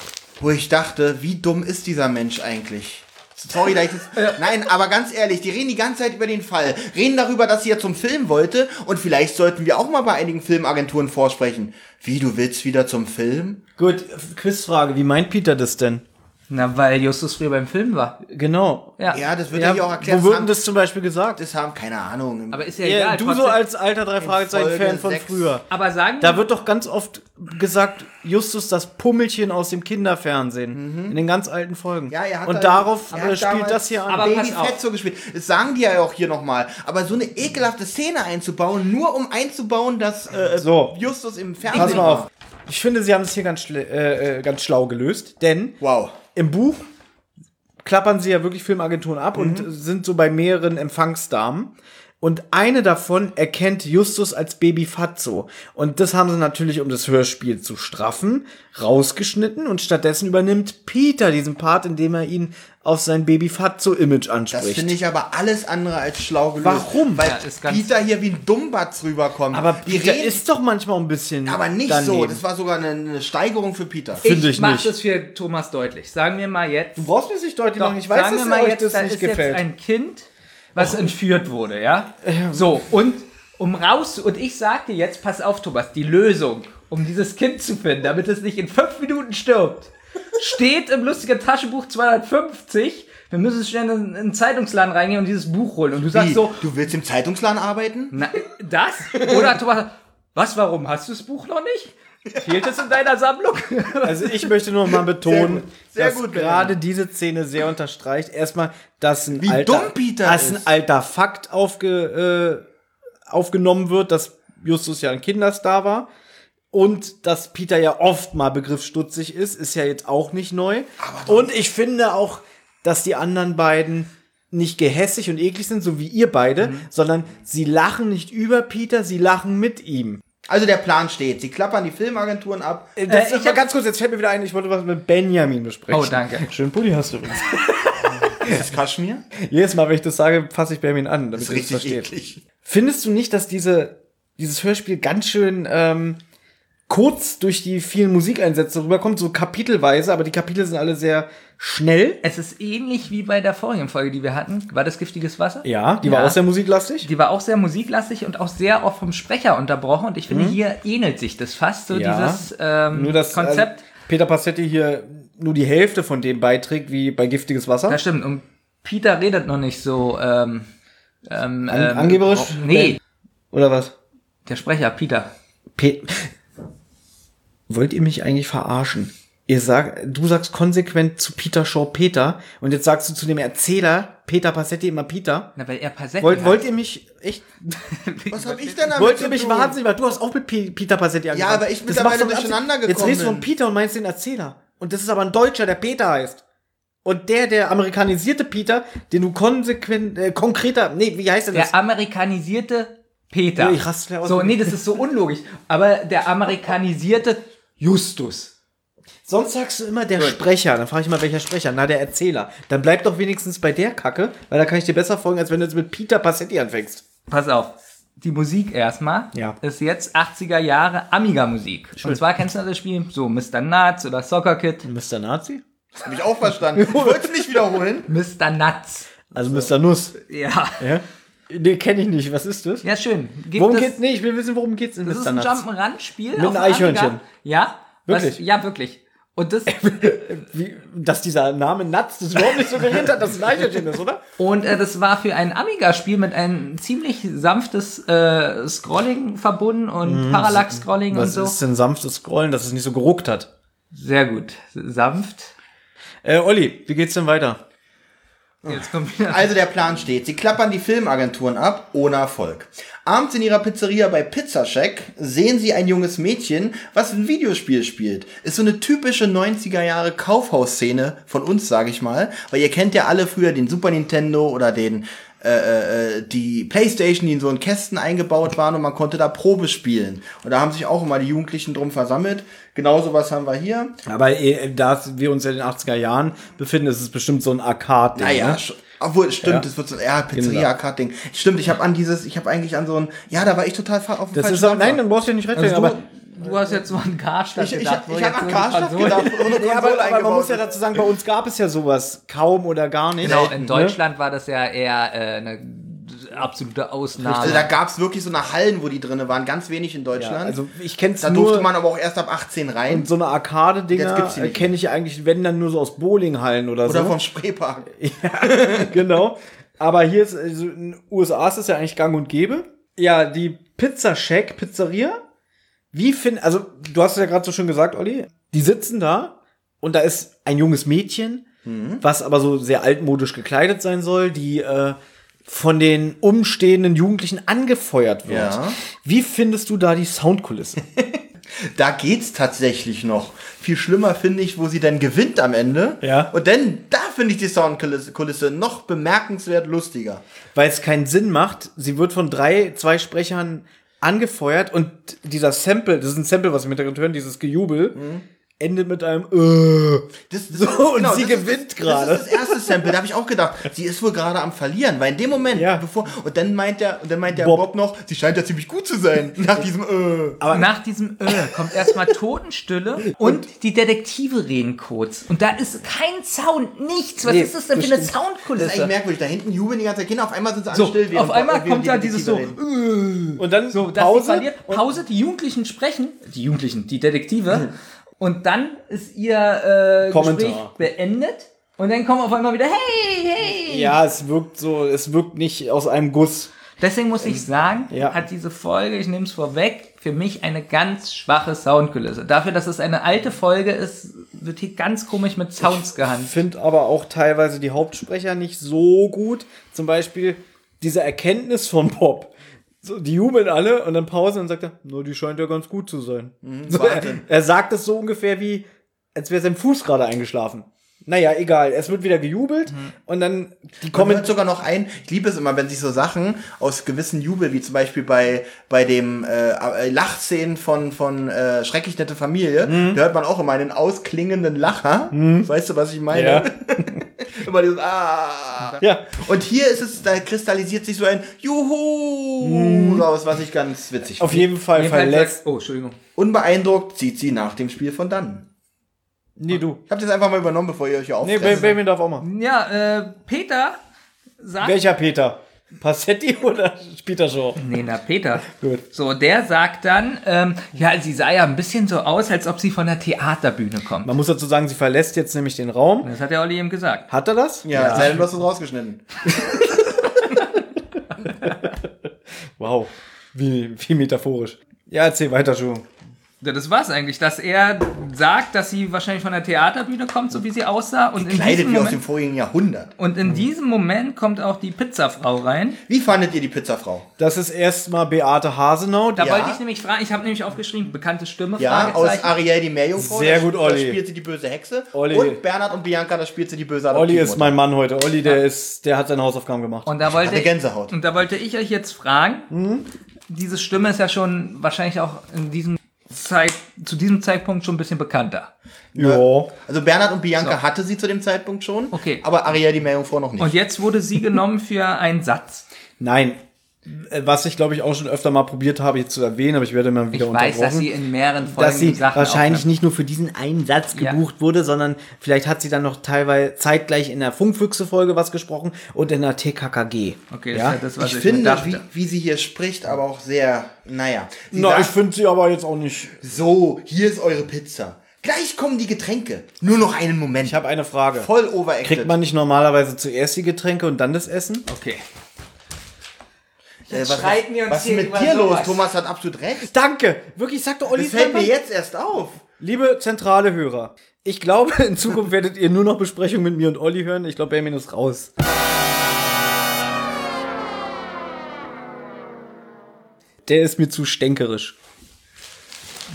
Speaker 2: wo ich dachte, wie dumm ist dieser Mensch eigentlich? Sorry, da ich das. Nein, aber ganz ehrlich, die reden die ganze Zeit über den Fall, reden darüber, dass sie ja zum Film wollte und vielleicht sollten wir auch mal bei einigen Filmagenturen vorsprechen. Wie, du willst wieder zum Film?
Speaker 3: Gut, Quizfrage, wie meint Peter das denn?
Speaker 1: Na, weil Justus früher beim Film war.
Speaker 3: Genau.
Speaker 1: Ja.
Speaker 2: Ja, das wird ja, hier auch erklärt.
Speaker 3: Wo
Speaker 2: Das
Speaker 3: wird denn
Speaker 2: haben-
Speaker 3: das zum Beispiel gesagt?
Speaker 2: Das haben, keine Ahnung.
Speaker 1: Aber ist ja
Speaker 3: Ja,
Speaker 1: egal.
Speaker 3: du so
Speaker 1: trotzdem-
Speaker 3: als alter drei Fragezeichen Fan
Speaker 2: Folge
Speaker 3: von
Speaker 2: sechs.
Speaker 3: früher.
Speaker 1: aber sagen
Speaker 3: Da wird doch ganz oft gesagt, Justus das Pummelchen aus dem Kinderfernsehen in den ganz alten Folgen.
Speaker 2: Mhm. Ja, er hat
Speaker 3: Und
Speaker 2: da-
Speaker 3: darauf
Speaker 2: er
Speaker 3: äh,
Speaker 2: hat
Speaker 3: spielt
Speaker 2: damals
Speaker 3: das hier an.
Speaker 1: Aber
Speaker 2: Baby
Speaker 1: pass auf.
Speaker 2: Fett so gespielt. Das sagen die ja auch hier nochmal. Aber so eine ekelhafte Szene einzubauen, nur um einzubauen, dass äh,
Speaker 3: So.
Speaker 2: Justus im Fernsehen
Speaker 3: Pass mal
Speaker 2: war.
Speaker 3: auf. Ich finde, sie haben es hier ganz, schle äh, äh, ganz schlau gelöst, denn
Speaker 2: Wow.
Speaker 3: im Buch klappern sie ja wirklich Filmagenturen ab und sind so bei mehreren Empfangsdamen. Und eine davon erkennt Justus als Baby Fazzo. Und das haben sie natürlich, um das Hörspiel zu straffen, rausgeschnitten. Und stattdessen übernimmt Peter diesen Part, indem er ihn auf sein Baby Fazzo-Image
Speaker 2: Das
Speaker 3: anspricht.
Speaker 2: finde ich aber alles andere als schlau gelöst.
Speaker 3: Warum?
Speaker 2: Weil
Speaker 1: Ja, ist ganz-
Speaker 2: Peter hier wie ein Dummbatz rüberkommt.
Speaker 3: aber
Speaker 2: die
Speaker 3: Peter
Speaker 2: reden,
Speaker 3: ist doch manchmal ein bisschen.
Speaker 2: aber nicht
Speaker 3: daneben.
Speaker 2: so. Das war sogar eine, eine Steigerung für Peter.
Speaker 1: ich,
Speaker 3: finde ich
Speaker 1: mach
Speaker 3: nicht.
Speaker 1: das für Thomas deutlich. Sagen wir mal jetzt.
Speaker 3: Du brauchst mir nicht deutlich machen. Ich weiß,
Speaker 1: sagen wir
Speaker 3: dass
Speaker 1: mal
Speaker 3: euch
Speaker 1: jetzt,
Speaker 3: das
Speaker 1: da
Speaker 3: nicht
Speaker 1: ist
Speaker 3: gefällt. Oh. Ähm.
Speaker 1: jetzt ein Kind, was entführt wurde, ja? So, und um raus, und ich sag dir jetzt, pass auf, Thomas, die Lösung, um dieses Kind zu finden, damit es nicht in fünf Minuten stirbt, steht im lustigen Taschenbuch 250. Wir müssen schnell in einen Zeitungsladen reingehen und dieses Buch holen. Und du sagst
Speaker 2: Wie?
Speaker 1: so,
Speaker 2: du willst im Zeitungsladen arbeiten?
Speaker 1: na, das? Oder Thomas, was, warum? Hast du das Buch noch nicht? Fehlt es in deiner Sammlung?
Speaker 3: Also ich möchte nur mal
Speaker 2: Sehr
Speaker 3: betonen,
Speaker 2: gut. Sehr
Speaker 3: dass
Speaker 2: gut,
Speaker 3: gerade diese Szene sehr unterstreicht. Erstmal, dass ein,
Speaker 2: Wie
Speaker 3: alter,
Speaker 2: dumm Peter
Speaker 3: dass ein
Speaker 2: ist.
Speaker 3: alter Fakt aufge, äh, aufgenommen wird, dass Justus ja ein Kinderstar war. Und dass Peter ja oft mal begriffsstutzig ist, ist ja jetzt auch nicht neu. Und ich finde auch, dass die anderen beiden nicht gehässig und eklig sind, so wie ihr beide,
Speaker 2: Mhm.
Speaker 3: sondern sie lachen nicht über Peter, sie lachen mit ihm.
Speaker 2: Also der Plan steht. Sie klappern die Filmagenturen ab.
Speaker 3: Das
Speaker 1: Äh,
Speaker 3: ist
Speaker 1: ich
Speaker 3: mal
Speaker 1: hab-
Speaker 3: ganz kurz, jetzt fällt mir wieder ein, ich wollte was mit Benjamin besprechen.
Speaker 1: Oh, danke.
Speaker 3: Schönen Pulli hast du übrigens.
Speaker 2: Ist das Kaschmir?
Speaker 3: Jedes Mal, wenn ich das sage, fasse ich Benjamin an, damit
Speaker 2: Das
Speaker 3: das
Speaker 2: ist
Speaker 3: er es
Speaker 2: richtig
Speaker 3: versteht.
Speaker 2: eklig.
Speaker 3: Findest du nicht, dass diese, dieses Hörspiel ganz schön ähm, kurz durch die vielen Musikeinsätze rüberkommt, so kapitelweise, aber die Kapitel sind alle sehr schnell?
Speaker 1: Es ist ähnlich wie bei der vorigen Folge, die wir hatten. War das giftiges Wasser?
Speaker 3: Ja, die war auch sehr musiklastig.
Speaker 1: Die war auch sehr musiklastig und auch sehr oft vom Sprecher unterbrochen. Und ich finde, hier ähnelt sich das fast so,
Speaker 3: Mhm. Ja.
Speaker 1: dieses ähm,
Speaker 3: Nur das
Speaker 1: Konzept.
Speaker 3: Also Peter Passetti hier nur die Hälfte von dem beiträgt, wie bei Giftiges Wasser.
Speaker 1: das stimmt. Und Peter redet noch nicht so. Ähm, ähm,
Speaker 3: An-
Speaker 1: ähm,
Speaker 3: angeberisch?
Speaker 1: Oh, nee,
Speaker 3: Oder was?
Speaker 1: der Sprecher, Peter.
Speaker 3: Pe Wollt ihr mich eigentlich verarschen? Ihr sagt, du sagst konsequent zu Peter Shaw Peter und jetzt sagst du zu dem Erzähler Peter Passetti immer Peter.
Speaker 1: Na, weil er Passetti
Speaker 3: Wollt,
Speaker 1: hat.
Speaker 3: wollt ihr mich echt?
Speaker 2: Was habe ich denn damit
Speaker 3: Wollt ihr
Speaker 2: zu
Speaker 3: mich
Speaker 2: tun?
Speaker 3: wahnsinnig? machen? Du hast auch mit P Peter Passetti angefangen.
Speaker 2: aber ich bin
Speaker 3: Das
Speaker 2: mittlerweile
Speaker 3: machst du mit Absicht.
Speaker 2: durcheinander
Speaker 3: Jetzt
Speaker 2: gekommen
Speaker 3: redest du von
Speaker 2: bin.
Speaker 3: Peter und meinst den Erzähler und das ist aber ein Deutscher, der Peter heißt. Und der, der amerikanisierte Peter, den du konsequent, äh, konkreter, nee, wie heißt denn das?
Speaker 1: Der amerikanisierte Peter.
Speaker 3: Nee, ich raste gleich aus.
Speaker 1: so, nee, das ist so unlogisch. Aber der amerikanisierte Justus.
Speaker 3: Sonst sagst du immer der Sprecher. Dann frage ich mal, welcher Sprecher? Na, der Erzähler. Dann bleib doch wenigstens bei der Kacke, weil da kann ich dir besser folgen, als wenn du jetzt mit Peter Passetti anfängst.
Speaker 1: Pass auf. Die Musik erstmal
Speaker 3: Ja.
Speaker 1: ist jetzt 80er Jahre Amiga-Musik. Und zwar kennst du das Spiel, so Mr. Nuts oder Soccer Kid.
Speaker 3: Mr. Nazi?
Speaker 2: Hab ich auch verstanden. Ich wollte es nicht wiederholen.
Speaker 1: Mr. Nuts.
Speaker 3: Also Mr. Nuss.
Speaker 1: Ja.
Speaker 3: Ja? Nee, kenne ich nicht. Was ist das?
Speaker 1: Ja, schön. Gibt
Speaker 3: worum
Speaker 1: es-
Speaker 3: geht's? Nee, ich will wissen, worum geht's in
Speaker 1: Das ist
Speaker 3: Mr.
Speaker 1: ein
Speaker 3: Nuts.
Speaker 1: Jump'n'Run-Spiel.
Speaker 3: Mit
Speaker 1: auf
Speaker 3: einem Eichhörnchen.
Speaker 1: Amiga. Ja. Was,
Speaker 3: Wirklich?
Speaker 1: ja, wirklich. Und das,
Speaker 3: Wie, dass dieser Name Nuts das überhaupt nicht suggeriert hat, dass es ein Eichhörnchen ist, oder?
Speaker 1: und äh, das war für ein Amiga-Spiel mit einem ziemlich sanftes äh, Scrolling verbunden und Parallax-Scrolling und
Speaker 3: Mhm. Was
Speaker 1: so.
Speaker 3: ist denn sanftes Scrollen, dass es nicht so geruckt hat?
Speaker 1: Sehr gut. Sanft.
Speaker 3: Äh, Olli, wie geht's denn weiter?
Speaker 1: Jetzt kommt wieder.
Speaker 2: Also der Plan steht. Sie klappern die Filmagenturen ab, ohne Erfolg. Abends in ihrer Pizzeria bei Pizza Shack sehen sie ein junges Mädchen, was ein Videospiel spielt. Ist so eine typische 90er Jahre Kaufhausszene von uns, sage ich mal. Weil ihr kennt ja alle früher den Super Nintendo oder den äh, äh, die Playstation, die in so einen Kästen eingebaut waren und man konnte da Probe spielen. Und da haben sich auch immer die Jugendlichen drum versammelt. Genauso was haben wir hier.
Speaker 3: Aber äh, da wir uns ja in den 80er Jahren befinden, ist es bestimmt so ein Arcade-Ding.
Speaker 2: Naja,
Speaker 3: ne?
Speaker 2: Ah sch- obwohl, stimmt,
Speaker 3: Ja. Genau.
Speaker 2: das wird so ein ja, Pizzeria-Card-Ding. Stimmt, ich habe an dieses, ich habe eigentlich an so ein, ja, da war ich total fa- auf dem
Speaker 3: Das
Speaker 2: falschen
Speaker 3: ist auch,
Speaker 2: Dampfer.
Speaker 3: nein, dann brauchst du ja nicht retten,
Speaker 1: Also du-
Speaker 3: aber
Speaker 1: Du hast jetzt so an Karstadt
Speaker 2: Ich, ich, ich
Speaker 1: gedacht. wo
Speaker 2: habe
Speaker 1: jetzt
Speaker 2: an
Speaker 1: so
Speaker 2: Karstadt
Speaker 1: Konsole-
Speaker 2: gedacht, ohne
Speaker 3: Ja, aber,
Speaker 2: Konsole
Speaker 3: aber man muss
Speaker 2: eingebaut.
Speaker 3: ja dazu sagen, bei uns gab es ja sowas kaum oder gar nicht.
Speaker 1: Genau,
Speaker 2: Selten,
Speaker 1: in
Speaker 3: ne?
Speaker 1: Deutschland war das ja eher äh, eine absolute
Speaker 2: Also da
Speaker 1: Ausnahme.
Speaker 2: gab es wirklich so eine Hallen, wo die drin waren, ganz wenig in
Speaker 3: Ja,
Speaker 2: Deutschland.
Speaker 3: also ich kenn's
Speaker 2: da
Speaker 3: nur
Speaker 2: durfte man aber auch erst ab 18 rein.
Speaker 3: so eine
Speaker 2: Jetzt
Speaker 3: Arcade-Dinger
Speaker 2: gibt's die nicht.
Speaker 3: kenne ich eigentlich, wenn dann nur so aus Bowlinghallen oder,
Speaker 2: Oder
Speaker 3: so.
Speaker 2: vom Spreepark.
Speaker 3: genau. Aber hier ist, also in den USA ist das ja eigentlich gang und gäbe. Ja, die Pizza Shack Pizzeria. Wie finden, also du hast es ja gerade so schön gesagt, Olli, die sitzen da und da ist ein junges Mädchen, was aber so sehr altmodisch gekleidet sein soll, die äh, von den umstehenden Jugendlichen angefeuert wird.
Speaker 2: Ja.
Speaker 3: Wie findest du da die Soundkulisse?
Speaker 2: Da geht's tatsächlich noch. Viel schlimmer finde ich, wo sie dann gewinnt am Ende.
Speaker 3: Ja.
Speaker 2: Und dann, da finde ich die Soundkulisse Kulisse noch bemerkenswert lustiger.
Speaker 3: weil es keinen Sinn macht. Sie wird von drei, zwei Sprechern angefeuert und dieser Sample, das ist ein Sample, was wir im Hintergrund hören, dieses Gejubel, endet mit einem äh.
Speaker 2: Das, das,
Speaker 3: So, und sie
Speaker 2: das ist-
Speaker 3: gewinnt
Speaker 2: Das
Speaker 3: gerade.
Speaker 2: ist das erste Sample, da habe ich auch gedacht, sie ist wohl gerade am Verlieren, weil in dem Moment,
Speaker 3: Ja.
Speaker 2: bevor, und dann meint der, und dann meint der Bob.
Speaker 3: Bob.
Speaker 2: noch, sie scheint ja ziemlich gut zu sein, nach diesem, äh.
Speaker 1: Aber nach diesem Öl kommt erstmal Totenstille und die Detektive reden kurz. Und da ist kein Sound, nichts. Was
Speaker 3: Nee,
Speaker 1: ist das denn für
Speaker 3: das
Speaker 1: eine
Speaker 2: Das ist
Speaker 3: stimmt.
Speaker 2: eigentlich
Speaker 1: Soundkulisse?
Speaker 2: merkwürdig, da hinten jubeln die ganze Zeit Kinder, auf einmal sind sie alle
Speaker 1: So,
Speaker 2: still. während-
Speaker 1: auf einmal
Speaker 2: während
Speaker 1: kommt
Speaker 2: die
Speaker 1: da dieses so,
Speaker 2: Detektive reden.
Speaker 3: äh, Und dann so,
Speaker 1: dass Pause,
Speaker 3: Pause.
Speaker 1: verliert. Pause, die Jugendlichen sprechen, die Jugendlichen, die Detektive. Und dann ist ihr äh,
Speaker 3: Kommentar.
Speaker 1: Gespräch beendet. Und dann kommen auf einmal wieder, hey, hey.
Speaker 3: Ja, es wirkt so, es wirkt nicht aus einem Guss.
Speaker 1: Deswegen muss ich sagen,
Speaker 3: Ähm, ja.
Speaker 1: hat diese Folge, ich nehme es vorweg, für mich eine ganz schwache Soundkulisse. Dafür, dass es eine alte Folge ist, wird hier ganz komisch mit Sounds gehandelt.
Speaker 3: Find aber auch teilweise die Hauptsprecher nicht so gut. Zum Beispiel diese Erkenntnis von Bob. So, die jubeln alle und dann Pause und sagt er, nur die scheint ja ganz gut zu sein. so, er,
Speaker 2: Wahnsinn.
Speaker 3: er sagt es so ungefähr wie, als wäre sein Fuß gerade eingeschlafen. Naja, egal. Es wird wieder gejubelt und dann die
Speaker 2: Kommt hört
Speaker 3: kommen.
Speaker 2: sogar noch ein, ich liebe es immer, wenn sich so Sachen aus gewissen Jubel, wie zum Beispiel bei, bei dem äh, äh, Lachszenen von, von äh, Schrecklich nette Familie,
Speaker 3: Mhm.
Speaker 2: da hört man auch immer einen ausklingenden Lacher. Weißt du, was ich meine?
Speaker 3: Ja.
Speaker 2: immer dieses Ah.
Speaker 3: Ja.
Speaker 2: Und hier ist es, da kristallisiert sich so ein Juhu raus, was ich ganz witzig
Speaker 3: Mhm. Auf
Speaker 2: finde.
Speaker 3: jeden Fall verletzt.
Speaker 1: Oh, Entschuldigung.
Speaker 2: Unbeeindruckt zieht sie nach dem Spiel von dann.
Speaker 3: Nee, du.
Speaker 2: Ich habe das einfach mal übernommen, bevor ihr euch hier
Speaker 3: Nee,
Speaker 2: auffresst.
Speaker 3: Ba- Benjamin darf auch mal.
Speaker 1: Ja, äh, Peter sagt.
Speaker 3: Welcher Peter? Passetti oder Peter Shaw?
Speaker 1: Nee, na, Peter.
Speaker 3: Gut.
Speaker 1: So, der sagt dann, ähm, ja, sie sah ja ein bisschen so aus, als ob sie von der Theaterbühne kommt.
Speaker 3: Man muss dazu sagen, sie verlässt jetzt nämlich den Raum.
Speaker 1: Das hat der Olli eben gesagt.
Speaker 3: Hat er das?
Speaker 2: ja, ja. leider hast du es rausgeschnitten.
Speaker 3: Wow, wie, wie metaphorisch. Ja, erzähl weiter, Schuh.
Speaker 1: Ja, Das war's eigentlich, dass er sagt, dass sie wahrscheinlich von der Theaterbühne kommt, so wie sie aussah. Und in,
Speaker 2: Leidet
Speaker 1: diesem
Speaker 2: wie aus dem
Speaker 1: Moment,
Speaker 2: vorigen Jahrhundert.
Speaker 1: und
Speaker 3: Mhm.
Speaker 1: in diesem Moment kommt auch die Pizzafrau rein.
Speaker 2: Wie fandet ihr die Pizzafrau?
Speaker 3: Das ist erstmal Beate Hasenau.
Speaker 1: Da
Speaker 2: Ja.
Speaker 1: wollte ich nämlich fragen, ich habe nämlich aufgeschrieben, bekannte Stimme,
Speaker 2: Ja, aus
Speaker 1: Fragezeichen.
Speaker 2: Ariel die Meerjungfrau.
Speaker 3: Sehr
Speaker 2: da-
Speaker 3: gut, Olli.
Speaker 2: Da spielt sie die böse Hexe.
Speaker 3: Olli.
Speaker 2: Und Bernhard und Bianca, da spielt sie die böse
Speaker 3: Olli ist
Speaker 2: Adoptivmutter.
Speaker 3: mein Mann heute. Olli, der, ist, der hat seine Hausaufgaben gemacht.
Speaker 1: Und da wollte
Speaker 2: hatte Gänsehaut. Mhm.
Speaker 1: Ich, und da wollte ich euch jetzt fragen, diese Stimme ist ja schon wahrscheinlich auch in diesem Zeit, zu diesem Zeitpunkt schon ein bisschen bekannter. äh,
Speaker 3: ja.
Speaker 2: Also Bernhard und Bianca hatte sie zu dem Zeitpunkt schon.
Speaker 1: Okay.
Speaker 2: Aber Ariel die Meerjungfrau noch nicht.
Speaker 1: Und jetzt wurde sie genommen für einen Satz.
Speaker 3: Nein. Äh, Was ich, glaube ich, auch schon öfter mal probiert habe, jetzt zu erwähnen, aber ich werde immer
Speaker 1: Ich
Speaker 3: wieder
Speaker 1: weiß, dass sie
Speaker 3: unterbrochen.
Speaker 1: in mehreren Folgen
Speaker 3: Dass sie
Speaker 1: Sachen
Speaker 3: wahrscheinlich
Speaker 1: aufnimmt.
Speaker 3: nicht nur für diesen einen Satz
Speaker 1: Ja.
Speaker 3: gebucht wurde, sondern vielleicht hat sie dann noch teilweise zeitgleich in der Funkfüchse-Folge was gesprochen und in der TKKG.
Speaker 1: Okay, das
Speaker 3: ja.
Speaker 1: ist ja das, was
Speaker 2: ich
Speaker 1: ich, mir
Speaker 2: finde,
Speaker 1: dachte.
Speaker 2: wie, wie sie hier spricht, aber auch sehr, naja. Sie
Speaker 3: Na, ich
Speaker 2: sagt,
Speaker 3: finde sie aber jetzt auch nicht.
Speaker 2: so, hier ist eure Pizza. Gleich kommen die Getränke. Nur noch einen Moment.
Speaker 3: Ich habe eine Frage.
Speaker 2: voll overacted.
Speaker 3: Kriegt man nicht normalerweise zuerst die Getränke und dann das Essen?
Speaker 1: Okay.
Speaker 2: äh, was
Speaker 1: streiten wir uns
Speaker 2: was ist
Speaker 1: hier
Speaker 2: mit
Speaker 1: über
Speaker 2: dir los?
Speaker 1: sowas.
Speaker 2: Thomas hat absolut recht.
Speaker 3: Danke! Wirklich, sagt doch Olli
Speaker 2: Das fällt mir
Speaker 3: Sandmann.
Speaker 2: jetzt erst auf.
Speaker 3: Liebe zentrale Hörer, ich glaube, in Zukunft werdet ihr nur noch Besprechungen mit mir und Olli hören. Ich glaube, Benjamin ist raus. Der ist mir zu stänkerisch.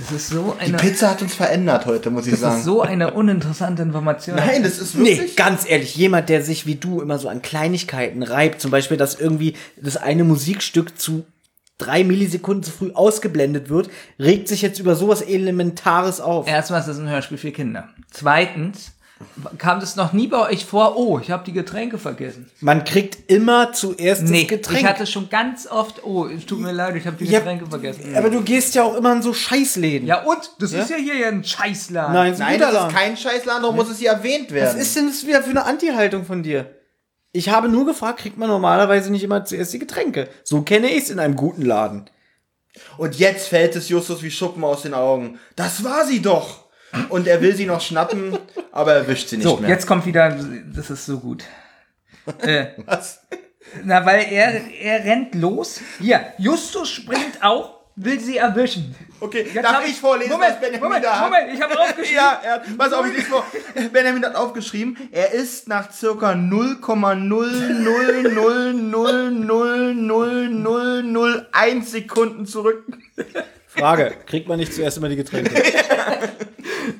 Speaker 1: Das ist so
Speaker 2: Die
Speaker 1: eine,
Speaker 2: Pizza hat uns verändert heute, muss ich
Speaker 1: das
Speaker 2: sagen.
Speaker 1: ist so eine uninteressante Information.
Speaker 2: Nein, das ist wirklich.
Speaker 3: Nee, ganz ehrlich, jemand, der sich wie du immer so an Kleinigkeiten reibt, zum Beispiel, dass irgendwie das eine Musikstück zu drei Millisekunden zu früh ausgeblendet wird, regt sich jetzt über sowas Elementares auf.
Speaker 1: Erstmal ist es ein Hörspiel für Kinder. Zweitens kam das noch nie bei euch vor, oh, ich habe die Getränke vergessen.
Speaker 3: Man kriegt immer zuerst
Speaker 1: Nee,
Speaker 3: das Getränk.
Speaker 1: ich hatte schon ganz oft, oh, es tut mir leid, ich habe die
Speaker 3: Ja,
Speaker 1: Getränke vergessen.
Speaker 2: äh,
Speaker 3: aber du gehst ja auch immer in so Scheißläden.
Speaker 1: Ja und? Das ist ja hier ein Scheißladen.
Speaker 3: Nein, so
Speaker 2: Nein, das ist
Speaker 3: Niederlagen.
Speaker 2: kein Scheißladen, darum muss es hier erwähnt werden.
Speaker 3: Was ist denn das wieder für eine Anti-Haltung von dir? Ich habe nur gefragt, kriegt man normalerweise nicht immer zuerst die Getränke. So kenne ich es in einem guten Laden.
Speaker 2: Und jetzt fällt es Justus wie Schuppen aus den Augen. Das war sie doch! Und er will sie noch schnappen, aber er wischt sie nicht
Speaker 1: so,
Speaker 2: mehr.
Speaker 1: jetzt kommt wieder, das ist so gut.
Speaker 2: Was?
Speaker 1: Na, weil er, er rennt los. Hier, Justus springt auch, will sie erwischen.
Speaker 2: Okay,
Speaker 1: Jetzt
Speaker 2: darf
Speaker 1: hab
Speaker 2: ich vorlesen,
Speaker 1: Moment,
Speaker 2: was Benjamin
Speaker 1: Moment,
Speaker 2: da hat?
Speaker 1: Moment, ich habe aufgeschrieben.
Speaker 2: Ja, er hat, pass auf, ich lese vor. Benjamin hat aufgeschrieben, er ist nach circa 0,000000001 Sekunden zurück.
Speaker 3: Frage, kriegt man nicht zuerst immer die Getränke?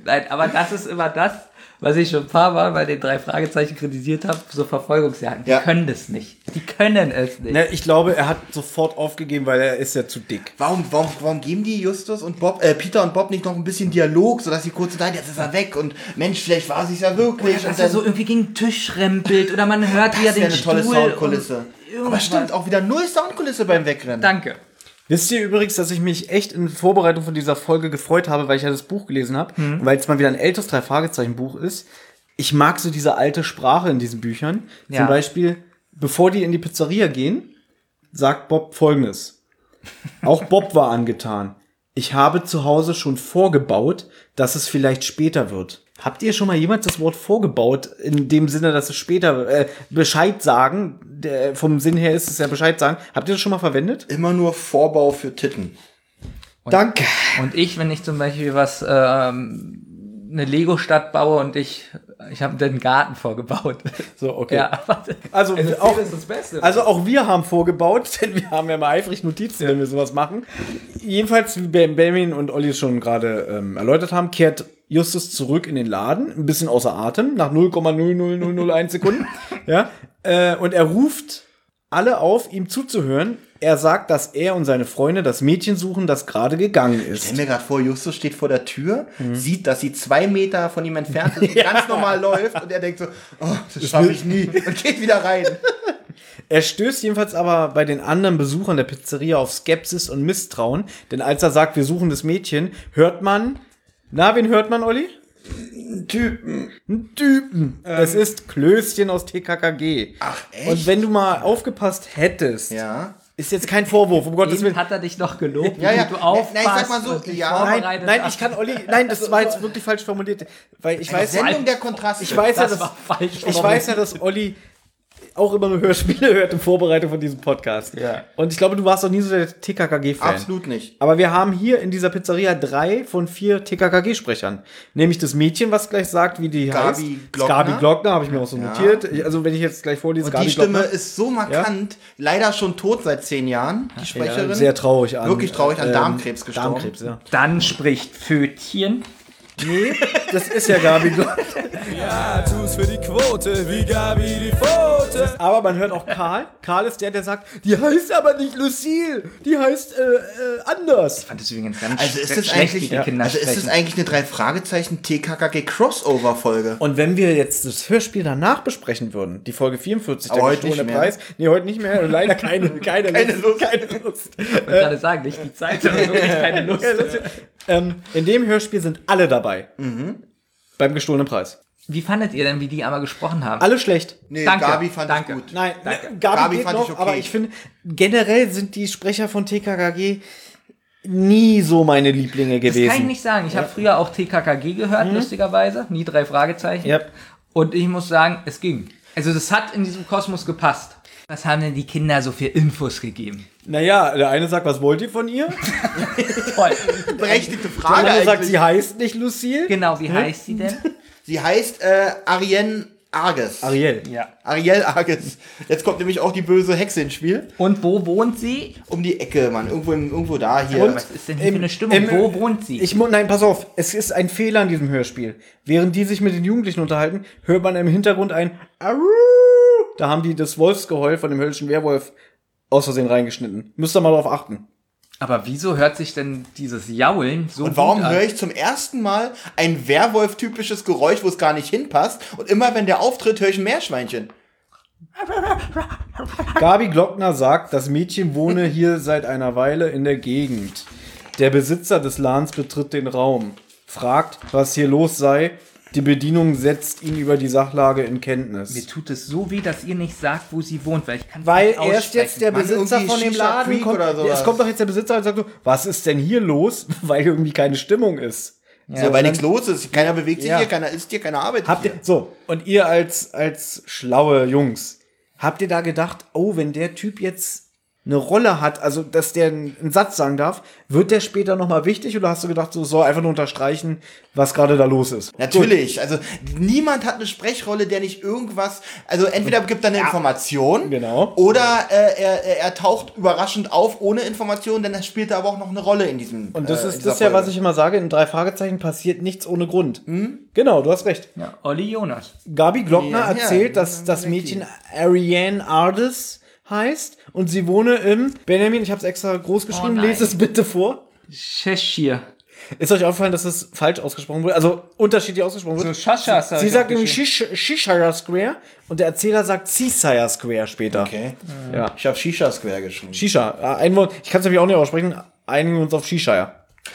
Speaker 1: Nein, aber das ist immer das, was ich schon ein paar Mal bei den drei Fragezeichen kritisiert habe, so Verfolgungsjagden. Die
Speaker 2: Ja.
Speaker 1: können das nicht. Die können es nicht.
Speaker 3: ne, ich glaube, er hat sofort aufgegeben, weil er ist ja zu dick.
Speaker 2: Warum, warum, warum geben die Justus und Bob, äh, Peter und Bob nicht noch ein bisschen Dialog, sodass sie kurz sagen, jetzt ist er weg und Mensch, vielleicht war sie es ja wirklich.
Speaker 1: Dass
Speaker 2: und
Speaker 1: er
Speaker 2: dann-
Speaker 1: so irgendwie gegen den Tisch rempelt oder man hört, wie er
Speaker 2: das
Speaker 1: den
Speaker 2: wäre eine tolle
Speaker 1: Stuhl
Speaker 2: Soundkulisse.
Speaker 1: und irgendwas.
Speaker 2: Aber stimmt, auch wieder null Soundkulisse beim Wegrennen.
Speaker 1: Danke.
Speaker 3: Wisst ihr übrigens, dass ich mich echt in Vorbereitung von dieser Folge gefreut habe, weil ich ja das Buch gelesen habe
Speaker 1: Mhm.
Speaker 3: und weil es mal wieder ein älteres Drei-Fragezeichen-Buch ist. Ich mag so diese alte Sprache in diesen Büchern.
Speaker 1: Ja.
Speaker 3: Zum Beispiel, bevor die in die Pizzeria gehen, sagt Bob folgendes. Auch Bob war angetan. Ich habe zu Hause schon vorgebaut, dass es vielleicht später wird. Habt ihr schon mal jemals das Wort vorgebaut in dem Sinne, dass es später äh, Bescheid sagen, der, vom Sinn her ist es ja Bescheid sagen. Habt ihr das schon mal verwendet?
Speaker 2: Immer nur Vorbau für Titten.
Speaker 3: Danke.
Speaker 1: Und ich, wenn ich zum Beispiel was, ähm, eine Lego-Stadt baue und ich, ich habe den Garten vorgebaut.
Speaker 3: So, okay.
Speaker 1: Ja, warte.
Speaker 3: Also,
Speaker 1: Das
Speaker 3: auch,
Speaker 1: ist das Beste.
Speaker 3: also auch wir haben vorgebaut, denn wir haben ja mal eifrig Notizen, wenn wir sowas machen. Jedenfalls, wie Ben- Benjamin und Olli es schon gerade ähm, erläutert haben, kehrt Justus zurück in den Laden, ein bisschen außer Atem, nach 0,00001 Sekunden. ja, äh, und er ruft alle auf, ihm zuzuhören. Er sagt, dass er und seine Freunde das Mädchen suchen, das gerade gegangen
Speaker 2: Stell
Speaker 3: ist.
Speaker 2: mir gerade vor, Justus steht vor der Tür,
Speaker 3: Mhm.
Speaker 2: sieht, dass sie zwei Meter von ihm entfernt ist und ganz normal läuft und er denkt so, oh, das schaffe ich nie und geht wieder rein.
Speaker 3: Er stößt jedenfalls aber bei den anderen Besuchern der Pizzeria auf Skepsis und Misstrauen, denn als er sagt, wir suchen das Mädchen, hört man, na, wen hört man, Olli?
Speaker 2: Typen. Ähm.
Speaker 3: Einen Typen. es ist Klößchen aus TKKG. Ach,
Speaker 2: echt?
Speaker 3: Und wenn du mal aufgepasst hättest,
Speaker 2: Ja.
Speaker 3: ist jetzt kein Vorwurf, um Gottes Willen.
Speaker 1: Eben hat er dich noch gelobt,
Speaker 2: Ja,
Speaker 1: wie
Speaker 2: ja.
Speaker 1: du
Speaker 2: Nein,
Speaker 1: aufpasst.
Speaker 2: nein, ich sag mal so,
Speaker 1: und dich
Speaker 2: ja.
Speaker 1: vorbereitet Also,
Speaker 3: Nein, nein,
Speaker 1: hast.
Speaker 3: ich kann Olli, nein, das war jetzt wirklich falsch formuliert, weil ich weiß,
Speaker 2: Sendung der Kontraste.
Speaker 3: ich weiß ja,
Speaker 1: Das
Speaker 3: dass,
Speaker 1: war falsch
Speaker 3: ich
Speaker 1: formuliert.
Speaker 3: weiß ja, dass Olli auch immer nur Hörspiele hört in Vorbereitung von diesem Podcast.
Speaker 2: Ja.
Speaker 3: Und ich glaube, du warst auch nie so der TKKG-Fan.
Speaker 2: Absolut nicht.
Speaker 3: Aber wir haben hier in dieser Pizzeria drei von vier TKKG-Sprechern. Nämlich das Mädchen, was gleich sagt, wie die
Speaker 2: Gabi
Speaker 3: heißt.
Speaker 2: Glockner.
Speaker 3: Gabi Glockner, habe ich mir auch so notiert. Ich- Also wenn ich jetzt gleich vorlese,
Speaker 2: Und die Stimme
Speaker 3: Glockner.
Speaker 2: ist so markant, leider schon tot seit zehn Jahren, die Sprecherin.
Speaker 3: ja, sehr traurig an.
Speaker 2: Wirklich traurig an
Speaker 3: ähm,
Speaker 2: Darmkrebs gestorben.
Speaker 3: Darmkrebs, ja.
Speaker 1: Dann spricht Fötchen.
Speaker 3: Nee, das ist ja Gabi Glockner.
Speaker 8: Tattoos für die Quote, wie Gabi die Pfote.
Speaker 3: Aber man hört auch Karl. Karl ist der, der sagt, die heißt aber nicht Lucille, die heißt äh, äh, anders.
Speaker 1: Fand es übrigens ganz
Speaker 2: Also ist
Speaker 1: schlecht,
Speaker 2: das eigentlich,
Speaker 1: wie die Kinder
Speaker 2: also ist das
Speaker 1: sprechen.
Speaker 2: eigentlich eine drei Fragezeichen TKKG Crossover Folge?
Speaker 3: Und wenn wir jetzt das Hörspiel danach besprechen würden, die Folge 44,
Speaker 2: Aber heute
Speaker 3: gestohlene
Speaker 2: nicht mehr.
Speaker 3: Preis, nee, heute nicht mehr, leider keine, keine, keine Lust. Keine Lust.
Speaker 1: Ich wollte gerade sagen, nicht die Zeit, sondern wirklich keine Lust.
Speaker 3: Ähm, in dem Hörspiel sind alle dabei.
Speaker 2: Mhm.
Speaker 3: Beim gestohlenen Preis.
Speaker 1: Wie fandet ihr denn, wie die einmal gesprochen haben?
Speaker 3: Alle schlecht.
Speaker 2: Nee,
Speaker 1: Danke,
Speaker 2: Gabi fand
Speaker 1: danke.
Speaker 2: ich gut.
Speaker 3: Nein, ne, Gabi,
Speaker 2: Gabi
Speaker 3: geht
Speaker 2: fand
Speaker 3: noch,
Speaker 2: ich okay.
Speaker 3: aber ich finde, generell sind die Sprecher von TKKG nie so meine Lieblinge gewesen.
Speaker 1: Das kann ich nicht sagen. Ich habe früher auch TKKG gehört,
Speaker 3: Mhm.
Speaker 1: lustigerweise. Nie drei Fragezeichen.
Speaker 3: Yep.
Speaker 1: Und ich muss sagen, es ging. Also das hat in diesem Kosmos gepasst. Was haben denn die Kinder so für Infos gegeben?
Speaker 3: Naja, der eine sagt, was wollt ihr von ihr?
Speaker 1: Toll.
Speaker 2: Berechtigte
Speaker 3: Der
Speaker 2: Frage
Speaker 3: andere sagt,
Speaker 2: eigentlich.
Speaker 3: sie heißt nicht Lucille.
Speaker 1: genau, wie heißt sie denn?
Speaker 2: Sie heißt äh, Ariane Arges.
Speaker 3: Ariel.
Speaker 1: Ja.
Speaker 2: Ariel Arges. Jetzt kommt nämlich auch die böse Hexe ins Spiel.
Speaker 1: Und wo wohnt sie?
Speaker 2: Um die Ecke, Mann. Irgendwo, im- irgendwo da hier.
Speaker 1: Was ist denn hier für eine Stimmung?
Speaker 3: im-
Speaker 1: wo wohnt sie?
Speaker 3: Ich mu- nein, pass auf, es ist ein Fehler in diesem Hörspiel. Während die sich mit den Jugendlichen unterhalten, hört man im Hintergrund ein Aru. Da haben die das Wolfsgeheul von dem höllischen Werwolf aus Versehen reingeschnitten. Müsst ihr mal drauf achten.
Speaker 1: Aber wieso hört sich denn dieses Jaulen so
Speaker 2: Und warum
Speaker 1: gut an?
Speaker 2: höre ich zum ersten Mal ein Werwolf-typisches Geräusch, wo es gar nicht hinpasst? Und immer wenn der auftritt, höre ich ein Meerschweinchen.
Speaker 3: Gabi Glockner sagt, das Mädchen wohne hier seit einer Weile in der Gegend. Der Besitzer des Lahns betritt den Raum, fragt, was hier los sei. Die Bedienung setzt ihn über die Sachlage in
Speaker 1: Mir
Speaker 3: Kenntnis.
Speaker 1: tut es so weh, dass ihr nicht sagt, wo sie wohnt, weil ich kann
Speaker 3: Weil
Speaker 1: nicht
Speaker 3: erst jetzt der
Speaker 2: Mann,
Speaker 3: Besitzer
Speaker 2: irgendwie
Speaker 3: von dem
Speaker 2: Shisha
Speaker 3: Laden
Speaker 2: Creek
Speaker 3: kommt.
Speaker 2: oder sowas.
Speaker 3: Es kommt doch jetzt der Besitzer und sagt so, was ist denn hier los? Weil irgendwie keine Stimmung ist.
Speaker 2: Ja, weil nichts los ist. Keiner bewegt sich
Speaker 3: Ja.
Speaker 2: hier, keiner isst hier, keiner arbeitet
Speaker 3: Habt ihr,
Speaker 2: hier.
Speaker 3: so, und ihr als, als schlaue Jungs, habt ihr da gedacht, oh, wenn der Typ jetzt eine Rolle hat, also dass der einen einen Satz sagen darf, wird der später nochmal wichtig oder hast du gedacht, so soll einfach nur unterstreichen, was gerade da los ist?
Speaker 2: Natürlich, also niemand hat eine Sprechrolle, der nicht irgendwas, also entweder gibt er eine Information
Speaker 3: Genau.
Speaker 2: oder äh, er, er- er taucht überraschend auf ohne Information, denn er spielt da aber auch noch eine Rolle in diesem
Speaker 3: Und das
Speaker 2: äh, in
Speaker 3: ist
Speaker 2: dieser
Speaker 3: das ja,
Speaker 2: Folge.
Speaker 3: was ich immer sage, in drei Fragezeichen passiert nichts ohne Grund. Genau, du hast recht.
Speaker 1: Ja, Olli Jonas.
Speaker 3: Gabi Glockner
Speaker 2: Hm? Ja,
Speaker 3: erzählt,
Speaker 2: ja,
Speaker 3: dass das Mädchen Ariane Ardes heißt und sie wohne im Benjamin, ich habe es extra groß geschrieben,
Speaker 2: Oh,
Speaker 3: lese es bitte vor.
Speaker 1: Cheshire.
Speaker 3: Ist euch aufgefallen, dass es falsch ausgesprochen wurde? Also unterschiedlich ausgesprochen wurde?
Speaker 1: So Shasha
Speaker 3: Sie-
Speaker 1: hab
Speaker 3: Sie
Speaker 1: ich
Speaker 3: sagt
Speaker 1: auch
Speaker 3: nämlich Shish Shishire Square und der Erzähler sagt Seasire Square später.
Speaker 2: Okay.
Speaker 3: Ja.
Speaker 2: Ich habe Shisha Square geschrieben.
Speaker 3: Shisha. Äh, Ein Wort. Ich kann es nämlich auch nicht aussprechen. Einigen wir uns auf Shishire.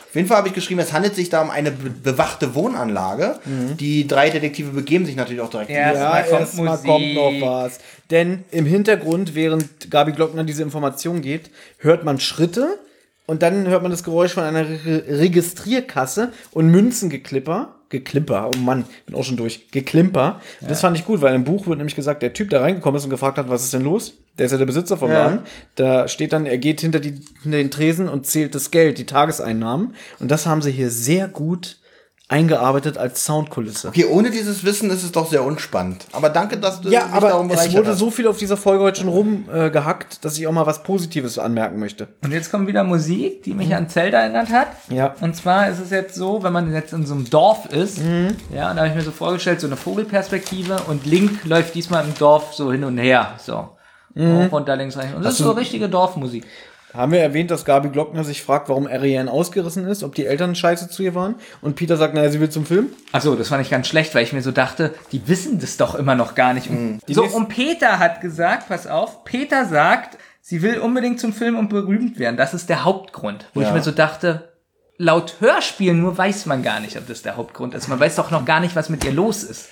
Speaker 2: Auf jeden Fall habe ich geschrieben, es handelt sich da um eine be bewachte Wohnanlage.
Speaker 3: Mhm.
Speaker 2: Die drei Detektive begeben sich natürlich auch direkt. hin.
Speaker 1: Erstmal kommt Musik.
Speaker 3: noch was. Denn im Hintergrund, während Gabi Glockner diese Information gibt, hört man Schritte und dann hört man das Geräusch von einer Re Registrierkasse und Münzengeklipper. Geklimper, oh Mann, bin auch schon durch. Geklimper. Das fand ich gut, weil im Buch wird nämlich gesagt, der Typ, der reingekommen ist und gefragt hat, was ist denn los? Der ist ja der Besitzer vom Laden. Da steht dann, er geht hinter, die, hinter den Tresen und zählt das Geld, die Tageseinnahmen. Und das haben sie hier sehr gut eingearbeitet als Soundkulisse.
Speaker 2: Okay, ohne dieses Wissen ist es doch sehr unspannend. Aber danke, dass du
Speaker 3: Ja,
Speaker 2: dich
Speaker 3: aber es
Speaker 2: äh, bereichert
Speaker 3: wurde
Speaker 2: hast.
Speaker 3: so viel auf dieser Folge heute schon rumgehackt, äh, gehackt, dass ich auch mal was Positives anmerken möchte.
Speaker 1: Und jetzt kommt wieder Musik, die mich an Zelda erinnert hat.
Speaker 3: Ja.
Speaker 1: Und zwar ist es jetzt so, wenn man jetzt in so einem Dorf ist, ja, und da habe ich mir so vorgestellt, so eine Vogelperspektive und Link läuft diesmal im Dorf so hin und her. So. Hoch, runter, links, rechts. Und das ist so richtige Dorfmusik.
Speaker 3: Haben wir erwähnt, dass Gabi Glockner sich fragt, warum Ariane ausgerissen ist, ob die Eltern scheiße zu ihr waren? Und Peter sagt, naja, sie will zum Film.
Speaker 1: Achso, das fand ich ganz schlecht, weil ich mir so dachte, die wissen das doch immer noch gar nicht. So,
Speaker 3: nächsten-
Speaker 1: und Peter hat gesagt, pass auf, Peter sagt, sie will unbedingt zum Film und berühmt werden. Das ist der Hauptgrund. Wo ich mir so dachte, laut Hörspielen nur weiß man gar nicht, ob das der Hauptgrund ist. Man weiß doch noch gar nicht, was mit ihr los ist.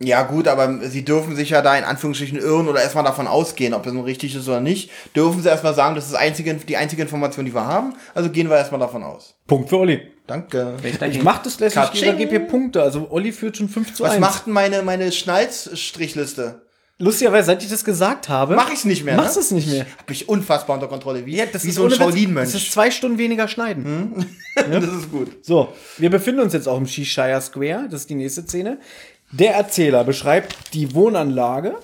Speaker 2: Ja, gut, aber sie dürfen sich ja da in Anführungsstrichen irren oder erstmal davon ausgehen, ob das nun richtig ist oder nicht. Dürfen sie erstmal sagen, das ist einzige, die einzige Information, die wir haben. Also gehen wir erstmal davon aus.
Speaker 3: Punkt für Olli.
Speaker 2: Danke.
Speaker 3: Ich mach das lässig, ich
Speaker 2: Katsching.
Speaker 3: gebe- gebe hier Punkte. Also Olli führt schon 5 zu
Speaker 2: Was
Speaker 3: 1.
Speaker 2: macht denn meine, meine Schnalzstrichliste?
Speaker 3: Lustigerweise, seit ich das gesagt habe,
Speaker 2: Mach ich's nicht mehr,
Speaker 3: Machst
Speaker 2: ne?
Speaker 3: es nicht mehr.
Speaker 2: Hab ich unfassbar unter Kontrolle. Wie, wie so ein
Speaker 3: ohne Witz. Das
Speaker 2: Shaolin-Mönch. Hm?
Speaker 3: ist zwei Stunden weniger schneiden.
Speaker 2: das ist gut.
Speaker 3: So, wir befinden uns jetzt auch im Shishire Square, das ist die nächste Szene. Der Erzähler beschreibt die Wohnanlage,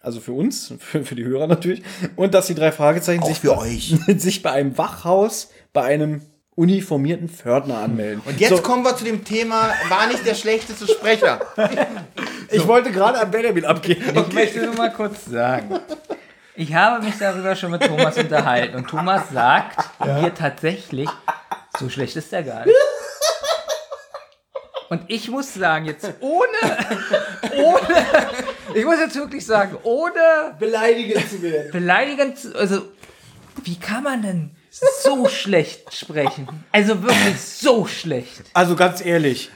Speaker 3: also für uns, für, für die Hörer natürlich, und dass die drei Fragezeichen
Speaker 2: Auch
Speaker 3: sich,
Speaker 2: für euch.
Speaker 3: sich bei einem Wachhaus, bei einem uniformierten Fördner anmelden. Und
Speaker 2: Jetzt kommen wir zu dem Thema, war nicht der schlechteste Sprecher.
Speaker 3: ich wollte gerade an Benjamin abgeben.
Speaker 1: Ich möchte nur mal kurz sagen. Ich habe mich darüber schon mit Thomas unterhalten und Thomas sagt mir tatsächlich, so schlecht ist er gar nicht. Und ich muss sagen, jetzt ohne, ohne, ich muss jetzt wirklich sagen, ohne
Speaker 3: Beleidigen zu werden.
Speaker 1: beleidigend, zu- also wie kann man denn so schlecht sprechen? Also wirklich so schlecht.
Speaker 3: Also ganz ehrlich,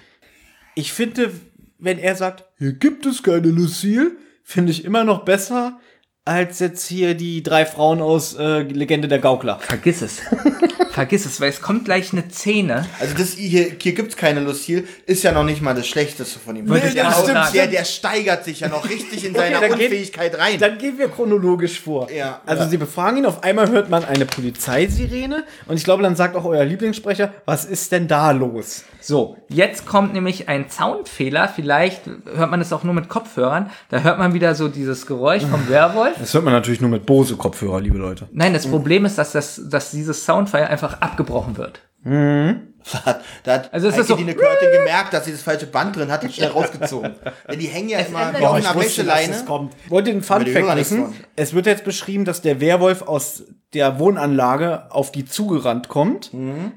Speaker 3: ich finde, wenn er sagt, hier gibt es keine Lucille, finde ich immer noch besser als jetzt hier die drei Frauen aus äh, Legende der Gaukler.
Speaker 1: Vergiss es. Vergiss es, weil es kommt gleich eine Szene.
Speaker 2: Also das hier, hier gibt's keine Lucille, ist ja noch nicht mal das Schlechteste von ihm.
Speaker 1: Wollte ich
Speaker 2: der,
Speaker 1: auch sagen.
Speaker 2: der, der steigert sich ja noch richtig in seiner
Speaker 3: dann geht-
Speaker 2: Unfähigkeit rein.
Speaker 3: Dann gehen wir chronologisch vor.
Speaker 2: Ja.
Speaker 3: also sie befragen ihn, auf einmal hört man eine Polizeisirene und ich glaube, dann sagt auch euer Lieblingssprecher, was ist denn da los?
Speaker 1: So, jetzt kommt nämlich ein Soundfehler. Vielleicht hört man es auch nur mit Kopfhörern. Da hört man wieder so dieses Geräusch vom Werwolf.
Speaker 3: Das hört man natürlich nur mit Bose-Kopfhörer, liebe Leute.
Speaker 1: Nein, das Problem ist, dass, das, dass dieses Soundfile einfach abgebrochen wird.
Speaker 2: Da hat, da hat
Speaker 1: Also es ist
Speaker 2: Heike
Speaker 1: so-
Speaker 2: Dine Körting gemerkt, dass sie das falsche Band drin hat und schnell rausgezogen. Denn die hängen ja immer wie auf einer Wäscheleine.
Speaker 3: kommt. Wollt ihr einen Fun
Speaker 2: Aber die Hörer
Speaker 3: Fact
Speaker 2: nichts
Speaker 3: wissen?
Speaker 2: von.
Speaker 3: Es wird jetzt beschrieben, dass der Werwolf aus der Wohnanlage auf die zugerannt kommt.
Speaker 2: Mhm.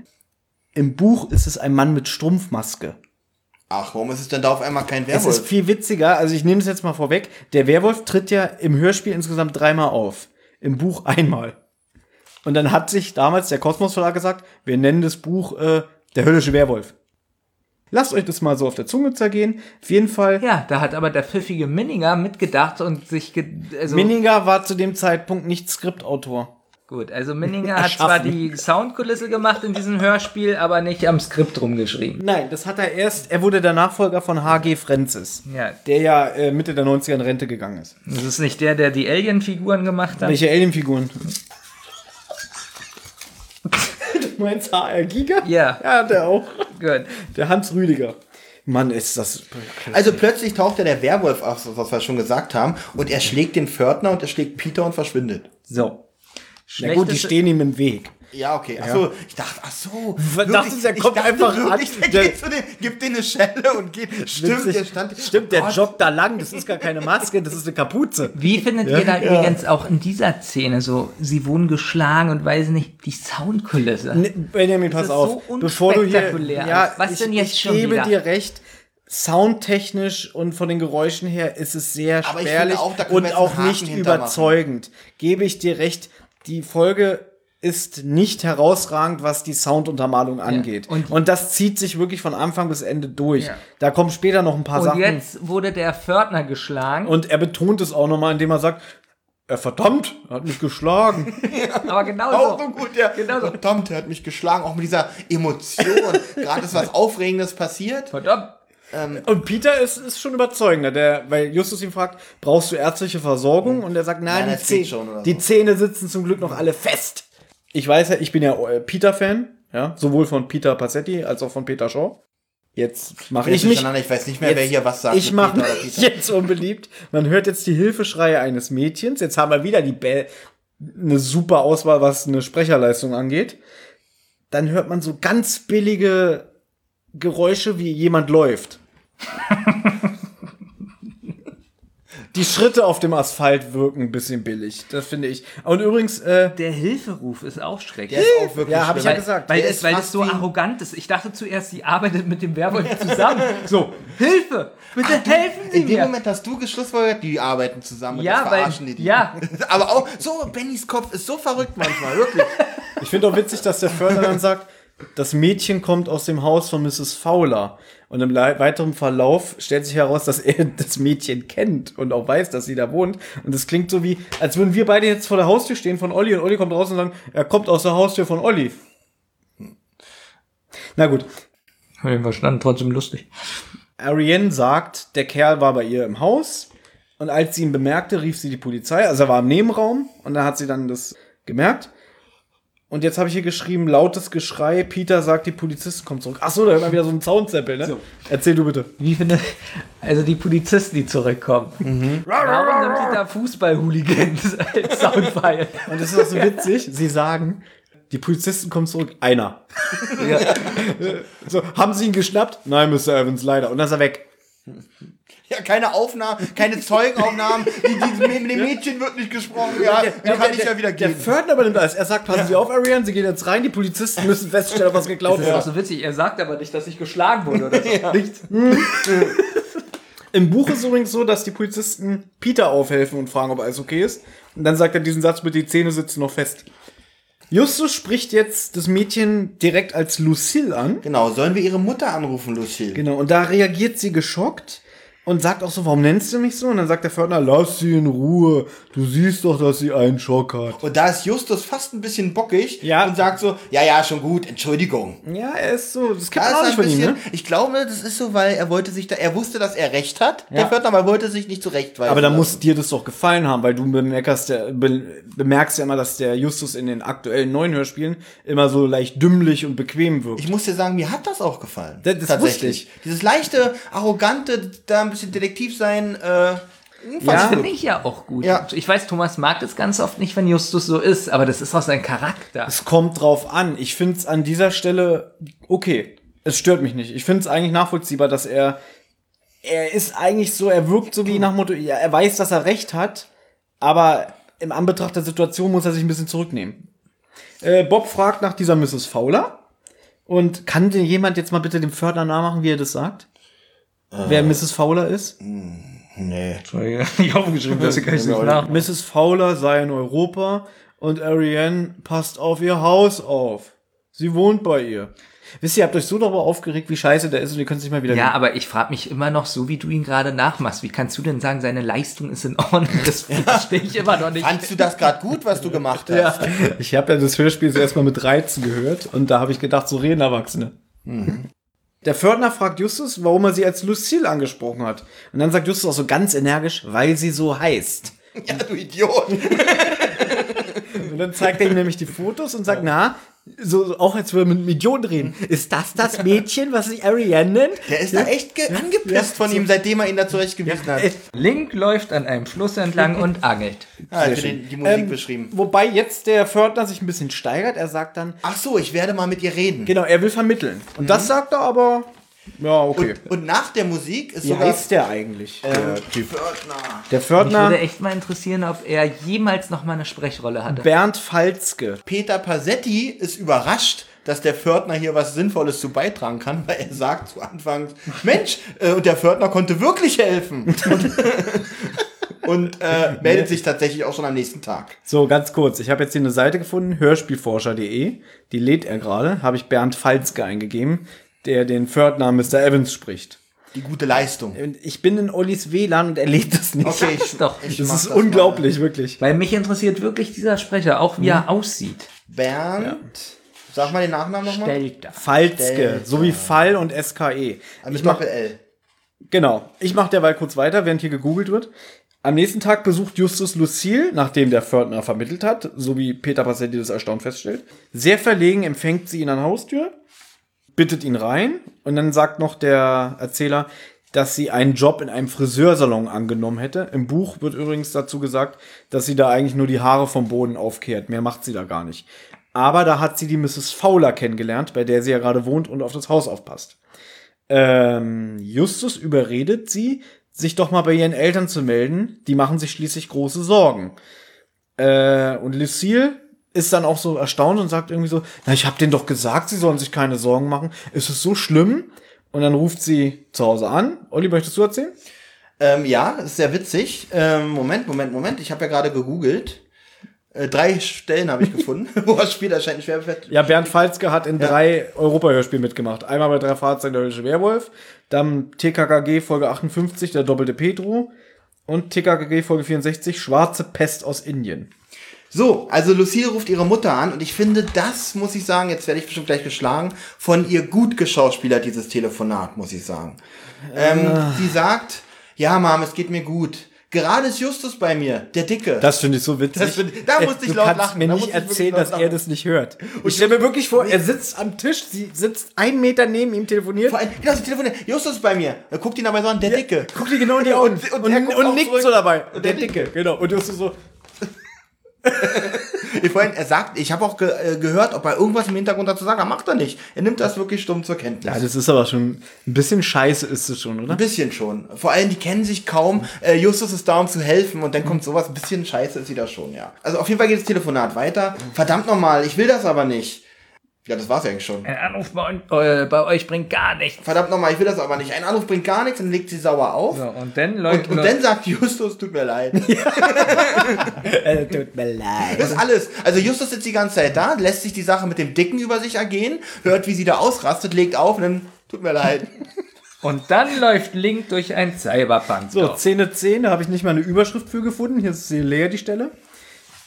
Speaker 3: Im Buch ist es ein Mann mit Strumpfmaske.
Speaker 2: Ach, warum ist es denn da auf einmal kein
Speaker 3: Es ist
Speaker 2: Werwolf?
Speaker 3: viel witziger, also ich nehme es jetzt mal vorweg. Der Werwolf tritt ja im Hörspiel insgesamt dreimal auf. Im Buch einmal. Und dann hat sich damals der Kosmos Verlag gesagt, wir nennen das Buch äh, Der höllische Werwolf. Lasst euch das mal so auf der Zunge zergehen. Auf jeden Fall
Speaker 1: Ja, da hat aber der pfiffige Minninger mitgedacht und sich. Ge also,
Speaker 3: Minninger war zu dem Zeitpunkt nicht Skriptautor.
Speaker 1: gut, also Minninger hat
Speaker 3: Erschaffen.
Speaker 1: zwar die Soundkulisse gemacht in diesem Hörspiel, aber nicht am Skript rumgeschrieben.
Speaker 3: Nein, das hat er erst, er wurde der Nachfolger von HG Francis,
Speaker 1: Ja,
Speaker 3: der ja äh, Mitte der 90er in Rente gegangen ist.
Speaker 1: das ist nicht der, der die Alien-Figuren gemacht hat.
Speaker 3: Welche Alien-Figuren? du meinst HR Giga?
Speaker 1: Ja.
Speaker 3: Ja, der auch.
Speaker 1: Gut.
Speaker 3: Der Hans Rüdiger. Mann, ist das.
Speaker 2: Also plötzlich taucht ja der Werwolf auf, so was wir schon gesagt haben, und er schlägt den Pförtner und er schlägt Peter und verschwindet.
Speaker 3: So. Na gut, die
Speaker 1: Schlechteste-
Speaker 3: stehen ihm im Weg.
Speaker 2: Ja, okay. Ach so, ich dachte, ach so.
Speaker 3: dachtest du, er kommt
Speaker 2: ich dachte
Speaker 3: einfach an?
Speaker 2: wirklich, der,
Speaker 3: Der-
Speaker 2: geht zu dem, gibt denen eine Schelle und geht. Stimmt, der
Speaker 3: Witzig.
Speaker 2: stand. Oh
Speaker 3: Stimmt, der
Speaker 2: Gott,
Speaker 3: joggt da lang. Das ist gar keine Maske, das ist eine Kapuze.
Speaker 1: Wie findet ihr da übrigens auch in dieser Szene so, sie wurden geschlagen und weiß nicht, die Soundkulisse?
Speaker 3: Nee, Benjamin, pass
Speaker 1: ist
Speaker 3: auf.
Speaker 1: so
Speaker 3: bevor du hier,
Speaker 1: unspektakulär.
Speaker 3: ja,
Speaker 1: Was
Speaker 3: ich,
Speaker 1: denn jetzt
Speaker 3: ich
Speaker 1: schon
Speaker 3: gebe
Speaker 1: wieder?
Speaker 3: dir recht. Soundtechnisch und von den Geräuschen her ist es sehr
Speaker 2: Aber ich finde
Speaker 3: spärlich
Speaker 2: auch, da können wir
Speaker 3: und
Speaker 2: jetzt
Speaker 3: auch
Speaker 2: einen Haken
Speaker 3: nicht
Speaker 2: hintermachen.
Speaker 3: überzeugend. Gebe ich dir recht. Die Folge ist nicht herausragend, was die Sounduntermalung angeht. Und,
Speaker 1: Und-
Speaker 3: das zieht sich wirklich von Anfang bis Ende durch. Da kommen später noch ein paar
Speaker 1: Und
Speaker 3: Sachen.
Speaker 1: jetzt wurde der Fördner geschlagen,
Speaker 3: Und er betont es auch nochmal, indem er sagt, er verdammt, er hat mich geschlagen.
Speaker 1: aber genau
Speaker 2: Auch
Speaker 1: so.
Speaker 2: so gut, ja.
Speaker 1: Genau so.
Speaker 2: Verdammt, der hat mich geschlagen, auch mit dieser Emotion. Gerade ist was Aufregendes passiert.
Speaker 1: Verdammt.
Speaker 3: Und Peter ist, ist schon überzeugender, der, weil Justus ihn fragt, brauchst du ärztliche Versorgung? Und er sagt,
Speaker 2: Nein,
Speaker 3: nein, die,
Speaker 2: Hm. das
Speaker 3: Zäh
Speaker 2: geht schon oder
Speaker 3: die
Speaker 2: so.
Speaker 3: Zähne sitzen zum Glück noch alle fest. Ich weiß ja, ich bin ja äh, Peter-Fan, ja, sowohl von Peter Passetti als auch von Peter Shaw. Jetzt mache ich
Speaker 2: Jetzt
Speaker 3: mich.
Speaker 2: durcheinander, ich weiß nicht mehr, wer hier was sagt.
Speaker 3: Ich
Speaker 2: mit
Speaker 3: mache
Speaker 2: Peter oder
Speaker 3: mich
Speaker 2: Peter.
Speaker 3: jetzt unbeliebt. Man hört jetzt die Hilfeschreie eines Mädchens. Jetzt haben wir wieder die Bell eine super Auswahl, was eine Sprecherleistung angeht. Dann hört man so ganz billige Geräusche, wie jemand läuft. die Schritte auf dem Asphalt wirken ein bisschen billig. Das finde ich. Und übrigens, äh,
Speaker 1: Der Hilferuf ist auch schrecklich.
Speaker 2: Der ist auch wirklich
Speaker 3: Ja, hab ich
Speaker 2: schlimm.
Speaker 3: ja gesagt.
Speaker 1: Weil,
Speaker 2: Der
Speaker 1: es,
Speaker 2: ist
Speaker 1: weil
Speaker 2: fast
Speaker 1: es so
Speaker 2: wie-
Speaker 1: arrogant ist. Ich dachte zuerst, sie arbeitet mit dem Werwolf zusammen. So, Hilfe! Bitte helfen Sie
Speaker 2: In dem
Speaker 1: mir!
Speaker 2: Moment hast du geschlussfolgert, die arbeiten zusammen und
Speaker 1: Ja,
Speaker 2: das
Speaker 1: weil-
Speaker 2: verarschen die die.
Speaker 1: ja.
Speaker 2: Aber auch so, Bennys Kopf ist so verrückt manchmal, wirklich.
Speaker 3: Ich finde auch witzig, dass der Förder dann sagt, das Mädchen kommt aus dem Haus von Mrs. Fowler. Und im lei- weiteren Verlauf stellt sich heraus, dass er das Mädchen kennt und auch weiß, dass sie da wohnt. Und es klingt so wie, als würden wir beide jetzt vor der Haustür stehen von Olli und Olli kommt raus und sagt, er kommt aus der Haustür von Olli. Na gut,
Speaker 1: Ich hab den verstanden, trotzdem lustig.
Speaker 3: Ariane sagt, der Kerl war bei ihr im Haus und als sie ihn bemerkte, rief sie die Polizei. Also er war im Nebenraum und da hat sie dann das gemerkt. Und jetzt habe ich hier geschrieben, lautes Geschrei, Peter sagt, die Polizisten kommen zurück. Achso, da hört man wieder so einen Soundsample, ne? Erzähl du bitte.
Speaker 1: Wie finde also die Polizisten, die zurückkommen.
Speaker 2: Mhm.
Speaker 1: Warum nimmt sie da Fußball-Hooligans als Soundfile?
Speaker 3: Und das ist auch so witzig, sie sagen, die Polizisten kommen zurück, einer. so, haben sie ihn geschnappt? Nein, Mr. Evans, leider. Und dann ist er weg.
Speaker 2: Ja, keine Aufnahmen, keine Zeugenaufnahmen. Die, die, mit dem Mädchen wird nicht gesprochen. Ja, dann kann ich ja wieder
Speaker 3: Der
Speaker 2: gehen.
Speaker 3: Fördner übernimmt alles. Er sagt, passen Sie auf, Ariane, Sie gehen jetzt rein, die Polizisten müssen feststellen, ob was geklaut
Speaker 1: Das ist
Speaker 3: ist.
Speaker 1: auch so witzig. Er sagt aber nicht, dass ich geschlagen wurde oder so. Nichts. Hm,
Speaker 3: Im Buch ist übrigens so, dass die Polizisten Peter aufhelfen und fragen, ob alles okay ist. Und dann sagt er diesen Satz mit, die Zähne sitzen noch fest. Justus spricht jetzt das Mädchen direkt als Lucille an.
Speaker 2: Genau, sollen wir ihre Mutter anrufen, Lucille?
Speaker 3: Genau, und da reagiert sie geschockt und sagt auch so, warum nennst du mich so? Und dann sagt der Fördner, lass sie in Ruhe. Du siehst doch, dass sie einen Schock hat.
Speaker 2: Und da ist Justus fast ein bisschen bockig
Speaker 3: Ja.
Speaker 2: und sagt so, ja, ja, schon gut, Entschuldigung.
Speaker 3: Ja, er ist so, das kann
Speaker 2: Da ist
Speaker 3: man auch
Speaker 2: er
Speaker 3: nicht
Speaker 2: ein
Speaker 3: von
Speaker 2: bisschen,
Speaker 3: ihm, ne?
Speaker 2: ich glaube, das ist so, weil er wollte sich da, er wusste, dass er recht hat.
Speaker 3: Ja.
Speaker 2: Der Fördner aber wollte sich nicht zurechtweisen.
Speaker 3: Aber da
Speaker 2: lassen.
Speaker 3: muss dir das doch gefallen haben, weil du bemeckerst ja, be, bemerkst ja immer, dass der Justus in den aktuellen neuen Hörspielen immer so leicht dümmlich und bequem wirkt.
Speaker 2: Ich muss dir sagen, mir hat das auch gefallen.
Speaker 3: Das- das wusste
Speaker 2: Dieses leichte, arrogante, da ein bisschen Detektiv sein, äh,
Speaker 1: Das
Speaker 3: Ja.
Speaker 1: finde ich ja auch gut.
Speaker 2: Ja.
Speaker 1: Ich weiß, Thomas mag das ganz oft nicht, wenn Justus so ist, aber das ist auch sein Charakter.
Speaker 3: Es kommt drauf an. Ich finde es an dieser Stelle okay. Es stört mich nicht. Ich finde es eigentlich nachvollziehbar, dass er. Er ist eigentlich so, er wirkt so wie nach Motto, ja, er weiß, dass er recht hat, aber im Anbetracht der Situation muss er sich ein bisschen zurücknehmen. Äh, Bob fragt nach dieser Mrs. Fowler. Und kann denn jemand jetzt mal bitte dem Fördner nachmachen, wie er das sagt? Wer Mrs. Fowler ist?
Speaker 2: Nee.
Speaker 1: Ich habe geschrieben, dass ich
Speaker 3: Genau.
Speaker 1: nicht nach.
Speaker 3: Mrs. Fowler sei in Europa und Ariane passt auf ihr Haus auf. Sie wohnt bei ihr. Wisst ihr, ihr habt euch so darüber aufgeregt, wie scheiße der ist und ihr könnt es nicht mal wieder.
Speaker 1: Ja, aber ich frage mich immer noch, so wie du ihn gerade nachmachst, wie kannst du denn sagen, seine Leistung ist in Ordnung? Das verstehe ich immer noch nicht.
Speaker 2: Fandst du das gerade gut, was du gemacht hast? Ja.
Speaker 3: ich habe ja das Hörspiel so erstmal mit 13 gehört und da habe ich gedacht, so reden Erwachsene. Mhm. Der Fördner fragt Justus, warum er sie als Lucille angesprochen hat. Und dann sagt Justus auch so ganz energisch, weil sie so heißt.
Speaker 2: du Idiot.
Speaker 3: Und dann zeigt er ihm nämlich die Fotos und sagt, na, so so auch als würde man mit einem Idioten reden. Ist das das Mädchen, was sich Ariane nennt?
Speaker 2: Der ist da echt ge- angepisst von ihm, seitdem er ihn da zurechtgewiesen hat.
Speaker 3: Äh,
Speaker 1: Link läuft an einem Fluss entlang und angelt.
Speaker 2: Ah, hat die, die Musik
Speaker 3: Ähm,
Speaker 2: beschrieben.
Speaker 3: Wobei jetzt der Fördner sich ein bisschen steigert. Er sagt dann,
Speaker 2: Ach so, ich werde mal mit ihr reden.
Speaker 3: genau, er will vermitteln. Und das sagt er aber, Mhm. ja, okay.
Speaker 2: Und, und nach der Musik ist
Speaker 3: Wie
Speaker 2: sogar
Speaker 3: heißt der eigentlich? der Typ.
Speaker 2: Fördner.
Speaker 3: Der
Speaker 1: Mich würde
Speaker 3: Fördner
Speaker 1: echt mal interessieren, ob er jemals noch mal eine Sprechrolle hatte.
Speaker 3: Bernd Falzke.
Speaker 2: Peter Passetti ist überrascht, dass der Fördner hier was Sinnvolles zu beitragen kann, weil er sagt zu Anfang, Mensch, äh, und der Fördner konnte wirklich helfen. Und, und äh, meldet sich tatsächlich auch schon am nächsten Tag.
Speaker 3: So, ganz kurz. Ich habe jetzt hier eine Seite gefunden, hörspielforscher.de. Die lädt er gerade. Habe ich Bernd Falzke eingegeben, der den Fördner Mr. Evans spricht.
Speaker 2: Die gute Leistung.
Speaker 3: Und ich bin in Ollis WLAN und er lädt das nicht.
Speaker 2: Okay,
Speaker 1: Sag's doch.
Speaker 3: Das
Speaker 2: mach
Speaker 3: ist
Speaker 2: mal.
Speaker 3: unglaublich, wirklich.
Speaker 1: Weil mich interessiert wirklich dieser Sprecher, auch wie er aussieht.
Speaker 2: Bernd, sag mal den Nachnamen nochmal.
Speaker 1: Delta.
Speaker 3: Falzke, so wie Fall und E. SKE.
Speaker 2: Mit
Speaker 3: Ich mach,
Speaker 2: Doppel-L.
Speaker 3: genau. Ich mache derweil kurz weiter, während hier gegoogelt wird. Am nächsten Tag besucht Justus Lucille, nachdem der Fördner vermittelt hat, so wie Peter Passetti das erstaunt feststellt. Sehr verlegen empfängt sie ihn an der Haustür, bittet ihn rein und dann sagt noch der Erzähler, dass sie einen Job in einem Friseursalon angenommen hätte. Im Buch wird übrigens dazu gesagt, dass sie da eigentlich nur die Haare vom Boden aufkehrt. Mehr macht sie da gar nicht. Aber da hat sie die Mrs. Fowler kennengelernt, bei der sie ja gerade wohnt und auf das Haus aufpasst. Ähm, Justus überredet sie, sich doch mal bei ihren Eltern zu melden. Die machen sich schließlich große Sorgen. Äh, und Lucille ist dann auch so erstaunt und sagt irgendwie so, na, ich hab denen doch gesagt, sie sollen sich keine Sorgen machen. Ist es so schlimm? Und dann ruft sie zu Hause an. Olli, möchtest du erzählen?
Speaker 2: Ähm, ja, ist sehr witzig. Ähm, Moment, Moment, Moment. Ich habe ja gerade gegoogelt. Äh, drei Stellen habe ich gefunden, wo er spielt. Anscheinend schwerfällt.
Speaker 3: Ja, Bernd Falzke hat in drei Europa-Hörspielen mitgemacht. Einmal bei drei Fahrzeugen der Höllische Werwolf, dann TKKG Folge 58, der doppelte Pedro und TKKG Folge 64, Schwarze Pest aus Indien.
Speaker 2: So, also Lucille ruft ihre Mutter an und ich finde, das muss ich sagen, jetzt werde ich bestimmt gleich geschlagen, von ihr gut geschauspielert, dieses Telefonat, muss ich sagen. Ähm, Sie sagt, ja, Mom, es geht mir gut. Gerade ist Justus bei mir, der Dicke.
Speaker 3: Das finde ich so witzig.
Speaker 2: Das find- da musste ich
Speaker 3: du
Speaker 2: laut
Speaker 3: kannst
Speaker 2: lachen,
Speaker 3: mir
Speaker 2: da
Speaker 3: nicht
Speaker 2: musste ich wirklich
Speaker 3: erzählen,
Speaker 2: laut
Speaker 3: dass er
Speaker 2: lachen.
Speaker 3: das nicht hört. Ich stelle mir wirklich vor, er sitzt am Tisch, sie sitzt einen Meter neben ihm, telefoniert,
Speaker 2: Vor allem, genau, sie telefoniert. Justus ist bei mir. Er guckt ihn dabei so an, der Dicke.
Speaker 3: guckt dir genau in die Augen
Speaker 2: Und-
Speaker 3: und,
Speaker 2: und
Speaker 3: und,
Speaker 2: er guckt auch
Speaker 3: nickt
Speaker 2: zurück.
Speaker 3: so dabei.
Speaker 2: Und
Speaker 3: der
Speaker 2: er nickt.
Speaker 3: Dicke, genau. Und du hast so,
Speaker 2: Ich vorhin, er sagt, ich habe auch ge äh, gehört, ob er irgendwas im Hintergrund dazu sagt, aber macht er nicht. Er nimmt das wirklich stumm zur Kenntnis.
Speaker 3: ja, Ah, das ist aber schon, ein bisschen scheiße ist es schon, oder?
Speaker 2: Ein bisschen schon. Vor allem, die kennen sich kaum. Äh, Justus ist da, um zu helfen. Und dann kommt sowas. Ein bisschen scheiße ist sie da schon, ja. Also auf jeden Fall geht das Telefonat weiter. Verdammt nochmal, ich will das aber nicht. Ja, das war's ja eigentlich schon.
Speaker 1: Ein Anruf bei, un- äh, bei euch bringt gar nichts.
Speaker 2: Verdammt nochmal, ich will das aber nicht. Ein Anruf bringt gar nichts und legt sie sauer auf.
Speaker 1: So, und dann
Speaker 2: Und,
Speaker 1: läuft
Speaker 3: genau.
Speaker 2: und dann sagt Justus, tut mir leid.
Speaker 3: Äh, tut mir leid.
Speaker 2: Das ist alles. Also Justus sitzt die ganze Zeit da, lässt sich die Sache mit dem Dicken über sich ergehen, hört, wie sie da ausrastet, legt auf und dann, tut mir leid.
Speaker 1: Und dann läuft Link durch ein Cyberpunk.
Speaker 3: So, Szene 10, da habe ich nicht mal eine Überschrift für gefunden. Hier ist sie leer, die Stelle.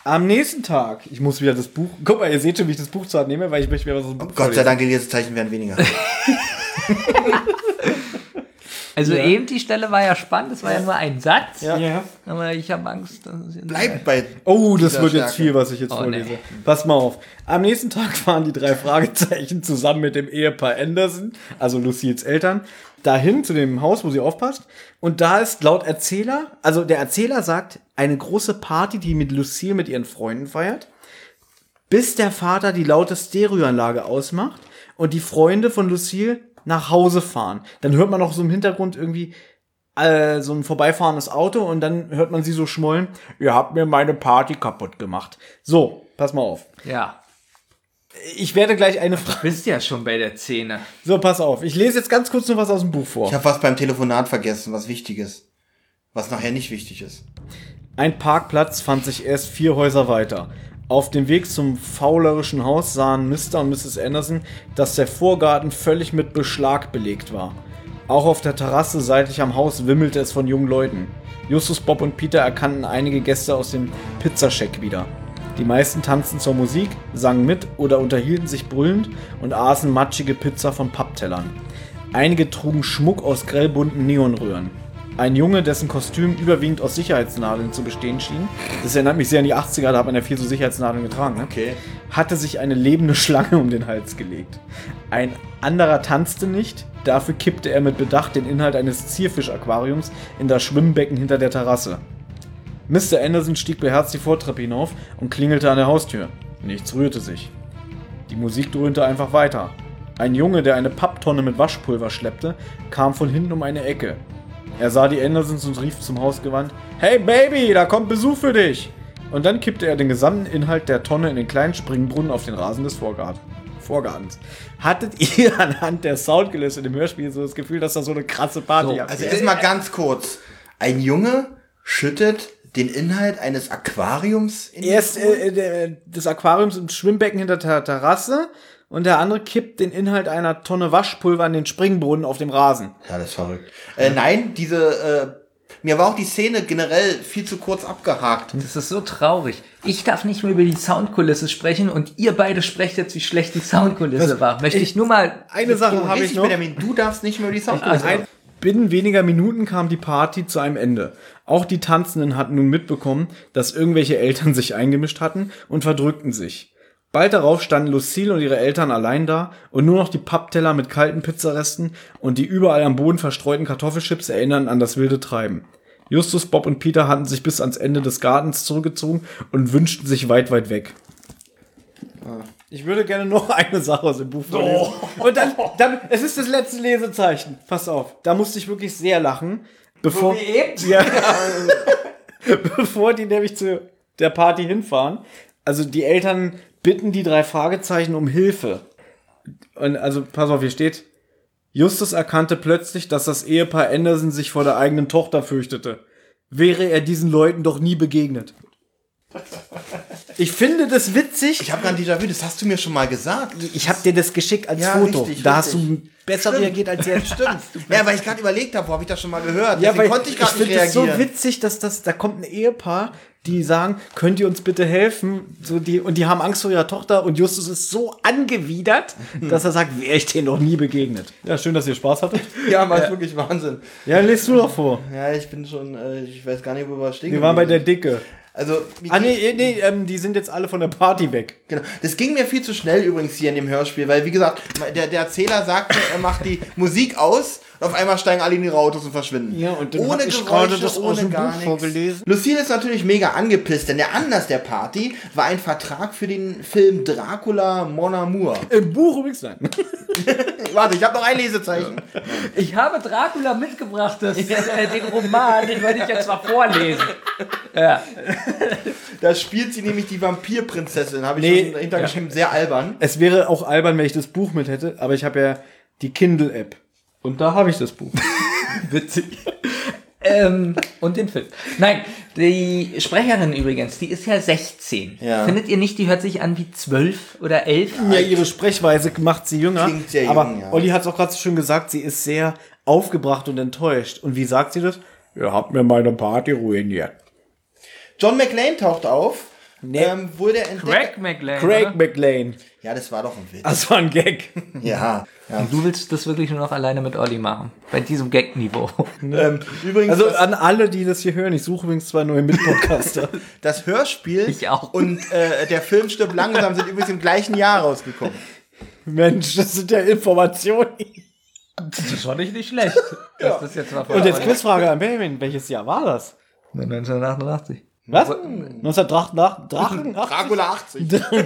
Speaker 3: Am nächsten Tag, ich muss wieder das Buch, guck mal, ihr seht schon, wie ich das Buch zu nehme, weil ich
Speaker 2: Oh
Speaker 3: möchte mir was aus dem Buch
Speaker 2: Gott sei
Speaker 3: vorlesen.
Speaker 2: Dank, die Lesezeichen werden weniger.
Speaker 1: Also
Speaker 3: Ja.
Speaker 1: eben die Stelle war ja spannend, es war ja nur ein Satz.
Speaker 3: Ja.
Speaker 1: Aber ich habe Angst, dass es jetzt
Speaker 2: Bleibt bei.
Speaker 3: Oh, das
Speaker 2: Dieser
Speaker 3: wird jetzt
Speaker 2: Stärke.
Speaker 3: viel, was ich jetzt
Speaker 1: Oh,
Speaker 3: vorlese.
Speaker 1: nee.
Speaker 3: Pass mal auf. Am nächsten Tag fahren die drei Fragezeichen zusammen mit dem Ehepaar Anderson, also Lucils Eltern, dahin zu dem Haus, wo sie aufpasst. Und da ist laut Erzähler, also der Erzähler sagt, eine große Party, die mit Lucille mit ihren Freunden feiert, bis der Vater die laute Stereoanlage ausmacht und die Freunde von Lucille nach Hause fahren. Dann hört man auch so im Hintergrund irgendwie, äh, so ein vorbeifahrendes Auto und dann hört man sie so schmollen, ihr habt mir meine Party kaputt gemacht. So, pass mal auf.
Speaker 1: Ja.
Speaker 3: Ich werde gleich eine Frage.
Speaker 1: Bist ja schon bei der Szene.
Speaker 3: So, pass auf. Ich lese jetzt ganz kurz nur was aus dem Buch vor.
Speaker 2: Ich habe was beim Telefonat vergessen, was Wichtiges. Was nachher nicht wichtig ist.
Speaker 3: Ein Parkplatz fand sich erst vier Häuser weiter. Auf dem Weg zum faulerischen Haus sahen Mr. und Mrs. Anderson, dass der Vorgarten völlig mit Beschlag belegt war. Auch auf der Terrasse seitlich am Haus wimmelte es von jungen Leuten. Justus, Bob und Peter erkannten einige Gäste aus dem Pizzascheck wieder. Die meisten tanzten zur Musik, sangen mit oder unterhielten sich brüllend und aßen matschige Pizza von Papptellern. Einige trugen Schmuck aus grellbunten Neonröhren. Ein Junge, dessen Kostüm überwiegend aus Sicherheitsnadeln zu bestehen schien, das erinnert mich sehr an die 80er, da hat man ja viel so Sicherheitsnadeln getragen, ne?
Speaker 2: Okay.
Speaker 3: hatte sich eine lebende Schlange um den Hals gelegt. Ein anderer tanzte nicht, dafür kippte er mit Bedacht den Inhalt eines Zierfischaquariums in das Schwimmbecken hinter der Terrasse. Mr. Anderson stieg beherzt die Vortreppe hinauf und klingelte an der Haustür. Nichts rührte sich. Die Musik dröhnte einfach weiter. Ein Junge, der eine Papptonne mit Waschpulver schleppte, kam von hinten um eine Ecke. Er sah die Andersons und rief zum Haus gewandt: Hey Baby, da kommt Besuch für dich! Und dann kippte er den gesamten Inhalt der Tonne in den kleinen Springbrunnen auf den Rasen des Vorgarten- Vorgartens. Hattet ihr anhand der Soundgelöste im Hörspiel so das Gefühl, dass da so eine krasse Party
Speaker 1: So,
Speaker 2: Also
Speaker 3: abgeht?
Speaker 2: erstmal ganz kurz. Ein Junge schüttet den Inhalt eines Aquariums in
Speaker 3: Erst äh, äh, des Aquariums im Schwimmbecken hinter der Terrasse und der andere kippt den Inhalt einer Tonne Waschpulver in den Springbrunnen auf dem Rasen.
Speaker 2: Ja, das ist verrückt. Äh, nein, diese, äh, mir war auch die Szene generell viel zu kurz abgehakt.
Speaker 3: Hm.
Speaker 1: Das ist so traurig. Ich darf nicht mehr über die Soundkulisse sprechen und ihr beide sprecht jetzt, wie schlecht die Soundkulisse war. Möchte ich nur mal.
Speaker 3: Eine Sache habe ich
Speaker 2: Richtig,
Speaker 3: noch.
Speaker 2: Benjamin, du darfst nicht mehr über die Soundkulisse.
Speaker 3: Ein, binnen weniger Minuten kam die Party zu einem Ende. Auch die Tanzenden hatten nun mitbekommen, dass irgendwelche Eltern sich eingemischt hatten und verdrückten sich. Bald darauf standen Lucille und ihre Eltern allein da und nur noch die Pappteller mit kalten Pizzaresten und die überall am Boden verstreuten Kartoffelchips erinnern an das wilde Treiben. Justus, Bob und Peter hatten sich bis ans Ende des Gartens zurückgezogen und wünschten sich weit, weit weg. Ich würde gerne noch eine Sache aus dem Buch vorlesen. Und dann, dann, es ist das letzte Lesezeichen. Pass auf, da musste ich wirklich sehr lachen. Bevor, ja, bevor die nämlich zu der Party hinfahren. Also die Eltern bitten die drei Fragezeichen um Hilfe. Und also, pass auf, hier steht. Justus erkannte plötzlich, dass das Ehepaar Anderson sich vor der eigenen Tochter fürchtete. Wäre er diesen Leuten doch nie begegnet. Ich finde das witzig.
Speaker 2: Ich habe gerade Déjà-vu, das hast du mir schon mal gesagt.
Speaker 3: Ich habe dir das geschickt als
Speaker 2: Ja,
Speaker 3: Foto.
Speaker 2: richtig,
Speaker 3: da hast
Speaker 2: richtig.
Speaker 3: du besser reagiert als jetzt. Stimmt.
Speaker 2: Ja, weil ich gerade überlegt habe, wo habe ich das schon mal gehört?
Speaker 3: Ja,
Speaker 2: Deswegen
Speaker 3: weil
Speaker 2: konnte ich
Speaker 3: ich
Speaker 2: gerade nicht
Speaker 3: finde es
Speaker 2: reagieren.
Speaker 3: so witzig, dass das da kommt ein Ehepaar, die sagen, könnt ihr uns bitte helfen? So die und die haben Angst vor ihrer Tochter und Justus ist so angewidert, dass er sagt, wäre ich denen noch nie begegnet. Ja, schön, dass ihr Spaß hattet.
Speaker 2: Ja, war wirklich Wahnsinn.
Speaker 3: Ja, genau. lest du doch vor.
Speaker 2: Ja, ich bin schon, äh, ich weiß gar nicht, wo wir stehen.
Speaker 3: Wir waren bei der
Speaker 2: geblieben
Speaker 3: Dicke.
Speaker 2: sind. Also, wie
Speaker 3: Ah nee, nee, ähm, die sind jetzt alle von der Party weg.
Speaker 2: Genau. Das ging mir viel zu schnell übrigens hier in dem Hörspiel, weil wie gesagt, der, der Erzähler sagt, mir, er macht die Musik aus und auf einmal steigen alle in ihre Autos und verschwinden.
Speaker 3: Ja, und dann hab
Speaker 2: ohne
Speaker 3: ich
Speaker 2: Geräusche,
Speaker 3: gerade das aus
Speaker 2: ohne
Speaker 3: dem
Speaker 2: gar
Speaker 3: Buch
Speaker 2: nichts.
Speaker 3: vorgelesen.
Speaker 2: Lucille ist natürlich mega angepisst, denn der Anlass der Party war ein Vertrag für den Film Dracula Mon Amour.
Speaker 3: Im Buch übrigens nein.
Speaker 2: Warte, ich habe noch ein Lesezeichen.
Speaker 1: Ich habe Dracula mitgebracht, das, äh, den Roman, den wollte ich jetzt mal vorlesen.
Speaker 2: Da spielt sie nämlich die Vampirprinzessin, habe ich
Speaker 3: Nee.
Speaker 2: schon dahinter geschrieben, sehr albern.
Speaker 3: Es wäre auch albern, wenn ich das Buch mit hätte, aber ich habe ja die Kindle-App. Und da habe ich das Buch.
Speaker 1: Witzig. ähm, und den Film. Nein, die Sprecherin übrigens, die ist ja 16.
Speaker 2: Ja.
Speaker 1: Findet ihr nicht, die hört sich an wie 12 oder 11?
Speaker 3: Ja, ihre Sprechweise macht sie jünger.
Speaker 2: Klingt sehr jung,
Speaker 3: aber
Speaker 2: ja.
Speaker 3: Olli hat es auch gerade so schön gesagt, sie ist sehr aufgebracht und enttäuscht. Und wie sagt sie das? Ihr habt mir meine Party ruiniert.
Speaker 2: John McLean taucht auf
Speaker 3: Nee.
Speaker 2: ähm, wurde entdeckt.
Speaker 1: Craig McLean.
Speaker 3: Craig
Speaker 1: oder?
Speaker 3: McLean.
Speaker 2: Ja, das war doch ein Witz.
Speaker 3: Das war ein Gag.
Speaker 2: Ja. ja.
Speaker 1: Du willst das wirklich nur noch alleine mit Olli machen. Bei diesem Gag-Niveau.
Speaker 2: Ähm, übrigens,
Speaker 3: Also
Speaker 2: das-
Speaker 3: an alle, die das hier hören, ich suche übrigens zwei neue Mitpodcaster.
Speaker 2: das Hörspiel
Speaker 1: Ich auch.
Speaker 2: und äh, der Film Stirb langsam sind übrigens im gleichen Jahr rausgekommen.
Speaker 3: Mensch, das sind ja Informationen.
Speaker 1: Das ist schon nicht, nicht schlecht. Das ist jetzt mal
Speaker 3: Und jetzt Quizfrage an Benjamin, welches Jahr war das?
Speaker 1: 1988.
Speaker 3: Was? 1988?
Speaker 2: Dracula 80. 19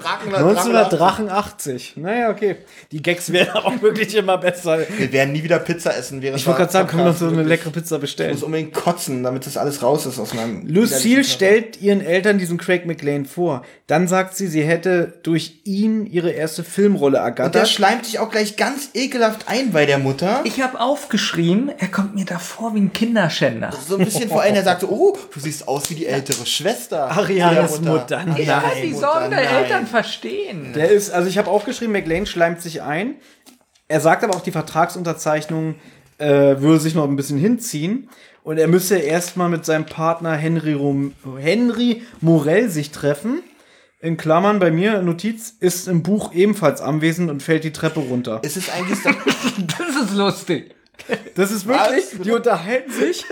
Speaker 2: Dracula,
Speaker 3: 1988. Naja, okay. Die Gags werden auch wirklich immer besser.
Speaker 2: Wir werden nie wieder Pizza essen, während
Speaker 3: Ich wollte gerade sagen, können wir noch so eine leckere Pizza
Speaker 2: Ich
Speaker 3: bestellen.
Speaker 2: muss unbedingt kotzen, damit das alles raus ist aus meinem.
Speaker 3: Lucille stellt ihren Eltern diesen Craig McLean vor. Dann sagt sie, sie hätte durch ihn ihre erste Filmrolle
Speaker 2: Und der
Speaker 3: ergattert.
Speaker 2: schleimt dich auch gleich ganz ekelhaft ein bei der Mutter.
Speaker 1: Ich habe aufgeschrieben, er kommt mir davor wie ein Kinderschänder.
Speaker 2: So ein bisschen vor allem, der sagt so, oh, du siehst aus wie die ältere Schwester.
Speaker 3: Arianas
Speaker 2: der
Speaker 3: Mutter.
Speaker 1: Ich
Speaker 3: Nein.
Speaker 1: kann die
Speaker 2: Mutter,
Speaker 1: Sorgen der
Speaker 2: nein.
Speaker 1: Eltern verstehen.
Speaker 3: Der ist, also ich habe aufgeschrieben, McLean schleimt sich ein. Er sagt aber auch, die Vertragsunterzeichnung äh, würde sich noch ein bisschen hinziehen. Und er müsse erstmal mit seinem Partner Henry, Rom Henry Morell sich treffen. In Klammern bei mir, Notiz, ist im Buch ebenfalls anwesend und fällt die Treppe runter.
Speaker 2: Es ist eigentlich so,
Speaker 1: das ist lustig.
Speaker 3: Das ist wirklich, die unterhalten sich.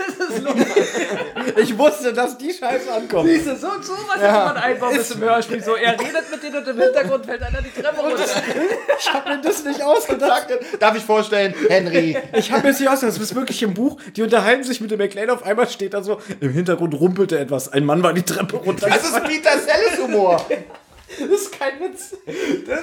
Speaker 3: ich wusste, dass die Scheiße ankommt.
Speaker 1: Diese, so, so was ja. man einfach ist im Hörspiel. So, er redet mit denen und im Hintergrund fällt einer die Treppe runter.
Speaker 3: Ich habe mir das nicht ausgedacht.
Speaker 2: darf ich vorstellen, Henry.
Speaker 3: Ich habe jetzt nicht ausgedacht, das ist wirklich im Buch. Die unterhalten sich mit dem McLean. Auf einmal steht da so, im Hintergrund rumpelte etwas. Ein Mann war die Treppe runter.
Speaker 2: Das ist Peter Sellers Humor.
Speaker 3: Das ist kein Witz.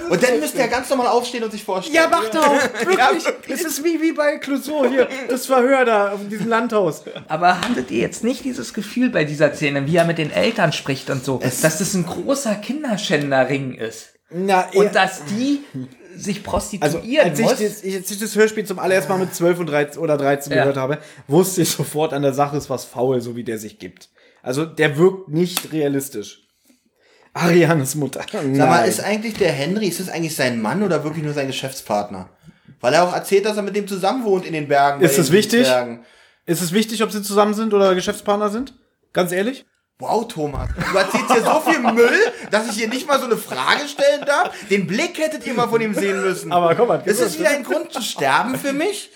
Speaker 2: Und dann müsste er ganz normal aufstehen und sich vorstellen.
Speaker 3: Ja, mach doch! Wirklich! Es ist wie, wie bei Clouseau hier. Das Verhör da auf diesem Landhaus.
Speaker 1: Aber hattet ihr jetzt nicht dieses Gefühl bei dieser Szene, wie er mit den Eltern spricht und so, dass das ein großer Kinderschänderring ist?
Speaker 3: Na,
Speaker 1: Und dass die sich
Speaker 3: Also,
Speaker 1: prostituieren
Speaker 3: als ich,
Speaker 1: muss?
Speaker 3: das, als ich das Hörspiel zum allerersten Mal mit 12 und 13 oder 13
Speaker 1: Ja.
Speaker 3: gehört habe, wusste ich sofort, an der Sache ist was faul, so wie der sich gibt. Also, der wirkt nicht realistisch. Arianes Mutter.
Speaker 2: Sag mal,
Speaker 3: Nein.
Speaker 2: ist eigentlich der Henry, ist das eigentlich sein Mann oder wirklich nur sein Geschäftspartner? Weil er auch erzählt, dass er mit dem zusammen wohnt in den Bergen.
Speaker 3: Ist
Speaker 2: bei
Speaker 3: das
Speaker 2: den
Speaker 3: wichtig?
Speaker 2: Bergen.
Speaker 3: Ist es wichtig, ob sie zusammen sind oder Geschäftspartner sind? Ganz ehrlich?
Speaker 2: Wow, Thomas, du erzählst hier so viel Müll, dass ich hier nicht mal so eine Frage stellen darf. Den Blick hättet ihr mal von ihm sehen müssen.
Speaker 3: Aber komm ne? mal,
Speaker 2: ist es wieder ein Grund zu sterben für mich?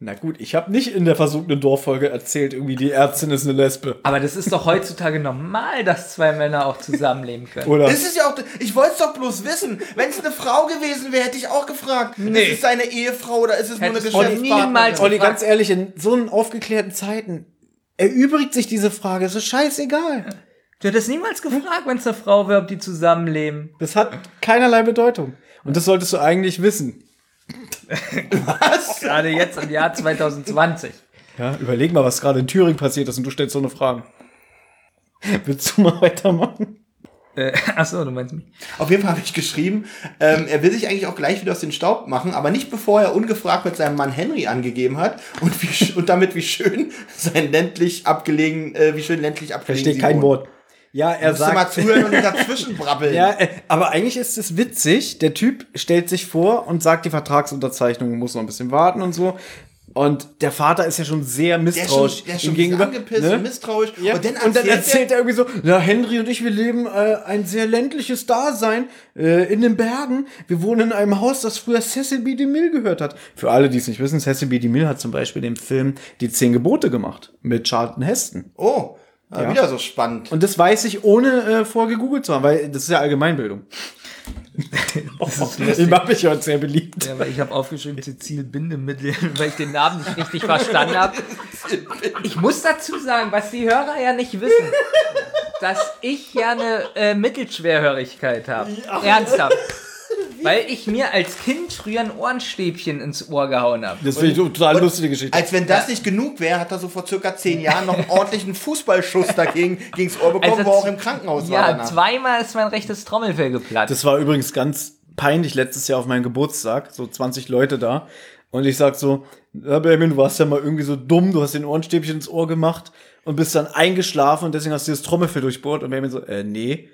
Speaker 3: Na gut, ich habe nicht in der versunkenen Dorffolge erzählt, irgendwie die Ärztin ist eine Lesbe.
Speaker 1: Aber das ist doch heutzutage normal, dass zwei Männer auch zusammenleben können.
Speaker 3: Oder?
Speaker 2: Das ist ja auch, ich wollte es doch bloß wissen. Wenn es eine Frau gewesen wäre, hätte ich auch gefragt. Ist es seine Ehefrau oder ist es nur eine
Speaker 1: Hättest du niemals-
Speaker 2: Geschäftspartnerin?
Speaker 3: Olli, ganz ehrlich, in so einen aufgeklärten Zeiten erübrigt sich diese Frage. Es ist scheißegal.
Speaker 1: Du hättest niemals gefragt, wenn es eine Frau wäre, ob die zusammenleben.
Speaker 3: Das hat keinerlei Bedeutung. Und das solltest du eigentlich wissen.
Speaker 1: Gerade jetzt im Jahr 2020.
Speaker 3: Ja, überleg mal, was gerade in Thüringen passiert ist und du stellst so eine Frage. Willst du mal weitermachen?
Speaker 1: Äh, achso, du meinst mich.
Speaker 2: Auf jeden Fall habe ich geschrieben, ähm, er will sich eigentlich auch gleich wieder aus dem Staub machen, aber nicht bevor er ungefragt mit seinem Mann Henry angegeben hat und, wie, sch- und damit wie schön sein ländlich abgelegen, äh, wie schön ländlich abgelegen.
Speaker 3: Verstehe
Speaker 2: sie
Speaker 3: kein
Speaker 2: wohnen.
Speaker 3: Wort. Ja, er
Speaker 2: Musst du mal zuhören und nicht dazwischen brabbeln.
Speaker 3: Ja, äh, aber eigentlich ist es witzig. Der Typ stellt sich vor und sagt, die Vertragsunterzeichnung muss noch ein bisschen warten und so. Und der Vater ist ja schon sehr
Speaker 2: der ist schon,
Speaker 3: misstrauisch
Speaker 2: der ist
Speaker 3: ihm
Speaker 2: schon gegenüber, angepisst und misstrauisch.
Speaker 3: Ja. Und, dann erzählt er irgendwie so, na, Henry und ich, wir leben äh, ein sehr ländliches Dasein äh, in den Bergen. Wir wohnen in einem Haus, das früher Cecil B. DeMille gehört hat. Für alle, die es nicht wissen, Cecil B. DeMille hat zum Beispiel den Film Die Zehn Gebote gemacht mit Charlton Heston.
Speaker 2: er, oh, äh, wieder so spannend.
Speaker 3: Und das weiß ich, ohne äh, vorher gegoogelt zu haben, weil das ist ja Allgemeinbildung. ich mache mich heute sehr beliebt.
Speaker 1: Ja, weil ich habe aufgeschrieben, Cecil Bindemittel, weil ich den Namen nicht richtig verstanden habe. Ich muss dazu sagen, was die Hörer ja nicht wissen, dass ich ja eine äh, Mittelschwerhörigkeit habe. Ernsthaft. Weil ich mir als Kind früher ein Ohrenstäbchen ins Ohr gehauen habe.
Speaker 3: Das finde ich total lustige Geschichte.
Speaker 2: Als wenn das nicht genug wäre, hat er so vor circa zehn Jahren noch einen ordentlichen Fußballschuss dagegen gegens Ohr bekommen,
Speaker 3: Also
Speaker 2: wo er auch im Krankenhaus war.
Speaker 1: Also Ja,
Speaker 2: danach.
Speaker 1: zweimal ist mein rechtes Trommelfell geplatzt.
Speaker 3: Das war übrigens ganz peinlich letztes Jahr auf meinem Geburtstag, so 20 Leute da. Und ich sag so, ja, Benjamin, du warst ja mal irgendwie so dumm, du hast den Ohrenstäbchen ins Ohr gemacht und bist dann eingeschlafen und deswegen hast du das Trommelfell durchbohrt. Und Benjamin so, äh, nee,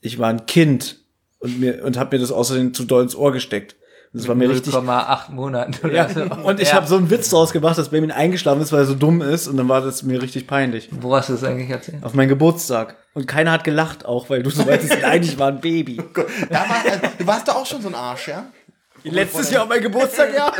Speaker 3: ich war ein Kind und mir und hab mir das außerdem zu doll ins Ohr gesteckt. Und Das war mir richtig.
Speaker 1: 0,8 Monaten.
Speaker 3: Ja.
Speaker 1: Oder so.
Speaker 3: Und ich
Speaker 1: Ja.
Speaker 3: habe so einen Witz draus gemacht, dass Benjamin eingeschlafen ist, weil er so dumm ist. Und dann war das mir richtig peinlich.
Speaker 1: Wo hast du das eigentlich erzählt?
Speaker 3: Auf meinen Geburtstag. Und keiner hat gelacht, auch weil du so meintest, nein, ich war ein Baby.
Speaker 1: Oh
Speaker 2: Da war, äh, du warst da auch schon so ein Arsch, ja?
Speaker 1: oh
Speaker 3: Letztes Jahr auf meinen Geburtstag, ja.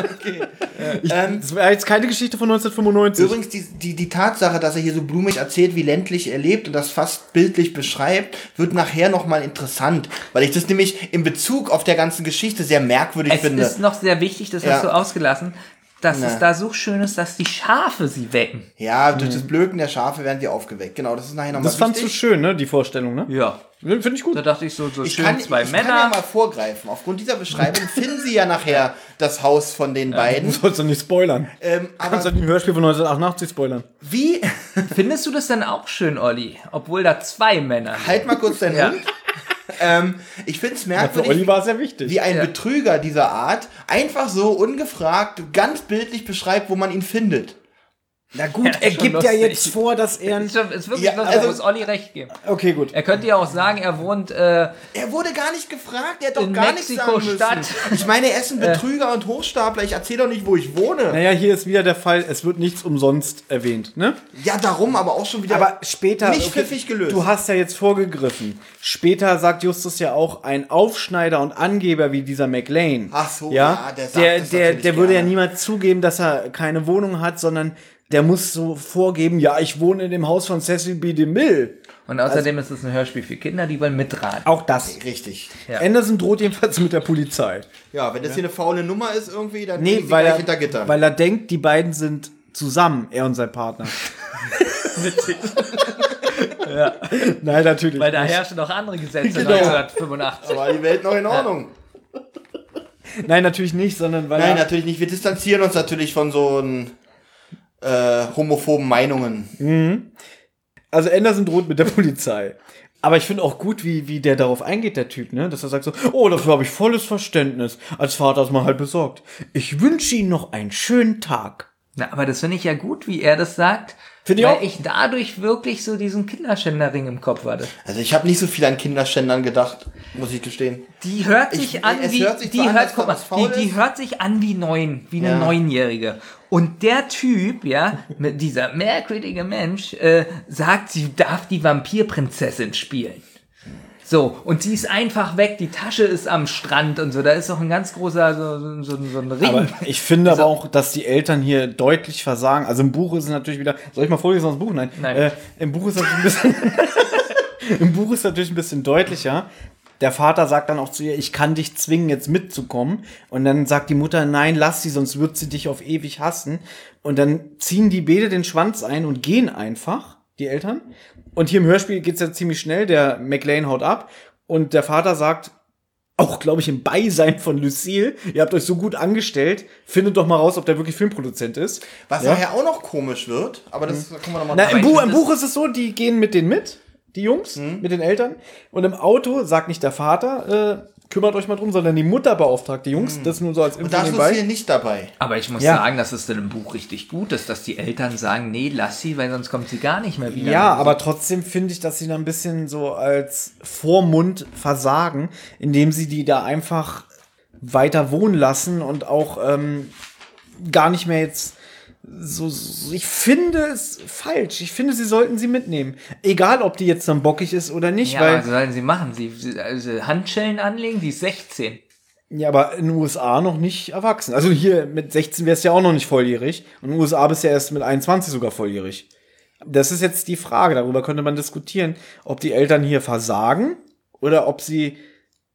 Speaker 3: Ich,
Speaker 1: Ähm,
Speaker 3: das war jetzt keine Geschichte von 1995.
Speaker 2: Übrigens, die, die, die Tatsache, dass er hier so blumig erzählt, wie ländlich er lebt und das fast bildlich beschreibt, wird nachher nochmal interessant, weil ich das nämlich in Bezug auf der ganzen Geschichte sehr merkwürdig
Speaker 1: Es
Speaker 2: finde.
Speaker 1: ist noch sehr wichtig, das hast
Speaker 2: Ja.
Speaker 1: du ausgelassen, dass
Speaker 2: Na.
Speaker 1: es da so schön ist, dass die Schafe sie wecken.
Speaker 2: ja,
Speaker 1: Mhm.
Speaker 2: durch das Blöken der Schafe werden die aufgeweckt. Genau, das ist nachher nochmal
Speaker 3: das fandst du
Speaker 2: wichtig.
Speaker 3: schön, ne? Die Vorstellung, ne?
Speaker 1: Ja.
Speaker 3: Finde ich
Speaker 1: Da
Speaker 3: gut.
Speaker 1: dachte ich so, so
Speaker 2: Ich
Speaker 1: schön
Speaker 2: kann,
Speaker 1: zwei
Speaker 2: ich kann ja
Speaker 1: Männer.
Speaker 2: mal vorgreifen. Aufgrund dieser Beschreibung finden sie ja nachher das Haus von den
Speaker 3: Du
Speaker 2: beiden.
Speaker 3: sollst doch nicht spoilern.
Speaker 1: Äh,
Speaker 2: Ähm,
Speaker 3: Kannst du
Speaker 2: aber
Speaker 3: nicht im Hörspiel von 1988 spoilern?
Speaker 2: wie,
Speaker 1: Findest du das denn auch schön, Olli? Obwohl da zwei Männer.
Speaker 2: halt mal kurz deinen
Speaker 1: Ja.
Speaker 2: Mund. Ähm, ich finde es
Speaker 3: Für
Speaker 2: merkwürdig,
Speaker 3: Olli war es ja wichtig.
Speaker 2: wie ein
Speaker 1: Ja.
Speaker 2: Betrüger dieser Art einfach so ungefragt ganz bildlich beschreibt, wo man ihn findet.
Speaker 3: Na gut,
Speaker 1: er schon gibt ja lustig. jetzt
Speaker 3: vor, dass er...
Speaker 1: Ist schon- ist wirklich
Speaker 2: Ja,
Speaker 1: lustig, da
Speaker 2: also-
Speaker 1: muss Olli recht geben.
Speaker 3: Okay, gut.
Speaker 1: Er könnte ja auch sagen, er wohnt äh,
Speaker 2: Er wurde gar nicht gefragt, er hat doch
Speaker 1: in
Speaker 2: gar nichts sagen müssen.
Speaker 1: Mexiko-Stadt.
Speaker 2: Ich meine, er ist ein Betrüger und Hochstapler, ich erzähle doch nicht, wo ich wohne.
Speaker 3: Naja, hier ist wieder der Fall, es wird nichts umsonst erwähnt, ne?
Speaker 2: Ja, darum, aber auch schon wieder.
Speaker 3: Aber später.
Speaker 2: Nicht pfiffig gelöst.
Speaker 3: Du hast ja jetzt vorgegriffen. Später sagt Justus ja auch, ein Aufschneider und Angeber wie dieser McLean.
Speaker 2: Ach so,
Speaker 3: ja.
Speaker 2: ja, der sagt
Speaker 3: der,
Speaker 2: das
Speaker 3: der,
Speaker 2: natürlich
Speaker 3: der würde ja
Speaker 2: gerne.
Speaker 3: niemals zugeben, dass er keine Wohnung hat, sondern der muss so vorgeben, ja, ich wohne in dem Haus von Cecil B. DeMille.
Speaker 1: Und außerdem ist es ein Hörspiel für Kinder, die wollen mitraten.
Speaker 3: Auch das.
Speaker 2: Richtig.
Speaker 3: Anderson droht jedenfalls mit der Polizei.
Speaker 2: Ja, wenn das hier eine faule Nummer ist irgendwie, dann bin
Speaker 3: Nee,
Speaker 2: ich sie
Speaker 3: weil
Speaker 2: gleich
Speaker 3: er,
Speaker 2: hinter Gittern.
Speaker 3: weil er denkt, die beiden sind zusammen, er und sein Partner. ja. Nein, natürlich.
Speaker 1: Weil da herrschen noch andere Gesetze
Speaker 3: Genau.
Speaker 1: 1985.
Speaker 2: war die Welt noch in Ordnung.
Speaker 3: Nein, natürlich nicht, sondern weil
Speaker 2: Nein,
Speaker 3: er,
Speaker 2: natürlich nicht. Wir distanzieren uns natürlich von so n, äh, homophoben Meinungen.
Speaker 3: Also Anderson droht mit der Polizei. Aber ich finde auch gut, wie, wie der darauf eingeht, der Typ, ne? Dass er sagt so, oh, dafür habe ich volles Verständnis. Als Vater ist man halt besorgt. Ich wünsche Ihnen noch einen schönen Tag.
Speaker 1: Na, aber das finde ich ja gut, wie er das sagt.
Speaker 3: Finde ich
Speaker 1: weil
Speaker 3: auch.
Speaker 1: ich dadurch wirklich so diesen Kinderschänderring im Kopf hatte.
Speaker 2: Also ich habe nicht so viel an Kinderschändern gedacht, muss ich gestehen.
Speaker 1: Die hört
Speaker 2: Ich-
Speaker 1: sich an
Speaker 2: es
Speaker 1: wie
Speaker 2: hört sich
Speaker 1: die
Speaker 2: zwar an,
Speaker 1: hört,
Speaker 2: dass
Speaker 1: guck
Speaker 2: da
Speaker 1: mal,
Speaker 2: was faul
Speaker 1: die, die
Speaker 2: ist.
Speaker 1: hört sich an wie neun, wie eine
Speaker 2: Ja.
Speaker 1: Neunjährige. Und der Typ, ja, mit dieser merkwürdige Mensch, äh, sagt, sie darf die Vampirprinzessin spielen. So, und sie ist einfach weg, die Tasche ist am Strand und so, da ist noch ein ganz großer, so, so, so, so ein Ring.
Speaker 3: Aber ich finde aber auch, dass die Eltern hier deutlich versagen. Also im Buch ist es natürlich wieder. Soll ich mal vorlesen aus dem Buch? Nein.
Speaker 1: Nein.
Speaker 3: Äh, Im Buch ist das ein bisschen. Im Buch ist natürlich ein bisschen deutlicher. Der Vater sagt dann auch zu ihr, ich kann dich zwingen, jetzt mitzukommen. Und dann sagt die Mutter, nein, lass sie, sonst wird sie dich auf ewig hassen. Und dann ziehen die Bede den Schwanz ein und gehen einfach, die Eltern. Und hier im Hörspiel geht's ja ziemlich schnell, der McLean haut ab. Und der Vater sagt, auch, glaube ich, im Beisein von Lucille, ihr habt euch so gut angestellt, findet doch mal raus, ob der wirklich Filmproduzent ist.
Speaker 2: Was
Speaker 3: Ja. Mhm.
Speaker 2: nachher auch noch komisch wird, aber das da kommen wir nochmal
Speaker 3: Na, im,
Speaker 1: ich
Speaker 3: Buch,
Speaker 1: find
Speaker 3: im
Speaker 1: das-
Speaker 3: Buch ist es so, die gehen mit denen mit, die Jungs,
Speaker 2: Mhm.
Speaker 3: mit den Eltern. Und im Auto sagt nicht der Vater, äh, kümmert euch mal drum, sondern die Mutter beauftragt die Jungs. Das nur so als Info
Speaker 2: Mhm. Da ist Lucille
Speaker 3: nebenbei.
Speaker 2: nicht dabei.
Speaker 1: Aber ich muss
Speaker 3: Ja.
Speaker 1: sagen, dass es denn im Buch richtig gut ist, dass die Eltern sagen, nee, lass sie, weil sonst kommt sie gar nicht mehr wieder.
Speaker 3: Ja, aber trotzdem finde ich, dass sie da ein bisschen so als Vormund versagen, indem sie die da einfach weiter wohnen lassen und auch ähm, gar nicht mehr jetzt so, so. Ich finde es falsch. Ich finde, sie sollten sie mitnehmen. Egal, ob die jetzt dann bockig ist oder nicht,
Speaker 1: Ja,
Speaker 3: weil.
Speaker 1: was sollen sie machen? Sie, sie also Handschellen anlegen? Die ist 16.
Speaker 3: Ja, aber in den USA noch nicht erwachsen. Also hier mit 16 wärst du ja auch noch nicht volljährig. Und in den USA bist du ja erst mit 21 sogar volljährig. Das ist jetzt die Frage. Darüber könnte man diskutieren, ob die Eltern hier versagen oder ob sie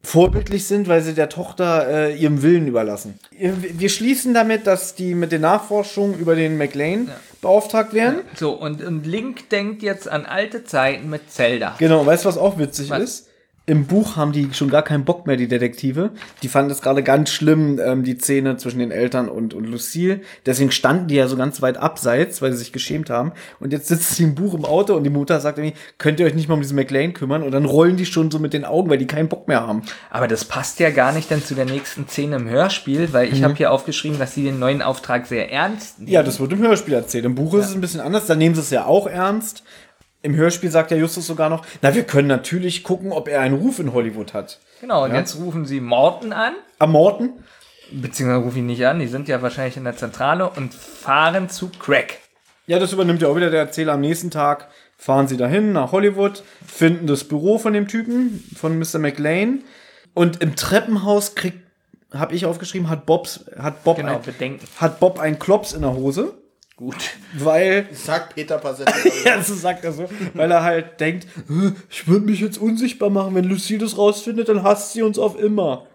Speaker 3: vorbildlich sind, weil sie der Tochter äh, ihrem Willen überlassen. Wir schließen damit, dass die mit den Nachforschungen über den McLean beauftragt werden.
Speaker 1: So, und, und Link denkt jetzt an alte Zeiten mit Zelda.
Speaker 3: Genau, weißt du, was auch witzig
Speaker 1: Was?
Speaker 3: ist? Im Buch haben die schon gar keinen Bock mehr, die Detektive. Die fanden es gerade ganz schlimm, ähm, die Szene zwischen den Eltern und, und Lucille. Deswegen standen die ja so ganz weit abseits, weil sie sich geschämt haben. Und jetzt sitzt sie im Buch im Auto und die Mutter sagt irgendwie, könnt ihr euch nicht mal um diesen McLean kümmern? Und dann rollen die schon so mit den Augen, weil die keinen Bock mehr haben.
Speaker 1: Aber das passt ja gar nicht dann zu der nächsten Szene im Hörspiel, weil ich habe hier aufgeschrieben, dass sie den neuen Auftrag sehr ernst nehmen.
Speaker 3: Ja, das wird im Hörspiel erzählt. Im Buch ist es ein bisschen anders, da nehmen sie es ja auch ernst. Im Hörspiel sagt ja Justus sogar noch, na, wir können natürlich gucken, ob er einen Ruf in Hollywood hat.
Speaker 1: Genau, und jetzt rufen sie Morten an.
Speaker 3: Am Morten?
Speaker 1: beziehungsweise rufe ich nicht an, die sind ja wahrscheinlich in der Zentrale und fahren zu Crack.
Speaker 3: Ja, das übernimmt ja auch wieder der Erzähler am nächsten Tag. Fahren sie dahin nach Hollywood, finden das Büro von dem Typen, von Mr. McLean. Und im Treppenhaus kriegt, habe ich aufgeschrieben, hat, Bobs, hat, Bob
Speaker 1: Genau,
Speaker 3: ein,
Speaker 1: bedenken.
Speaker 3: hat Bob einen Klops in der Hose,
Speaker 1: Gut.
Speaker 3: weil
Speaker 2: Sagt Peter Passetti.
Speaker 3: Ja, das sagt er so, weil er halt denkt, "Äh, ich würde mich jetzt unsichtbar machen, wenn Lucille das rausfindet, dann hasst sie uns auf immer.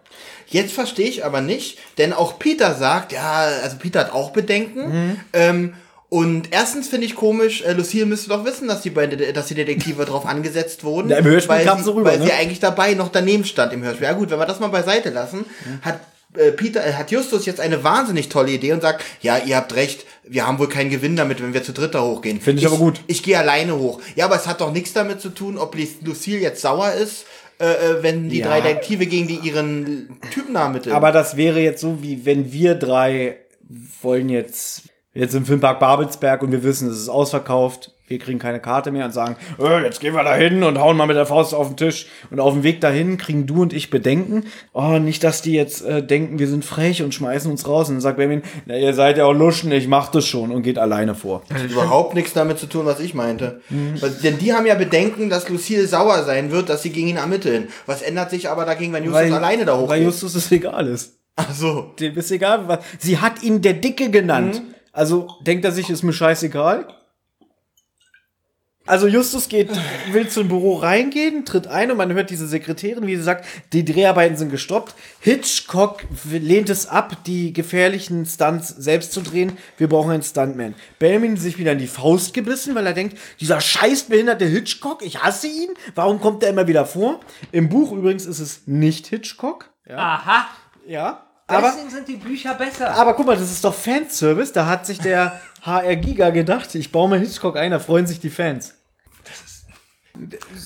Speaker 2: Jetzt verstehe ich aber nicht, denn auch Peter sagt, ja, also Peter hat auch Bedenken. Ähm, und erstens finde ich komisch, äh, Lucille müsste doch wissen, dass die beiden, äh, dass die Detektive drauf angesetzt wurden.
Speaker 3: Ja, im Hörspiel
Speaker 2: weil
Speaker 3: kam's
Speaker 2: sie,
Speaker 3: so rüber,
Speaker 2: Weil
Speaker 3: ne?
Speaker 2: sie eigentlich dabei noch daneben stand im Hörspiel. Ja gut, wenn wir das mal beiseite lassen, hat äh, Peter, äh, hat Justus jetzt eine wahnsinnig tolle Idee und sagt, ja, ihr habt recht, wir haben wohl keinen Gewinn damit, wenn wir zu dritter hochgehen.
Speaker 3: Finde ich aber gut.
Speaker 2: Ich gehe alleine hoch. Ja, aber es hat doch nichts damit zu tun, ob Lucille jetzt sauer ist, äh, äh, wenn die
Speaker 3: Ja.
Speaker 2: drei Detektive gegen die ihren Typen ermitteln.
Speaker 3: Aber das wäre jetzt so, wie wenn wir drei wollen jetzt, jetzt im Filmpark Babelsberg und wir wissen, es ist ausverkauft, wir kriegen keine Karte mehr und sagen, äh, jetzt gehen wir da hin und hauen mal mit der Faust auf den Tisch. Und auf dem Weg dahin kriegen du und ich Bedenken. Oh, nicht, dass die jetzt äh, denken, wir sind frech und schmeißen uns raus. Und dann sagt Benjamin, na, ihr seid ja auch Luschen, ich mach das schon und geht alleine vor.
Speaker 2: überhaupt nichts damit zu tun, was ich meinte.
Speaker 3: Mhm.
Speaker 2: Was, denn die haben ja Bedenken, dass Lucille sauer sein wird, dass sie gegen ihn ermitteln. Was ändert sich aber dagegen, wenn Justus alleine da
Speaker 3: Weil
Speaker 2: hochgeht?
Speaker 3: Justus es egal ist.
Speaker 2: Ach so.
Speaker 3: Dem ist egal, was. Sie hat ihn der Dicke genannt. Also denkt er sich, ist mir scheißegal. Also Justus geht, will zum Büro reingehen, tritt ein und man hört diese Sekretärin, wie sie sagt, die Dreharbeiten sind gestoppt. Hitchcock w- lehnt es ab, die gefährlichen Stunts selbst zu drehen. Wir brauchen einen Stuntman. Belmin sich wieder in die Faust gebissen, weil er denkt, dieser scheißbehinderte Hitchcock, ich hasse ihn. Warum kommt er immer wieder vor? Im Buch übrigens ist es nicht Hitchcock.
Speaker 1: Aha,
Speaker 3: Ja. Aber
Speaker 1: deswegen sind die Bücher besser.
Speaker 3: aber guck mal, das ist doch Fanservice. Da hat sich der HR Giga gedacht, ich baue mal Hitchcock ein, da freuen sich die Fans.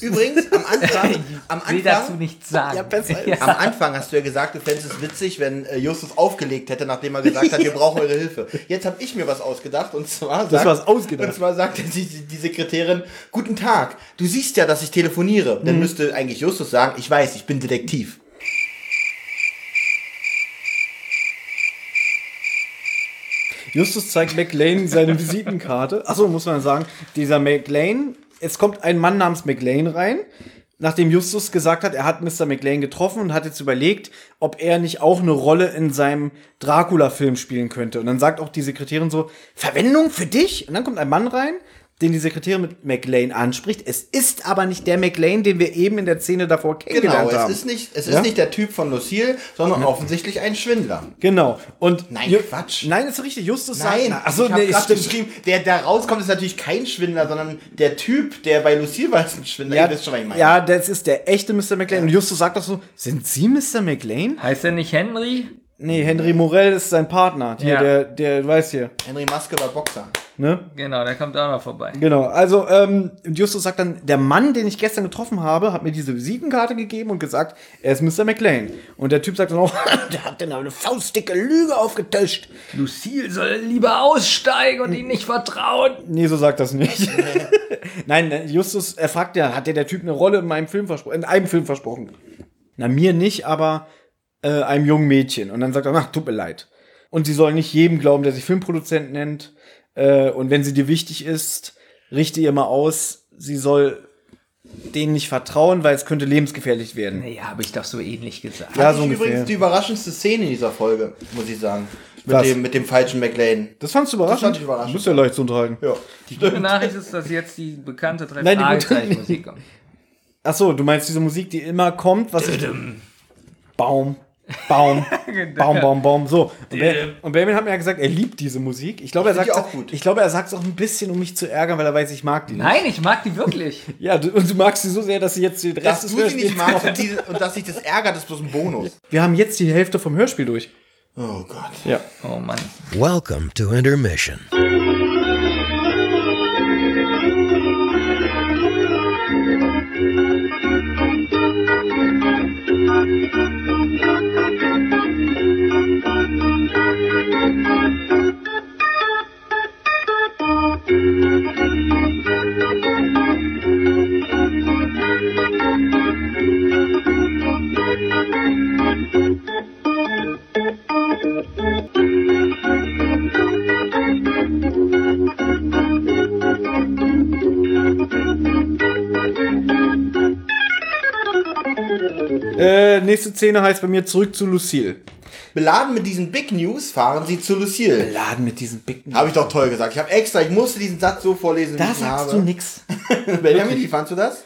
Speaker 2: Übrigens, am Anfang, am
Speaker 1: will dazu
Speaker 2: Anfang,
Speaker 1: nichts sagen.
Speaker 3: Ja, besser
Speaker 2: am Anfang hast du ja gesagt, du fändest es witzig, wenn äh, Justus aufgelegt hätte, nachdem er gesagt hat, wir brauchen eure Hilfe. Jetzt habe ich mir was ausgedacht und zwar sagt,
Speaker 3: war's ausgedacht.
Speaker 2: Und zwar sagt die, die, die Sekretärin, guten Tag, du siehst ja, dass ich telefoniere.
Speaker 3: Mhm.
Speaker 2: Dann müsste eigentlich Justus sagen, ich weiß, ich bin Detektiv.
Speaker 3: Justus zeigt McLean seine Visitenkarte. Achso, muss man sagen, dieser McLean, es kommt ein Mann namens McLean rein, nachdem Justus gesagt hat, er hat Mr. McLean getroffen und hat jetzt überlegt, ob er nicht auch eine Rolle in seinem Dracula-Film spielen könnte. Und dann sagt auch die Sekretärin so, Verwendung für dich? Und dann kommt ein Mann rein, den die Sekretärin mit McLean anspricht. Es ist aber nicht der McLean, den wir eben in der Szene davor
Speaker 2: Genau,
Speaker 3: kennengelernt
Speaker 2: es
Speaker 3: haben.
Speaker 2: ist nicht, es
Speaker 3: Ja?
Speaker 2: ist nicht der Typ von Lucille, sondern offensichtlich ein Schwindler.
Speaker 3: Genau. Und
Speaker 2: Nein,
Speaker 3: Ju-
Speaker 2: Quatsch.
Speaker 3: Nein, ist richtig. Justus
Speaker 2: Nein,
Speaker 3: sagt, achso,
Speaker 2: ich habe
Speaker 3: nee,
Speaker 2: gerade
Speaker 3: stimmt.
Speaker 2: geschrieben, der da rauskommt, ist natürlich kein Schwindler, sondern der Typ, der bei Lucille war, ist ein Schwindler. Ja, Ihr wisst schon, was ich meine.
Speaker 3: ja, das ist der echte Mr. McLean. Und Justus sagt doch so, sind Sie Mr. McLean?
Speaker 1: heißt er nicht Henry?
Speaker 3: Nee, Henry Morell ist sein Partner. Hier,
Speaker 1: Ja.
Speaker 3: der, der, du weißt hier.
Speaker 2: Henry Maske war Boxer.
Speaker 3: Ne?
Speaker 1: Genau, der kommt auch noch vorbei.
Speaker 3: Genau, also ähm, Justus sagt dann, der Mann, den ich gestern getroffen habe, hat mir diese Visitenkarte gegeben und gesagt, er ist Mr. McLean. Und der Typ sagt dann auch, der hat denn eine faustdicke Lüge aufgetischt.
Speaker 1: Lucille soll lieber aussteigen und ihm nicht vertrauen.
Speaker 3: Nee, so sagt das nicht. Nein, äh, Justus, er fragt ja, hat dir der Typ eine Rolle in meinem Film versprochen, in einem Film versprochen? Na, mir nicht, aber äh, einem jungen Mädchen. Und dann sagt er, ach, tut mir leid. Und sie soll nicht jedem glauben, der sich Filmproduzent nennt. Äh, und wenn sie dir wichtig ist, richte ihr mal aus, sie soll denen nicht vertrauen, weil es könnte lebensgefährlich werden.
Speaker 1: Ja, habe ich doch so ähnlich gesagt.
Speaker 3: Ja,
Speaker 2: Das
Speaker 3: so
Speaker 2: ist
Speaker 3: ungefähr.
Speaker 2: übrigens die überraschendste Szene in dieser Folge, muss ich sagen. Mit,
Speaker 3: Was?
Speaker 2: dem, mit dem falschen McLean.
Speaker 3: Das fandst du überraschend?
Speaker 2: fand ich überraschend.
Speaker 3: Du bist ja leicht zu unterhalten.
Speaker 2: Ja.
Speaker 1: Die Nachricht ist, dass jetzt die bekannte drei
Speaker 3: Nein, die
Speaker 1: Fragezeichen
Speaker 3: gute-
Speaker 1: Musik kommt.
Speaker 3: Ach so, du meinst diese Musik, die immer kommt, was ich, Baum, Baum,
Speaker 2: Genau.
Speaker 3: Baum, Baum, Baum, so. Und, Ber und Benjamin hat mir ja gesagt, er liebt diese Musik. Ich glaube, er
Speaker 2: Find
Speaker 3: sagt
Speaker 2: ich auch gut.
Speaker 3: ich glaube, er sagt es auch ein bisschen, um mich zu ärgern, weil er weiß, ich mag die. nicht.
Speaker 1: Nein, ich mag die wirklich.
Speaker 3: Ja, du, und du magst sie so sehr, dass sie jetzt den
Speaker 2: Dass
Speaker 3: Rest des
Speaker 2: du sie nicht
Speaker 3: Hörspiels
Speaker 2: magst und, diese, und dass sich das ärgert, ist bloß ein Bonus.
Speaker 3: Wir haben jetzt die Hälfte vom Hörspiel durch.
Speaker 2: Oh Gott.
Speaker 3: Ja.
Speaker 1: Oh Mann.
Speaker 9: Welcome to intermission.
Speaker 3: Äh, nächste Szene heißt bei mir zurück zu Lucille.
Speaker 2: Beladen mit diesen Big News fahren sie zu Lucille.
Speaker 3: Laden mit diesem Bicken.
Speaker 2: Habe ich doch toll gesagt. Ich habe extra, ich musste diesen Satz so vorlesen,
Speaker 3: Da
Speaker 2: ich ihn
Speaker 3: sagst
Speaker 2: habe.
Speaker 3: du nix.
Speaker 2: Benjamin, wie fandst du das?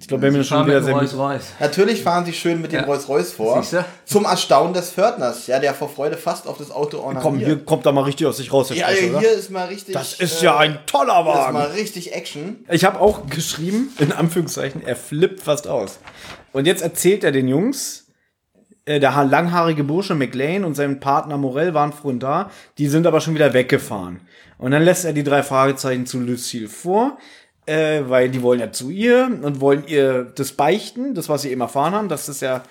Speaker 3: Ich glaube, wir haben
Speaker 1: Fahr
Speaker 3: schon wieder
Speaker 1: mit
Speaker 3: sehr
Speaker 1: Rolls
Speaker 3: müde.
Speaker 1: Royce.
Speaker 2: Natürlich fahren sie schön mit dem
Speaker 1: Ja.
Speaker 2: Rolls-Royce vor.
Speaker 1: Siehste?
Speaker 2: Zum Erstaunen des Fördners, ja, der vor Freude fast auf das Auto ordnet.
Speaker 3: Komm, hier kommt da mal richtig aus sich raus, der
Speaker 2: ja,
Speaker 3: Spaß,
Speaker 2: hier
Speaker 3: oder?
Speaker 2: ist mal richtig. äh,
Speaker 3: Das ist ja ein toller
Speaker 2: Das ist mal
Speaker 3: Wagen.
Speaker 2: richtig Action.
Speaker 3: Ich habe auch geschrieben, in Anführungszeichen, er flippt fast aus. Und jetzt erzählt er den Jungs, äh, der ha- langhaarige Bursche McLean und sein Partner Morell waren früher da, die sind aber schon wieder weggefahren. Und dann lässt er die drei Fragezeichen zu Lucille vor, äh, weil die wollen ja zu ihr und wollen ihr das beichten, das, was sie eben erfahren haben, dass das ja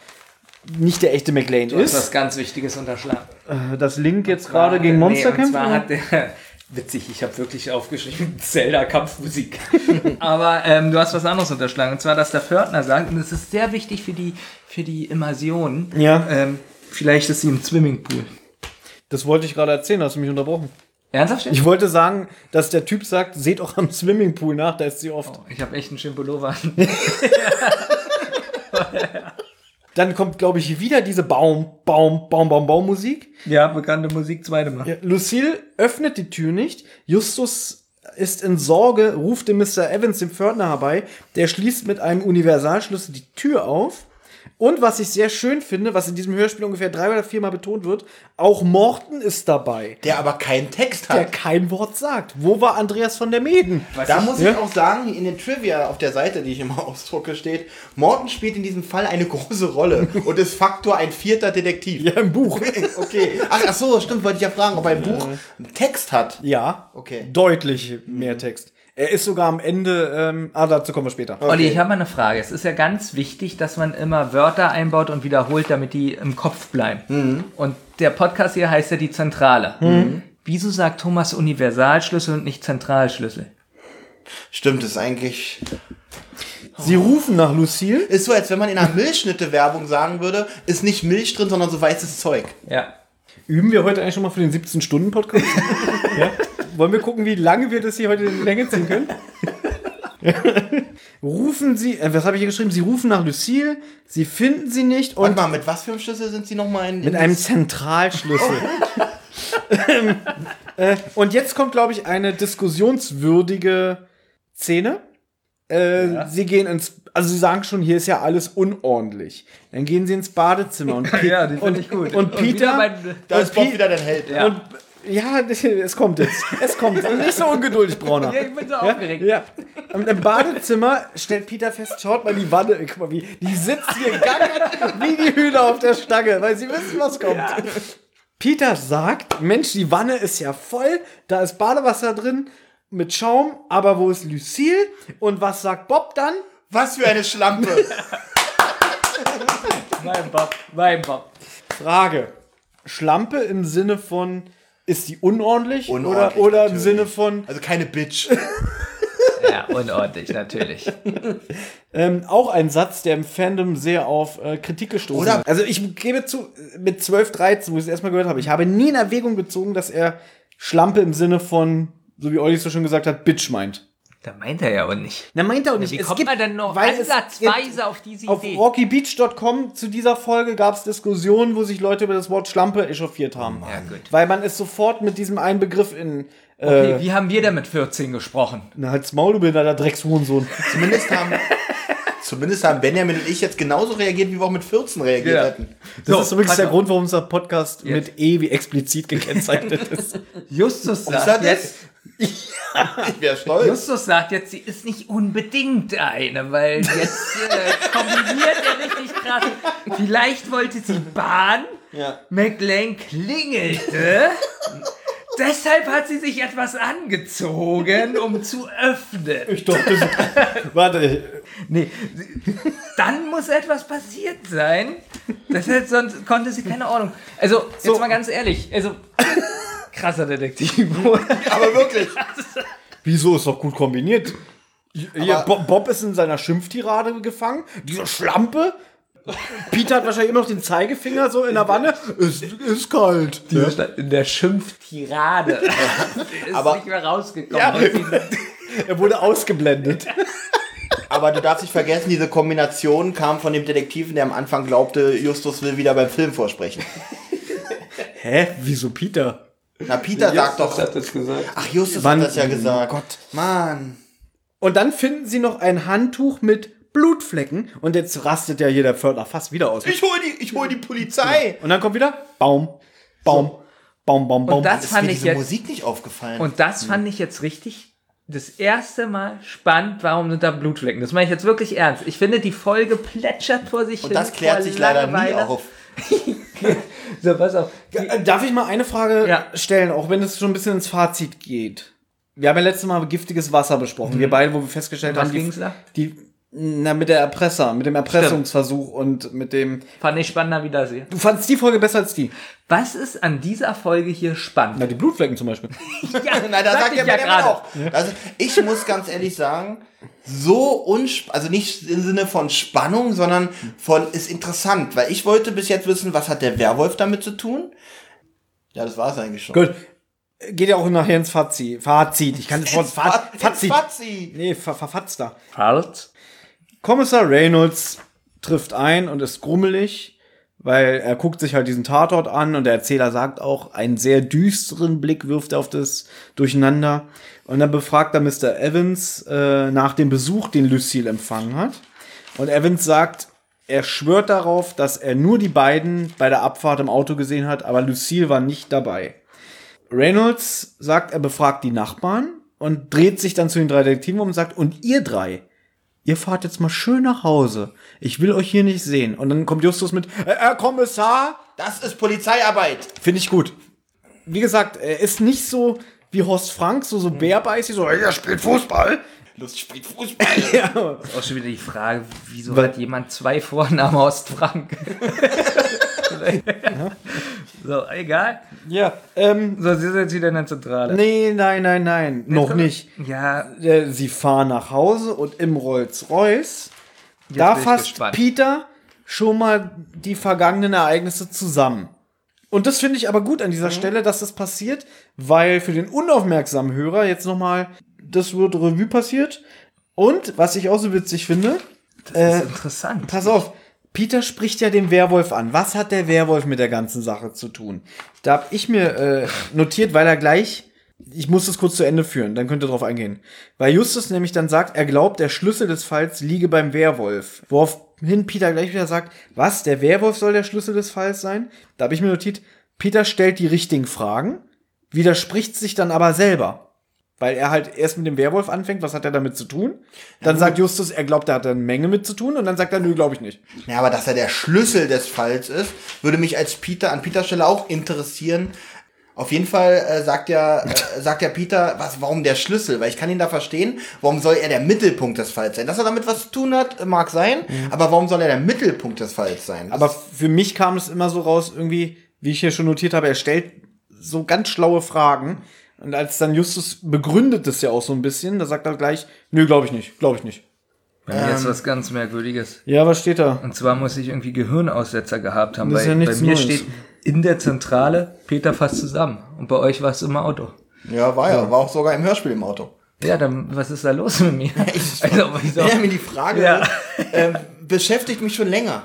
Speaker 3: nicht der echte McLean
Speaker 1: Du hast
Speaker 3: ist.
Speaker 1: was ganz Wichtiges unterschlagen. Äh,
Speaker 3: das Link jetzt gerade
Speaker 1: Nee,
Speaker 3: gegen Monster
Speaker 1: und
Speaker 3: kämpft?
Speaker 1: zwar
Speaker 3: oder?
Speaker 1: hat der, witzig, ich habe wirklich aufgeschrieben, Zelda-Kampfmusik. Aber ähm, du hast was anderes unterschlagen. Und zwar, dass der Fördner sagt, und es ist sehr wichtig für die, für die Immersion,
Speaker 3: Ja.
Speaker 1: ähm, vielleicht ist sie im Swimmingpool.
Speaker 3: das wollte ich gerade erzählen, hast du mich unterbrochen.
Speaker 1: Ernsthaft? jetzt?
Speaker 3: Ich wollte sagen, dass der Typ sagt, seht auch am Swimmingpool nach, da ist sie oft.
Speaker 1: Ich habe echt einen schönen Pullover an.
Speaker 3: Dann kommt, glaube ich, wieder diese Baum, Baum, Baum, Baum, Baum Musik.
Speaker 1: Ja, bekannte Musik, zweite Mal.
Speaker 3: Ja, Lucille öffnet die Tür nicht. Justus ist in Sorge, ruft den Mr. Evans, dem Pförtner, herbei. Der schließt mit einem Universalschlüssel die Tür auf. Und was ich sehr schön finde, was in diesem Hörspiel ungefähr drei oder viermal betont wird, auch Morton ist dabei,
Speaker 2: Der aber keinen Text
Speaker 3: der
Speaker 2: hat.
Speaker 3: kein Wort sagt. Wo war Andreas von der Meden?
Speaker 2: da muss
Speaker 3: Ja.
Speaker 2: ich auch sagen, in den Trivia auf der Seite, die ich immer ausdrucke, steht, Morton spielt in diesem Fall eine große Rolle und ist Faktor ein vierter Detektiv.
Speaker 3: Ja, im Buch.
Speaker 2: Okay. Ach, ach so, stimmt, wollte ich ja fragen, ob ein Buch einen Text hat.
Speaker 3: Ja.
Speaker 2: Okay.
Speaker 3: Deutlich mehr Text. Er ist sogar am Ende, ähm, ah, dazu kommen wir später.
Speaker 1: Olli, ich habe mal eine Frage. Es ist ja ganz wichtig, dass man immer Wörter einbaut und wiederholt, damit die im Kopf bleiben.
Speaker 3: Mhm.
Speaker 1: Und der Podcast hier heißt ja die Zentrale. Wieso sagt Thomas Universalschlüssel und nicht Zentralschlüssel?
Speaker 2: Stimmt, ist eigentlich.
Speaker 3: Sie rufen nach Lucille.
Speaker 2: Ist so, als wenn man in einer Milchschnitte-Werbung sagen würde, ist nicht Milch drin, sondern so weißes Zeug.
Speaker 1: Ja.
Speaker 3: Üben wir heute eigentlich schon mal für den 17-Stunden-Podcast? ja? Wollen wir gucken, wie lange wir das hier heute in die Länge ziehen können? rufen Sie, äh, was habe ich hier geschrieben? Sie rufen nach Lucille, Sie finden sie nicht und
Speaker 2: Warte mal, mit was für einem Schlüssel sind sie nochmal in.
Speaker 3: mit
Speaker 2: in
Speaker 3: einem Zentralschlüssel. Oh. Ähm, äh, und jetzt kommt, glaube ich, eine diskussionswürdige Szene. Äh, Sie gehen ins, also sie sagen schon, hier ist ja alles unordentlich. Dann gehen sie ins Badezimmer und, Pe-
Speaker 1: Ja, die finde
Speaker 3: und,
Speaker 1: ich gut.
Speaker 3: und Peter,
Speaker 1: wieder bei-
Speaker 2: da ist Bob wieder dein Held.
Speaker 1: Ja.
Speaker 3: und, ja, es kommt jetzt, es kommt. Nicht so ungeduldig, Brauner.
Speaker 1: ich bin so aufgeregt.
Speaker 3: Ja. Und im Badezimmer stellt Peter fest, schaut mal die Wanne, guck mal, wie die sitzt hier gackert wie die Hühner auf der Stange, weil sie wissen, was kommt. Peter sagt, Mensch, die Wanne ist ja voll, da ist Badewasser drin mit Schaum, aber wo ist Lucille? Und was sagt Bob dann?
Speaker 2: Was für eine Schlampe.
Speaker 1: Mein Bob, mein Bob.
Speaker 3: Frage. Schlampe im Sinne von ist die unordentlich,
Speaker 2: Unordentlich,
Speaker 3: oder, oder im
Speaker 2: natürlich.
Speaker 3: Sinne von
Speaker 2: Also keine Bitch.
Speaker 1: Ja, unordentlich, natürlich.
Speaker 3: Ähm, auch ein Satz, der im Fandom sehr auf äh, Kritik gestoßen
Speaker 2: Oder-
Speaker 3: ist. Also ich gebe zu, äh, mit 12, 13, wo ich es erstmal gehört habe, ich habe nie in Erwägung gezogen, dass er Schlampe im Sinne von, so wie Olli so schon gesagt hat, Bitch meint.
Speaker 1: Da meint er ja auch nicht.
Speaker 3: Na, meint er auch nicht.
Speaker 1: Wie
Speaker 3: Es
Speaker 1: kommt
Speaker 3: gibt-
Speaker 1: man denn noch
Speaker 3: weil es
Speaker 1: ansatzweise
Speaker 3: gibt-
Speaker 1: auf diese
Speaker 3: Auf
Speaker 1: Idee?
Speaker 3: rockybeach.com zu dieser Folge gab es Diskussionen, wo sich Leute über das Wort Schlampe echauffiert haben.
Speaker 1: Ja, gut.
Speaker 3: weil man es sofort mit diesem einen Begriff in Äh.
Speaker 1: Okay, wie haben wir denn mit 14 gesprochen?
Speaker 3: Na, halt's Maul, du behinderter Dreckshurensohn.
Speaker 2: Zumindest haben, zumindest haben Benjamin und ich jetzt genauso reagiert, wie wir auch mit 14 reagiert
Speaker 1: Ja.
Speaker 2: hätten.
Speaker 3: Das
Speaker 1: So,
Speaker 3: ist übrigens
Speaker 1: pass
Speaker 3: der
Speaker 1: auf.
Speaker 3: Grund, warum unser Podcast mit E wie explizit gekennzeichnet ist.
Speaker 1: Justus
Speaker 2: Was
Speaker 1: sagt
Speaker 2: hat
Speaker 1: jetzt,
Speaker 2: jetzt? ich wäre stolz.
Speaker 1: Justus sagt jetzt, sie ist nicht unbedingt eine, weil jetzt äh, kombiniert er richtig krass. Vielleicht wollte sie Bahn,
Speaker 2: Ja.
Speaker 1: McLean klingelte, deshalb hat sie sich etwas angezogen, um zu öffnen.
Speaker 3: Ich dachte, warte,
Speaker 1: Nee, sie- dann muss etwas passiert sein, deshalb sonst konnte sie keine Ordnung. Also, jetzt mal ganz ehrlich, also, krasser Detektiv, oder?
Speaker 2: Aber wirklich.
Speaker 3: wieso ist doch gut kombiniert? Ja,
Speaker 2: Aber-
Speaker 3: Bo- Bob ist in seiner Schimpftirade gefangen. Diese Schlampe. Peter hat wahrscheinlich immer noch den Zeigefinger so in der Wanne. Es ist kalt.
Speaker 1: Diese Stadt in der Schimpftirade. ist
Speaker 2: Ne? Aber-
Speaker 1: nicht mehr rausgekommen.
Speaker 2: Ja.
Speaker 1: aus diesem-
Speaker 3: Er wurde ausgeblendet.
Speaker 2: Aber du darfst nicht vergessen, diese Kombination kam von dem Detektiven, der am Anfang glaubte, Justus will wieder beim Film vorsprechen.
Speaker 3: Hä? Wieso Peter?
Speaker 2: Na, Peter sagt doch.
Speaker 10: hat das gesagt.
Speaker 2: Ach, Justus
Speaker 3: Wann-
Speaker 2: hat das ja gesagt.
Speaker 3: Gott.
Speaker 2: Mann.
Speaker 3: Und dann finden sie noch ein Handtuch mit Blutflecken. Und jetzt rastet ja hier der Pförtner fast wieder aus.
Speaker 2: Ich hol die, ich hol die Polizei.
Speaker 3: Und dann kommt wieder Baum, Baum, Baum, Baum, Baum.
Speaker 1: Und das
Speaker 2: Ist mir
Speaker 1: fand ich
Speaker 2: diese
Speaker 1: jetzt
Speaker 2: Musik nicht aufgefallen.
Speaker 1: Und das fand ich jetzt richtig das erste Mal spannend, warum sind da Blutflecken? Das meine ich jetzt wirklich ernst. Ich finde, die Folge plätschert vor sich
Speaker 2: Und
Speaker 1: hin.
Speaker 2: das klärt
Speaker 1: vor
Speaker 2: sich leider nie
Speaker 1: Langeweile.
Speaker 2: auf.
Speaker 1: So, pass auf.
Speaker 3: Äh, Darf ich mal eine Frage
Speaker 1: Ja.
Speaker 3: stellen, auch wenn es schon ein bisschen ins Fazit geht? Wir haben ja letztes Mal giftiges Wasser besprochen, wir beide, wo wir festgestellt
Speaker 1: Was
Speaker 3: haben, die-
Speaker 1: Mhm. ging's da?
Speaker 3: die na, mit der Erpresser, mit dem Erpressungsversuch und mit dem.
Speaker 1: Fand ich spannender Wiedersehen.
Speaker 3: Du fandst die Folge besser als die?
Speaker 1: Was ist an dieser Folge hier spannend?
Speaker 3: Na, die Blutflecken zum Beispiel.
Speaker 1: Ja,
Speaker 2: Na, da
Speaker 1: sagte
Speaker 2: sagt
Speaker 1: ich
Speaker 2: ja bei der Mann auch. Also, ich muss ganz ehrlich sagen, so unsp also nicht im Sinne von Spannung, sondern von ist interessant, weil ich wollte bis jetzt wissen, was hat der Werwolf damit zu tun? Ja, das war es eigentlich schon.
Speaker 3: Gut. Geht ja auch nachher ins Fazit. Fazit. Ich kann das Wort Fa
Speaker 2: Faz-
Speaker 3: Fazit.
Speaker 2: Fazit.
Speaker 3: Nee, ver verfatzter.
Speaker 1: Halt.
Speaker 3: Kommissar Reynolds trifft ein und ist grummelig, weil er guckt sich halt diesen Tatort an und der Erzähler sagt auch, einen sehr düsteren Blick wirft er auf das Durcheinander. Und dann befragt er Mr. Evans äh, nach dem Besuch, den Lucille empfangen hat. Und Evans sagt, er schwört darauf, dass er nur die beiden bei der Abfahrt im Auto gesehen hat, aber Lucille war nicht dabei. Reynolds sagt, er befragt die Nachbarn und dreht sich dann zu den drei Detektiven um und sagt, und ihr drei, ihr fahrt jetzt mal schön nach Hause. Ich will euch hier nicht sehen. Und dann kommt Justus mit, äh, Herr Kommissar,
Speaker 2: Das ist Polizeiarbeit.
Speaker 3: finde ich gut. Wie gesagt, er ist nicht so wie Horst Frank, so, so bärbeißig, so, er spielt Fußball.
Speaker 2: Lust spielt Fußball.
Speaker 1: Ist auch schon wieder die Frage, wieso
Speaker 3: Weil-
Speaker 1: hat jemand zwei Vornamen aus Frank? so, egal.
Speaker 3: Ja, ähm,
Speaker 1: So, sie sind jetzt wieder in der Zentrale.
Speaker 3: nee, nein, nein, nein, noch nicht.
Speaker 1: Ja,
Speaker 3: Äh, Sie fahren nach Hause und im Rolls-Royce, da
Speaker 1: bin ich
Speaker 3: fasst
Speaker 1: gespannt.
Speaker 3: Peter schon mal die vergangenen Ereignisse zusammen. Und das finde ich aber gut an dieser
Speaker 1: Mhm.
Speaker 3: Stelle, dass das passiert, weil für den unaufmerksamen Hörer jetzt nochmal, das wird Revue passiert. Und, was ich auch so witzig finde, Äh,
Speaker 1: das ist interessant.
Speaker 3: Pass auf, Peter spricht ja den Werwolf an. Was hat der Werwolf mit der ganzen Sache zu tun? Da habe ich mir äh, notiert, weil er gleich. Ich muss das kurz zu Ende führen, dann könnt ihr drauf eingehen. Weil Justus nämlich dann sagt, er glaubt, der Schlüssel des Falls liege beim Werwolf. Woraufhin Peter gleich wieder sagt, was, der Werwolf soll der Schlüssel des Falls sein? Da habe ich mir notiert, Peter stellt die richtigen Fragen, widerspricht sich dann aber selber. Weil er halt erst mit dem Werwolf anfängt, was hat er damit zu tun? Dann sagt Justus, er glaubt, er hat da eine Menge mit zu tun und dann sagt er, nö, glaube ich nicht.
Speaker 2: Ja, aber dass er der Schlüssel des Falls ist, würde mich als Peter an Peters Stelle auch interessieren. Auf jeden Fall äh, sagt ja äh, sagt ja Peter, was warum der Schlüssel, weil ich kann ihn da verstehen, warum soll er der Mittelpunkt des Falls sein? Dass er damit was zu tun hat, mag sein, aber warum soll er der Mittelpunkt des Falls sein?
Speaker 3: Mhm. Aber für mich kam es immer so raus, irgendwie, wie ich hier schon notiert habe, er stellt so ganz schlaue Fragen. Und als dann Justus begründet es ja auch so ein bisschen, da sagt er gleich, nö, glaube ich nicht, glaube ich nicht.
Speaker 1: Bei mir
Speaker 3: ähm,
Speaker 1: ist was ganz Merkwürdiges.
Speaker 3: Ja, was steht da?
Speaker 1: Und zwar muss ich irgendwie Gehirnaussetzer gehabt haben. Weil
Speaker 3: Das ist ja
Speaker 1: bei
Speaker 3: nichts
Speaker 1: mir
Speaker 3: Neues.
Speaker 1: steht in der Zentrale Peter fast zusammen. Und bei euch war es im Auto.
Speaker 2: ja, war ja, war auch sogar im Hörspiel im Auto.
Speaker 1: Ja, dann was ist da los mit mir? also, wieso?
Speaker 2: Ja, mir die Frage
Speaker 1: Ja.
Speaker 2: ähm, beschäftigt mich schon länger.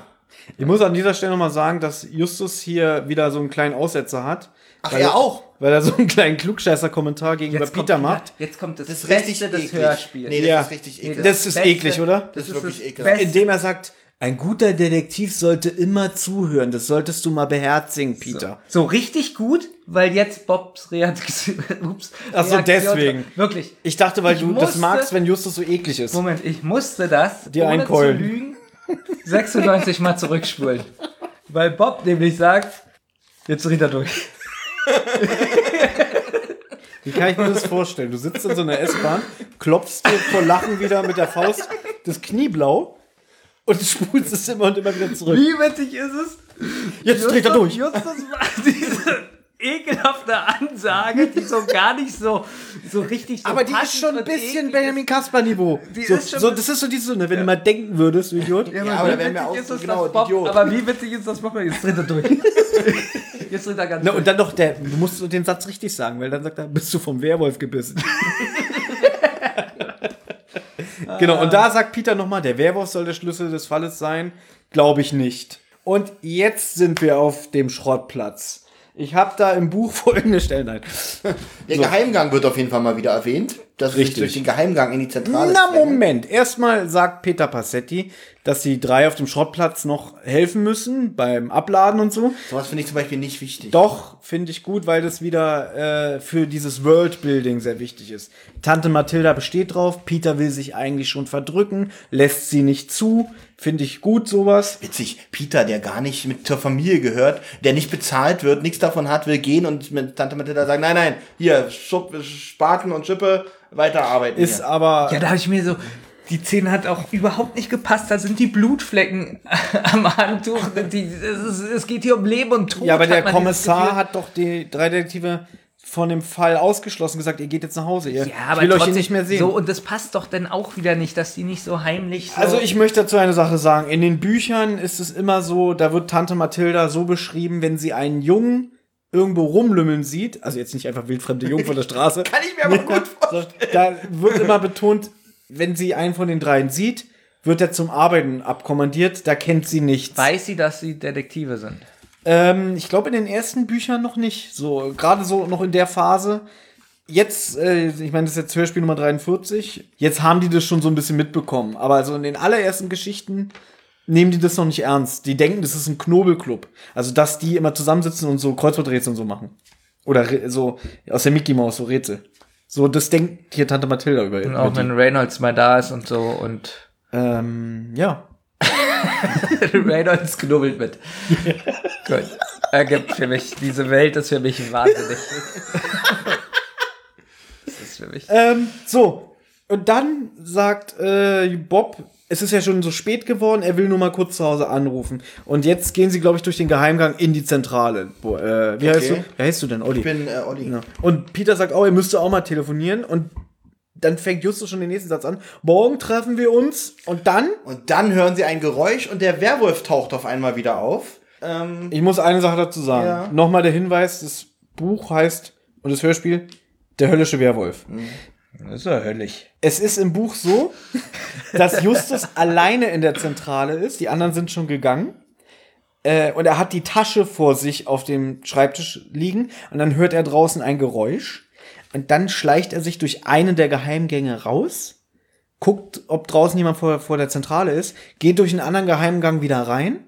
Speaker 3: Ich muss an dieser Stelle nochmal sagen, dass Justus hier wieder so einen kleinen Aussetzer hat.
Speaker 2: Ach, er auch?
Speaker 3: Weil er so einen kleinen Klugscheißer-Kommentar gegenüber
Speaker 1: Jetzt kommt
Speaker 3: Peter
Speaker 1: wieder-
Speaker 3: macht.
Speaker 1: Jetzt kommt das,
Speaker 2: Das ist richtig
Speaker 1: Beste des
Speaker 2: eklig.
Speaker 1: Hörspiels.
Speaker 2: Nee, das
Speaker 3: Ja.
Speaker 2: ist richtig eklig.
Speaker 3: Das ist
Speaker 1: Beste-
Speaker 3: eklig, oder?
Speaker 2: Das ist wirklich ekelhaft.
Speaker 1: Beste.
Speaker 3: Indem er sagt, ein guter Detektiv sollte immer zuhören. Das solltest du mal beherzigen, Peter.
Speaker 1: So richtig gut, weil jetzt Bobs Reaktion. Ups.
Speaker 3: Ach so,
Speaker 1: Reaktion-
Speaker 3: deswegen.
Speaker 1: Wirklich.
Speaker 3: Ich dachte, weil
Speaker 1: Ich
Speaker 3: du das
Speaker 1: musste-
Speaker 3: magst, wenn Justus so eklig ist.
Speaker 1: Moment, ich musste das,
Speaker 3: Dir
Speaker 1: ohne zu
Speaker 3: einkeulen.
Speaker 1: lügen, 96 Mal zurückspulen. Weil Bob nämlich sagt, jetzt dreht er durch.
Speaker 3: Wie kann ich mir das vorstellen? Du sitzt in so einer S-Bahn, klopfst dir vor Lachen wieder mit der Faust das Knie blau und spulst es immer und immer wieder zurück.
Speaker 1: Wie witzig ist es?
Speaker 3: Jetzt dreht er durch.
Speaker 1: Justus macht diese ekelhafte Ansage, die so gar nicht so, so richtig so
Speaker 3: Aber die ist
Speaker 1: passend
Speaker 3: schon ein
Speaker 1: und
Speaker 3: bisschen
Speaker 1: eklig
Speaker 3: Benjamin Kasper-Niveau.
Speaker 1: Die
Speaker 3: So,
Speaker 1: ist schon-
Speaker 3: so, das ist so dieses, ne, wenn du mal denken würdest, du Idiot.
Speaker 1: Ja, wie
Speaker 2: aber da wären wir
Speaker 1: witzig
Speaker 2: auch
Speaker 1: ist
Speaker 2: so
Speaker 1: das,
Speaker 2: genau
Speaker 1: dass Bob,
Speaker 2: Idioten.
Speaker 1: Aber wie witzig ist das Bob? Jetzt dreht er durch. Jetzt dreht er ganz
Speaker 3: Na,
Speaker 1: durch.
Speaker 3: und dann noch der, du musst so den Satz richtig sagen, weil dann sagt er, bist du vom Werwolf gebissen. genau, und da sagt Peter nochmal, der Werwolf soll der Schlüssel des Falles sein. Glaube ich nicht. Und jetzt sind wir auf dem Schrottplatz. Ich habe da im Buch folgende Stellen. Nein.
Speaker 2: Der Geheimgang wird auf jeden Fall mal wieder erwähnt. Dass Richtig.
Speaker 3: Richtig.
Speaker 2: durch den Geheimgang in die Zentrale
Speaker 3: Na
Speaker 2: zwängen.
Speaker 3: Moment, erstmal sagt Peter Passetti, dass die drei auf dem Schrottplatz noch helfen müssen beim Abladen und so.
Speaker 2: Sowas finde ich zum Beispiel nicht wichtig.
Speaker 3: Doch, finde ich gut, weil das wieder äh, für dieses Worldbuilding sehr wichtig ist. Tante Mathilda besteht drauf, Peter will sich eigentlich schon verdrücken, lässt sie nicht zu. Finde ich gut, sowas.
Speaker 2: Witzig, Peter, der gar nicht mit zur Familie gehört, der nicht bezahlt wird, nichts davon hat, will gehen und mit Tante Matilda sagen, nein, nein, hier, Schupp, Spaten und Schippe, weiterarbeiten.
Speaker 3: Ist
Speaker 2: hier.
Speaker 3: aber.
Speaker 1: Ja, da habe ich mir so. Die Szene hat auch überhaupt nicht gepasst. Da sind die Blutflecken am Handtuch. Die, es, ist, es geht hier um Leben und Tod.
Speaker 3: Ja, aber
Speaker 1: hat
Speaker 3: der
Speaker 1: man
Speaker 3: Kommissar
Speaker 1: dieses
Speaker 3: hat doch die drei Detektive von dem Fall ausgeschlossen gesagt, ihr geht jetzt nach Hause. Ihr,
Speaker 1: Gefühl. Ja, aber
Speaker 3: ich will euch
Speaker 1: trotzdem,
Speaker 3: hier nicht mehr sehen.
Speaker 1: So, und das passt doch dann auch wieder nicht, dass die nicht so heimlich. So
Speaker 3: Also ich möchte dazu eine Sache sagen. In den Büchern ist es immer so, da wird Tante Mathilda so beschrieben, wenn sie einen Jungen irgendwo rumlümmeln sieht, also jetzt nicht einfach wildfremde Jungen von der Straße. Kann
Speaker 2: ich mir aber gut
Speaker 3: vorstellen. Da wird immer betont, wenn sie einen von den dreien sieht, wird er zum Arbeiten abkommandiert, da kennt sie nichts.
Speaker 1: weiß sie, dass sie Detektive sind.
Speaker 3: Ähm, ich glaube in den ersten Büchern noch nicht, so gerade so noch in der Phase. Jetzt, äh, ich meine, das ist jetzt Hörspiel Nummer 43. Jetzt haben die das schon so ein bisschen mitbekommen, aber also in den allerersten Geschichten nehmen die das noch nicht ernst. Die denken, das ist ein Knobelclub. Also, dass die immer zusammensitzen und so Kreuzworträtsel und so machen. Oder Re- so aus der Mickey Maus so Rätsel. So, das denkt hier Tante Mathilda über.
Speaker 1: Und
Speaker 3: über
Speaker 1: auch
Speaker 3: die.
Speaker 1: wenn Reynolds mal da ist und so. Und
Speaker 3: Ähm, ja.
Speaker 1: Reynolds knubbelt mit. Gut. Ergibt für mich, diese Welt ist für mich wahnsinnig. das ist für mich.
Speaker 3: Ähm, so. Und dann sagt äh, Bob, es ist ja schon so spät geworden, er will nur mal kurz zu Hause anrufen. Und jetzt gehen sie, glaube ich, durch den Geheimgang in die Zentrale. Wo, äh, wie, heißt du?
Speaker 2: Okay.
Speaker 3: wie heißt du denn, Olli?
Speaker 2: Ich bin äh, Olli.
Speaker 3: Ja. Und Peter sagt, oh, er müsste auch mal telefonieren. Und dann fängt Justus schon den nächsten Satz an. Morgen treffen wir uns. Und dann,
Speaker 2: Und dann hören sie ein Geräusch und der Werwolf taucht auf einmal wieder auf.
Speaker 1: Hm.
Speaker 2: Ähm,
Speaker 3: ich muss eine Sache dazu sagen.
Speaker 2: Ja.
Speaker 3: Nochmal der Hinweis, das Buch heißt, und das Hörspiel, Der höllische Werwolf.
Speaker 1: Hm. Das ist ja höllisch.
Speaker 3: Es ist im Buch so, dass Justus alleine in der Zentrale ist. Die anderen sind schon gegangen. Äh, und er hat die Tasche vor sich auf dem Schreibtisch liegen. Und dann hört er draußen ein Geräusch. Und dann schleicht er sich durch einen der Geheimgänge raus, guckt, ob draußen jemand vor, vor der Zentrale ist, geht durch einen anderen Geheimgang wieder rein.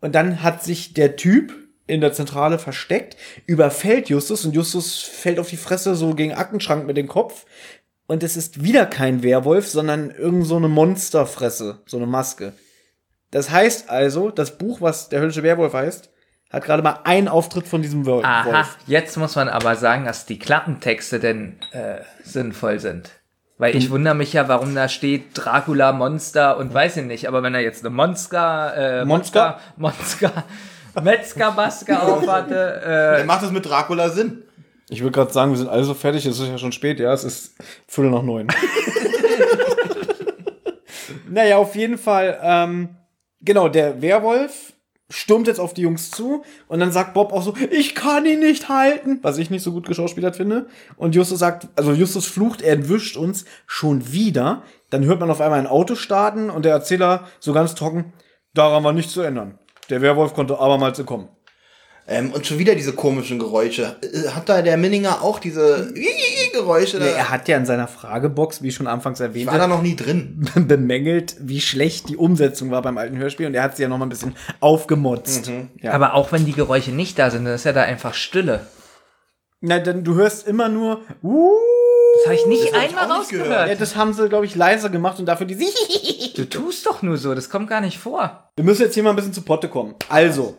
Speaker 3: Und dann hat sich der Typ in der Zentrale versteckt, überfällt Justus und Justus fällt auf die Fresse so gegen Aktenschrank mit dem Kopf. Und es ist wieder kein Werwolf, sondern irgend so eine Monsterfresse, so eine Maske. Das heißt also, das Buch, was der höllische Werwolf heißt, hat gerade mal einen Auftritt von diesem Wol- Wolf.
Speaker 1: Aha, jetzt muss man aber sagen, dass die Klappentexte denn äh, sinnvoll sind. Weil ich wundere mich ja, warum da steht Dracula, Monster und weiß ich nicht. Aber wenn er jetzt eine Monster, äh,
Speaker 3: Monster?
Speaker 1: Monster, Metzger, Basker
Speaker 3: Äh.
Speaker 1: aufhatte,
Speaker 2: dann macht das mit Dracula Sinn.
Speaker 3: Ich würde gerade sagen, wir sind alle so fertig, es ist ja schon spät, ja, es ist Viertel nach neun. naja, auf jeden Fall, ähm, genau, der Werwolf stürmt jetzt auf die Jungs zu und dann sagt Bob auch so, ich kann ihn nicht halten, was ich nicht so gut geschauspielert finde. Und Justus sagt, also Justus flucht, er entwischt uns schon wieder. Dann hört man auf einmal ein Auto starten und der Erzähler so ganz trocken, daran war nichts zu ändern. Der Werwolf konnte abermals entkommen.
Speaker 2: Ähm, und schon wieder diese komischen Geräusche. Äh, Hat da der Minninger auch diese Geräusche?
Speaker 3: Ja,
Speaker 2: Da?
Speaker 3: er hat ja in seiner Fragebox, wie schon anfangs
Speaker 2: Ich
Speaker 3: erwähnt,
Speaker 2: war da noch nie drin.
Speaker 3: bemängelt, wie schlecht die Umsetzung war beim alten Hörspiel und er hat sie ja noch mal ein bisschen aufgemotzt.
Speaker 1: äh, aber auch wenn die Geräusche nicht da sind, dann ist ja da einfach Stille.
Speaker 3: Na, denn du hörst immer nur, uh,
Speaker 1: Das habe ich nicht
Speaker 2: hab ich
Speaker 1: einmal
Speaker 2: auch nicht gehört.
Speaker 1: rausgehört.
Speaker 3: ja, das haben sie, glaube ich, leiser gemacht und dafür die
Speaker 1: Du tust doch nur so, das kommt gar nicht vor.
Speaker 3: Wir müssen jetzt hier mal ein bisschen zu Potte kommen. Also,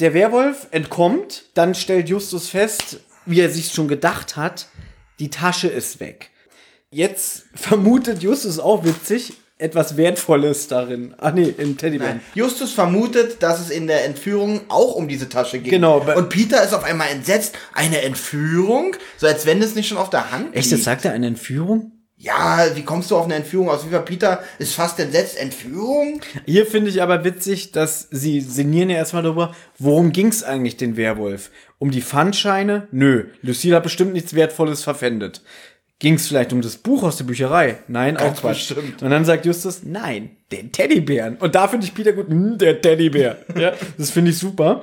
Speaker 3: der Werwolf entkommt, dann stellt Justus fest, wie er sich schon gedacht hat, die Tasche ist weg. Jetzt vermutet Justus auch witzig, etwas Wertvolles darin. Ach nee, im Teddybär.
Speaker 2: Justus vermutet, dass es in der Entführung auch um diese Tasche ging.
Speaker 3: Genau.
Speaker 2: Und Peter ist auf einmal entsetzt. Eine Entführung? So als wenn es nicht schon auf der Hand
Speaker 3: Echt, jetzt sagt er eine Entführung?
Speaker 2: Ja, wie kommst du auf eine Entführung aus? Wie war Peter ist fast entsetzt. Entführung?
Speaker 3: Hier finde ich aber witzig, dass sie sinnieren ja erstmal darüber, worum ging es eigentlich den Werwolf? Um die Pfandscheine? Nö, Lucille hat bestimmt nichts Wertvolles verpfändet. Ging es vielleicht um das Buch aus der Bücherei? Nein, auch Quatsch.
Speaker 2: bestimmt.
Speaker 3: Und dann sagt Justus, nein, den Teddybären. Und da finde ich Peter gut, hm, der Teddybär. ja, das finde ich super.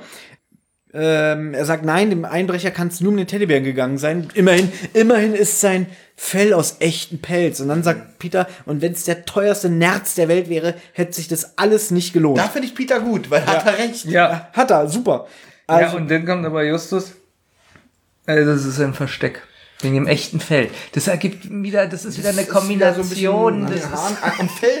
Speaker 3: Ähm, er sagt, nein, dem Einbrecher kann es nur um den Teddybär gegangen sein. Immerhin, immerhin ist sein Fell aus echtem Pelz. Und dann sagt Peter, und wenn es der teuerste Nerz der Welt wäre, hätte sich das alles nicht gelohnt.
Speaker 2: Da finde ich Peter gut, weil hat er recht.
Speaker 1: Ja.
Speaker 3: Hat er, super. Also,
Speaker 1: ja, und dann kommt aber Justus. Also, das ist ein Versteck. Wegen dem echten Fell. Das ergibt wieder, das ist wieder eine Kombination.
Speaker 2: Das
Speaker 1: das
Speaker 2: ist
Speaker 1: ist,
Speaker 2: Haaren am Fell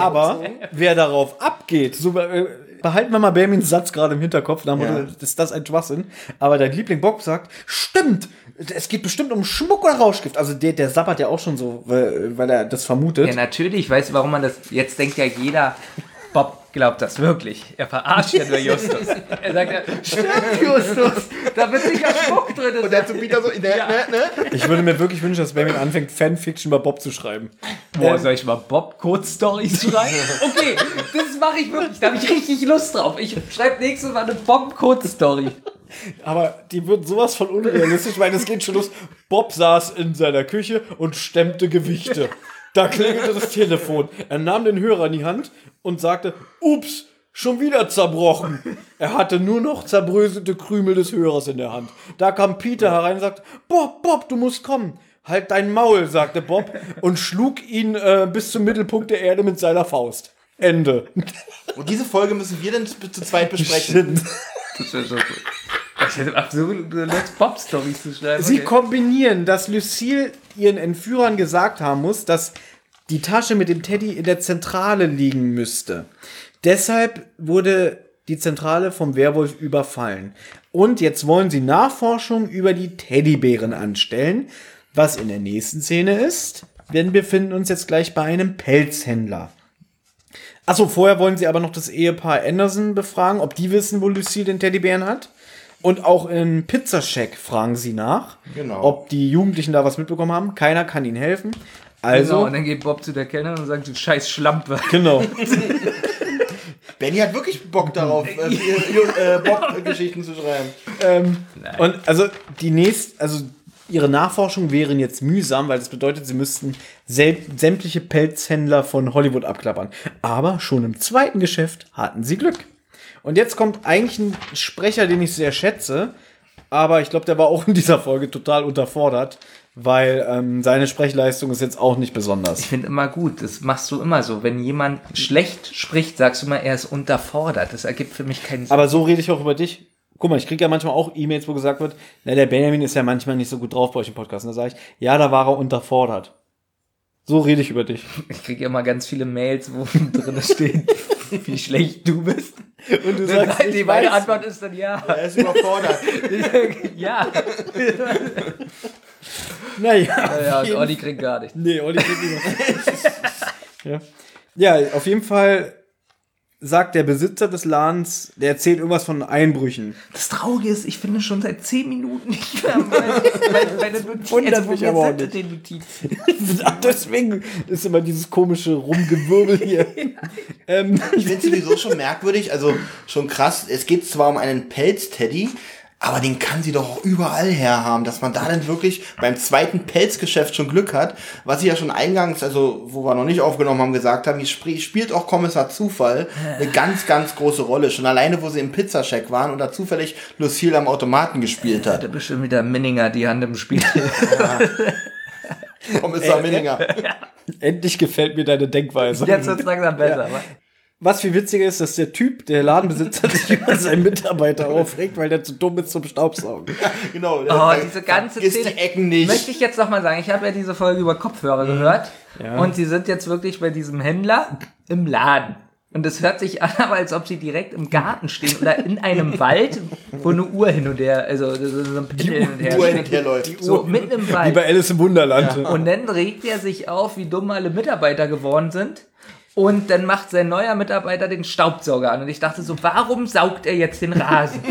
Speaker 3: aber wer darauf abgeht, so, äh, behalten wir mal Bermins Satz gerade im Hinterkopf, dann
Speaker 2: Ja.
Speaker 3: ist das ein Schwachsinn. Aber dein Liebling Bob sagt, stimmt, es geht bestimmt um Schmuck oder Rauschgift. Also der, der sabbert ja auch schon so, weil, weil er das vermutet.
Speaker 1: ja, natürlich. Weißt du, warum man das. Jetzt denkt ja jeder, Bob glaubt das wirklich. Er verarscht ja nur Justus. er sagt ja, stimmt, Justus. Da wird sicher Schmuck drin.
Speaker 2: Und dann zu Peter so, ne, ne, ne?
Speaker 3: Ich würde mir wirklich wünschen, dass Bermin anfängt, Fanfiction über Bob zu schreiben.
Speaker 1: Boah, soll ich mal Bob Kurzstories schreiben? Okay, das mache ich wirklich. Da habe ich richtig Lust drauf. Ich schreibe nächstes Mal eine Bob Kurzstory.
Speaker 3: Aber die wird sowas von unrealistisch, weil es geht schon los. Bob saß in seiner Küche und stemmte Gewichte. Da klingelte das Telefon. Er nahm den Hörer in die Hand und sagte, ups, schon wieder zerbrochen. Er hatte nur noch zerbröselte Krümel des Hörers in der Hand. Da kam Peter herein und sagte, Bob, Bob, du musst kommen. Halt dein Maul, sagte Bob und schlug ihn äh, bis zum Mittelpunkt der Erde mit seiner Faust. Ende.
Speaker 2: Und diese Folge müssen wir dann zu zweit besprechen.
Speaker 3: Stimmt.
Speaker 1: Das wäre so gut. Ich hätte absolut Lust, Bob-Stories zu schreiben.
Speaker 3: Sie
Speaker 1: Okay.
Speaker 3: kombinieren, dass Lucille ihren Entführern gesagt haben muss, dass die Tasche mit dem Teddy in der Zentrale liegen müsste. Deshalb wurde die Zentrale vom Werwolf überfallen. Und jetzt wollen sie Nachforschungen über die Teddybären anstellen, was in der nächsten Szene ist, denn wir finden uns jetzt gleich bei einem Pelzhändler. Achso, vorher wollen sie aber noch das Ehepaar Anderson befragen, ob die wissen, wo Lucille den Teddybären hat. Und auch in Pizzascheck fragen sie nach,
Speaker 2: Genau.
Speaker 3: ob die Jugendlichen da was mitbekommen haben. Keiner kann ihnen helfen. Also,
Speaker 1: Genau, und dann geht Bob zu der Kellnerin und sagt, du scheiß Schlampe.
Speaker 3: genau.
Speaker 2: Benny hat wirklich Bock darauf, äh, äh, äh, Bock-Geschichten zu schreiben.
Speaker 3: Und also die nächste, also ihre Nachforschung wären jetzt mühsam, weil das bedeutet, sie müssten sel- sämtliche Pelzhändler von Hollywood abklappern. Aber schon im zweiten Geschäft hatten sie Glück. Und jetzt kommt eigentlich ein Sprecher, den ich sehr schätze, aber ich glaube, der war auch in dieser Folge total unterfordert, weil ähm, seine Sprechleistung ist jetzt auch nicht besonders.
Speaker 1: Ich finde immer gut, das machst du immer so. Wenn jemand schlecht spricht, sagst du mal, er ist unterfordert. Das ergibt für mich keinen Sinn.
Speaker 3: Aber so rede ich auch über dich. Guck mal, ich kriege ja manchmal auch E-Mails, wo gesagt wird, na, der Benjamin ist ja manchmal nicht so gut drauf bei euch im Podcast. Und da sage ich, ja, da war er unterfordert. So rede ich über dich.
Speaker 1: Ich kriege immer ganz viele Mails, wo drin steht, wie schlecht du bist.
Speaker 3: Und du
Speaker 1: Dann halt die
Speaker 3: ich
Speaker 1: meine
Speaker 3: weiß-
Speaker 1: Antwort ist dann ja.
Speaker 2: Er ist überfordert.
Speaker 1: Ja.
Speaker 3: Naja.
Speaker 1: ja und Olli kriegt gar nichts.
Speaker 3: Nee, Olli kriegt nicht mehr. ja. ja, auf jeden Fall sagt der Besitzer des Ladens, der erzählt irgendwas von Einbrüchen.
Speaker 1: Das Traurige ist, ich finde schon seit 10 Minuten nicht mehr meine, meine, meine Notiz.
Speaker 3: Wundert
Speaker 1: Also, wo
Speaker 3: mich
Speaker 1: wir
Speaker 3: aber auch
Speaker 1: sind
Speaker 3: nicht.
Speaker 1: mit den Notizen.
Speaker 3: Ach, Deswegen ist immer dieses komische Rumgewirbel hier. ähm,
Speaker 2: Ich finde sowieso schon merkwürdig, also schon krass. Es geht zwar um einen Pelz-Teddy, aber den kann sie doch auch überall her haben, dass man da dann wirklich beim zweiten Pelzgeschäft schon Glück hat. Was ich ja schon eingangs, also wo wir noch nicht aufgenommen haben, gesagt haben, hier spri- spielt auch Kommissar Zufall eine ganz, ganz große Rolle. Schon alleine, wo sie im Pizzascheck waren und da zufällig Lucille am Automaten gespielt
Speaker 1: Da
Speaker 2: hat.
Speaker 1: hat bestimmt wieder Minninger die Hand im Spiel.
Speaker 2: Kommissar Minninger.
Speaker 3: endlich gefällt mir deine Denkweise.
Speaker 1: Jetzt wird es langsam besser. aber-
Speaker 3: Was viel witziger ist, dass der Typ, der Ladenbesitzer, sich über seinen Mitarbeiter aufregt, weil der zu dumm ist zum Staubsaugen.
Speaker 2: Genau.
Speaker 1: Oh, diese ganze
Speaker 2: Ist die
Speaker 1: Szene-
Speaker 2: Ecken nicht. Mhm.
Speaker 1: Möchte ich jetzt nochmal sagen, ich habe ja diese Folge über Kopfhörer gehört und sie sind jetzt wirklich bei diesem Händler im Laden. Und es hört sich an, aber als ob sie direkt im Garten stehen oder in einem Wald, wo eine Uhr hin und her, also so so ein Pendel hin und her
Speaker 2: Uhr
Speaker 1: schlägt.
Speaker 2: hinterherläuft.
Speaker 1: So, mitten im
Speaker 3: Wie bei
Speaker 1: Wald.
Speaker 3: Alice im Wunderland.
Speaker 1: Und dann regt er sich auf, wie dumm alle Mitarbeiter geworden sind. Und dann macht sein neuer Mitarbeiter den Staubsauger an. Und ich dachte so, warum saugt er jetzt den Rasen?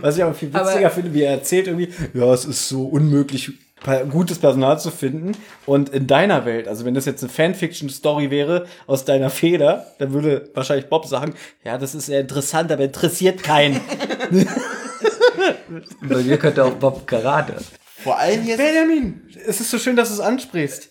Speaker 3: Was ich aber viel witziger
Speaker 1: Aber-
Speaker 3: finde, wie er erzählt irgendwie, ja, es ist so unmöglich, per- gutes Personal zu finden. Und in deiner Welt, also wenn das jetzt eine Fanfiction-Story wäre aus deiner Feder, dann würde wahrscheinlich Bob sagen, ja, das ist sehr interessant, aber interessiert keinen.
Speaker 1: Bei mir könnte auch Bob Karate.
Speaker 2: Vor allem jetzt.
Speaker 3: Benjamin, es ist so schön, dass du es ansprichst.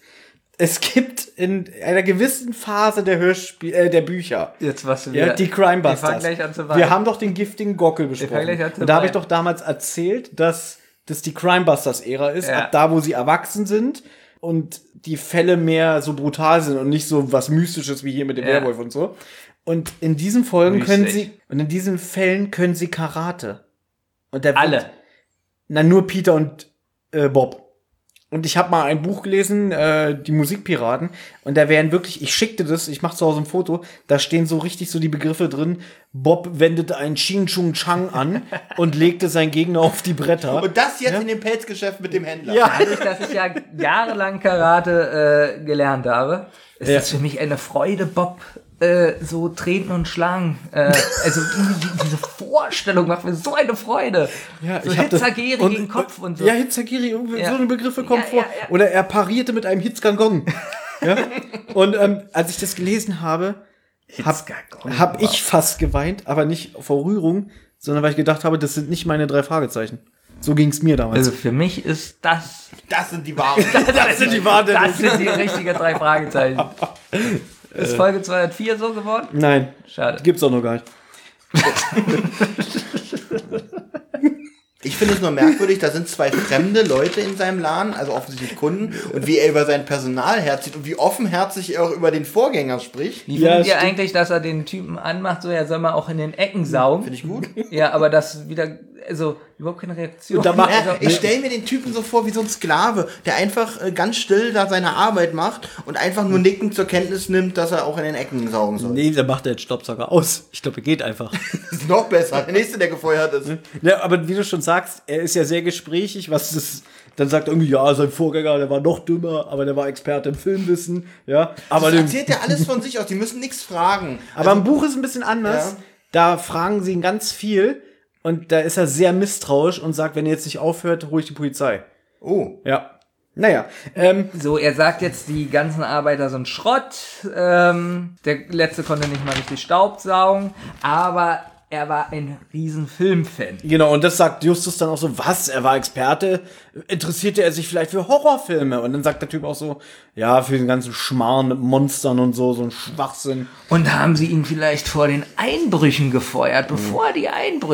Speaker 3: Es gibt in einer gewissen Phase der Hörspiel, äh, der Bücher,
Speaker 1: Jetzt was wir.
Speaker 3: Ja, die Crime
Speaker 1: Wir
Speaker 3: Busters.
Speaker 1: fangen gleich an zu weinen.
Speaker 3: Wir haben doch den giftigen Gockel besprochen.
Speaker 1: fangen gleich an zu
Speaker 3: Und da habe ich
Speaker 1: weinen.
Speaker 3: doch damals erzählt, dass das die Crime Busters Ära ist,
Speaker 1: Ja.
Speaker 3: ab da, wo sie erwachsen sind und die Fälle mehr so brutal sind und nicht so was Mystisches wie hier mit dem
Speaker 1: Ja.
Speaker 3: Werwolf und so. Und in diesen Folgen
Speaker 1: Mystisch.
Speaker 3: können sie, und in diesen Fällen können sie Karate. Und der wird-
Speaker 1: Alle.
Speaker 3: na, nur Peter und äh, Bob. Und ich habe mal ein Buch gelesen, äh, die Musikpiraten, und da wären wirklich, ich schickte das, ich mache zu Hause ein Foto, da stehen so richtig so die Begriffe drin, Bob wendete einen Ching Chung Chang an und legte seinen Gegner auf die Bretter.
Speaker 2: Und das jetzt in dem Pelzgeschäft mit dem Händler.
Speaker 3: Ja.
Speaker 1: Dadurch, dass ich ja jahrelang Karate äh, gelernt habe, ist
Speaker 3: Ja.
Speaker 1: es für mich eine Freude, Bob äh, so treten und schlagen. Äh, also die, die, diese Vorstellung macht mir so eine Freude. so
Speaker 3: hab das-
Speaker 1: Hitzagere
Speaker 3: und- äh,
Speaker 1: gegen Kopf und so.
Speaker 3: Ja, Hitzagiri, irgendwie
Speaker 1: Ja.
Speaker 3: so eine Begriffe kommen
Speaker 1: Ja,
Speaker 3: vor.
Speaker 1: ja, ja.
Speaker 3: Oder er parierte mit einem Hitzgangong. ja? Und ähm, als ich das gelesen habe, habe
Speaker 1: Hitzgangong,
Speaker 3: hab ich fast geweint, aber nicht vor Rührung, sondern weil ich gedacht habe, das sind nicht meine drei Fragezeichen. So ging's mir damals.
Speaker 1: Also für mich ist das,
Speaker 2: Das sind die Waren.
Speaker 3: das sind die Wahrheit.
Speaker 1: das sind die richtigen drei Fragezeichen. Ist Folge 204 so geworden?
Speaker 3: Nein,
Speaker 1: Schade.
Speaker 3: gibt's auch noch gar nicht.
Speaker 2: Ich finde es nur merkwürdig, da sind zwei fremde Leute in seinem Laden, also offensichtlich Kunden, und wie er über sein Personal herzieht und wie offenherzig er auch über den Vorgänger spricht.
Speaker 1: Wie
Speaker 3: Ja,
Speaker 1: findet ihr
Speaker 3: stimmt.
Speaker 1: eigentlich, dass er den Typen anmacht, so er soll mal auch in den Ecken saugen?
Speaker 2: Finde ich gut.
Speaker 1: Ja, aber das wieder, also überhaupt keine Reaktion.
Speaker 3: Und da macht-
Speaker 1: also,
Speaker 2: Ja, ich stelle mir den Typen so vor wie so ein Sklave, der einfach äh, ganz still da seine Arbeit macht und einfach nur nickend zur Kenntnis nimmt, dass er auch in den Ecken saugen soll.
Speaker 3: Nee, dann macht der den Staubsauger aus. Ich glaube, er geht einfach.
Speaker 2: Ist noch besser. Der nächste, der gefeuert ist.
Speaker 3: Ja, aber wie du schon sagst, er ist ja sehr gesprächig, was das. Dann sagt er irgendwie, ja, sein Vorgänger, der war noch dümmer, aber der war Experte im Filmwissen, ja. Aber
Speaker 2: Das
Speaker 3: dem,
Speaker 2: erzählt ja alles von sich aus. Die müssen nichts fragen.
Speaker 3: aber im Buch ist ein bisschen anders.
Speaker 2: Ja.
Speaker 3: Da fragen sie ihn ganz viel und da ist er sehr misstrauisch und sagt, wenn ihr jetzt nicht aufhört, hol ich die Polizei.
Speaker 2: Oh.
Speaker 3: Ja. Naja, ähm,
Speaker 1: So, er sagt jetzt, die ganzen Arbeiter sind Schrott. Ähm, der letzte konnte nicht mal richtig Staub saugen, aber er war ein riesen Filmfan.
Speaker 3: genau, und das sagt Justus dann auch so, was, er war Experte, interessierte er sich vielleicht für Horrorfilme? Und dann sagt der Typ auch so, ja, für den ganzen Schmarrn mit Monstern und so, so ein Schwachsinn.
Speaker 1: Und haben sie ihn vielleicht vor den Einbrüchen gefeuert,
Speaker 2: Mhm.
Speaker 1: bevor die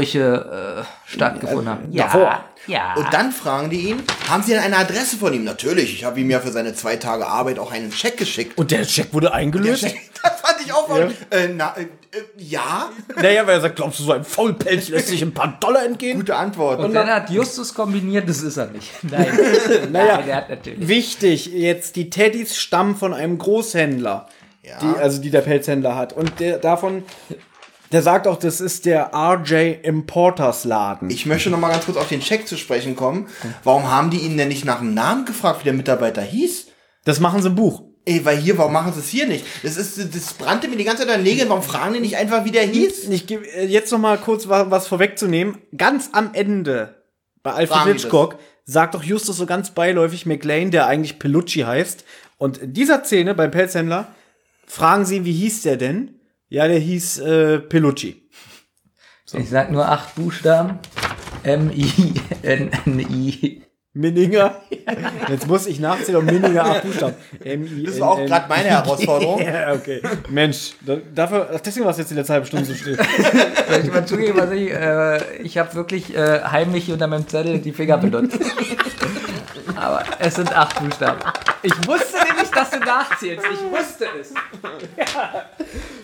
Speaker 1: Einbrüche äh, stattgefunden haben. Ja,
Speaker 3: Also, davor.
Speaker 1: ja.
Speaker 3: Ah.
Speaker 2: Und dann fragen die ihn, haben sie denn eine Adresse von ihm? Natürlich, ich habe ihm ja für seine zwei Tage Arbeit auch einen Scheck geschickt.
Speaker 3: Und der Check wurde eingelöst?
Speaker 2: Das fand ich auch verrückt. äh, na, äh, äh, ja.
Speaker 3: Naja, weil er sagt, glaubst du, so ein Faulpelz lässt sich ein paar Dollar entgehen?
Speaker 2: Gute Antwort.
Speaker 1: Und dann hat Justus kombiniert, das ist er nicht. Nein, Nein der hat natürlich.
Speaker 3: Wichtig, jetzt die Teddys stammen von einem Großhändler, die, also die der Pelzhändler hat. Und der davon, der sagt auch, das ist der RJ Importers Laden.
Speaker 2: ich möchte noch mal ganz kurz auf den Scheck zu sprechen kommen. Warum haben die ihn denn nicht nach dem Namen gefragt, wie der Mitarbeiter hieß?
Speaker 3: Das machen sie im Buch.
Speaker 2: Ey, weil hier, warum machen sie es hier nicht? Das ist, das brannte mir die ganze Zeit an den Nägeln. Warum fragen die nicht einfach, wie der hieß?
Speaker 3: Ich gebe äh, jetzt noch mal kurz was, was vorwegzunehmen. Ganz am Ende bei Alfred
Speaker 2: Fragen die
Speaker 3: Hitchcock sagt doch Justus so ganz beiläufig McLean, der eigentlich Pelucci heißt. Und in dieser Szene beim Pelzhändler fragen sie, ihn, wie hieß der denn? Ja, der hieß äh, Pelucci.
Speaker 1: Ich sag nur acht Buchstaben. M-I-N-N-I.
Speaker 3: Minninger. Jetzt muss ich nachzählen, ob Minninger acht Buchstaben. M-I-N-N.
Speaker 2: Das ist auch gerade meine Herausforderung.
Speaker 3: Ja, okay. Mensch, da, dafür, ach, deswegen war es jetzt die letzte halbe Stunde so still.
Speaker 1: Soll ich mal zugeben, was ich, äh, ich habe wirklich äh, heimlich unter meinem Zettel die Finger benutzt. Aber es sind acht Buchstaben. Ich wusste nämlich, dass du nachzählst. Ich wusste es.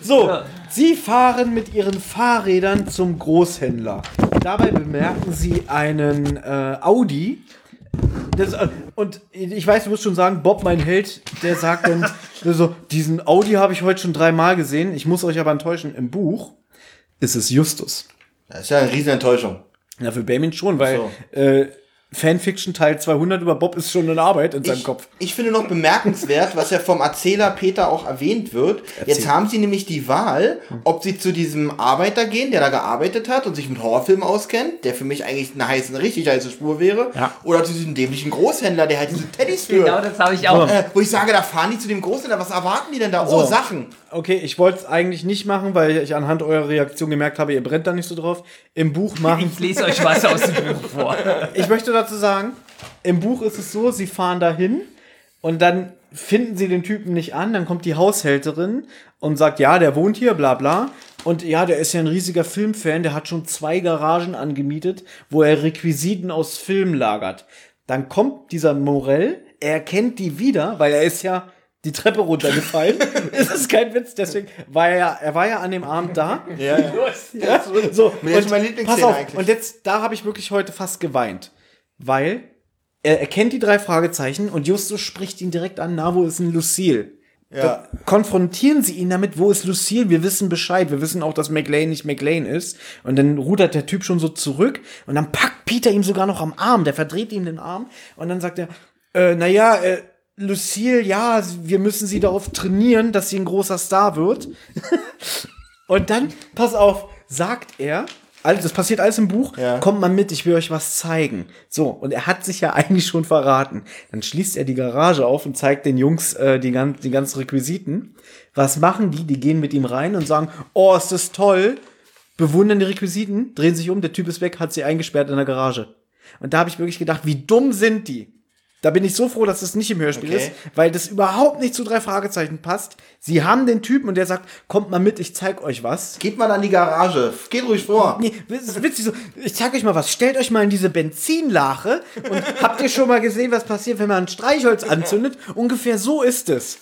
Speaker 3: So, sie fahren mit ihren Fahrrädern zum Großhändler. Dabei bemerken sie einen äh, Audi. Das, äh, und ich weiß, du musst schon sagen, Bob, mein Held, der sagt dann der so, diesen Audi habe ich heute schon dreimal gesehen. Ich muss euch aber enttäuschen, im Buch ist es Justus.
Speaker 2: Das ist ja eine riesen Enttäuschung.
Speaker 3: Na, für Benjamin schon, weil
Speaker 2: Ach
Speaker 3: äh, Fanfiction Teil 200 über Bob ist schon eine Arbeit in seinem
Speaker 2: ich,
Speaker 3: Kopf.
Speaker 2: Ich finde noch bemerkenswert, was ja vom Erzähler Peter auch erwähnt wird. Jetzt haben sie nämlich die Wahl, ob sie zu diesem Arbeiter gehen, der da gearbeitet hat und sich mit Horrorfilmen auskennt, der für mich eigentlich eine heiße, eine richtig heiße Spur wäre,
Speaker 3: Ja.
Speaker 2: oder zu diesem dämlichen Großhändler, der halt diese Teddys führt.
Speaker 1: Genau, das habe ich auch.
Speaker 2: äh, wo ich sage, da fahren die zu dem Großhändler, was erwarten die denn da? Oh,
Speaker 3: So.
Speaker 2: Sachen.
Speaker 3: Okay, ich wollte es eigentlich nicht machen, weil ich anhand eurer Reaktion gemerkt habe, ihr brennt da nicht so drauf. Im Buch machen.
Speaker 1: Ich lese euch was aus dem Buch vor.
Speaker 3: ich möchte dazu sagen, im Buch ist es so, sie fahren dahin und dann finden sie den Typen nicht an, dann kommt die Haushälterin und sagt, ja, der wohnt hier, bla bla. Und ja, der ist ja ein riesiger Filmfan, der hat schon zwei Garagen angemietet, wo er Requisiten aus Filmen lagert. Dann kommt dieser Morell, er erkennt die wieder, weil er ist ja die Treppe runtergefallen. es ist kein Witz, deswegen war er, ja- er war ja an dem Abend da.
Speaker 2: Ja, ja.
Speaker 3: Ja, so,
Speaker 2: Jetzt
Speaker 3: und,
Speaker 2: meine Lieblingsszene
Speaker 3: pass auf,
Speaker 2: eigentlich.
Speaker 3: und jetzt, da habe ich wirklich heute fast geweint. Weil er erkennt die drei Fragezeichen und Justus spricht ihn direkt an, na, wo ist denn Lucille? Da konfrontieren sie ihn damit, wo ist Lucille? Wir wissen Bescheid. Wir wissen auch, dass McLean nicht McLean ist. Und dann rudert der Typ schon so zurück und dann packt Peter ihm sogar noch am Arm. Der verdreht ihm den Arm und dann sagt er, äh, naja, äh, Lucille, ja, wir müssen sie darauf trainieren, dass sie ein großer Star wird. Und dann, pass auf, sagt er, also das passiert alles im Buch,
Speaker 2: Ja.
Speaker 3: kommt mal mit, ich will euch was zeigen. So, und er hat sich ja eigentlich schon verraten. Dann schließt er die Garage auf und zeigt den Jungs äh, die, gan die ganzen Requisiten. Was machen die? Die gehen mit ihm rein und sagen, oh, ist das toll. Bewundern die Requisiten, drehen sich um, der Typ ist weg, hat sie eingesperrt in der Garage. Und da habe ich wirklich gedacht, wie dumm sind die? Da bin ich so froh, dass das nicht im Hörspiel
Speaker 2: Okay.
Speaker 3: ist, weil das überhaupt nicht zu drei Fragezeichen passt. Sie haben den Typen und der sagt, kommt mal mit, ich zeig euch was.
Speaker 2: Geht mal an die Garage. Geht ruhig vor.
Speaker 3: Nee, das ist witzig so, ich zeig euch mal was, stellt euch mal in diese Benzinlache und habt ihr schon mal gesehen, was passiert, wenn man ein Streichholz anzündet? Ungefähr so ist es.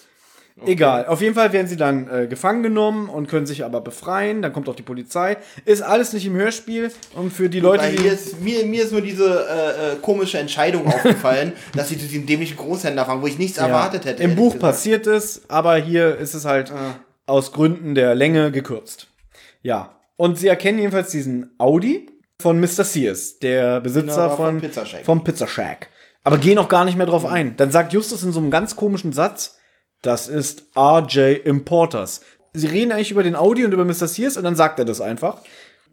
Speaker 3: Egal, auf jeden Fall werden sie dann äh, gefangen genommen und können sich aber befreien, dann kommt auch die Polizei. Ist alles nicht im Hörspiel und für die Leute,
Speaker 2: Weil
Speaker 3: die...
Speaker 2: hier ist, mir, mir ist nur diese äh, äh, komische Entscheidung aufgefallen, dass sie zu diesem dämlichen Großhändler fahren, wo ich nichts erwartet hätte.
Speaker 3: Im
Speaker 2: ehrlich
Speaker 3: Buch
Speaker 2: gesagt. Ah.
Speaker 3: passiert es, aber hier ist es halt aus Gründen der Länge gekürzt. Ja. Und sie erkennen jedenfalls diesen Audi von Mr. Sears, der Besitzer
Speaker 2: Inhaber von
Speaker 3: von,
Speaker 2: Genau, Pizza Shack. Mhm.
Speaker 3: vom Pizza Shack. Aber gehen auch gar nicht mehr drauf ein. Dann sagt Justus in so einem ganz komischen Satz, das ist RJ Importers. Sie reden eigentlich über den Audi und über Mr. Sears und dann sagt er das einfach.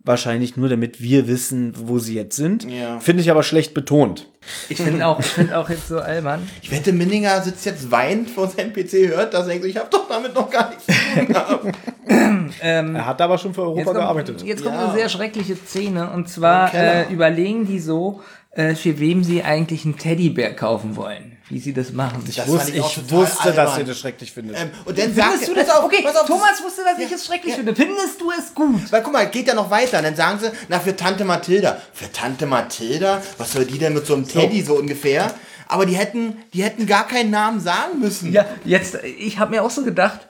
Speaker 3: Wahrscheinlich nur, damit wir wissen, wo sie jetzt sind.
Speaker 2: Ja.
Speaker 3: Finde ich aber schlecht betont.
Speaker 1: Ich finde auch, ich find auch jetzt so albern.
Speaker 2: Ich wette, Minninger sitzt jetzt weinend vor seinem PC, hört das, denkt, so, ich habe doch damit noch gar nichts zu tun gehabt. Mhm.
Speaker 3: Er hat aber schon für Europa gearbeitet.
Speaker 1: Jetzt kommt
Speaker 2: Ja.
Speaker 1: eine sehr schreckliche Szene und zwar
Speaker 2: Im Keller.
Speaker 1: äh, überlegen die so, äh, für wem sie eigentlich einen Teddybär kaufen wollen, wie sie das machen.
Speaker 2: Das
Speaker 3: Wusste-
Speaker 2: fand
Speaker 3: ich
Speaker 2: auch total
Speaker 3: wusste, dass
Speaker 2: albern.
Speaker 3: ihr das schrecklich findet.
Speaker 2: Ähm, und dann sagst
Speaker 1: du das
Speaker 2: pass
Speaker 1: auch?
Speaker 2: auf,
Speaker 1: Okay,
Speaker 2: pass auf,
Speaker 1: Thomas wusste, dass ich es schrecklich finde. Findest du es gut?
Speaker 2: Weil guck mal, geht ja noch weiter. Und dann sagen sie, na, für Tante Mathilda. Für Tante Mathilda? Was soll die denn mit so einem Teddy so ungefähr? Aber die hätten, die hätten gar keinen Namen sagen müssen.
Speaker 1: Ja, jetzt, ich habe mir auch so gedacht,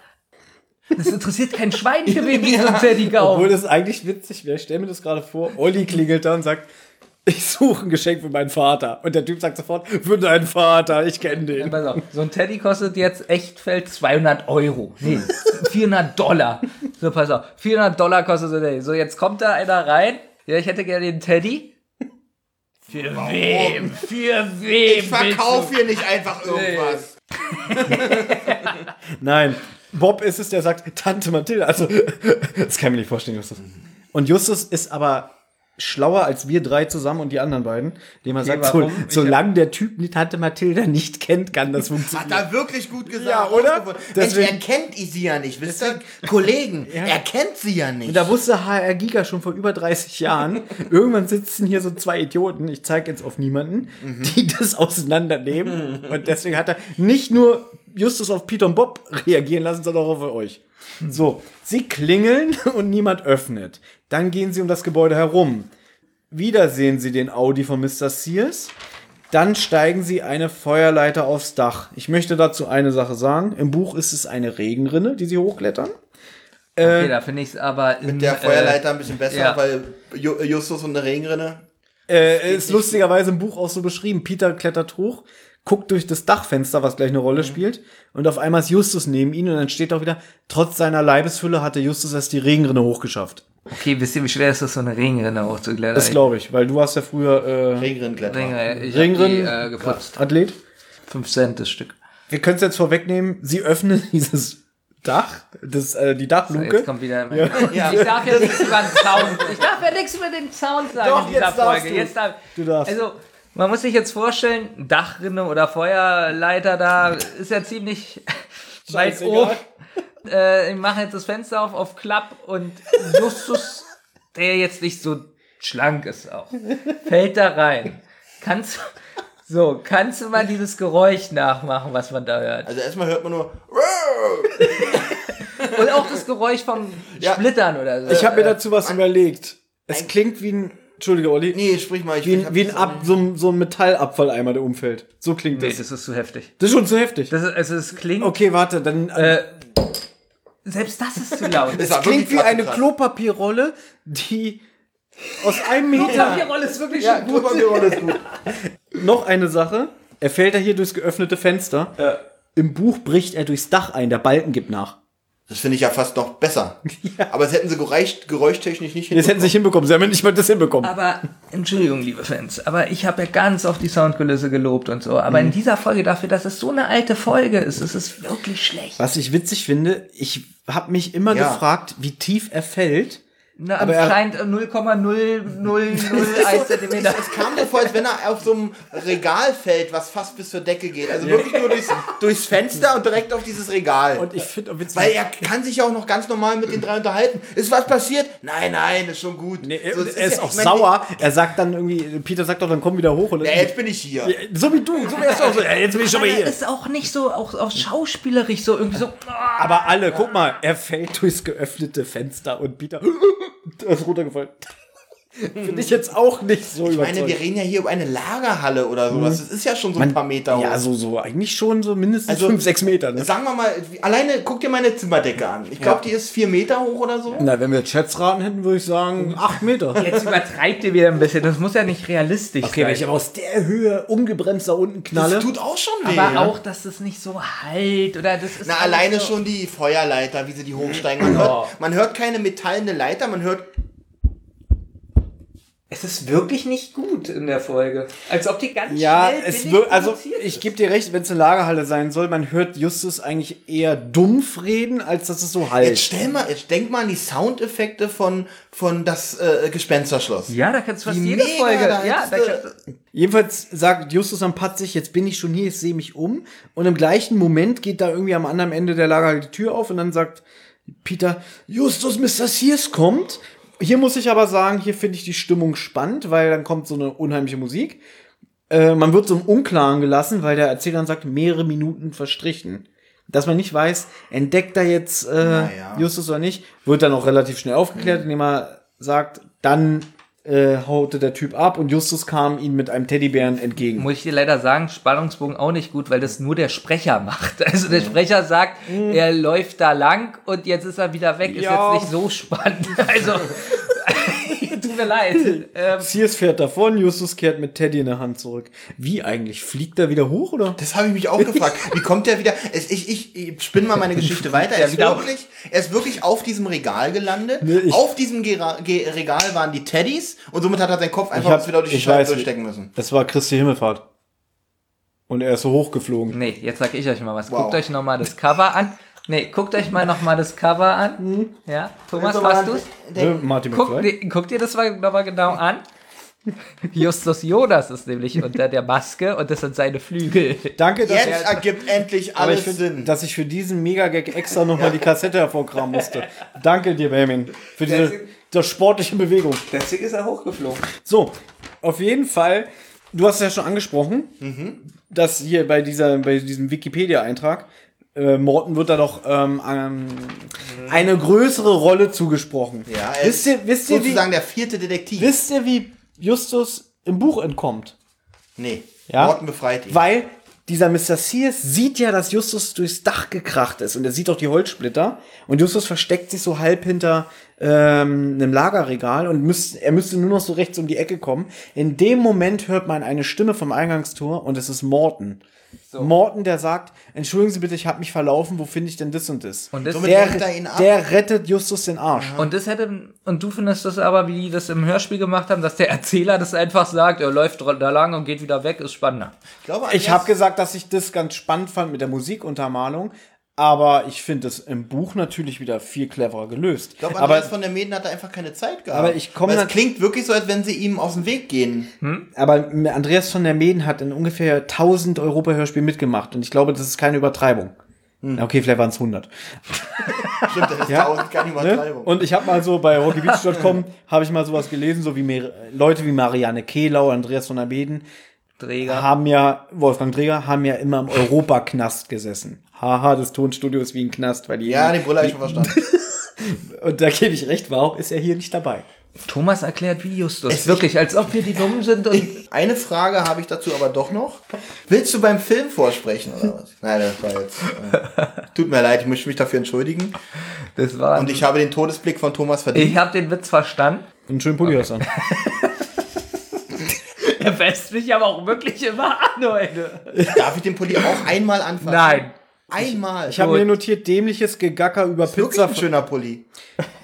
Speaker 1: das interessiert kein Schwein, für wen die so einen Teddy
Speaker 3: Obwohl
Speaker 1: kaufen.
Speaker 3: das eigentlich witzig wäre. Ich stelle mir das gerade vor. Olli klingelt da und sagt, ich suche ein Geschenk für meinen Vater. Und der Typ sagt sofort, für deinen Vater, ich kenne den.
Speaker 1: Pass auf, so ein Teddy kostet jetzt Echtfeld 200 Euro. Nee, 400 Dollar. So, pass auf, 400 Dollar kostet so ein Teddy. So, jetzt kommt da einer rein. Ja, ich hätte gerne den Teddy. Für wem? Für wem?
Speaker 2: Ich verkauf hier nicht einfach irgendwas.
Speaker 3: Nein, Bob ist es, der sagt, Tante Mathilda. Also, das kann ich mir nicht vorstellen, Justus. Und Justus ist aber schlauer als wir drei zusammen und die anderen beiden, dem er sagt, so,
Speaker 1: warum? Ich
Speaker 3: solange der Typ die Tante Mathilda nicht kennt, kann das
Speaker 2: Hat
Speaker 3: funktionieren.
Speaker 2: er wirklich gut gesagt.
Speaker 3: Ja, oder?
Speaker 2: Ausgewogen.
Speaker 3: Deswegen-
Speaker 2: Mensch, er kennt sie ja nicht, wisst ihr? Kollegen, er kennt sie ja nicht.
Speaker 3: Und Da wusste HR Giga schon vor über 30 Jahren, irgendwann sitzen hier so zwei Idioten, ich zeige jetzt auf niemanden, die das auseinandernehmen. Und deswegen hat er nicht nur Justus auf Peter und Bob reagieren lassen, sondern auch auf euch. So, sie klingeln und niemand öffnet. Dann gehen sie um das Gebäude herum. Wieder sehen sie den Audi von Mr. Sears. Dann steigen sie eine Feuerleiter aufs Dach. Ich möchte dazu eine Sache sagen. Im Buch ist es eine Regenrinne, die sie hochklettern.
Speaker 1: Okay, da finde ich es aber in,
Speaker 2: der Feuerleiter ein bisschen besser,
Speaker 1: Äh, ja.
Speaker 2: weil Ju- Justus und eine Regenrinne.
Speaker 3: Äh, ist lustigerweise im Buch auch so beschrieben. Peter klettert hoch, guckt durch das Dachfenster, was gleich eine Rolle spielt, und auf einmal ist Justus neben ihnen und dann steht auch wieder, trotz seiner Leibesfülle hatte Justus erst die Regenrinne hochgeschafft.
Speaker 1: äh, Okay, wisst ihr, wie schwer ist das, so eine Regenrinne hochzuklettern?
Speaker 3: Das glaube ich, weil du warst ja früher äh,
Speaker 2: Regenrinnenkletterer.
Speaker 1: Ringe, ich
Speaker 3: Regenrinnen-
Speaker 1: Regenrinne. Die, äh, geputzt.
Speaker 3: Athlet.
Speaker 1: Fünf Cent das Stück.
Speaker 3: Wir können es jetzt vorwegnehmen, sie öffnen dieses Dach, das, äh, die
Speaker 1: So,
Speaker 3: Dachluke.
Speaker 1: jetzt kommt wieder. mein- Ich darf ja nichts über den Sound. Ich darf ja nichts über den Sound sagen
Speaker 3: Doch,
Speaker 1: in dieser
Speaker 3: jetzt darfst
Speaker 1: Folge.
Speaker 3: du.
Speaker 1: Jetzt darf,
Speaker 3: Du darfst.
Speaker 1: Also, man muss sich jetzt vorstellen, Dachrinne oder Feuerleiter da ist ja ziemlich weit
Speaker 3: Scheißegal.
Speaker 1: oben. Äh, ich mache jetzt das Fenster auf, auf Klapp und Justus, der jetzt nicht so schlank ist auch, fällt da rein. Kannst, so, kannst du mal dieses Geräusch nachmachen, was man da hört?
Speaker 2: Also erstmal hört man nur.
Speaker 1: Und auch das Geräusch vom
Speaker 2: Ja.
Speaker 1: Splittern oder so.
Speaker 3: ich habe mir dazu was überlegt. Es klingt wie ein, Entschuldige Olli,
Speaker 2: Nee, sprich mal. Ich,
Speaker 3: wie
Speaker 2: ich hab
Speaker 3: ein, wie ein,
Speaker 2: das-
Speaker 3: Ab, so, ein, so ein Metallabfalleimer, der umfällt. So klingt
Speaker 1: Nee,
Speaker 3: das.
Speaker 1: das ist zu heftig.
Speaker 3: Das ist schon zu heftig.
Speaker 1: Das ist, also es klingt.
Speaker 3: okay, warte, dann äh,
Speaker 1: Selbst das ist zu laut.
Speaker 2: Das war
Speaker 3: klingt
Speaker 2: wirklich
Speaker 3: wie eine
Speaker 2: krass.
Speaker 3: Klopapierrolle, die aus einem Meter...
Speaker 1: Klopapierrolle ist wirklich
Speaker 2: Ja,
Speaker 1: schon gut.
Speaker 2: Klopapierrolle ist gut.
Speaker 3: Noch eine Sache. Er fällt da hier durchs geöffnete Fenster. Im Buch bricht er durchs Dach ein, der Balken gibt nach.
Speaker 2: Das finde ich ja fast noch besser. Aber das hätten sie gereicht, geräuschtechnisch nicht
Speaker 3: Das hätten sie nicht hinbekommen. Sie haben nicht mal das hinbekommen.
Speaker 1: Aber, Entschuldigung, liebe Fans, aber ich habe ja ganz oft die Soundkulisse gelobt und so. Aber
Speaker 3: Mhm.
Speaker 1: in dieser Folge dafür, dass es so eine alte Folge ist, ist es wirklich schlecht.
Speaker 3: Was ich witzig finde, ich habe mich immer
Speaker 2: Ja.
Speaker 3: gefragt, wie tief er fällt.
Speaker 1: Na,
Speaker 3: Aber er-
Speaker 1: Ne, anscheinend 0,0001 Zentimeter.
Speaker 2: Es kam mir vor, als wenn er auf so einem Regal fällt, was fast bis zur Decke geht. Also wirklich nur durchs, durchs Fenster und direkt auf dieses Regal.
Speaker 3: Und ich finde witzig.
Speaker 2: Weil er kann sich ja auch noch ganz normal mit den drei unterhalten. Ist was passiert? Nein, nein, ist schon gut.
Speaker 3: Nee,
Speaker 2: So, es
Speaker 3: er ist, er ist
Speaker 2: ja-
Speaker 3: auch
Speaker 2: ich mein,
Speaker 3: sauer. Er sagt dann irgendwie, Peter sagt doch, dann komm wieder hoch. Und
Speaker 2: Ja, jetzt bin ich hier.
Speaker 3: so wie du, so wärst du auch so. Ja, jetzt bin ich schon mal
Speaker 1: Er
Speaker 3: hier.
Speaker 1: ist auch nicht so, auch, auch schauspielerisch so irgendwie so.
Speaker 3: Aber alle, guck mal, er fällt durchs geöffnete Fenster und Peter er ist runtergefallen. Finde ich jetzt auch nicht so
Speaker 2: Ich meine, wir
Speaker 3: überzeugend.
Speaker 2: reden ja hier über eine Lagerhalle oder sowas. Das ist ja schon so ein paar Meter hoch.
Speaker 3: Mhm. Ja, so, so, eigentlich schon so mindestens
Speaker 2: Also-
Speaker 3: fünf, sechs Meter. Ne?
Speaker 2: Sagen wir mal, wie- alleine guck dir meine Zimmerdecke an. Ich glaube, die ist vier Meter hoch oder so.
Speaker 3: Na, wenn wir jetzt Schätzraten hätten, würde ich sagen, acht Meter.
Speaker 1: "Ah, Jetzt übertreibt ihr wieder ein bisschen. Das muss ja nicht realistisch
Speaker 3: Okay, wenn ich
Speaker 1: sein.
Speaker 3: aber aus der Höhe umgebremst da unten knalle.
Speaker 2: Das tut auch schon weh. ne?
Speaker 1: Aber auch, dass es nicht so halt oder das ist.
Speaker 2: Na,
Speaker 1: alles
Speaker 2: alleine
Speaker 1: so,
Speaker 2: schon die Feuerleiter, wie sie die hochsteigen. Man hört, man hört keine metallene Leiter, man hört.
Speaker 1: Es ist wirklich nicht gut in der Folge. Als ob die ganz
Speaker 3: ja,
Speaker 1: schnell
Speaker 3: es
Speaker 1: billig
Speaker 3: wird, also
Speaker 1: produziert
Speaker 3: ich
Speaker 1: ist.
Speaker 3: gebe dir recht, wenn es eine Lagerhalle sein soll, man hört Justus eigentlich eher dumpf reden, als dass es so
Speaker 2: Jetzt
Speaker 3: halt.
Speaker 2: stell mal, jetzt denk mal an die Soundeffekte von, von das äh, Gespensterschloss.
Speaker 1: Ja, da kannst du fast
Speaker 2: Die
Speaker 1: jede
Speaker 2: mega
Speaker 1: Folge.
Speaker 2: da
Speaker 1: Ja,
Speaker 2: ist,
Speaker 1: da
Speaker 2: äh,
Speaker 1: kannst,
Speaker 3: Jedenfalls sagt Justus am Patzig, jetzt bin ich schon hier, ich sehe mich um. Und im gleichen Moment geht da irgendwie am anderen Ende der Lagerhalle die Tür auf und dann sagt Peter, Justus, Mr. Sears kommt. Hier muss ich aber sagen, hier finde ich die Stimmung spannend, weil dann kommt so eine unheimliche Musik. Äh, man wird so im Unklaren gelassen, weil der Erzähler dann sagt, mehrere Minuten verstrichen. Dass man nicht weiß, entdeckt er jetzt äh,
Speaker 2: Naja.
Speaker 3: Justus oder nicht, wird dann auch relativ schnell aufgeklärt, indem er sagt, dann äh, haute der Typ ab und Justus kam ihm mit einem Teddybären entgegen.
Speaker 1: muss ich dir leider sagen, Spannungsbogen auch nicht gut, weil das nur der Sprecher macht. Also der Sprecher sagt, er läuft da lang und jetzt ist er wieder weg. Ist
Speaker 3: Ja.
Speaker 1: jetzt nicht so spannend. Also, tut mir leid. Ähm,
Speaker 3: Sears fährt davon, Justus kehrt mit Teddy in der Hand zurück. Wie eigentlich? Fliegt er wieder hoch oder?
Speaker 2: Das habe ich mich auch gefragt. Wie kommt der wieder? Es, ich, ich, ich spinne mal meine Geschichte weiter. Er ist,
Speaker 1: wieder-
Speaker 2: wirklich, er ist wirklich auf diesem Regal gelandet.
Speaker 3: Nee, ich-
Speaker 2: auf diesem Gera Ge Regal waren die Teddys und somit hat er seinen Kopf einfach
Speaker 3: hab-
Speaker 2: bis wieder durch die
Speaker 3: ich
Speaker 2: Scheibe
Speaker 3: weiß,
Speaker 2: durchstecken müssen.
Speaker 3: Das war Christi Himmelfahrt. Und er ist so hochgeflogen.
Speaker 1: Nee, jetzt sag ich euch mal was.
Speaker 2: Wow.
Speaker 1: Guckt euch nochmal das Cover an. Nee, guckt euch mal nochmal das Cover an. Ja, Thomas, hast du's?
Speaker 2: Äh,
Speaker 3: Ne, Martin
Speaker 1: Guckt,
Speaker 3: McFly?
Speaker 1: nee, guckt ihr das mal, noch mal genau an? Justus Jonas ist nämlich unter der Maske und das sind seine Flügel.
Speaker 3: Danke, dass
Speaker 2: Jetzt ergibt endlich
Speaker 3: Aber ich
Speaker 2: alles
Speaker 3: finde,
Speaker 2: Sinn.
Speaker 3: dass ich für diesen Megagag extra nochmal die Kassette hervorkramen musste. Danke dir, Benjamin, für diese, diese sportliche Bewegung.
Speaker 1: Deswegen ist er hochgeflogen.
Speaker 3: So, auf jeden Fall, du hast es ja schon angesprochen,
Speaker 2: Mhm.
Speaker 3: dass hier bei, dieser, bei diesem Wikipedia-Eintrag, äh, Morten wird da doch ähm,
Speaker 2: Mhm.
Speaker 3: ähm, eine größere Rolle zugesprochen.
Speaker 2: Ja, er
Speaker 3: wisst ihr,
Speaker 2: ist
Speaker 3: wisst ihr, wie,
Speaker 2: sozusagen der vierte Detektiv.
Speaker 3: wisst ihr, wie Justus im Buch entkommt?
Speaker 2: nee,
Speaker 3: Ja?
Speaker 2: Morten befreit ihn.
Speaker 3: Weil dieser Mr. Sears sieht ja, dass Justus durchs Dach gekracht ist und er sieht auch die Holzsplitter und Justus versteckt sich so halb hinter ähm, einem Lagerregal und müsst, er müsste nur noch so rechts um die Ecke kommen. In dem Moment hört man eine Stimme vom Eingangstor und es ist Morten. Morten, der sagt, entschuldigen Sie bitte, ich habe mich verlaufen, wo finde ich denn das und das?
Speaker 1: Und das-
Speaker 3: Somit der,
Speaker 2: lenkt er ihn ab.
Speaker 3: der rettet Justus den Arsch.
Speaker 1: Und das hätte, und du findest das aber, wie die das im Hörspiel gemacht haben, dass der Erzähler das einfach sagt, er läuft dr- da lang und geht wieder weg, ist spannender.
Speaker 2: Ich glaube,
Speaker 3: Ich
Speaker 2: Andreas-
Speaker 3: habe gesagt, dass ich das ganz spannend fand mit der Musikuntermalung, aber ich finde es im Buch natürlich wieder viel cleverer gelöst.
Speaker 2: Ich glaube,
Speaker 3: aber,
Speaker 2: Andreas von der Meden hat da einfach keine Zeit gehabt.
Speaker 3: Aber ich komm
Speaker 2: Weil Es
Speaker 3: dann-
Speaker 2: klingt wirklich so, als wenn sie ihm aus dem Weg gehen.
Speaker 3: aber Andreas von der Meden hat in ungefähr 1000 Europa-Hörspielen mitgemacht und ich glaube, das ist keine Übertreibung.
Speaker 2: Hm.
Speaker 3: Okay, vielleicht waren es 100.
Speaker 2: Stimmt, das ist ja. keine
Speaker 3: Ne?
Speaker 2: Übertreibung.
Speaker 3: Und ich habe mal so bei rockybeach.com habe ich mal sowas gelesen, so wie mehr, Leute wie Marianne Kehlau, Andreas von der Meden
Speaker 1: Träger.
Speaker 3: haben ja, Wolfgang Träger, haben ja immer im Europaknast gesessen. Haha, das Tonstudio ist wie ein Knast, weil die
Speaker 2: ja, den Brüller habe ich schon verstanden.
Speaker 3: Und da gebe ich recht, warum ist er hier nicht dabei?
Speaker 1: Thomas erklärt wie Justus.
Speaker 2: Es-
Speaker 1: wirklich, als ob wir die Dummen sind und.
Speaker 2: Eine Frage habe ich dazu aber doch noch. Willst du beim Film vorsprechen oder was? Nein, das war jetzt. Äh, tut mir leid, ich möchte mich dafür entschuldigen.
Speaker 1: Das war.
Speaker 2: Und ich habe den Todesblick von Thomas verdient.
Speaker 1: ich habe den Witz verstanden.
Speaker 3: Einen schönen Pulli hast du an.
Speaker 1: Er fässt mich aber auch wirklich immer an, Leute.
Speaker 2: Darf ich den Pulli auch einmal anfassen?
Speaker 1: Nein.
Speaker 2: Einmal.
Speaker 3: Ich habe mir notiert, dämliches Gegacker über
Speaker 2: wirklich
Speaker 3: Pizza.
Speaker 2: ein schöner Pulli.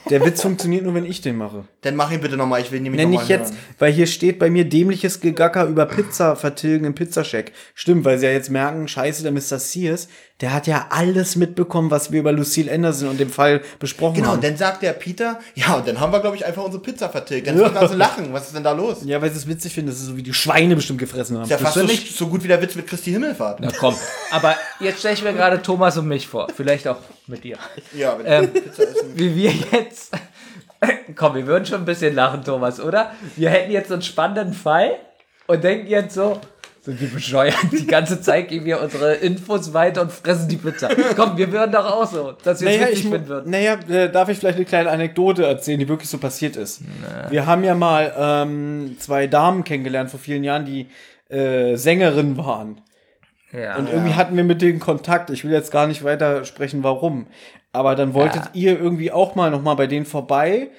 Speaker 3: Der Witz funktioniert nur, wenn ich den mache.
Speaker 2: Dann mach ihn bitte nochmal, ich will nämlich
Speaker 3: Nenne
Speaker 2: nochmal
Speaker 3: ich jetzt, weil hier steht bei mir dämliches Gegacker über Pizza vertilgen im Pizzascheck. Stimmt, weil sie ja jetzt merken, scheiße, der Mr. Sears, der hat ja alles mitbekommen, was wir über Lucille Anderson und dem Fall besprochen
Speaker 2: Genau,
Speaker 3: haben.
Speaker 2: und dann sagt der Peter, ja, und dann haben wir, glaube ich, einfach unsere Pizza vertilgt. Dann ist das ganze Lachen. Was ist denn da los?
Speaker 3: ja, weil sie es witzig finden, das ist so wie die Schweine bestimmt gefressen haben.
Speaker 2: Ist ja fast so,
Speaker 1: Bist du nicht-
Speaker 2: so gut wie der Witz mit Christi Himmelfahrt.
Speaker 1: Na komm. Aber jetzt stelle ich mir gerade Thomas und mich vor. Vielleicht auch mit dir.
Speaker 2: Ja, wenn
Speaker 1: Ähm,
Speaker 2: Pizza essen.
Speaker 1: wie wir jetzt. Komm, wir würden schon ein bisschen lachen, Thomas, oder? Wir hätten jetzt so einen spannenden Fall und denken jetzt so, sind die bescheuert? Die ganze Zeit geben wir unsere Infos weiter und fressen die Pizza. Komm, wir würden doch auch so, dass wir es
Speaker 3: Naja,
Speaker 1: witzig
Speaker 3: ich, mu-
Speaker 1: finden würden.
Speaker 3: naja, äh, darf ich vielleicht eine kleine Anekdote erzählen, die wirklich so passiert ist. Wir haben ja mal ähm, zwei Damen kennengelernt vor vielen Jahren, die äh, Sängerin waren.
Speaker 1: Ah, Ja.
Speaker 3: Und irgendwie hatten wir mit denen Kontakt. Ich will jetzt gar nicht weiter sprechen, warum. Aber dann wolltet ihr irgendwie auch mal noch mal bei denen vorbei.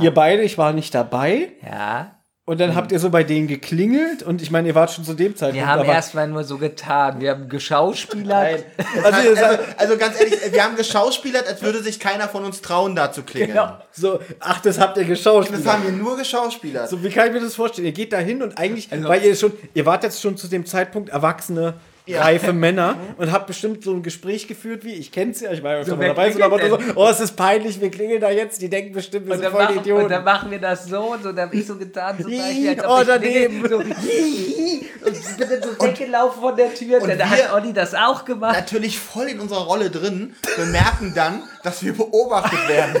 Speaker 3: Ihr beide, ich war nicht dabei.
Speaker 1: ja.
Speaker 3: Und dann habt ihr so bei denen geklingelt. Und ich meine, ihr wart schon zu dem Zeitpunkt.
Speaker 1: Hm. Wir haben
Speaker 3: aber-
Speaker 1: erstmal nur so getan. Wir haben geschauspielert.
Speaker 3: also, ihr seid,
Speaker 2: Also, also ganz ehrlich, wir haben geschauspielert, als würde sich keiner von uns trauen, da zu klingeln.
Speaker 3: genau. So, ach, das habt ihr geschaut.
Speaker 2: Das haben wir nur geschauspielert.
Speaker 3: So, wie kann ich mir das vorstellen? Ihr geht da hin und eigentlich,
Speaker 1: Also-
Speaker 3: weil ihr schon, ihr wart jetzt schon zu dem Zeitpunkt erwachsene, reife Männer und habt bestimmt so ein Gespräch geführt wie, ich kenn's ja, ich war ja schon mal
Speaker 1: wer
Speaker 3: dabei, so, aber so,
Speaker 1: klingelt denn?
Speaker 3: oh, es ist peinlich, wir klingeln da jetzt, die denken bestimmt, wir
Speaker 1: Und
Speaker 3: sind
Speaker 1: dann,
Speaker 3: voll die
Speaker 1: machen, und dann
Speaker 3: Idioten.
Speaker 1: machen wir das so und so. Da habe ich so getan, zum
Speaker 3: Ih,
Speaker 1: Beispiel, als ob
Speaker 3: oh,
Speaker 1: ich
Speaker 3: daneben.
Speaker 1: klingel, so, hi, hi, und ich bin so weggelaufen von der Tür. Und dann
Speaker 2: wir-
Speaker 1: hat Olli das auch gemacht.
Speaker 2: Natürlich voll in unserer Rolle drin, bemerken dann, dass wir beobachtet werden.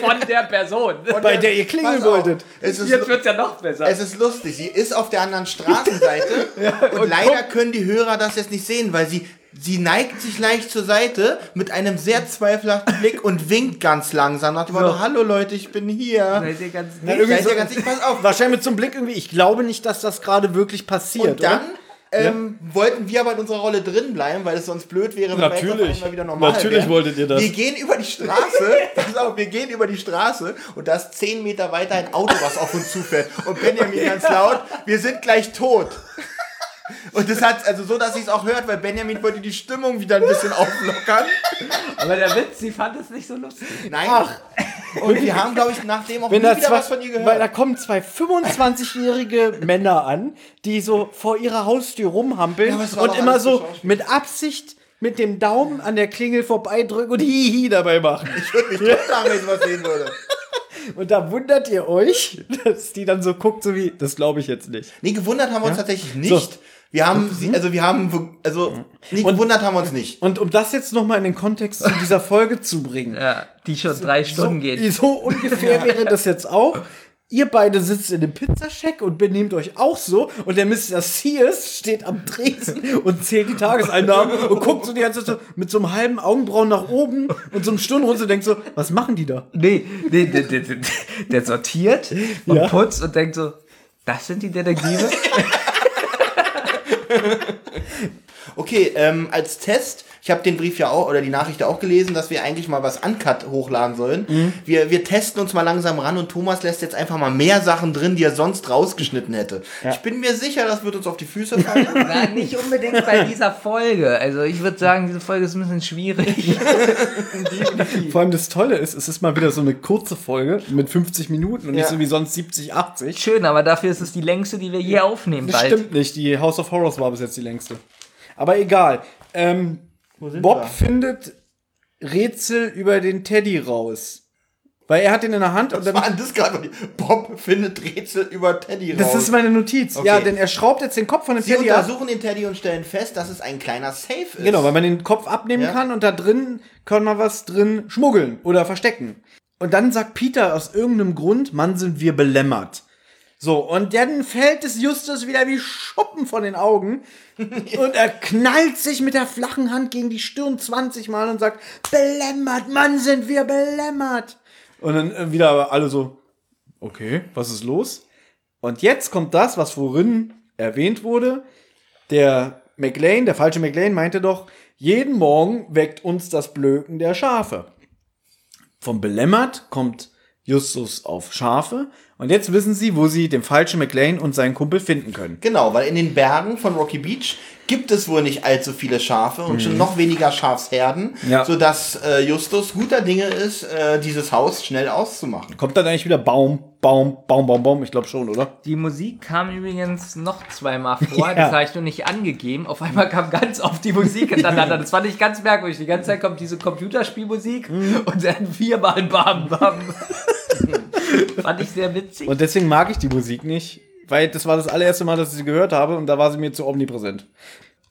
Speaker 1: Von der Person.
Speaker 3: Bei der ihr klingeln
Speaker 2: Pass auf,
Speaker 3: wolltet.
Speaker 2: Es ist,
Speaker 1: Jetzt wird es ja noch besser.
Speaker 2: es ist lustig. Sie ist auf der anderen Straßenseite und, leider können die Hörer das jetzt nicht sehen, weil sie, sie neigt sich leicht zur Seite mit einem sehr zweifelhaften Blick und winkt ganz langsam nach dem Motto, hallo Leute, ich bin hier.
Speaker 1: Seid ihr ganz
Speaker 3: Na,
Speaker 1: nett?
Speaker 3: irgendwie
Speaker 2: Seid
Speaker 3: so,
Speaker 2: ihr ganz sicher? Pass auf.
Speaker 3: wahrscheinlich mit so einem Blick irgendwie, ich glaube nicht, dass das gerade wirklich passiert.
Speaker 2: Und dann
Speaker 3: oder?
Speaker 2: ähm, wollten wir aber in unserer Rolle drin bleiben, weil es sonst blöd wäre, wenn wir jetzt auf
Speaker 3: Natürlich.
Speaker 2: einmal wieder normal
Speaker 3: Natürlich
Speaker 2: wären.
Speaker 3: wolltet ihr das.
Speaker 2: Wir gehen über die Straße, pass auf, wir gehen über die Straße und da ist zehn Meter weiter ein Auto, was auf uns zufährt. Und Benjamin ganz laut, wir sind gleich tot. Und das hat, also so, dass sie es auch hört, weil Benjamin wollte die Stimmung wieder ein bisschen auflockern.
Speaker 1: Aber der Witz, sie fand es nicht so lustig.
Speaker 2: Nein. Und wir haben, glaube ich, nachdem auch
Speaker 3: Wenn
Speaker 2: nie
Speaker 3: da,
Speaker 2: wieder
Speaker 3: zwei,
Speaker 2: was von ihr
Speaker 3: weil da
Speaker 2: gehört.
Speaker 3: kommen zwei 25-jährige Männer an, die so vor ihrer Haustür rumhampeln
Speaker 2: aber es war
Speaker 3: und
Speaker 2: doch
Speaker 3: immer
Speaker 2: alles
Speaker 3: so
Speaker 2: Schauspiel.
Speaker 3: mit Absicht mit dem Daumen an der Klingel vorbeidrücken und hihi dabei machen.
Speaker 2: Ich würde mich tot lachen, wenn ich was sehen würde.
Speaker 3: Und da wundert ihr euch, dass die dann so guckt, so wie, das glaube ich jetzt nicht.
Speaker 2: Nee, gewundert haben wir uns tatsächlich nicht. Wir haben
Speaker 3: Mhm.
Speaker 2: sie, also wir haben, also, nee, gewundert haben wir uns nicht.
Speaker 3: Und um das jetzt nochmal in den Kontext zu dieser Folge zu bringen,
Speaker 1: Ja, die schon drei Stunden geht.
Speaker 3: so ungefähr wäre das jetzt auch. Ihr beide sitzt in dem Pizzascheck und benehmt euch auch so und der Mr. Sears steht am Tresen und zählt die Tageseinnahmen und guckt so die ganze Zeit so mit so einem halben Augenbrauen nach oben und so einem Stirnrunzel und denkt so, was machen die da?
Speaker 1: Nee, nee, nee, nee, nee, der sortiert und
Speaker 3: Ja.
Speaker 1: putzt und denkt so, das sind die Detektive?
Speaker 2: Okay, ähm, als Test, Ich habe den Brief ja auch oder die Nachricht ja auch gelesen, dass wir eigentlich mal was uncut hochladen sollen.
Speaker 3: Mhm.
Speaker 2: Wir, wir testen uns mal langsam ran und Thomas lässt jetzt einfach mal mehr Sachen drin, die er sonst rausgeschnitten hätte. Ich bin mir sicher, das wird uns auf die Füße fallen.
Speaker 1: Na, nicht unbedingt bei dieser Folge. Also ich würde sagen, diese Folge ist ein bisschen schwierig.
Speaker 3: Vor allem das Tolle ist, es ist mal wieder so eine kurze Folge mit 50 Minuten und
Speaker 2: Ja.
Speaker 3: nicht so wie sonst 70, 80.
Speaker 1: Schön, aber dafür ist es die längste, die wir je aufnehmen
Speaker 3: Das
Speaker 1: bald.
Speaker 3: stimmt nicht. Die House of Horrors war bis jetzt die längste. Aber egal. Ähm, Bob
Speaker 2: wir?
Speaker 3: findet Rätsel über den Teddy raus. Weil er hat ihn in der Hand und
Speaker 2: Was
Speaker 3: dann.
Speaker 2: war denn das gerade? Bob findet Rätsel über Teddy raus.
Speaker 3: Das ist meine Notiz.
Speaker 2: Okay.
Speaker 3: Ja, denn er schraubt jetzt den Kopf von dem
Speaker 2: Sie
Speaker 3: Teddy ab.
Speaker 2: untersuchen den Teddy und stellen fest, dass es ein kleiner Safe ist.
Speaker 3: Genau, weil man den Kopf abnehmen
Speaker 2: Ja.
Speaker 3: kann und da drin kann man was drin schmuggeln oder verstecken. Und dann sagt Peter aus irgendeinem Grund, Mann, sind wir belämmert. So, und dann fällt es Justus wieder wie Schuppen von den Augen und er knallt sich mit der flachen Hand gegen die Stirn 20 Mal und sagt, belämmert, Mann, sind wir belämmert. Und dann äh, wieder alle so, okay, was ist los? Und jetzt kommt das, was vorhin erwähnt wurde, der McLean, der falsche McLean, meinte doch, jeden Morgen weckt uns das Blöken der Schafe. Vom Belämmert kommt Justus auf Schafe und jetzt wissen sie, wo sie den falschen McLean und seinen Kumpel finden können.
Speaker 2: Genau, weil in den Bergen von Rocky Beach gibt es wohl nicht allzu viele Schafe und schon noch weniger Schafsherden,
Speaker 3: Mhm. Ja.
Speaker 2: sodass äh, Justus guter Dinge ist, äh, dieses Haus schnell auszumachen.
Speaker 3: Kommt dann eigentlich wieder Baum, Baum, Baum, Baum, Baum, ich glaube schon, oder?
Speaker 1: Die Musik kam übrigens noch zweimal vor, das habe ich nur nicht angegeben. Auf einmal kam ganz oft die Musik hintereinander. Das fand ich ganz merkwürdig. Die ganze Zeit kommt diese Computerspielmusik
Speaker 3: Mhm.
Speaker 1: und dann viermal Bam Bam. fand ich sehr witzig.
Speaker 3: Und deswegen mag ich die Musik nicht, weil das war das allererste Mal, dass ich sie gehört habe und da war sie mir zu omnipräsent.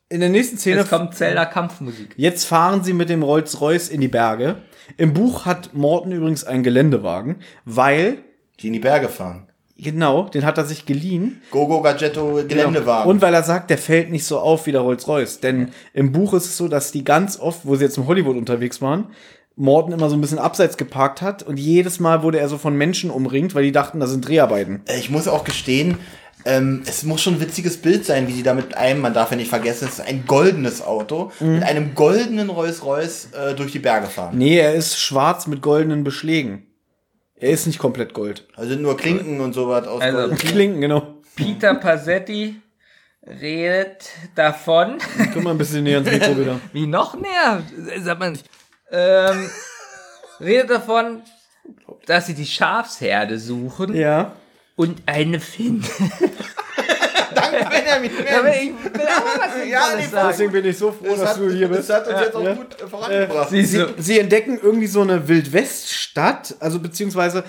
Speaker 3: In der nächsten Szene
Speaker 1: Jetzt kommt Zelda Kampfmusik.
Speaker 3: Jetzt fahren sie mit dem Rolls-Royce in die Berge. Im Buch hat Morton übrigens einen Geländewagen, weil,
Speaker 2: Die in die Berge fahren.
Speaker 3: genau, den hat er sich geliehen.
Speaker 2: Gogo Gadgetto Geländewagen.
Speaker 3: Genau. Und weil er sagt, der fällt nicht so auf wie der Rolls-Royce. Denn im Buch ist es so, dass die ganz oft, wo sie jetzt im Hollywood unterwegs waren, Morton immer so ein bisschen abseits geparkt hat und jedes Mal wurde er so von Menschen umringt, weil die dachten, da sind Dreharbeiten.
Speaker 2: Äh, ich muss auch gestehen, ähm, es muss schon ein witziges Bild sein, wie sie da mit einem, man darf ja nicht vergessen, es ist ein goldenes Auto,
Speaker 3: Mhm.
Speaker 2: mit einem goldenen Rolls-Royce äh, durch die Berge fahren.
Speaker 3: Nee, er ist schwarz mit goldenen Beschlägen. Er ist nicht komplett Gold.
Speaker 2: Also nur Klinken und sowas aus
Speaker 1: Also,
Speaker 2: Gold.
Speaker 3: Klinken, genau.
Speaker 1: Peter Pasetti redet davon.
Speaker 3: Komm mal ein bisschen näher ans Mikro wieder.
Speaker 1: Wie noch näher? Sagt man. Ähm, redet davon, dass sie die Schafsherde suchen
Speaker 3: Ja.
Speaker 1: und eine finden.
Speaker 2: Danke, Benjamin.
Speaker 1: Ich will auch was
Speaker 2: Ja, nee,
Speaker 1: Tolles sagen.
Speaker 3: Deswegen bin ich so froh, dass du hier bist.
Speaker 2: Das hat uns jetzt auch gut äh, vorangebracht.
Speaker 3: Sie, sie, sie entdecken irgendwie so eine Wildweststadt, also beziehungsweise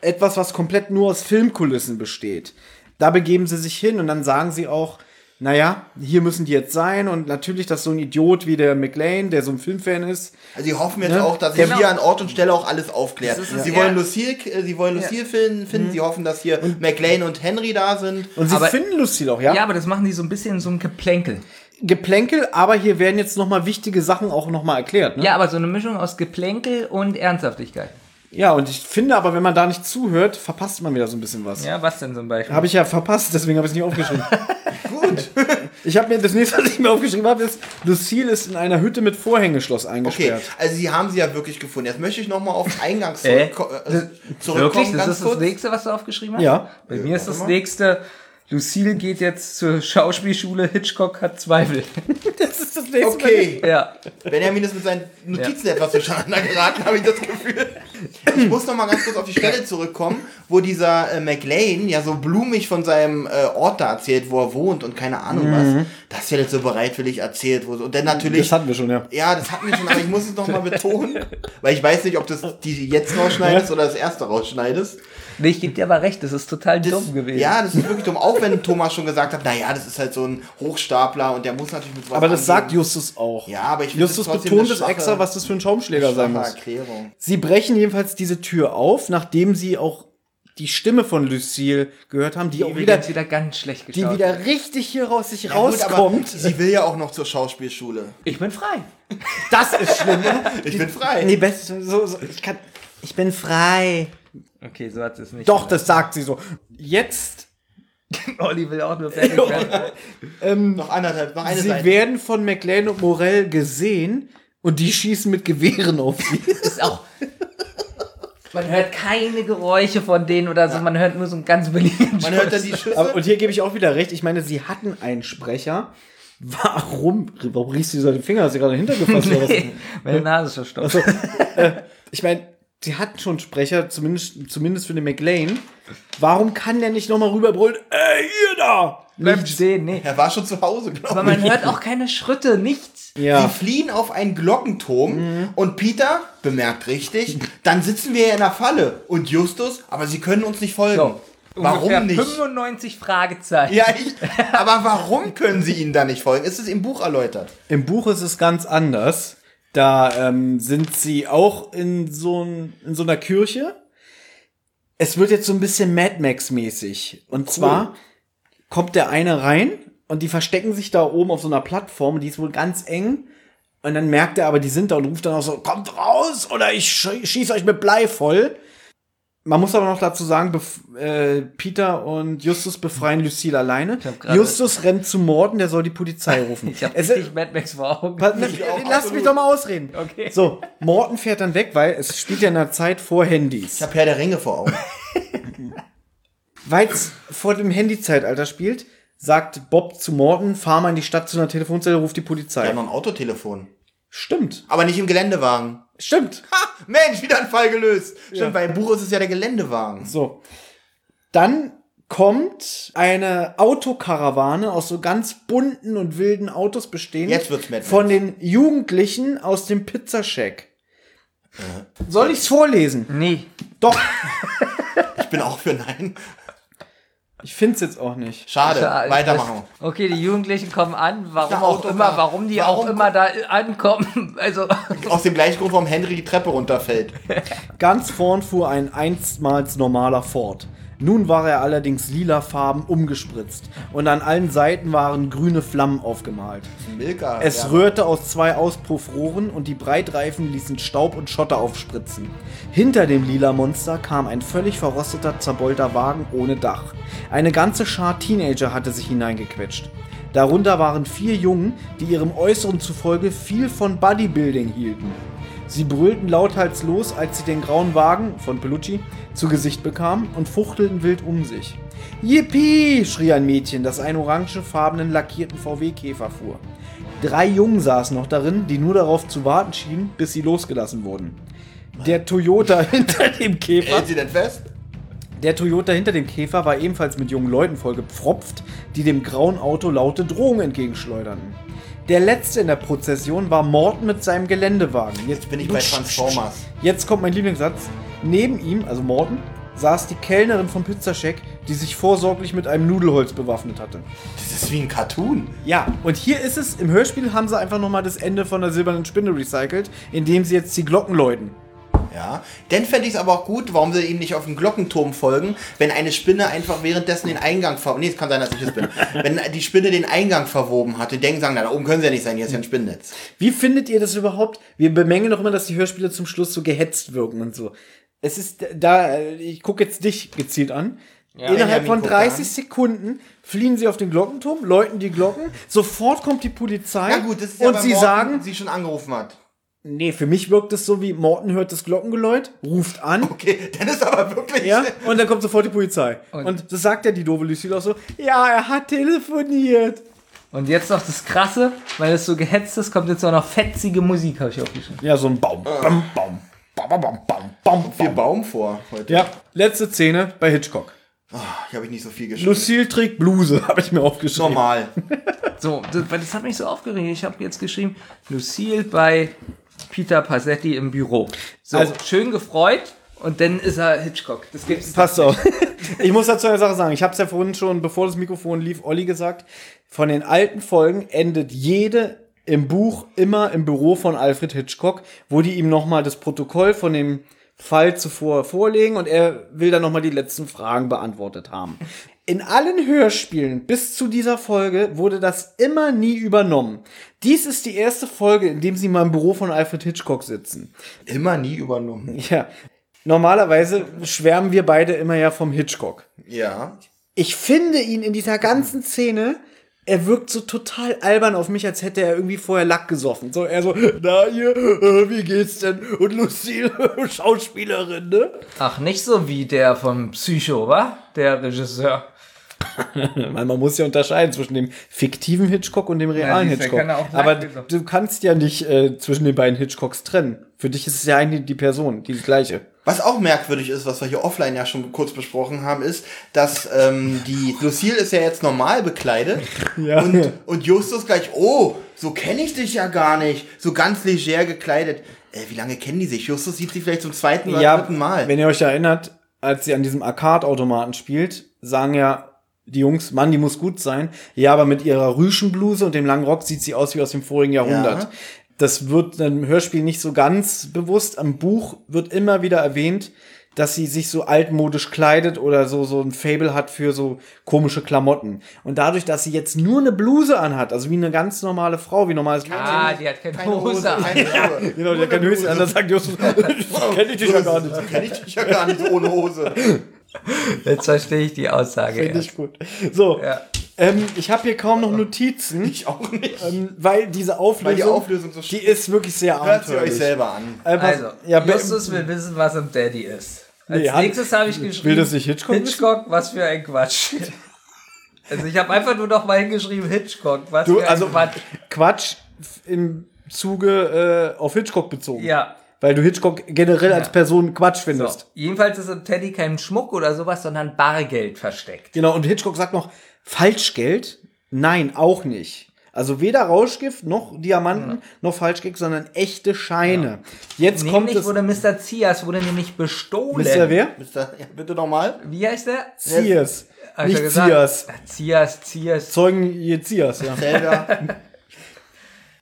Speaker 3: etwas, was komplett nur aus Filmkulissen besteht. Da begeben sie sich hin und dann sagen sie auch, naja, hier müssen die jetzt sein und natürlich, dass so ein Idiot wie der McLean, der so ein Filmfan ist,
Speaker 2: Also sie hoffen jetzt
Speaker 3: Ne?
Speaker 2: auch, dass
Speaker 3: Genau.
Speaker 2: sich hier an Ort und Stelle auch alles aufklärt.
Speaker 1: Das ist es,
Speaker 2: Sie
Speaker 1: ja.
Speaker 2: wollen Lucille, äh, sie wollen Lucille finden,
Speaker 1: Mhm.
Speaker 2: finden, sie hoffen, dass hier McLean und Henry da sind.
Speaker 3: und sie
Speaker 1: Aber-
Speaker 3: finden Lucille auch, ja?
Speaker 1: Ja, aber das machen die so ein bisschen in so einem Geplänkel.
Speaker 3: Geplänkel, aber hier werden jetzt nochmal wichtige Sachen auch nochmal erklärt, ne?
Speaker 1: Ja, aber so eine Mischung aus Geplänkel und Ernsthaftigkeit.
Speaker 3: ja, und ich finde aber, wenn man da nicht zuhört, verpasst man wieder so ein bisschen was.
Speaker 1: Ja, was denn zum Beispiel?
Speaker 3: Habe ich ja verpasst, deswegen habe ich es nicht aufgeschrieben. Gut. Ich habe mir das nächste, was ich mir aufgeschrieben habe, ist, Lucille ist in einer Hütte mit Vorhängeschloss
Speaker 2: Okay,
Speaker 3: eingesperrt.
Speaker 2: also sie haben sie ja wirklich gefunden. Jetzt möchte ich nochmal auf Eingangs
Speaker 1: Äh?
Speaker 2: zurückko- äh,
Speaker 1: Das-
Speaker 2: zurückkommen.
Speaker 1: Wirklich? Das
Speaker 2: ganz
Speaker 1: ist das
Speaker 2: kurz.
Speaker 1: nächste, was du aufgeschrieben hast?
Speaker 3: Ja.
Speaker 1: Bei mir ist das nächste. Lucille geht jetzt zur Schauspielschule, Hitchcock hat Zweifel.
Speaker 3: Das ist das nächste.
Speaker 2: Okay,
Speaker 1: Ja.
Speaker 2: Benjamin ist mit seinen Notizen etwas durcheinander geraten, habe ich das Gefühl. Ich muss noch mal ganz kurz auf die Stelle zurückkommen, wo dieser äh, McLean ja so blumig von seinem äh, Ort da erzählt, wo er wohnt und keine Ahnung
Speaker 1: Mhm.
Speaker 2: was. Das ist ja jetzt so bereitwillig erzählt. Wo, und dann natürlich
Speaker 3: Das hatten wir schon, ja.
Speaker 2: Ja, das hatten wir schon, aber ich muss es nochmal betonen, weil ich weiß nicht, ob das die jetzt rausschneidest oder das erste rausschneidest.
Speaker 1: Nee, ich gebe dir aber recht, das ist total
Speaker 2: Das,
Speaker 1: dumm gewesen.
Speaker 2: Ja, das ist wirklich dumm, auch wenn Thomas schon gesagt hat, naja, das ist halt so ein Hochstapler und der muss natürlich mit was
Speaker 3: Aber das sagt
Speaker 2: angehen.
Speaker 3: Justus auch.
Speaker 2: Ja, aber ich finde
Speaker 3: Justus
Speaker 2: es trotzdem
Speaker 3: betont
Speaker 2: eine
Speaker 3: es
Speaker 2: schwache-
Speaker 3: extra, was das für ein Schaumschläger sein
Speaker 2: Schwache
Speaker 3: muss.
Speaker 2: Erklärung.
Speaker 3: Sie brechen jedenfalls diese Tür auf, nachdem sie auch die Stimme von Lucille gehört haben, die, auch
Speaker 1: Die
Speaker 3: wieder,
Speaker 1: wieder, wieder ganz schlecht geschaut.
Speaker 3: die wieder richtig hier raus sich
Speaker 2: Ja, gut, aber
Speaker 3: rauskommt.
Speaker 2: Sie will ja auch noch zur Schauspielschule.
Speaker 1: ich bin frei.
Speaker 3: das ist schlimm, oder?
Speaker 2: Ich bin frei.
Speaker 3: Nee, best, so, so, ich kann, ich bin frei.
Speaker 1: Okay, so hat sie es nicht.
Speaker 3: Doch, das sagt sie so. Jetzt
Speaker 1: Olli will auch nur fertig werden.
Speaker 2: Noch anderthalb, noch eine
Speaker 3: Sie
Speaker 2: Seite.
Speaker 3: werden von McLean und Morell gesehen und die schießen mit Gewehren auf sie.
Speaker 1: Ist auch. Man hört keine Geräusche von denen oder so, man hört nur so einen ganz billigen
Speaker 2: Man hört dann die Schüsse.
Speaker 3: Aber, und hier gebe ich auch wieder recht. Ich meine, sie hatten einen Sprecher. Warum? Warum riechst du so den Finger? Hast du gerade den Hintern gefasst? oder was?
Speaker 1: Meine Nase ist verstopft.
Speaker 3: So, äh, ich meine, sie hatten schon einen Sprecher, zumindest, zumindest für den McLean. Warum kann der nicht nochmal rüberbrüllen? Ey, ihr da!
Speaker 1: Bleibt stehen, nee.
Speaker 2: er war schon zu Hause,
Speaker 1: Aber
Speaker 2: glaube
Speaker 1: man
Speaker 2: ich.
Speaker 1: hört auch keine Schritte, nichts.
Speaker 3: Ja.
Speaker 2: Sie fliehen auf einen Glockenturm und Peter bemerkt richtig, dann sitzen wir hier in der Falle. Und Justus, aber sie können uns nicht folgen.
Speaker 1: So. Ungefähr
Speaker 2: Warum nicht?
Speaker 1: 95 Fragezeichen.
Speaker 2: Ja, ich, aber warum können sie ihnen da nicht folgen? Ist es im Buch erläutert?
Speaker 3: Im Buch ist es ganz anders. Da ähm, sind sie auch in so, ein, in so einer Kirche. Es wird jetzt so ein bisschen Mad Max-mäßig. Und zwar kommt der eine rein und die verstecken sich da oben auf so einer Plattform. Die ist wohl ganz eng. Und dann merkt er aber, die sind da und ruft dann auch so, kommt raus oder ich schie- schieß euch mit Blei voll. Man muss aber noch dazu sagen, bef- äh, Peter und Justus befreien Lucille alleine.
Speaker 1: hab grade-
Speaker 3: Justus rennt zu Morden, der soll die Polizei rufen.
Speaker 1: Ich hab
Speaker 3: Es-
Speaker 1: richtig Mad Max vor Augen.
Speaker 3: Pa- na, lass mich doch mal ausreden.
Speaker 1: Okay.
Speaker 3: So, Morten fährt dann weg, weil es spielt ja in einer Zeit vor Handys.
Speaker 2: Ich habe Herr der Ringe vor Augen.
Speaker 3: Weil es vor dem Handy-Zeitalter spielt, sagt Bob zu Morten, fahr mal in die Stadt zu einer Telefonzelle, ruft die
Speaker 2: Wir
Speaker 3: Polizei.
Speaker 2: haben noch ein Autotelefon.
Speaker 3: Stimmt,
Speaker 2: Aber nicht im Geländewagen.
Speaker 3: stimmt.
Speaker 2: Ha, Mensch, wieder ein Fall gelöst. Stimmt, weil im Buch ist es ja der Geländewagen.
Speaker 3: So. Dann kommt eine Autokarawane aus so ganz bunten und wilden Autos bestehend.
Speaker 2: Jetzt wird's Mad Max.
Speaker 3: Von den Jugendlichen aus dem Pizzashack.
Speaker 2: Äh,
Speaker 3: Soll ich's vorlesen?
Speaker 1: Nee.
Speaker 3: Doch.
Speaker 2: Ich bin auch für Nein.
Speaker 3: Ich find's jetzt auch nicht.
Speaker 2: Schade,
Speaker 1: Schade.
Speaker 2: weitermachen.
Speaker 1: Okay, die Jugendlichen kommen an, warum
Speaker 2: Ja,
Speaker 1: auch
Speaker 2: Autokar-
Speaker 1: immer, warum die
Speaker 2: warum
Speaker 1: auch immer da ankommen. Also,
Speaker 2: Aus dem gleichen Grund, warum Henry die Treppe runterfällt.
Speaker 3: Ganz vorn fuhr ein einstmals normaler Ford. Nun war er allerdings lilafarben umgespritzt und an allen Seiten waren grüne Flammen aufgemalt.
Speaker 2: Milka.
Speaker 3: Es
Speaker 2: ja.
Speaker 3: röhrte aus zwei Auspuffrohren und die Breitreifen ließen Staub und Schotter aufspritzen. Hinter dem lila Monster kam ein völlig verrosteter, zerbeulter Wagen ohne Dach. Eine ganze Schar Teenager hatte sich hineingequetscht. Darunter waren vier Jungen, die ihrem Äußeren zufolge viel von Bodybuilding hielten. Sie brüllten lauthals los, als sie den grauen Wagen von Pelucci zu Gesicht bekamen und fuchtelten wild um sich. Yippie! schrie ein Mädchen, das einen orangefarbenen lackierten VW-Käfer fuhr. Drei Jungen saßen noch darin, die nur darauf zu warten schienen, bis sie losgelassen wurden. Der Toyota hinter dem Käfer.
Speaker 2: Hält sie denn fest?
Speaker 3: Der Toyota hinter dem Käfer war ebenfalls mit jungen Leuten vollgepfropft, die dem grauen Auto laute Drohungen entgegenschleuderten. Der letzte in der Prozession war Morton mit seinem Geländewagen.
Speaker 2: Jetzt bin ich bei Transformers.
Speaker 3: Jetzt kommt mein Lieblingssatz. Neben ihm, also Morton, saß die Kellnerin von Pizzascheck, die sich vorsorglich mit einem Nudelholz bewaffnet hatte.
Speaker 2: Das ist wie ein Cartoon.
Speaker 3: Ja, und hier ist es, im Hörspiel haben sie einfach nochmal das Ende von der silbernen Spinne recycelt, indem sie jetzt die Glocken läuten.
Speaker 2: Ja. Dann fände ich es aber auch gut, warum sie ihm nicht auf den Glockenturm folgen, wenn eine Spinne einfach währenddessen den Eingang verwoben. Nee, es kann sein, dass ich es bin. wenn die Spinne den Eingang verwoben hat, die denken, sagen, na, da oben können sie ja nicht sein, hier ist ja ein Spinnennetz.
Speaker 3: Wie findet ihr das überhaupt? Wir bemängeln doch immer, dass die Hörspiele zum Schluss so gehetzt wirken und so. Es ist da, äh, ich gucke jetzt dich gezielt an. Innerhalb
Speaker 2: Benjamin
Speaker 3: von
Speaker 2: guckt
Speaker 3: 30
Speaker 2: an.
Speaker 3: Sekunden fliehen sie auf den Glockenturm, läuten die Glocken, sofort kommt die Polizei
Speaker 2: Na gut, das ist ja
Speaker 3: und
Speaker 2: bei
Speaker 3: sie
Speaker 2: Morten,
Speaker 3: sagen,
Speaker 2: sie schon angerufen hat.
Speaker 3: nee, für mich wirkt es so wie Morten hört das Glockengeläut, ruft an,
Speaker 2: Okay, dann ist aber wirklich.
Speaker 3: ja, und dann kommt sofort die Polizei. Und, das sagt ja die doofe Lucille auch so, ja, er hat telefoniert.
Speaker 1: und jetzt noch das Krasse, weil es so gehetzt ist, kommt jetzt auch noch fetzige Musik, habe ich aufgeschrieben.
Speaker 3: Ja, so ein Baum.
Speaker 2: Ah.
Speaker 3: Bam, bam, bam, bam, bam, bam, bam,
Speaker 2: Viel Baum vor heute.
Speaker 3: Ja, letzte Szene bei Hitchcock.
Speaker 2: Ich habe ich nicht so viel geschrieben.
Speaker 3: Lucille trägt Bluse, habe ich mir aufgeschrieben.
Speaker 2: Normal.
Speaker 1: So, das, weil das hat mich so aufgeregt. Ich habe jetzt geschrieben, Lucille bei Peter Pasetti im Büro. So,
Speaker 3: Also-
Speaker 1: schön gefreut und dann ist er Hitchcock. Das gibt's.
Speaker 3: Passt auf. Ich muss dazu eine Sache sagen. Ich habe es ja vorhin schon, bevor das Mikrofon lief, Olli gesagt. Von den alten Folgen endet jede im Buch immer im Büro von Alfred Hitchcock, wo die ihm nochmal das Protokoll von dem Fall zuvor vorlegen und er will dann nochmal die letzten Fragen beantwortet haben. In allen Hörspielen bis zu dieser Folge wurde das immer nie übernommen. Dies ist die erste Folge, in dem sie mal im Büro von Alfred Hitchcock sitzen.
Speaker 2: Immer nie übernommen.
Speaker 3: Ja. Normalerweise schwärmen wir beide immer ja vom Hitchcock.
Speaker 2: Ja.
Speaker 3: ich finde ihn in dieser ganzen Szene, er wirkt so total albern auf mich, als hätte er irgendwie vorher Lack gesoffen. So, er so, na ihr, äh, wie geht's denn? Und Lucille, Schauspielerin, ne?
Speaker 1: Ach, nicht so wie der vom Psycho, wa? Der Regisseur.
Speaker 3: Weil man muss ja unterscheiden zwischen dem fiktiven Hitchcock und dem realen
Speaker 1: siehst du,
Speaker 3: Hitchcock.
Speaker 1: kann er auch
Speaker 3: Aber
Speaker 1: Lack gesoffen.
Speaker 3: du kannst ja nicht äh, zwischen den beiden Hitchcocks trennen. Für dich ist es ja eigentlich die Person, die gleiche.
Speaker 2: Was auch merkwürdig ist, was wir hier offline ja schon kurz besprochen haben, ist, dass ähm, die Lucille ist ja jetzt normal bekleidet
Speaker 3: Ja.
Speaker 2: und, und Justus gleich, oh, so kenne ich dich ja gar nicht, so ganz leger gekleidet. Äh, wie lange kennen die sich? Justus sieht sie vielleicht zum zweiten oder
Speaker 3: ja,
Speaker 2: dritten Mal.
Speaker 3: Wenn ihr euch erinnert, als sie an diesem Arcade-Automaten spielt, sagen ja die Jungs, Mann, die muss gut sein. Ja, aber mit ihrer Rüschenbluse und dem langen Rock sieht sie aus wie aus dem vorigen Jahrhundert.
Speaker 2: Ja.
Speaker 3: Das wird im Hörspiel nicht so ganz bewusst. Am Buch wird immer wieder erwähnt, dass sie sich so altmodisch kleidet oder so, so ein Fable hat für so komische Klamotten. Und dadurch, dass sie jetzt nur eine Bluse anhat, also wie eine ganz normale Frau, wie normales
Speaker 1: Ah, die hat keine,
Speaker 2: Keine
Speaker 1: Hose.
Speaker 2: Hose,
Speaker 1: an.
Speaker 2: keine Schuhe.
Speaker 3: Genau, der kann höchstens anders sagen, Justus, kenne ich dich ja gar nicht.
Speaker 2: Kenne ich dich ja gar nicht ohne Hose.
Speaker 1: Jetzt verstehe ich die Aussage.
Speaker 3: Finde
Speaker 1: erst.
Speaker 3: ich gut. So,
Speaker 1: Ja.
Speaker 3: ähm, ich habe hier kaum noch Notizen,
Speaker 2: Ich auch nicht.
Speaker 3: ähm, weil diese Auflösung,
Speaker 2: Weil die Auflösung so
Speaker 3: die ist wirklich sehr
Speaker 2: Hört sie euch
Speaker 3: abenteuerlich.
Speaker 2: selber an.
Speaker 3: Äh, was-
Speaker 1: Also,
Speaker 3: ja, be-
Speaker 1: Justus will wissen, was ein Daddy ist. Als
Speaker 3: Nee, hat-
Speaker 1: nächstes habe ich geschrieben,
Speaker 3: das nicht Hitchcock wissen?
Speaker 1: Hitchcock, was für ein Quatsch. Also ich habe einfach nur noch mal hingeschrieben, Hitchcock, was
Speaker 3: du,
Speaker 1: für ein
Speaker 3: also
Speaker 1: Quatsch.
Speaker 3: Quatsch im Zuge äh, auf Hitchcock bezogen.
Speaker 1: Ja.
Speaker 3: Weil du Hitchcock generell als Person Quatsch findest.
Speaker 1: Jedenfalls ist im Teddy kein Schmuck oder sowas, sondern Bargeld versteckt.
Speaker 3: Genau, und Hitchcock sagt noch, Falschgeld? Nein, auch nicht. Also weder Rauschgift noch Diamanten noch Falschgeld, sondern echte Scheine. Jetzt kommt
Speaker 1: Nämlich
Speaker 3: das.
Speaker 1: wurde Mr. Zias wurde nämlich bestohlen.
Speaker 3: Mr. Wer?
Speaker 2: Mister, ja, bitte nochmal.
Speaker 1: Wie heißt der?
Speaker 3: Ziers.
Speaker 1: Hab ich ja
Speaker 3: Nicht
Speaker 1: gesagt. Äh,
Speaker 3: Ziers.
Speaker 1: Zias, Zias.
Speaker 3: Zeugen Jezias, ja.
Speaker 2: Zelda.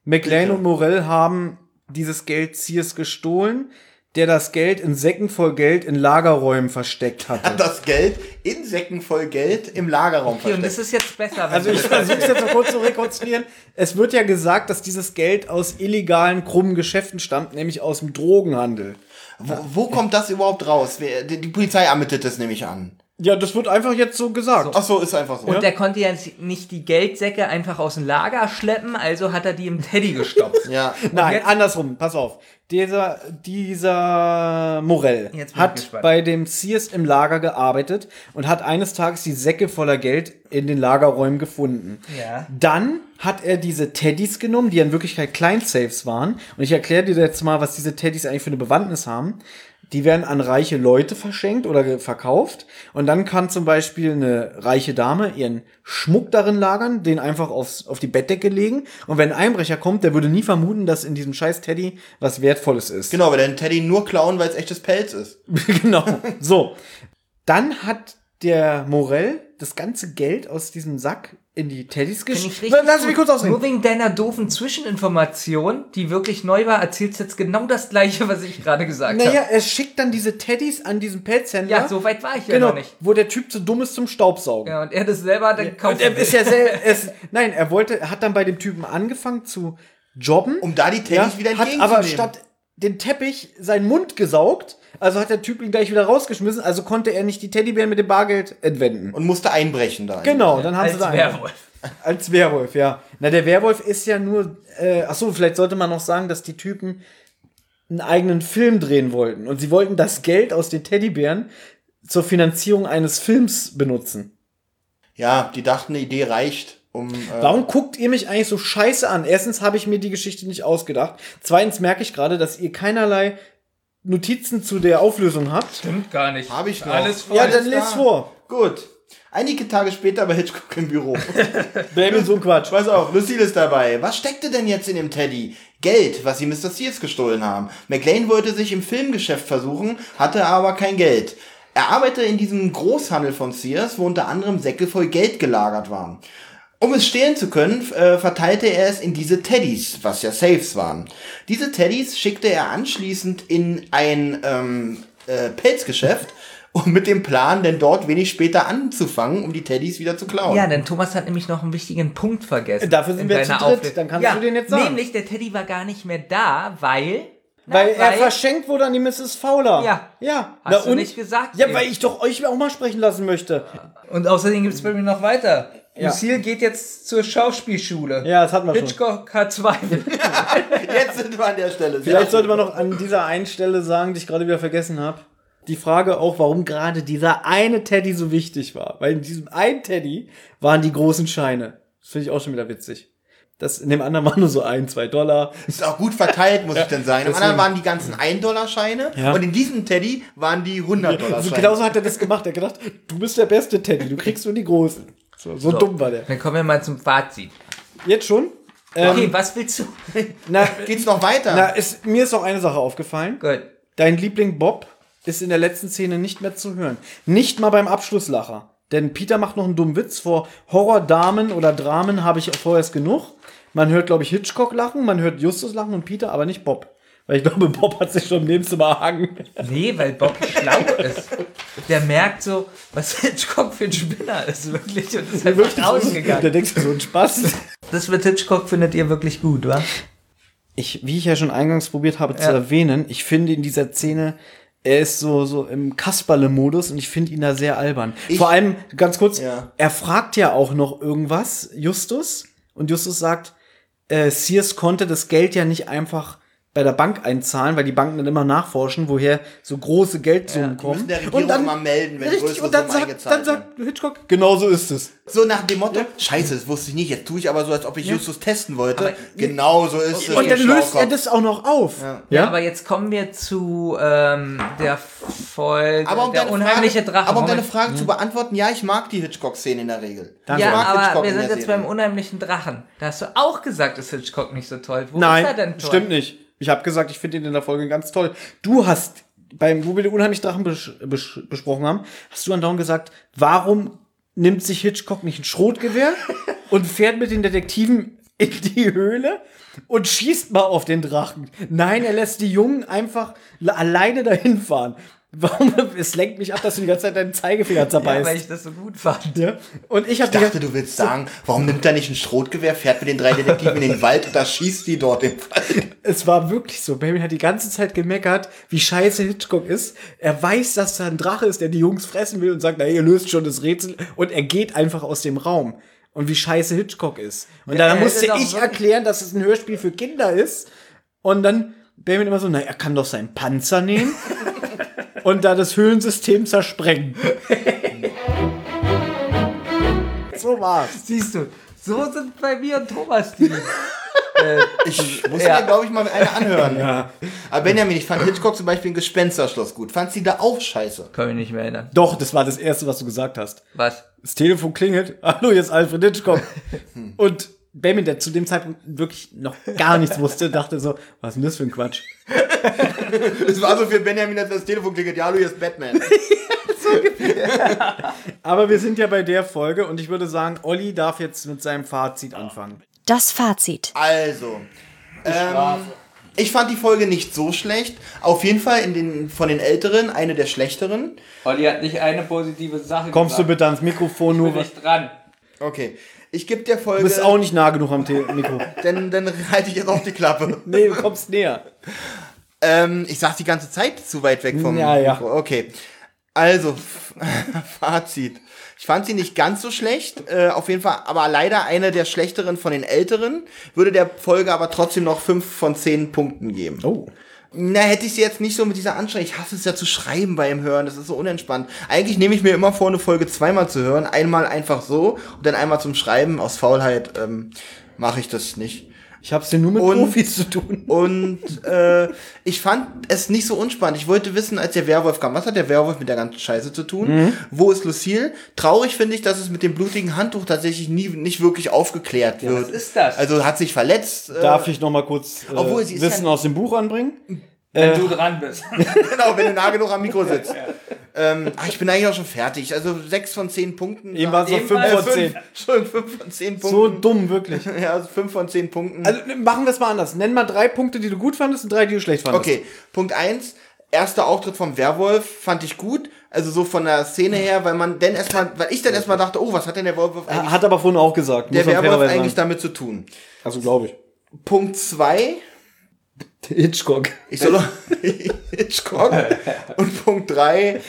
Speaker 3: McLean und Morell haben dieses Geld Ziers gestohlen, der das Geld in Säcken voll Geld in Lagerräumen versteckt hatte.
Speaker 2: Das Geld in Säcken voll Geld im Lagerraum
Speaker 1: Okay, und
Speaker 2: versteckt.
Speaker 1: das ist jetzt besser. wenn
Speaker 3: Also
Speaker 1: du
Speaker 3: ich
Speaker 1: das-
Speaker 3: versuche es jetzt noch kurz zu rekonstruieren. Es wird ja gesagt, dass dieses Geld aus illegalen, krummen Geschäften stammt, nämlich aus dem Drogenhandel.
Speaker 2: Wo, wo kommt das überhaupt raus? Wer- Die, die Polizei ermittelt das nämlich an.
Speaker 3: Ja, das wird einfach jetzt so gesagt.
Speaker 2: Ach so, ist einfach so.
Speaker 1: Und der konnte ja nicht die Geldsäcke einfach aus dem Lager schleppen, also hat er die im Teddy gestopft.
Speaker 2: ja.
Speaker 3: Nein,
Speaker 1: jetzt-
Speaker 3: andersrum, pass auf. Dieser, dieser Morell
Speaker 1: Jetzt bin ich
Speaker 3: hat
Speaker 1: gespannt.
Speaker 3: bei dem Sears im Lager gearbeitet und hat eines Tages die Säcke voller Geld in den Lagerräumen gefunden.
Speaker 1: Ja.
Speaker 3: Dann hat er diese Teddys genommen, die ja in Wirklichkeit Kleinsafes waren. Und ich erkläre dir jetzt mal, was diese Teddys eigentlich für eine Bewandtnis haben. Die werden an reiche Leute verschenkt oder ge- verkauft. Und dann kann zum Beispiel eine reiche Dame ihren Schmuck darin lagern, den einfach aufs, auf die Bettdecke legen. Und wenn ein Einbrecher kommt, der würde nie vermuten, dass in diesem scheiß Teddy was Wertvolles ist.
Speaker 2: Genau, weil dann Teddy nur klauen, weil es echtes Pelz ist.
Speaker 3: genau. So. Dann hat der Morell das ganze Geld aus diesem Sack in die Teddys
Speaker 1: Finde ich
Speaker 3: geschickt.
Speaker 1: richtig
Speaker 3: Lass mich
Speaker 1: gut.
Speaker 3: kurz ausreden.
Speaker 1: Nur wegen deiner doofen Zwischeninformation, die wirklich neu war, erzählst jetzt genau das gleiche, was ich gerade gesagt
Speaker 3: Naja,
Speaker 1: habe.
Speaker 3: er schickt dann diese Teddys an diesen Pelzhändler.
Speaker 1: Ja, so weit war ich ja
Speaker 3: genau,
Speaker 1: noch nicht.
Speaker 3: Wo der Typ zu dumm ist zum Staubsaugen.
Speaker 1: Ja, und er das selber dann gekauft.
Speaker 3: Und er ist ja sehr, er ist, nein, er wollte, hat dann bei dem Typen angefangen zu jobben.
Speaker 2: Um da die Teddys wieder
Speaker 3: hat
Speaker 2: entgegenzunehmen.
Speaker 3: aber statt den Teppich seinen Mund gesaugt. Also hat der Typ ihn gleich wieder rausgeschmissen. Also konnte er nicht die Teddybären mit dem Bargeld entwenden.
Speaker 2: und musste einbrechen da.
Speaker 3: genau, dann haben
Speaker 1: als
Speaker 3: sie da einen.
Speaker 1: Werwolf.
Speaker 3: Als Werwolf, ja. Na, der Werwolf ist ja nur. Äh, ach so, vielleicht sollte man noch sagen, dass die Typen einen eigenen Film drehen wollten. Und sie wollten das Geld aus den Teddybären zur Finanzierung eines Films benutzen.
Speaker 2: Ja, die dachten, eine Idee reicht, um. Äh,
Speaker 3: Warum guckt ihr mich eigentlich so scheiße an? Erstens habe ich mir die Geschichte nicht ausgedacht. Zweitens merke ich gerade, dass ihr keinerlei Notizen zu der Auflösung habt.
Speaker 1: Stimmt gar nicht.
Speaker 2: Hab ich noch.
Speaker 1: Alles voll.
Speaker 3: Ja, dann
Speaker 2: klar.
Speaker 3: lest vor.
Speaker 2: Gut. Einige Tage später bei Hitchcock im Büro.
Speaker 3: Blame so ein Quatsch.
Speaker 2: Pass auf, Lucille ist dabei. Was steckte denn jetzt in dem Teddy? Geld, was sie Mr. Sears gestohlen haben. McLean wollte sich im Filmgeschäft versuchen, hatte aber kein Geld. Er arbeitete in diesem Großhandel von Sears, wo unter anderem Säcke voll Geld gelagert waren. Um es stehlen zu können, f- äh, verteilte er es in diese Teddys, was ja Safes waren. Diese Teddys schickte er anschließend in ein ähm, äh, Pelzgeschäft, um mit dem Plan, denn dort wenig später anzufangen, um die Teddys wieder zu klauen.
Speaker 1: Ja, denn Thomas hat nämlich noch einen wichtigen Punkt vergessen.
Speaker 3: Äh, Dafür sind
Speaker 1: in
Speaker 3: wir zu
Speaker 1: deiner
Speaker 3: dritt,
Speaker 1: Auflistung.
Speaker 3: dann kannst
Speaker 1: ja,
Speaker 3: du den jetzt sagen.
Speaker 1: Nämlich, der Teddy war gar nicht mehr da, weil
Speaker 3: Weil er
Speaker 1: weil-
Speaker 3: verschenkt wurde an die Mrs. Fowler.
Speaker 1: Ja.
Speaker 3: Ja.
Speaker 1: Hast du nicht gesagt,
Speaker 3: Ja,
Speaker 1: eben.
Speaker 3: weil ich doch euch auch mal sprechen lassen möchte.
Speaker 1: Und außerdem gibt es bei mir noch weiter.
Speaker 3: Ja.
Speaker 1: Lucille geht jetzt zur Schauspielschule.
Speaker 3: Ja, das hatten wir schon.
Speaker 1: Hitchcock hat Zweifel.
Speaker 2: Jetzt sind wir an der Stelle.
Speaker 3: Vielleicht sollte man noch an dieser einen Stelle sagen, die ich gerade wieder vergessen habe. Die Frage auch, warum gerade dieser eine Teddy so wichtig war. Weil in diesem einen Teddy waren die großen Scheine. Das finde ich auch schon wieder witzig. Das, in dem anderen waren nur so ein, zwei Dollar.
Speaker 2: Ist auch gut verteilt, muss ich dann sagen. Im
Speaker 3: deswegen.
Speaker 2: anderen waren die ganzen 1-Dollar-Scheine
Speaker 3: Ja.
Speaker 2: und in diesem Teddy waren die 100-Dollar-Scheine.
Speaker 3: Also genauso hat er das gemacht. Er hat gedacht, du bist der beste Teddy, du kriegst nur die großen. So, so, dumm war der.
Speaker 1: Dann kommen wir mal zum Fazit.
Speaker 3: Jetzt schon?
Speaker 1: Okay, was willst du?
Speaker 3: Ähm, Na,
Speaker 2: Geht's noch weiter?
Speaker 3: na ist, mir ist noch eine Sache aufgefallen.
Speaker 1: Gut.
Speaker 3: Dein Liebling Bob ist in der letzten Szene nicht mehr zu hören. Nicht mal beim Abschlusslacher. Denn Peter macht noch einen dummen Witz vor Horrordamen oder Dramen habe ich vorerst genug. Man hört, glaube ich, Hitchcock lachen, man hört Justus lachen und Peter, aber nicht Bob. Weil ich glaube, Bob hat sich schon im Nebenzimmer erhangen.
Speaker 1: Nee, weil Bob schlau ist. Der merkt so, was Hitchcock für ein Spinner ist, wirklich. Und ist einfach
Speaker 3: Der
Speaker 1: rausgegangen.
Speaker 3: denkt so ein Spaß.
Speaker 1: Das mit Hitchcock findet ihr wirklich gut, wa?
Speaker 3: ich, wie ich ja schon eingangs probiert habe zu erwähnen, ich finde in dieser Szene, er ist so, so im Kasperle-Modus und ich finde ihn da sehr albern. Vor allem, ganz kurz,
Speaker 2: Ja.
Speaker 3: er fragt ja auch noch irgendwas, Justus, und Justus sagt, äh, Sears konnte das Geld ja nicht einfach bei der Bank einzahlen, weil die Banken dann immer nachforschen, woher so große Geldsummen kommen.
Speaker 2: müssen der Regierung mal melden, wenn
Speaker 3: richtig,
Speaker 2: größere
Speaker 3: und dann
Speaker 2: Summen
Speaker 3: sagt,
Speaker 2: eingezahlt
Speaker 3: dann sagt Hitchcock, genau so ist es.
Speaker 2: so nach dem Motto, scheiße, das wusste ich nicht, jetzt tue ich aber so, als ob ich Justus testen wollte.
Speaker 1: Aber-
Speaker 2: genau so ist es.
Speaker 3: Und dann
Speaker 2: ihr
Speaker 3: löst er
Speaker 2: Schlaukopf.
Speaker 3: das auch noch auf. Ja.
Speaker 1: Aber jetzt kommen wir zu ähm, der Folge
Speaker 2: Aber um,
Speaker 1: der
Speaker 2: deine
Speaker 1: unheimliche
Speaker 2: Frage,
Speaker 1: Drache.
Speaker 2: aber um deine
Speaker 1: Moment.
Speaker 2: Frage zu beantworten, ja, ich mag die Hitchcock-Szene in der Regel. Ich
Speaker 1: ja,
Speaker 2: mag
Speaker 1: aber
Speaker 2: Hitchcock
Speaker 1: wir
Speaker 2: in
Speaker 1: sind
Speaker 2: der
Speaker 1: jetzt
Speaker 2: Serie.
Speaker 1: beim unheimlichen Drachen. Da hast du auch gesagt, ist Hitchcock nicht so toll. Wo
Speaker 3: Nein,
Speaker 1: ist er denn toll?
Speaker 3: stimmt nicht. Ich habe gesagt, ich finde ihn in der Folge ganz toll. Du hast, beim, wo wir den unheimlich Drachen besch besch besprochen haben, hast du andauernd gesagt, warum nimmt sich Hitchcock nicht ein Schrotgewehr und fährt mit den Detektiven in die Höhle und schießt mal auf den Drachen? Nein, er lässt die Jungen einfach la- alleine dahin fahren. Warum? Es lenkt mich ab, dass du die ganze Zeit deinen Zeigefinger
Speaker 1: Ja, weil ich
Speaker 3: zerbeißt.
Speaker 1: das so gut fand.
Speaker 3: Ja, Und ich habe
Speaker 2: Ich dachte, du willst sagen, warum nimmt er nicht ein Schrotgewehr, fährt mit den drei Detektiven in den Wald und da schießt die dort im Wald.
Speaker 3: Es war wirklich so. Baby hat die ganze Zeit gemeckert, wie scheiße Hitchcock ist. Er weiß, dass da ein Drache ist, der die Jungs fressen will und sagt, na, ihr löst schon das Rätsel. Und er geht einfach aus dem Raum. Und wie scheiße Hitchcock ist. Und dann
Speaker 1: er
Speaker 3: musste
Speaker 1: hätte doch
Speaker 3: ich
Speaker 1: wirklich-
Speaker 3: erklären, dass es ein Hörspiel für Kinder ist. Und dann Baby immer so, na, er kann doch seinen Panzer nehmen und da das Höhlensystem zersprengen. so war's.
Speaker 1: Siehst du, so sind bei mir und Thomas die.
Speaker 2: Ich muss
Speaker 1: Ja.
Speaker 2: mir, glaube ich, mal eine anhören.
Speaker 3: Ja.
Speaker 2: Aber Benjamin, ich fand Hitchcock zum Beispiel ein Gespensterschloss gut. Fand sie da auch scheiße.
Speaker 1: Kann mich nicht mehr erinnern.
Speaker 3: Doch, das war das Erste, was du gesagt hast.
Speaker 1: Was?
Speaker 3: das Telefon klingelt. Hallo, jetzt Alfred Hitchcock. Und Bamin, der zu dem Zeitpunkt wirklich noch gar nichts wusste, dachte so, was ist denn das für ein Quatsch?
Speaker 2: Es war so für Benjamin, als das Telefon klingelt. Ja, hallo, hier ist Batman.
Speaker 3: Aber wir sind ja bei der Folge und ich würde sagen, Olli darf jetzt mit seinem Fazit anfangen.
Speaker 4: Das Fazit.
Speaker 2: Also, ähm, ich fand die Folge nicht so schlecht. Auf jeden Fall in den, von den Älteren eine der schlechteren.
Speaker 1: Olli hat nicht eine positive Sache
Speaker 3: Kommst du bitte ans Mikrofon, nur was?
Speaker 1: dran.
Speaker 2: Okay, ich gebe der
Speaker 3: Du
Speaker 2: Folge...
Speaker 3: bist auch nicht nah genug am Te Mikro.
Speaker 2: dann, dann halte ich jetzt auch die Klappe.
Speaker 3: Nee, du kommst näher.
Speaker 2: Ähm, ich saß die ganze Zeit zu weit weg vom
Speaker 3: Ja, ja.
Speaker 2: Mikro. Okay. Also, F- Fazit. Ich fand sie nicht ganz so schlecht, äh, auf jeden Fall, aber leider eine der schlechteren von den älteren. Würde der Folge aber trotzdem noch fünf von zehn Punkten geben.
Speaker 3: Oh.
Speaker 2: Na, hätte ich sie jetzt nicht so mit dieser Anstrengung. Ich hasse es ja zu schreiben beim Hören, das ist so unentspannt. Eigentlich nehme ich mir immer vor, eine Folge zweimal zu hören. Einmal einfach so und dann einmal zum Schreiben. Aus Faulheit ähm, mache ich das nicht.
Speaker 3: Ich hab's dir nur mit
Speaker 2: Und-
Speaker 3: Profis zu tun.
Speaker 2: Und äh, ich fand es nicht so unspannend. Ich wollte wissen, als der Werwolf kam, was hat der Werwolf mit der ganzen Scheiße zu tun?
Speaker 3: Mhm.
Speaker 2: Wo ist Lucille? Traurig finde ich, dass es mit dem blutigen Handtuch tatsächlich nie, nicht wirklich aufgeklärt wird.
Speaker 1: was ist das?
Speaker 2: Also hat sich verletzt. äh,
Speaker 3: Darf ich noch mal kurz äh,
Speaker 2: Obwohl, sie ist
Speaker 3: Wissen
Speaker 2: ja-
Speaker 3: aus dem Buch anbringen? Äh.
Speaker 1: Wenn du dran bist.
Speaker 2: genau, wenn du nah genug am Mikro sitzt. ähm, ach, ich bin eigentlich auch schon fertig. Also sechs von zehn Punkten.
Speaker 3: Eben waren es noch
Speaker 1: Eben
Speaker 3: 5
Speaker 1: war
Speaker 3: von
Speaker 1: es
Speaker 2: Fünf-
Speaker 3: 10.
Speaker 2: Schon fünf von zehn
Speaker 3: So
Speaker 2: Punkten.
Speaker 3: dumm, wirklich.
Speaker 2: ja, also fünf von zehn Punkten.
Speaker 3: Also ne, machen wir es mal anders. Nenn mal drei Punkte, die du gut fandest und drei, die du schlecht fandest.
Speaker 2: Okay, Punkt eins: Erster Auftritt vom Werwolf fand ich gut. Also so von der Szene her, weil man denn erstmal, weil ich dann erstmal dachte, oh, was hat denn der Werwolf eigentlich,
Speaker 3: Äh, Hat aber vorhin auch gesagt.
Speaker 2: der
Speaker 3: muss man
Speaker 2: Werwolf
Speaker 3: fairerweise
Speaker 2: eigentlich
Speaker 3: sagen.
Speaker 2: damit zu tun?
Speaker 3: Also glaube ich.
Speaker 2: Punkt zwei:
Speaker 3: Hitchcock.
Speaker 2: Ich soll noch äh, Hitchcock und Punkt 3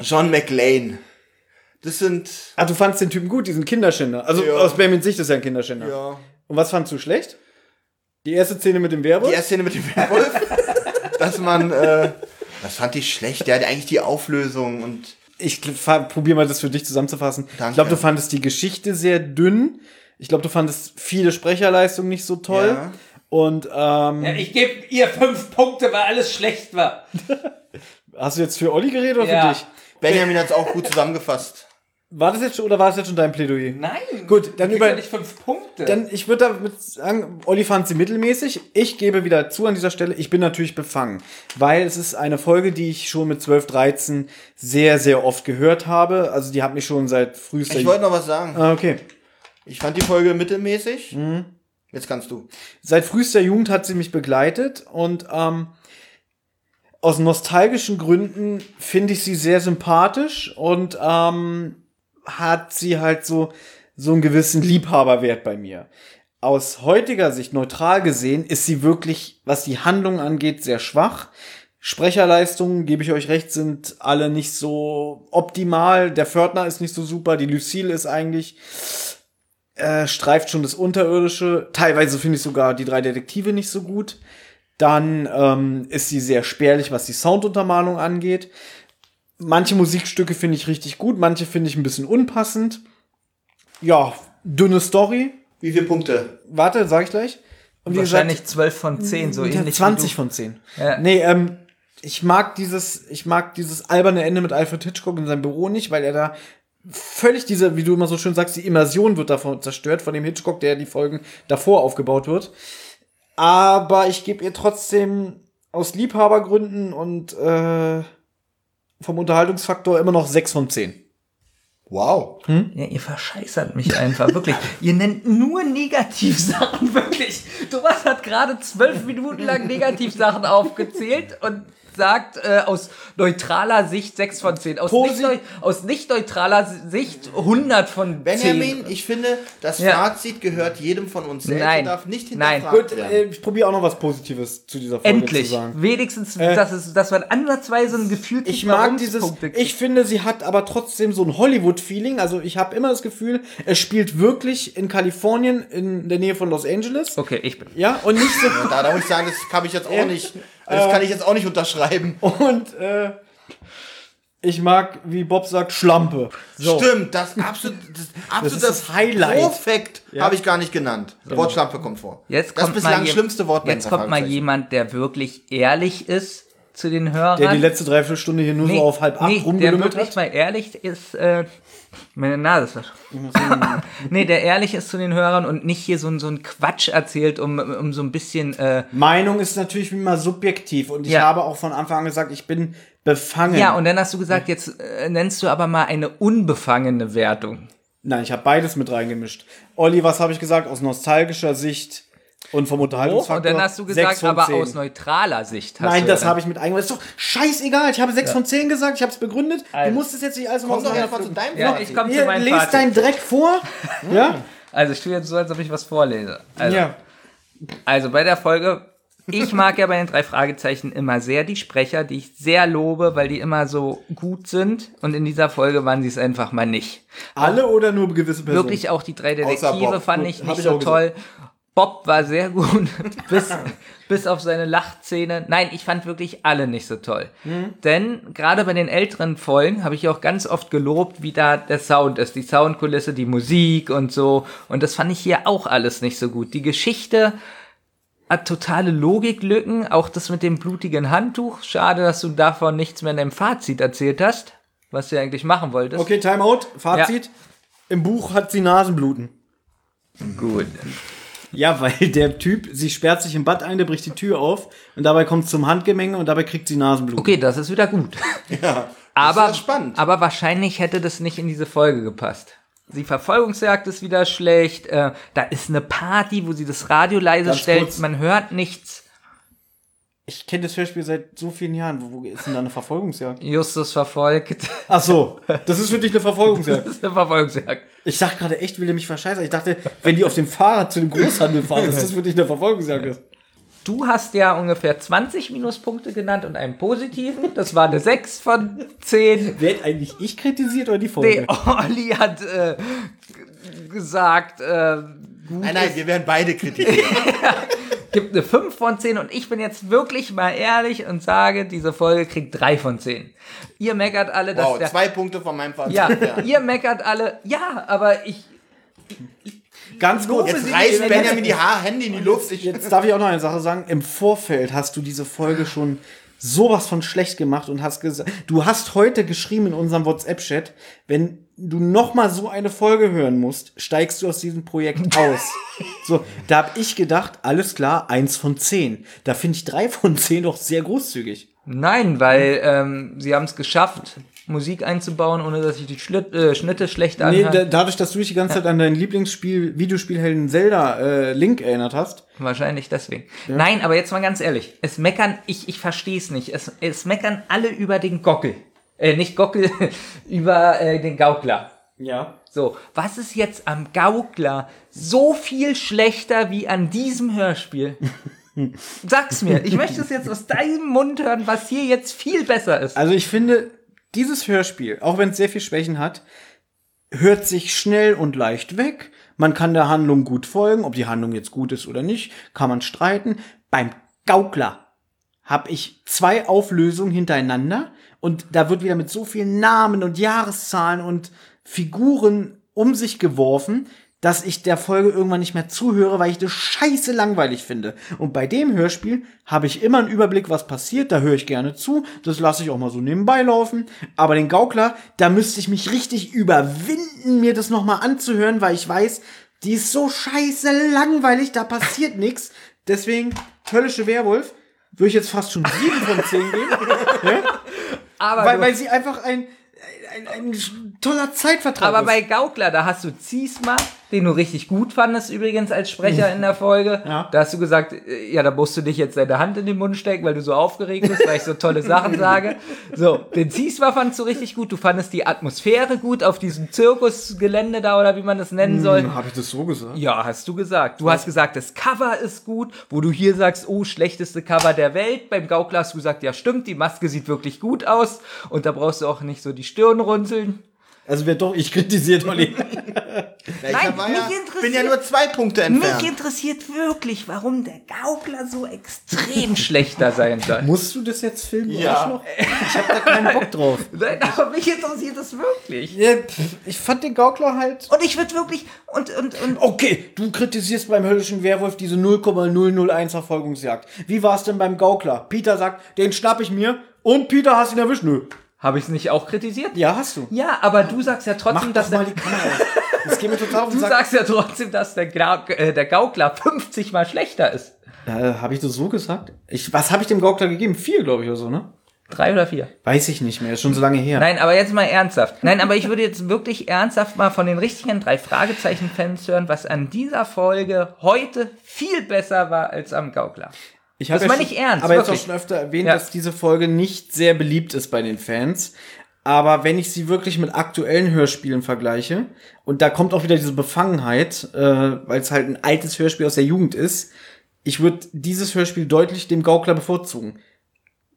Speaker 2: John McLean. Das sind
Speaker 3: Ah, du fandst den Typen gut, diesen Kinderschänder. Also
Speaker 2: Ja.
Speaker 3: aus Benjamins Sicht ist er ein Kinderschänder.
Speaker 2: ja,
Speaker 3: Und was fandst du schlecht? Die erste Szene mit dem Werwolf?
Speaker 2: die erste Szene mit dem Werwolf, dass man äh, das fand ich schlecht. Der hatte eigentlich die Auflösung und
Speaker 3: Ich probiere mal das für dich zusammenzufassen. Ich
Speaker 2: Danke.
Speaker 3: glaube, du fandest die Geschichte sehr dünn. Ich glaube, du fandest viele Sprecherleistungen nicht so toll.
Speaker 2: Ja.
Speaker 3: Und ähm,
Speaker 1: Ich gebe ihr fünf Punkte, weil alles schlecht war.
Speaker 3: hast du jetzt für Olli geredet oder
Speaker 1: Ja.
Speaker 3: für dich?
Speaker 2: Benjamin hat es auch gut zusammengefasst.
Speaker 3: War das jetzt schon oder war das jetzt schon dein Plädoyer?
Speaker 1: Nein.
Speaker 3: Gut, dann
Speaker 1: Du kriegst
Speaker 3: über-
Speaker 1: ja nicht fünf Punkte.
Speaker 3: Dann, ich würde damit sagen, Olli fand sie mittelmäßig. Ich gebe wieder zu an dieser Stelle, ich bin natürlich befangen, weil es ist eine Folge, die ich schon mit 12, 13 sehr, sehr oft gehört habe. Also die hat mich schon seit frühester
Speaker 2: Ich wollte noch was sagen.
Speaker 3: Ah, okay.
Speaker 2: Ich fand die Folge mittelmäßig.
Speaker 1: Mhm.
Speaker 2: Jetzt kannst du.
Speaker 3: Seit frühester Jugend hat sie mich begleitet und ähm, aus nostalgischen Gründen finde ich sie sehr sympathisch und ähm, hat sie halt so, so einen gewissen Liebhaberwert bei mir. Aus heutiger Sicht, neutral gesehen, ist sie wirklich, was die Handlung angeht, sehr schwach. Sprecherleistungen, gebe ich euch recht, sind alle nicht so optimal. Der Fördner ist nicht so super, die Lucille ist eigentlich äh, streift schon das Unterirdische. Teilweise finde ich sogar die drei Detektive nicht so gut. Dann ähm, ist sie sehr spärlich, was die Sounduntermalung angeht. Manche Musikstücke finde ich richtig gut, manche finde ich ein bisschen unpassend. Ja, dünne Story.
Speaker 2: Wie viele Punkte?
Speaker 3: Warte, sag ich gleich. Und wie gesagt,
Speaker 1: Wahrscheinlich 12 von 10, so
Speaker 3: ja,
Speaker 1: ähnlich. wie
Speaker 3: 20
Speaker 1: du.
Speaker 3: von 10.
Speaker 1: Ja.
Speaker 3: Nee, ähm, ich mag dieses, ich mag dieses alberne Ende mit Alfred Hitchcock in seinem Büro nicht, weil er da völlig diese, wie du immer so schön sagst, die Immersion wird davon zerstört, von dem Hitchcock, der die Folgen davor aufgebaut wird. Aber ich gebe ihr trotzdem aus Liebhabergründen und äh, vom Unterhaltungsfaktor immer noch 6 von 10.
Speaker 2: Wow.
Speaker 1: Ja, ihr verscheißert mich einfach, wirklich. ihr nennt nur Negativsachen, wirklich. Thomas hat gerade zwölf Minuten lang Negativsachen aufgezählt und sagt äh, aus neutraler Sicht 6 von 10. Aus,
Speaker 3: Posi-
Speaker 1: nicht, neu- aus nicht neutraler Sicht 100 von 10.
Speaker 2: Benjamin, ich finde, das
Speaker 1: Ja.
Speaker 2: Fazit gehört jedem von uns selbst
Speaker 1: Nein.
Speaker 2: und darf nicht
Speaker 1: Nein.
Speaker 2: hinterfragt
Speaker 3: Gut,
Speaker 2: werden.
Speaker 3: äh, ich probiere auch noch was Positives zu dieser Folge zu
Speaker 1: Endlich.
Speaker 3: sagen. Äh.
Speaker 1: Wenigstens, dass, es, dass man ansatzweise ein Gefühl kriegt,
Speaker 3: Ich mag
Speaker 1: warum es
Speaker 3: dieses.
Speaker 1: Punkte kriegt.
Speaker 3: Ich finde, sie hat aber trotzdem so ein Hollywood-Feeling. Also ich habe immer das Gefühl, es spielt wirklich in Kalifornien, in der Nähe von Los Angeles.
Speaker 1: Okay, ich bin.
Speaker 3: Ja, und nicht so.
Speaker 2: Da darf ich sagen, das kann ich jetzt auch nicht. Das kann ich jetzt auch nicht unterschreiben.
Speaker 3: und äh, ich mag, wie Bob sagt, Schlampe.
Speaker 1: Oh.
Speaker 3: So.
Speaker 2: Stimmt, das absolut das, absolut
Speaker 3: ist das Highlight.
Speaker 2: Perfekt habe ich gar nicht genannt. Wortschlampe kommt vor.
Speaker 1: Jetzt
Speaker 2: das
Speaker 1: kommt
Speaker 2: bislang
Speaker 1: mal jem-
Speaker 2: schlimmste Wort
Speaker 1: Jetzt kommt mal jemand, der wirklich ehrlich ist zu den Hörern.
Speaker 3: Der die letzte Dreiviertelstunde hier nur so auf halb acht
Speaker 1: der
Speaker 3: rumgelümmelt
Speaker 1: wirklich
Speaker 3: hat.
Speaker 1: mal ehrlich ist. Äh, meine Nase ist was. nee, der ehrlich ist zu den Hörern und nicht hier so, ein- so ein Quatsch erzählt, um, um so ein bisschen. Äh,
Speaker 3: Meinung ist natürlich immer subjektiv und ich
Speaker 1: Ja.
Speaker 3: habe auch von Anfang an gesagt, ich bin befangen.
Speaker 1: ja, und dann hast du gesagt, jetzt äh, nennst du aber mal eine unbefangene Wertung.
Speaker 3: Nein, ich habe beides mit reingemischt. Olli, was habe ich gesagt? Aus nostalgischer Sicht und vom Unterhaltungsfaktor.
Speaker 1: Und dann hast du
Speaker 3: sechs
Speaker 1: gesagt,
Speaker 3: von
Speaker 1: aber
Speaker 3: zehn.
Speaker 1: aus neutraler Sicht. Hast
Speaker 3: Nein,
Speaker 1: du
Speaker 3: das
Speaker 1: dann-
Speaker 3: habe ich mit eingebaut. Ist doch scheißegal. Ich habe 6 von 10 gesagt, ich habe es begründet. Du musst es jetzt nicht alles nochmal
Speaker 2: Komm doch erst mal zu deinem
Speaker 1: Ja,
Speaker 2: Fazit.
Speaker 1: ich komme zu
Speaker 3: Hier,
Speaker 1: meinem
Speaker 3: lest
Speaker 1: Fazit.
Speaker 3: deinen Dreck vor. ja?
Speaker 1: Also ich tue jetzt so, als ob ich was vorlese. Also,
Speaker 3: ja.
Speaker 1: Also bei der Folge, ich mag ja bei den drei Fragezeichen immer sehr die Sprecher, die ich sehr lobe, weil die immer so gut sind. Und in dieser Folge waren sie es einfach mal nicht.
Speaker 3: Alle oder nur gewisse Personen?
Speaker 1: Wirklich auch die drei
Speaker 2: Außer
Speaker 1: Detektive
Speaker 2: Bob.
Speaker 1: fand
Speaker 3: Gut,
Speaker 1: ich
Speaker 3: hab
Speaker 1: nicht
Speaker 3: ich
Speaker 1: so
Speaker 3: auch
Speaker 1: toll. Bob war sehr gut, bis, bis auf seine Lachszene. Nein, ich fand wirklich alle nicht so toll. Denn gerade bei den älteren Folgen habe ich auch ganz oft gelobt, wie da der Sound ist. Die Soundkulisse, die Musik und so. Und das fand ich hier auch alles nicht so gut. Die Geschichte hat totale Logiklücken. Auch das mit dem blutigen Handtuch. Schade, dass du davon nichts mehr in deinem Fazit erzählt hast, was du eigentlich machen wolltest.
Speaker 3: Okay, Timeout. Fazit. Im Buch hat sie Nasenbluten.
Speaker 1: Gut.
Speaker 3: Ja, weil der Typ, sie sperrt sich im Bad ein, der bricht die Tür auf und dabei kommt es zum Handgemenge und dabei kriegt sie Nasenbluten.
Speaker 1: Okay, das ist wieder gut.
Speaker 2: Aber
Speaker 1: aber,
Speaker 2: das ist spannend.
Speaker 1: aber wahrscheinlich hätte das nicht in diese Folge gepasst. Die Verfolgungsjagd ist wieder schlecht. Äh, da ist eine Party, wo sie das Radio leise
Speaker 3: Ganz
Speaker 1: stellt.
Speaker 3: kurz.
Speaker 1: Man hört nichts.
Speaker 3: Ich kenne das Hörspiel seit so vielen Jahren. Wo, wo ist denn da eine Verfolgungsjagd?
Speaker 1: Justus verfolgt.
Speaker 3: Ach so, das ist für dich eine Verfolgungsjagd.
Speaker 1: Das ist eine Verfolgungsjagd.
Speaker 3: Ich dachte gerade echt, will er mich verscheißen. Ich dachte, wenn die auf dem Fahrrad zu dem Großhandel fahren, dass das wirklich eine Verfolgungsjagd ist.
Speaker 1: Du hast ja ungefähr 20 Minuspunkte genannt und einen positiven. Das war eine 6 von 10.
Speaker 3: Werd eigentlich ich kritisiert oder die Folge?
Speaker 1: Nee, Olli hat äh, g- gesagt, äh, gut,
Speaker 2: Nein, nein, wir werden beide kritisiert.
Speaker 1: gibt eine 5 von 10 und ich bin jetzt wirklich mal ehrlich und sage, diese Folge kriegt 3 von 10. Ihr meckert alle, dass
Speaker 2: Wow,
Speaker 1: der...
Speaker 2: zwei Punkte von meinem Vater.
Speaker 1: Ja, ihr meckert alle, ja, aber ich...
Speaker 3: Ganz kurz.
Speaker 2: Jetzt reißt Benjamin die Haare, Hände in die Luft. Ich,
Speaker 3: Jetzt darf ich auch noch eine Sache sagen. Im Vorfeld hast du diese Folge schon sowas von schlecht gemacht und hast gesagt, du hast heute geschrieben in unserem WhatsApp-Chat, wenn du noch mal so eine Folge hören musst, steigst du aus diesem Projekt aus. so, da habe ich gedacht, alles klar, eins von zehn. Da finde ich drei von zehn doch sehr großzügig.
Speaker 1: Nein, weil ähm, sie haben es geschafft, Musik einzubauen, ohne dass ich die Schlitt, äh, Schnitte schlecht
Speaker 3: Nee,
Speaker 1: anhöre.
Speaker 3: da, dadurch, dass du dich die ganze Zeit an dein Lieblingsspiel, Videospielhelden Zelda äh, Link erinnert hast,
Speaker 1: Wahrscheinlich deswegen. Nein, aber jetzt mal ganz ehrlich. Es meckern, ich, ich verstehe es nicht. Es, es meckern alle über den Gockel. Äh, nicht Gockel, über äh, den Gaukler.
Speaker 3: ja.
Speaker 1: So, was ist jetzt am Gaukler so viel schlechter wie an diesem Hörspiel? Sag's mir. Ich möchte es jetzt aus deinem Mund hören, was hier jetzt viel besser ist.
Speaker 3: Also ich finde, dieses Hörspiel, auch wenn es sehr viel Schwächen hat, hört sich schnell und leicht weg. Man kann der Handlung gut folgen, ob die Handlung jetzt gut ist oder nicht, kann man streiten. Beim Gaukler habe ich zwei Auflösungen hintereinander und da wird wieder mit so vielen Namen und Jahreszahlen und Figuren um sich geworfen, dass ich der Folge irgendwann nicht mehr zuhöre, weil ich das scheiße langweilig finde. Und bei dem Hörspiel habe ich immer einen Überblick, was passiert, da höre ich gerne zu, das lasse ich auch mal so nebenbei laufen. Aber den Gaukler, da müsste ich mich richtig überwinden, mir das nochmal anzuhören, weil ich weiß, die ist so scheiße langweilig, da passiert nichts. Deswegen, höllische Werwolf, würde ich jetzt fast schon 7 von 10 geben. ja?
Speaker 1: aber
Speaker 3: weil,
Speaker 1: du-
Speaker 3: weil sie einfach ein, ein, ein toller Zeitvertrag
Speaker 1: Aber
Speaker 3: ist.
Speaker 1: bei Gaukler, da hast du Ziesma, den du richtig gut fandest übrigens als Sprecher in der Folge.
Speaker 3: Ja.
Speaker 1: Da hast du gesagt, äh, ja, da musst du dich jetzt deine Hand in den Mund stecken, weil du so aufgeregt bist, weil ich so tolle Sachen sage. So, den Ziesma fandst du richtig gut. Du fandest die Atmosphäre gut auf diesem Zirkusgelände da oder wie man das
Speaker 3: Mhm.
Speaker 1: nennen soll.
Speaker 3: Habe ich das so gesagt?
Speaker 1: Ja, hast du gesagt. Du hast gesagt, das Cover ist gut, wo du hier sagst, oh, schlechteste Cover der Welt. Beim Gaukler hast du gesagt, ja, stimmt, die Maske sieht wirklich gut aus und da brauchst du auch nicht so die Stirn runzeln.
Speaker 3: Also wird doch ich kritisiert, Olli.
Speaker 2: Nein,
Speaker 1: mich
Speaker 2: ja,
Speaker 1: interessiert-
Speaker 2: bin ja nur zwei Punkte entfernt.
Speaker 1: Mich interessiert wirklich, warum der Gaukler so extrem schlechter sein soll.
Speaker 3: Musst du das jetzt filmen?
Speaker 2: Ja.
Speaker 3: Arschloch? Ich habe da keinen Bock drauf.
Speaker 1: Nein, aber mich interessiert das wirklich.
Speaker 3: Ja, pff, Ich fand den Gaukler halt.
Speaker 1: Und ich würde wirklich. Und, und, und.
Speaker 3: Okay, du kritisierst beim höllischen Werwolf diese 0,001 Verfolgungsjagd. Wie war es denn beim Gaukler? Peter sagt, den schnapp ich mir und Peter hast ihn erwischt. Nö.
Speaker 1: Habe ich es nicht auch kritisiert?
Speaker 3: Ja, hast du.
Speaker 1: Ja, aber du sagst ja
Speaker 3: Mach
Speaker 1: trotzdem,
Speaker 3: das
Speaker 1: dass
Speaker 3: mal
Speaker 1: der,
Speaker 3: die Kamera aus. Das geht mir total auf
Speaker 1: du
Speaker 3: den Sack.
Speaker 1: sagst ja trotzdem, dass der, Gra äh, der Gaukler 50 mal schlechter ist.
Speaker 3: Äh, habe ich das so gesagt? Ich, was habe ich dem Gaukler gegeben? Vier, glaube ich, oder so, ne?
Speaker 1: Drei oder vier.
Speaker 3: Weiß ich nicht mehr, ist schon so lange her.
Speaker 1: Nein, aber jetzt mal ernsthaft. Nein, aber ich würde jetzt wirklich ernsthaft mal von den richtigen drei Fragezeichen-Fans hören, was an dieser Folge heute viel besser war als am Gaukler.
Speaker 3: Ich hab
Speaker 1: Das meine ich ernst,
Speaker 3: Aber jetzt auch
Speaker 1: wirklich.
Speaker 3: schon öfter erwähnt,
Speaker 1: Ja.
Speaker 3: dass diese Folge nicht sehr beliebt ist bei den Fans. Aber wenn ich sie wirklich mit aktuellen Hörspielen vergleiche, und da kommt auch wieder diese Befangenheit, äh, weil es halt ein altes Hörspiel aus der Jugend ist, ich würde dieses Hörspiel deutlich dem Gaukler bevorzugen.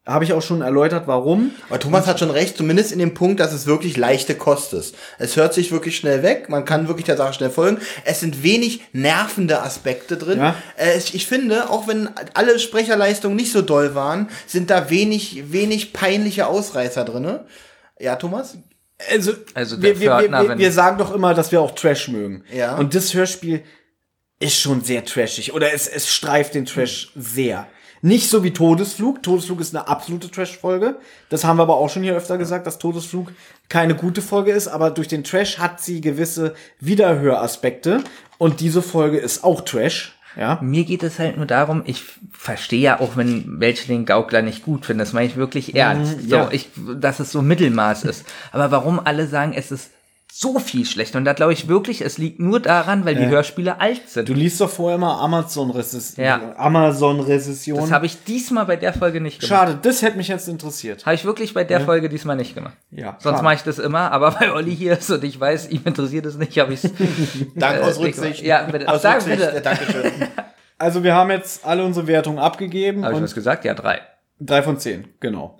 Speaker 3: Habe ich auch schon erläutert, warum.
Speaker 2: Aber Thomas hat schon recht, zumindest in dem Punkt, dass es wirklich leichte Kost ist. Es hört sich wirklich schnell weg, man kann wirklich der Sache schnell folgen. Es sind wenig nervende Aspekte drin.
Speaker 3: Ja.
Speaker 2: Äh, ich- ich finde, auch wenn alle Sprecherleistungen nicht so doll waren, sind da wenig, wenig peinliche Ausreißer drinne. Ja, Thomas?
Speaker 3: Also,
Speaker 1: Also der
Speaker 3: wir, wir,
Speaker 1: Pförtner,
Speaker 3: wir, wir,
Speaker 1: wenn-
Speaker 3: wir sagen doch immer, dass wir auch Trash mögen.
Speaker 2: Ja.
Speaker 3: Und das Hörspiel ist schon sehr trashig. Oder es, es streift den Trash sehr. Nicht so wie Todesflug. Todesflug ist eine absolute Trash-Folge. Das haben wir aber auch schon hier öfter gesagt, dass Todesflug keine gute Folge ist, aber durch den Trash hat sie gewisse Wiederhöraspekte. Und diese Folge ist auch Trash. Ja.
Speaker 1: Mir geht es halt nur darum, ich verstehe ja auch, wenn welche den Gaukler nicht gut finden. Das meine ich wirklich ernst.
Speaker 3: Mm, ja.
Speaker 1: So, ich, dass es so Mittelmaß ist. Aber warum alle sagen, es ist so viel schlechter? Und da glaube ich wirklich, es liegt nur daran, weil die Hörspiele alt sind.
Speaker 3: Du liest doch vorher mal Amazon-Rezession.
Speaker 1: Ja.
Speaker 3: Amazon-Rezession.
Speaker 1: das habe ich diesmal bei der Folge nicht gemacht.
Speaker 3: Schade, das hätte mich jetzt interessiert.
Speaker 1: Habe ich wirklich bei der Folge diesmal nicht gemacht.
Speaker 3: Ja,
Speaker 1: Sonst
Speaker 3: schade.
Speaker 1: mache ich das immer, aber weil Olli hier ist und ich weiß, ihm interessiert es nicht, habe ich es.
Speaker 2: Dank aus
Speaker 1: Äh,
Speaker 2: Rücksicht.
Speaker 1: ja, bitte.
Speaker 2: Aus
Speaker 1: Dank,
Speaker 2: Rücksicht.
Speaker 1: bitte.
Speaker 2: Äh, Dankeschön.
Speaker 3: Also wir haben jetzt alle unsere Wertungen abgegeben
Speaker 1: Habe ich
Speaker 3: und
Speaker 1: was gesagt? Ja, drei.
Speaker 3: Drei von zehn, genau.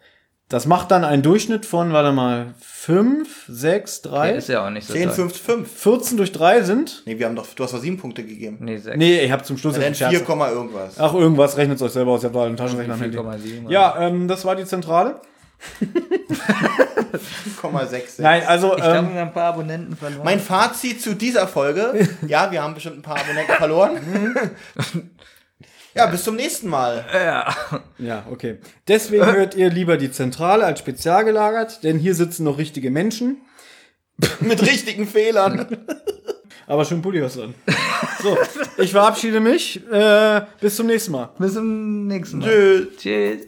Speaker 3: Das macht dann einen Durchschnitt von, warte mal, fünf, sechs,
Speaker 1: Ja,
Speaker 3: drei.
Speaker 1: ist ja auch nicht so
Speaker 2: 10,
Speaker 1: toll.
Speaker 2: 5, 5.
Speaker 3: 14 durch drei sind.
Speaker 2: Nee, wir haben doch, du hast doch 7 Punkte gegeben.
Speaker 1: Nee, sechs.
Speaker 3: Nee, ich habe zum Schluss jetzt
Speaker 2: Dann
Speaker 3: einen Scherz.
Speaker 2: 4, Komma irgendwas.
Speaker 3: Ach, irgendwas rechnet euch selber aus. Ihr habt alle einen Taschenrechner am Handy.
Speaker 1: 4,7
Speaker 3: Ja, ähm, das war die Zentrale.
Speaker 2: 5,66.
Speaker 3: Nein, also
Speaker 1: Ich glaube,
Speaker 3: ähm,
Speaker 1: wir haben ein paar Abonnenten verloren.
Speaker 2: Mein Fazit zu dieser Folge. Ja, wir haben bestimmt ein paar Abonnenten verloren. ja, bis zum nächsten Mal.
Speaker 3: ja, okay. Deswegen hört ihr lieber die Zentrale als spezial gelagert, denn hier sitzen noch richtige Menschen.
Speaker 2: Mit richtigen Fehlern.
Speaker 3: Aber schön Pulli was drin. So, ich verabschiede mich. Äh, bis zum nächsten Mal.
Speaker 1: Bis zum nächsten Mal.
Speaker 2: Tschüss.
Speaker 1: Tschüss.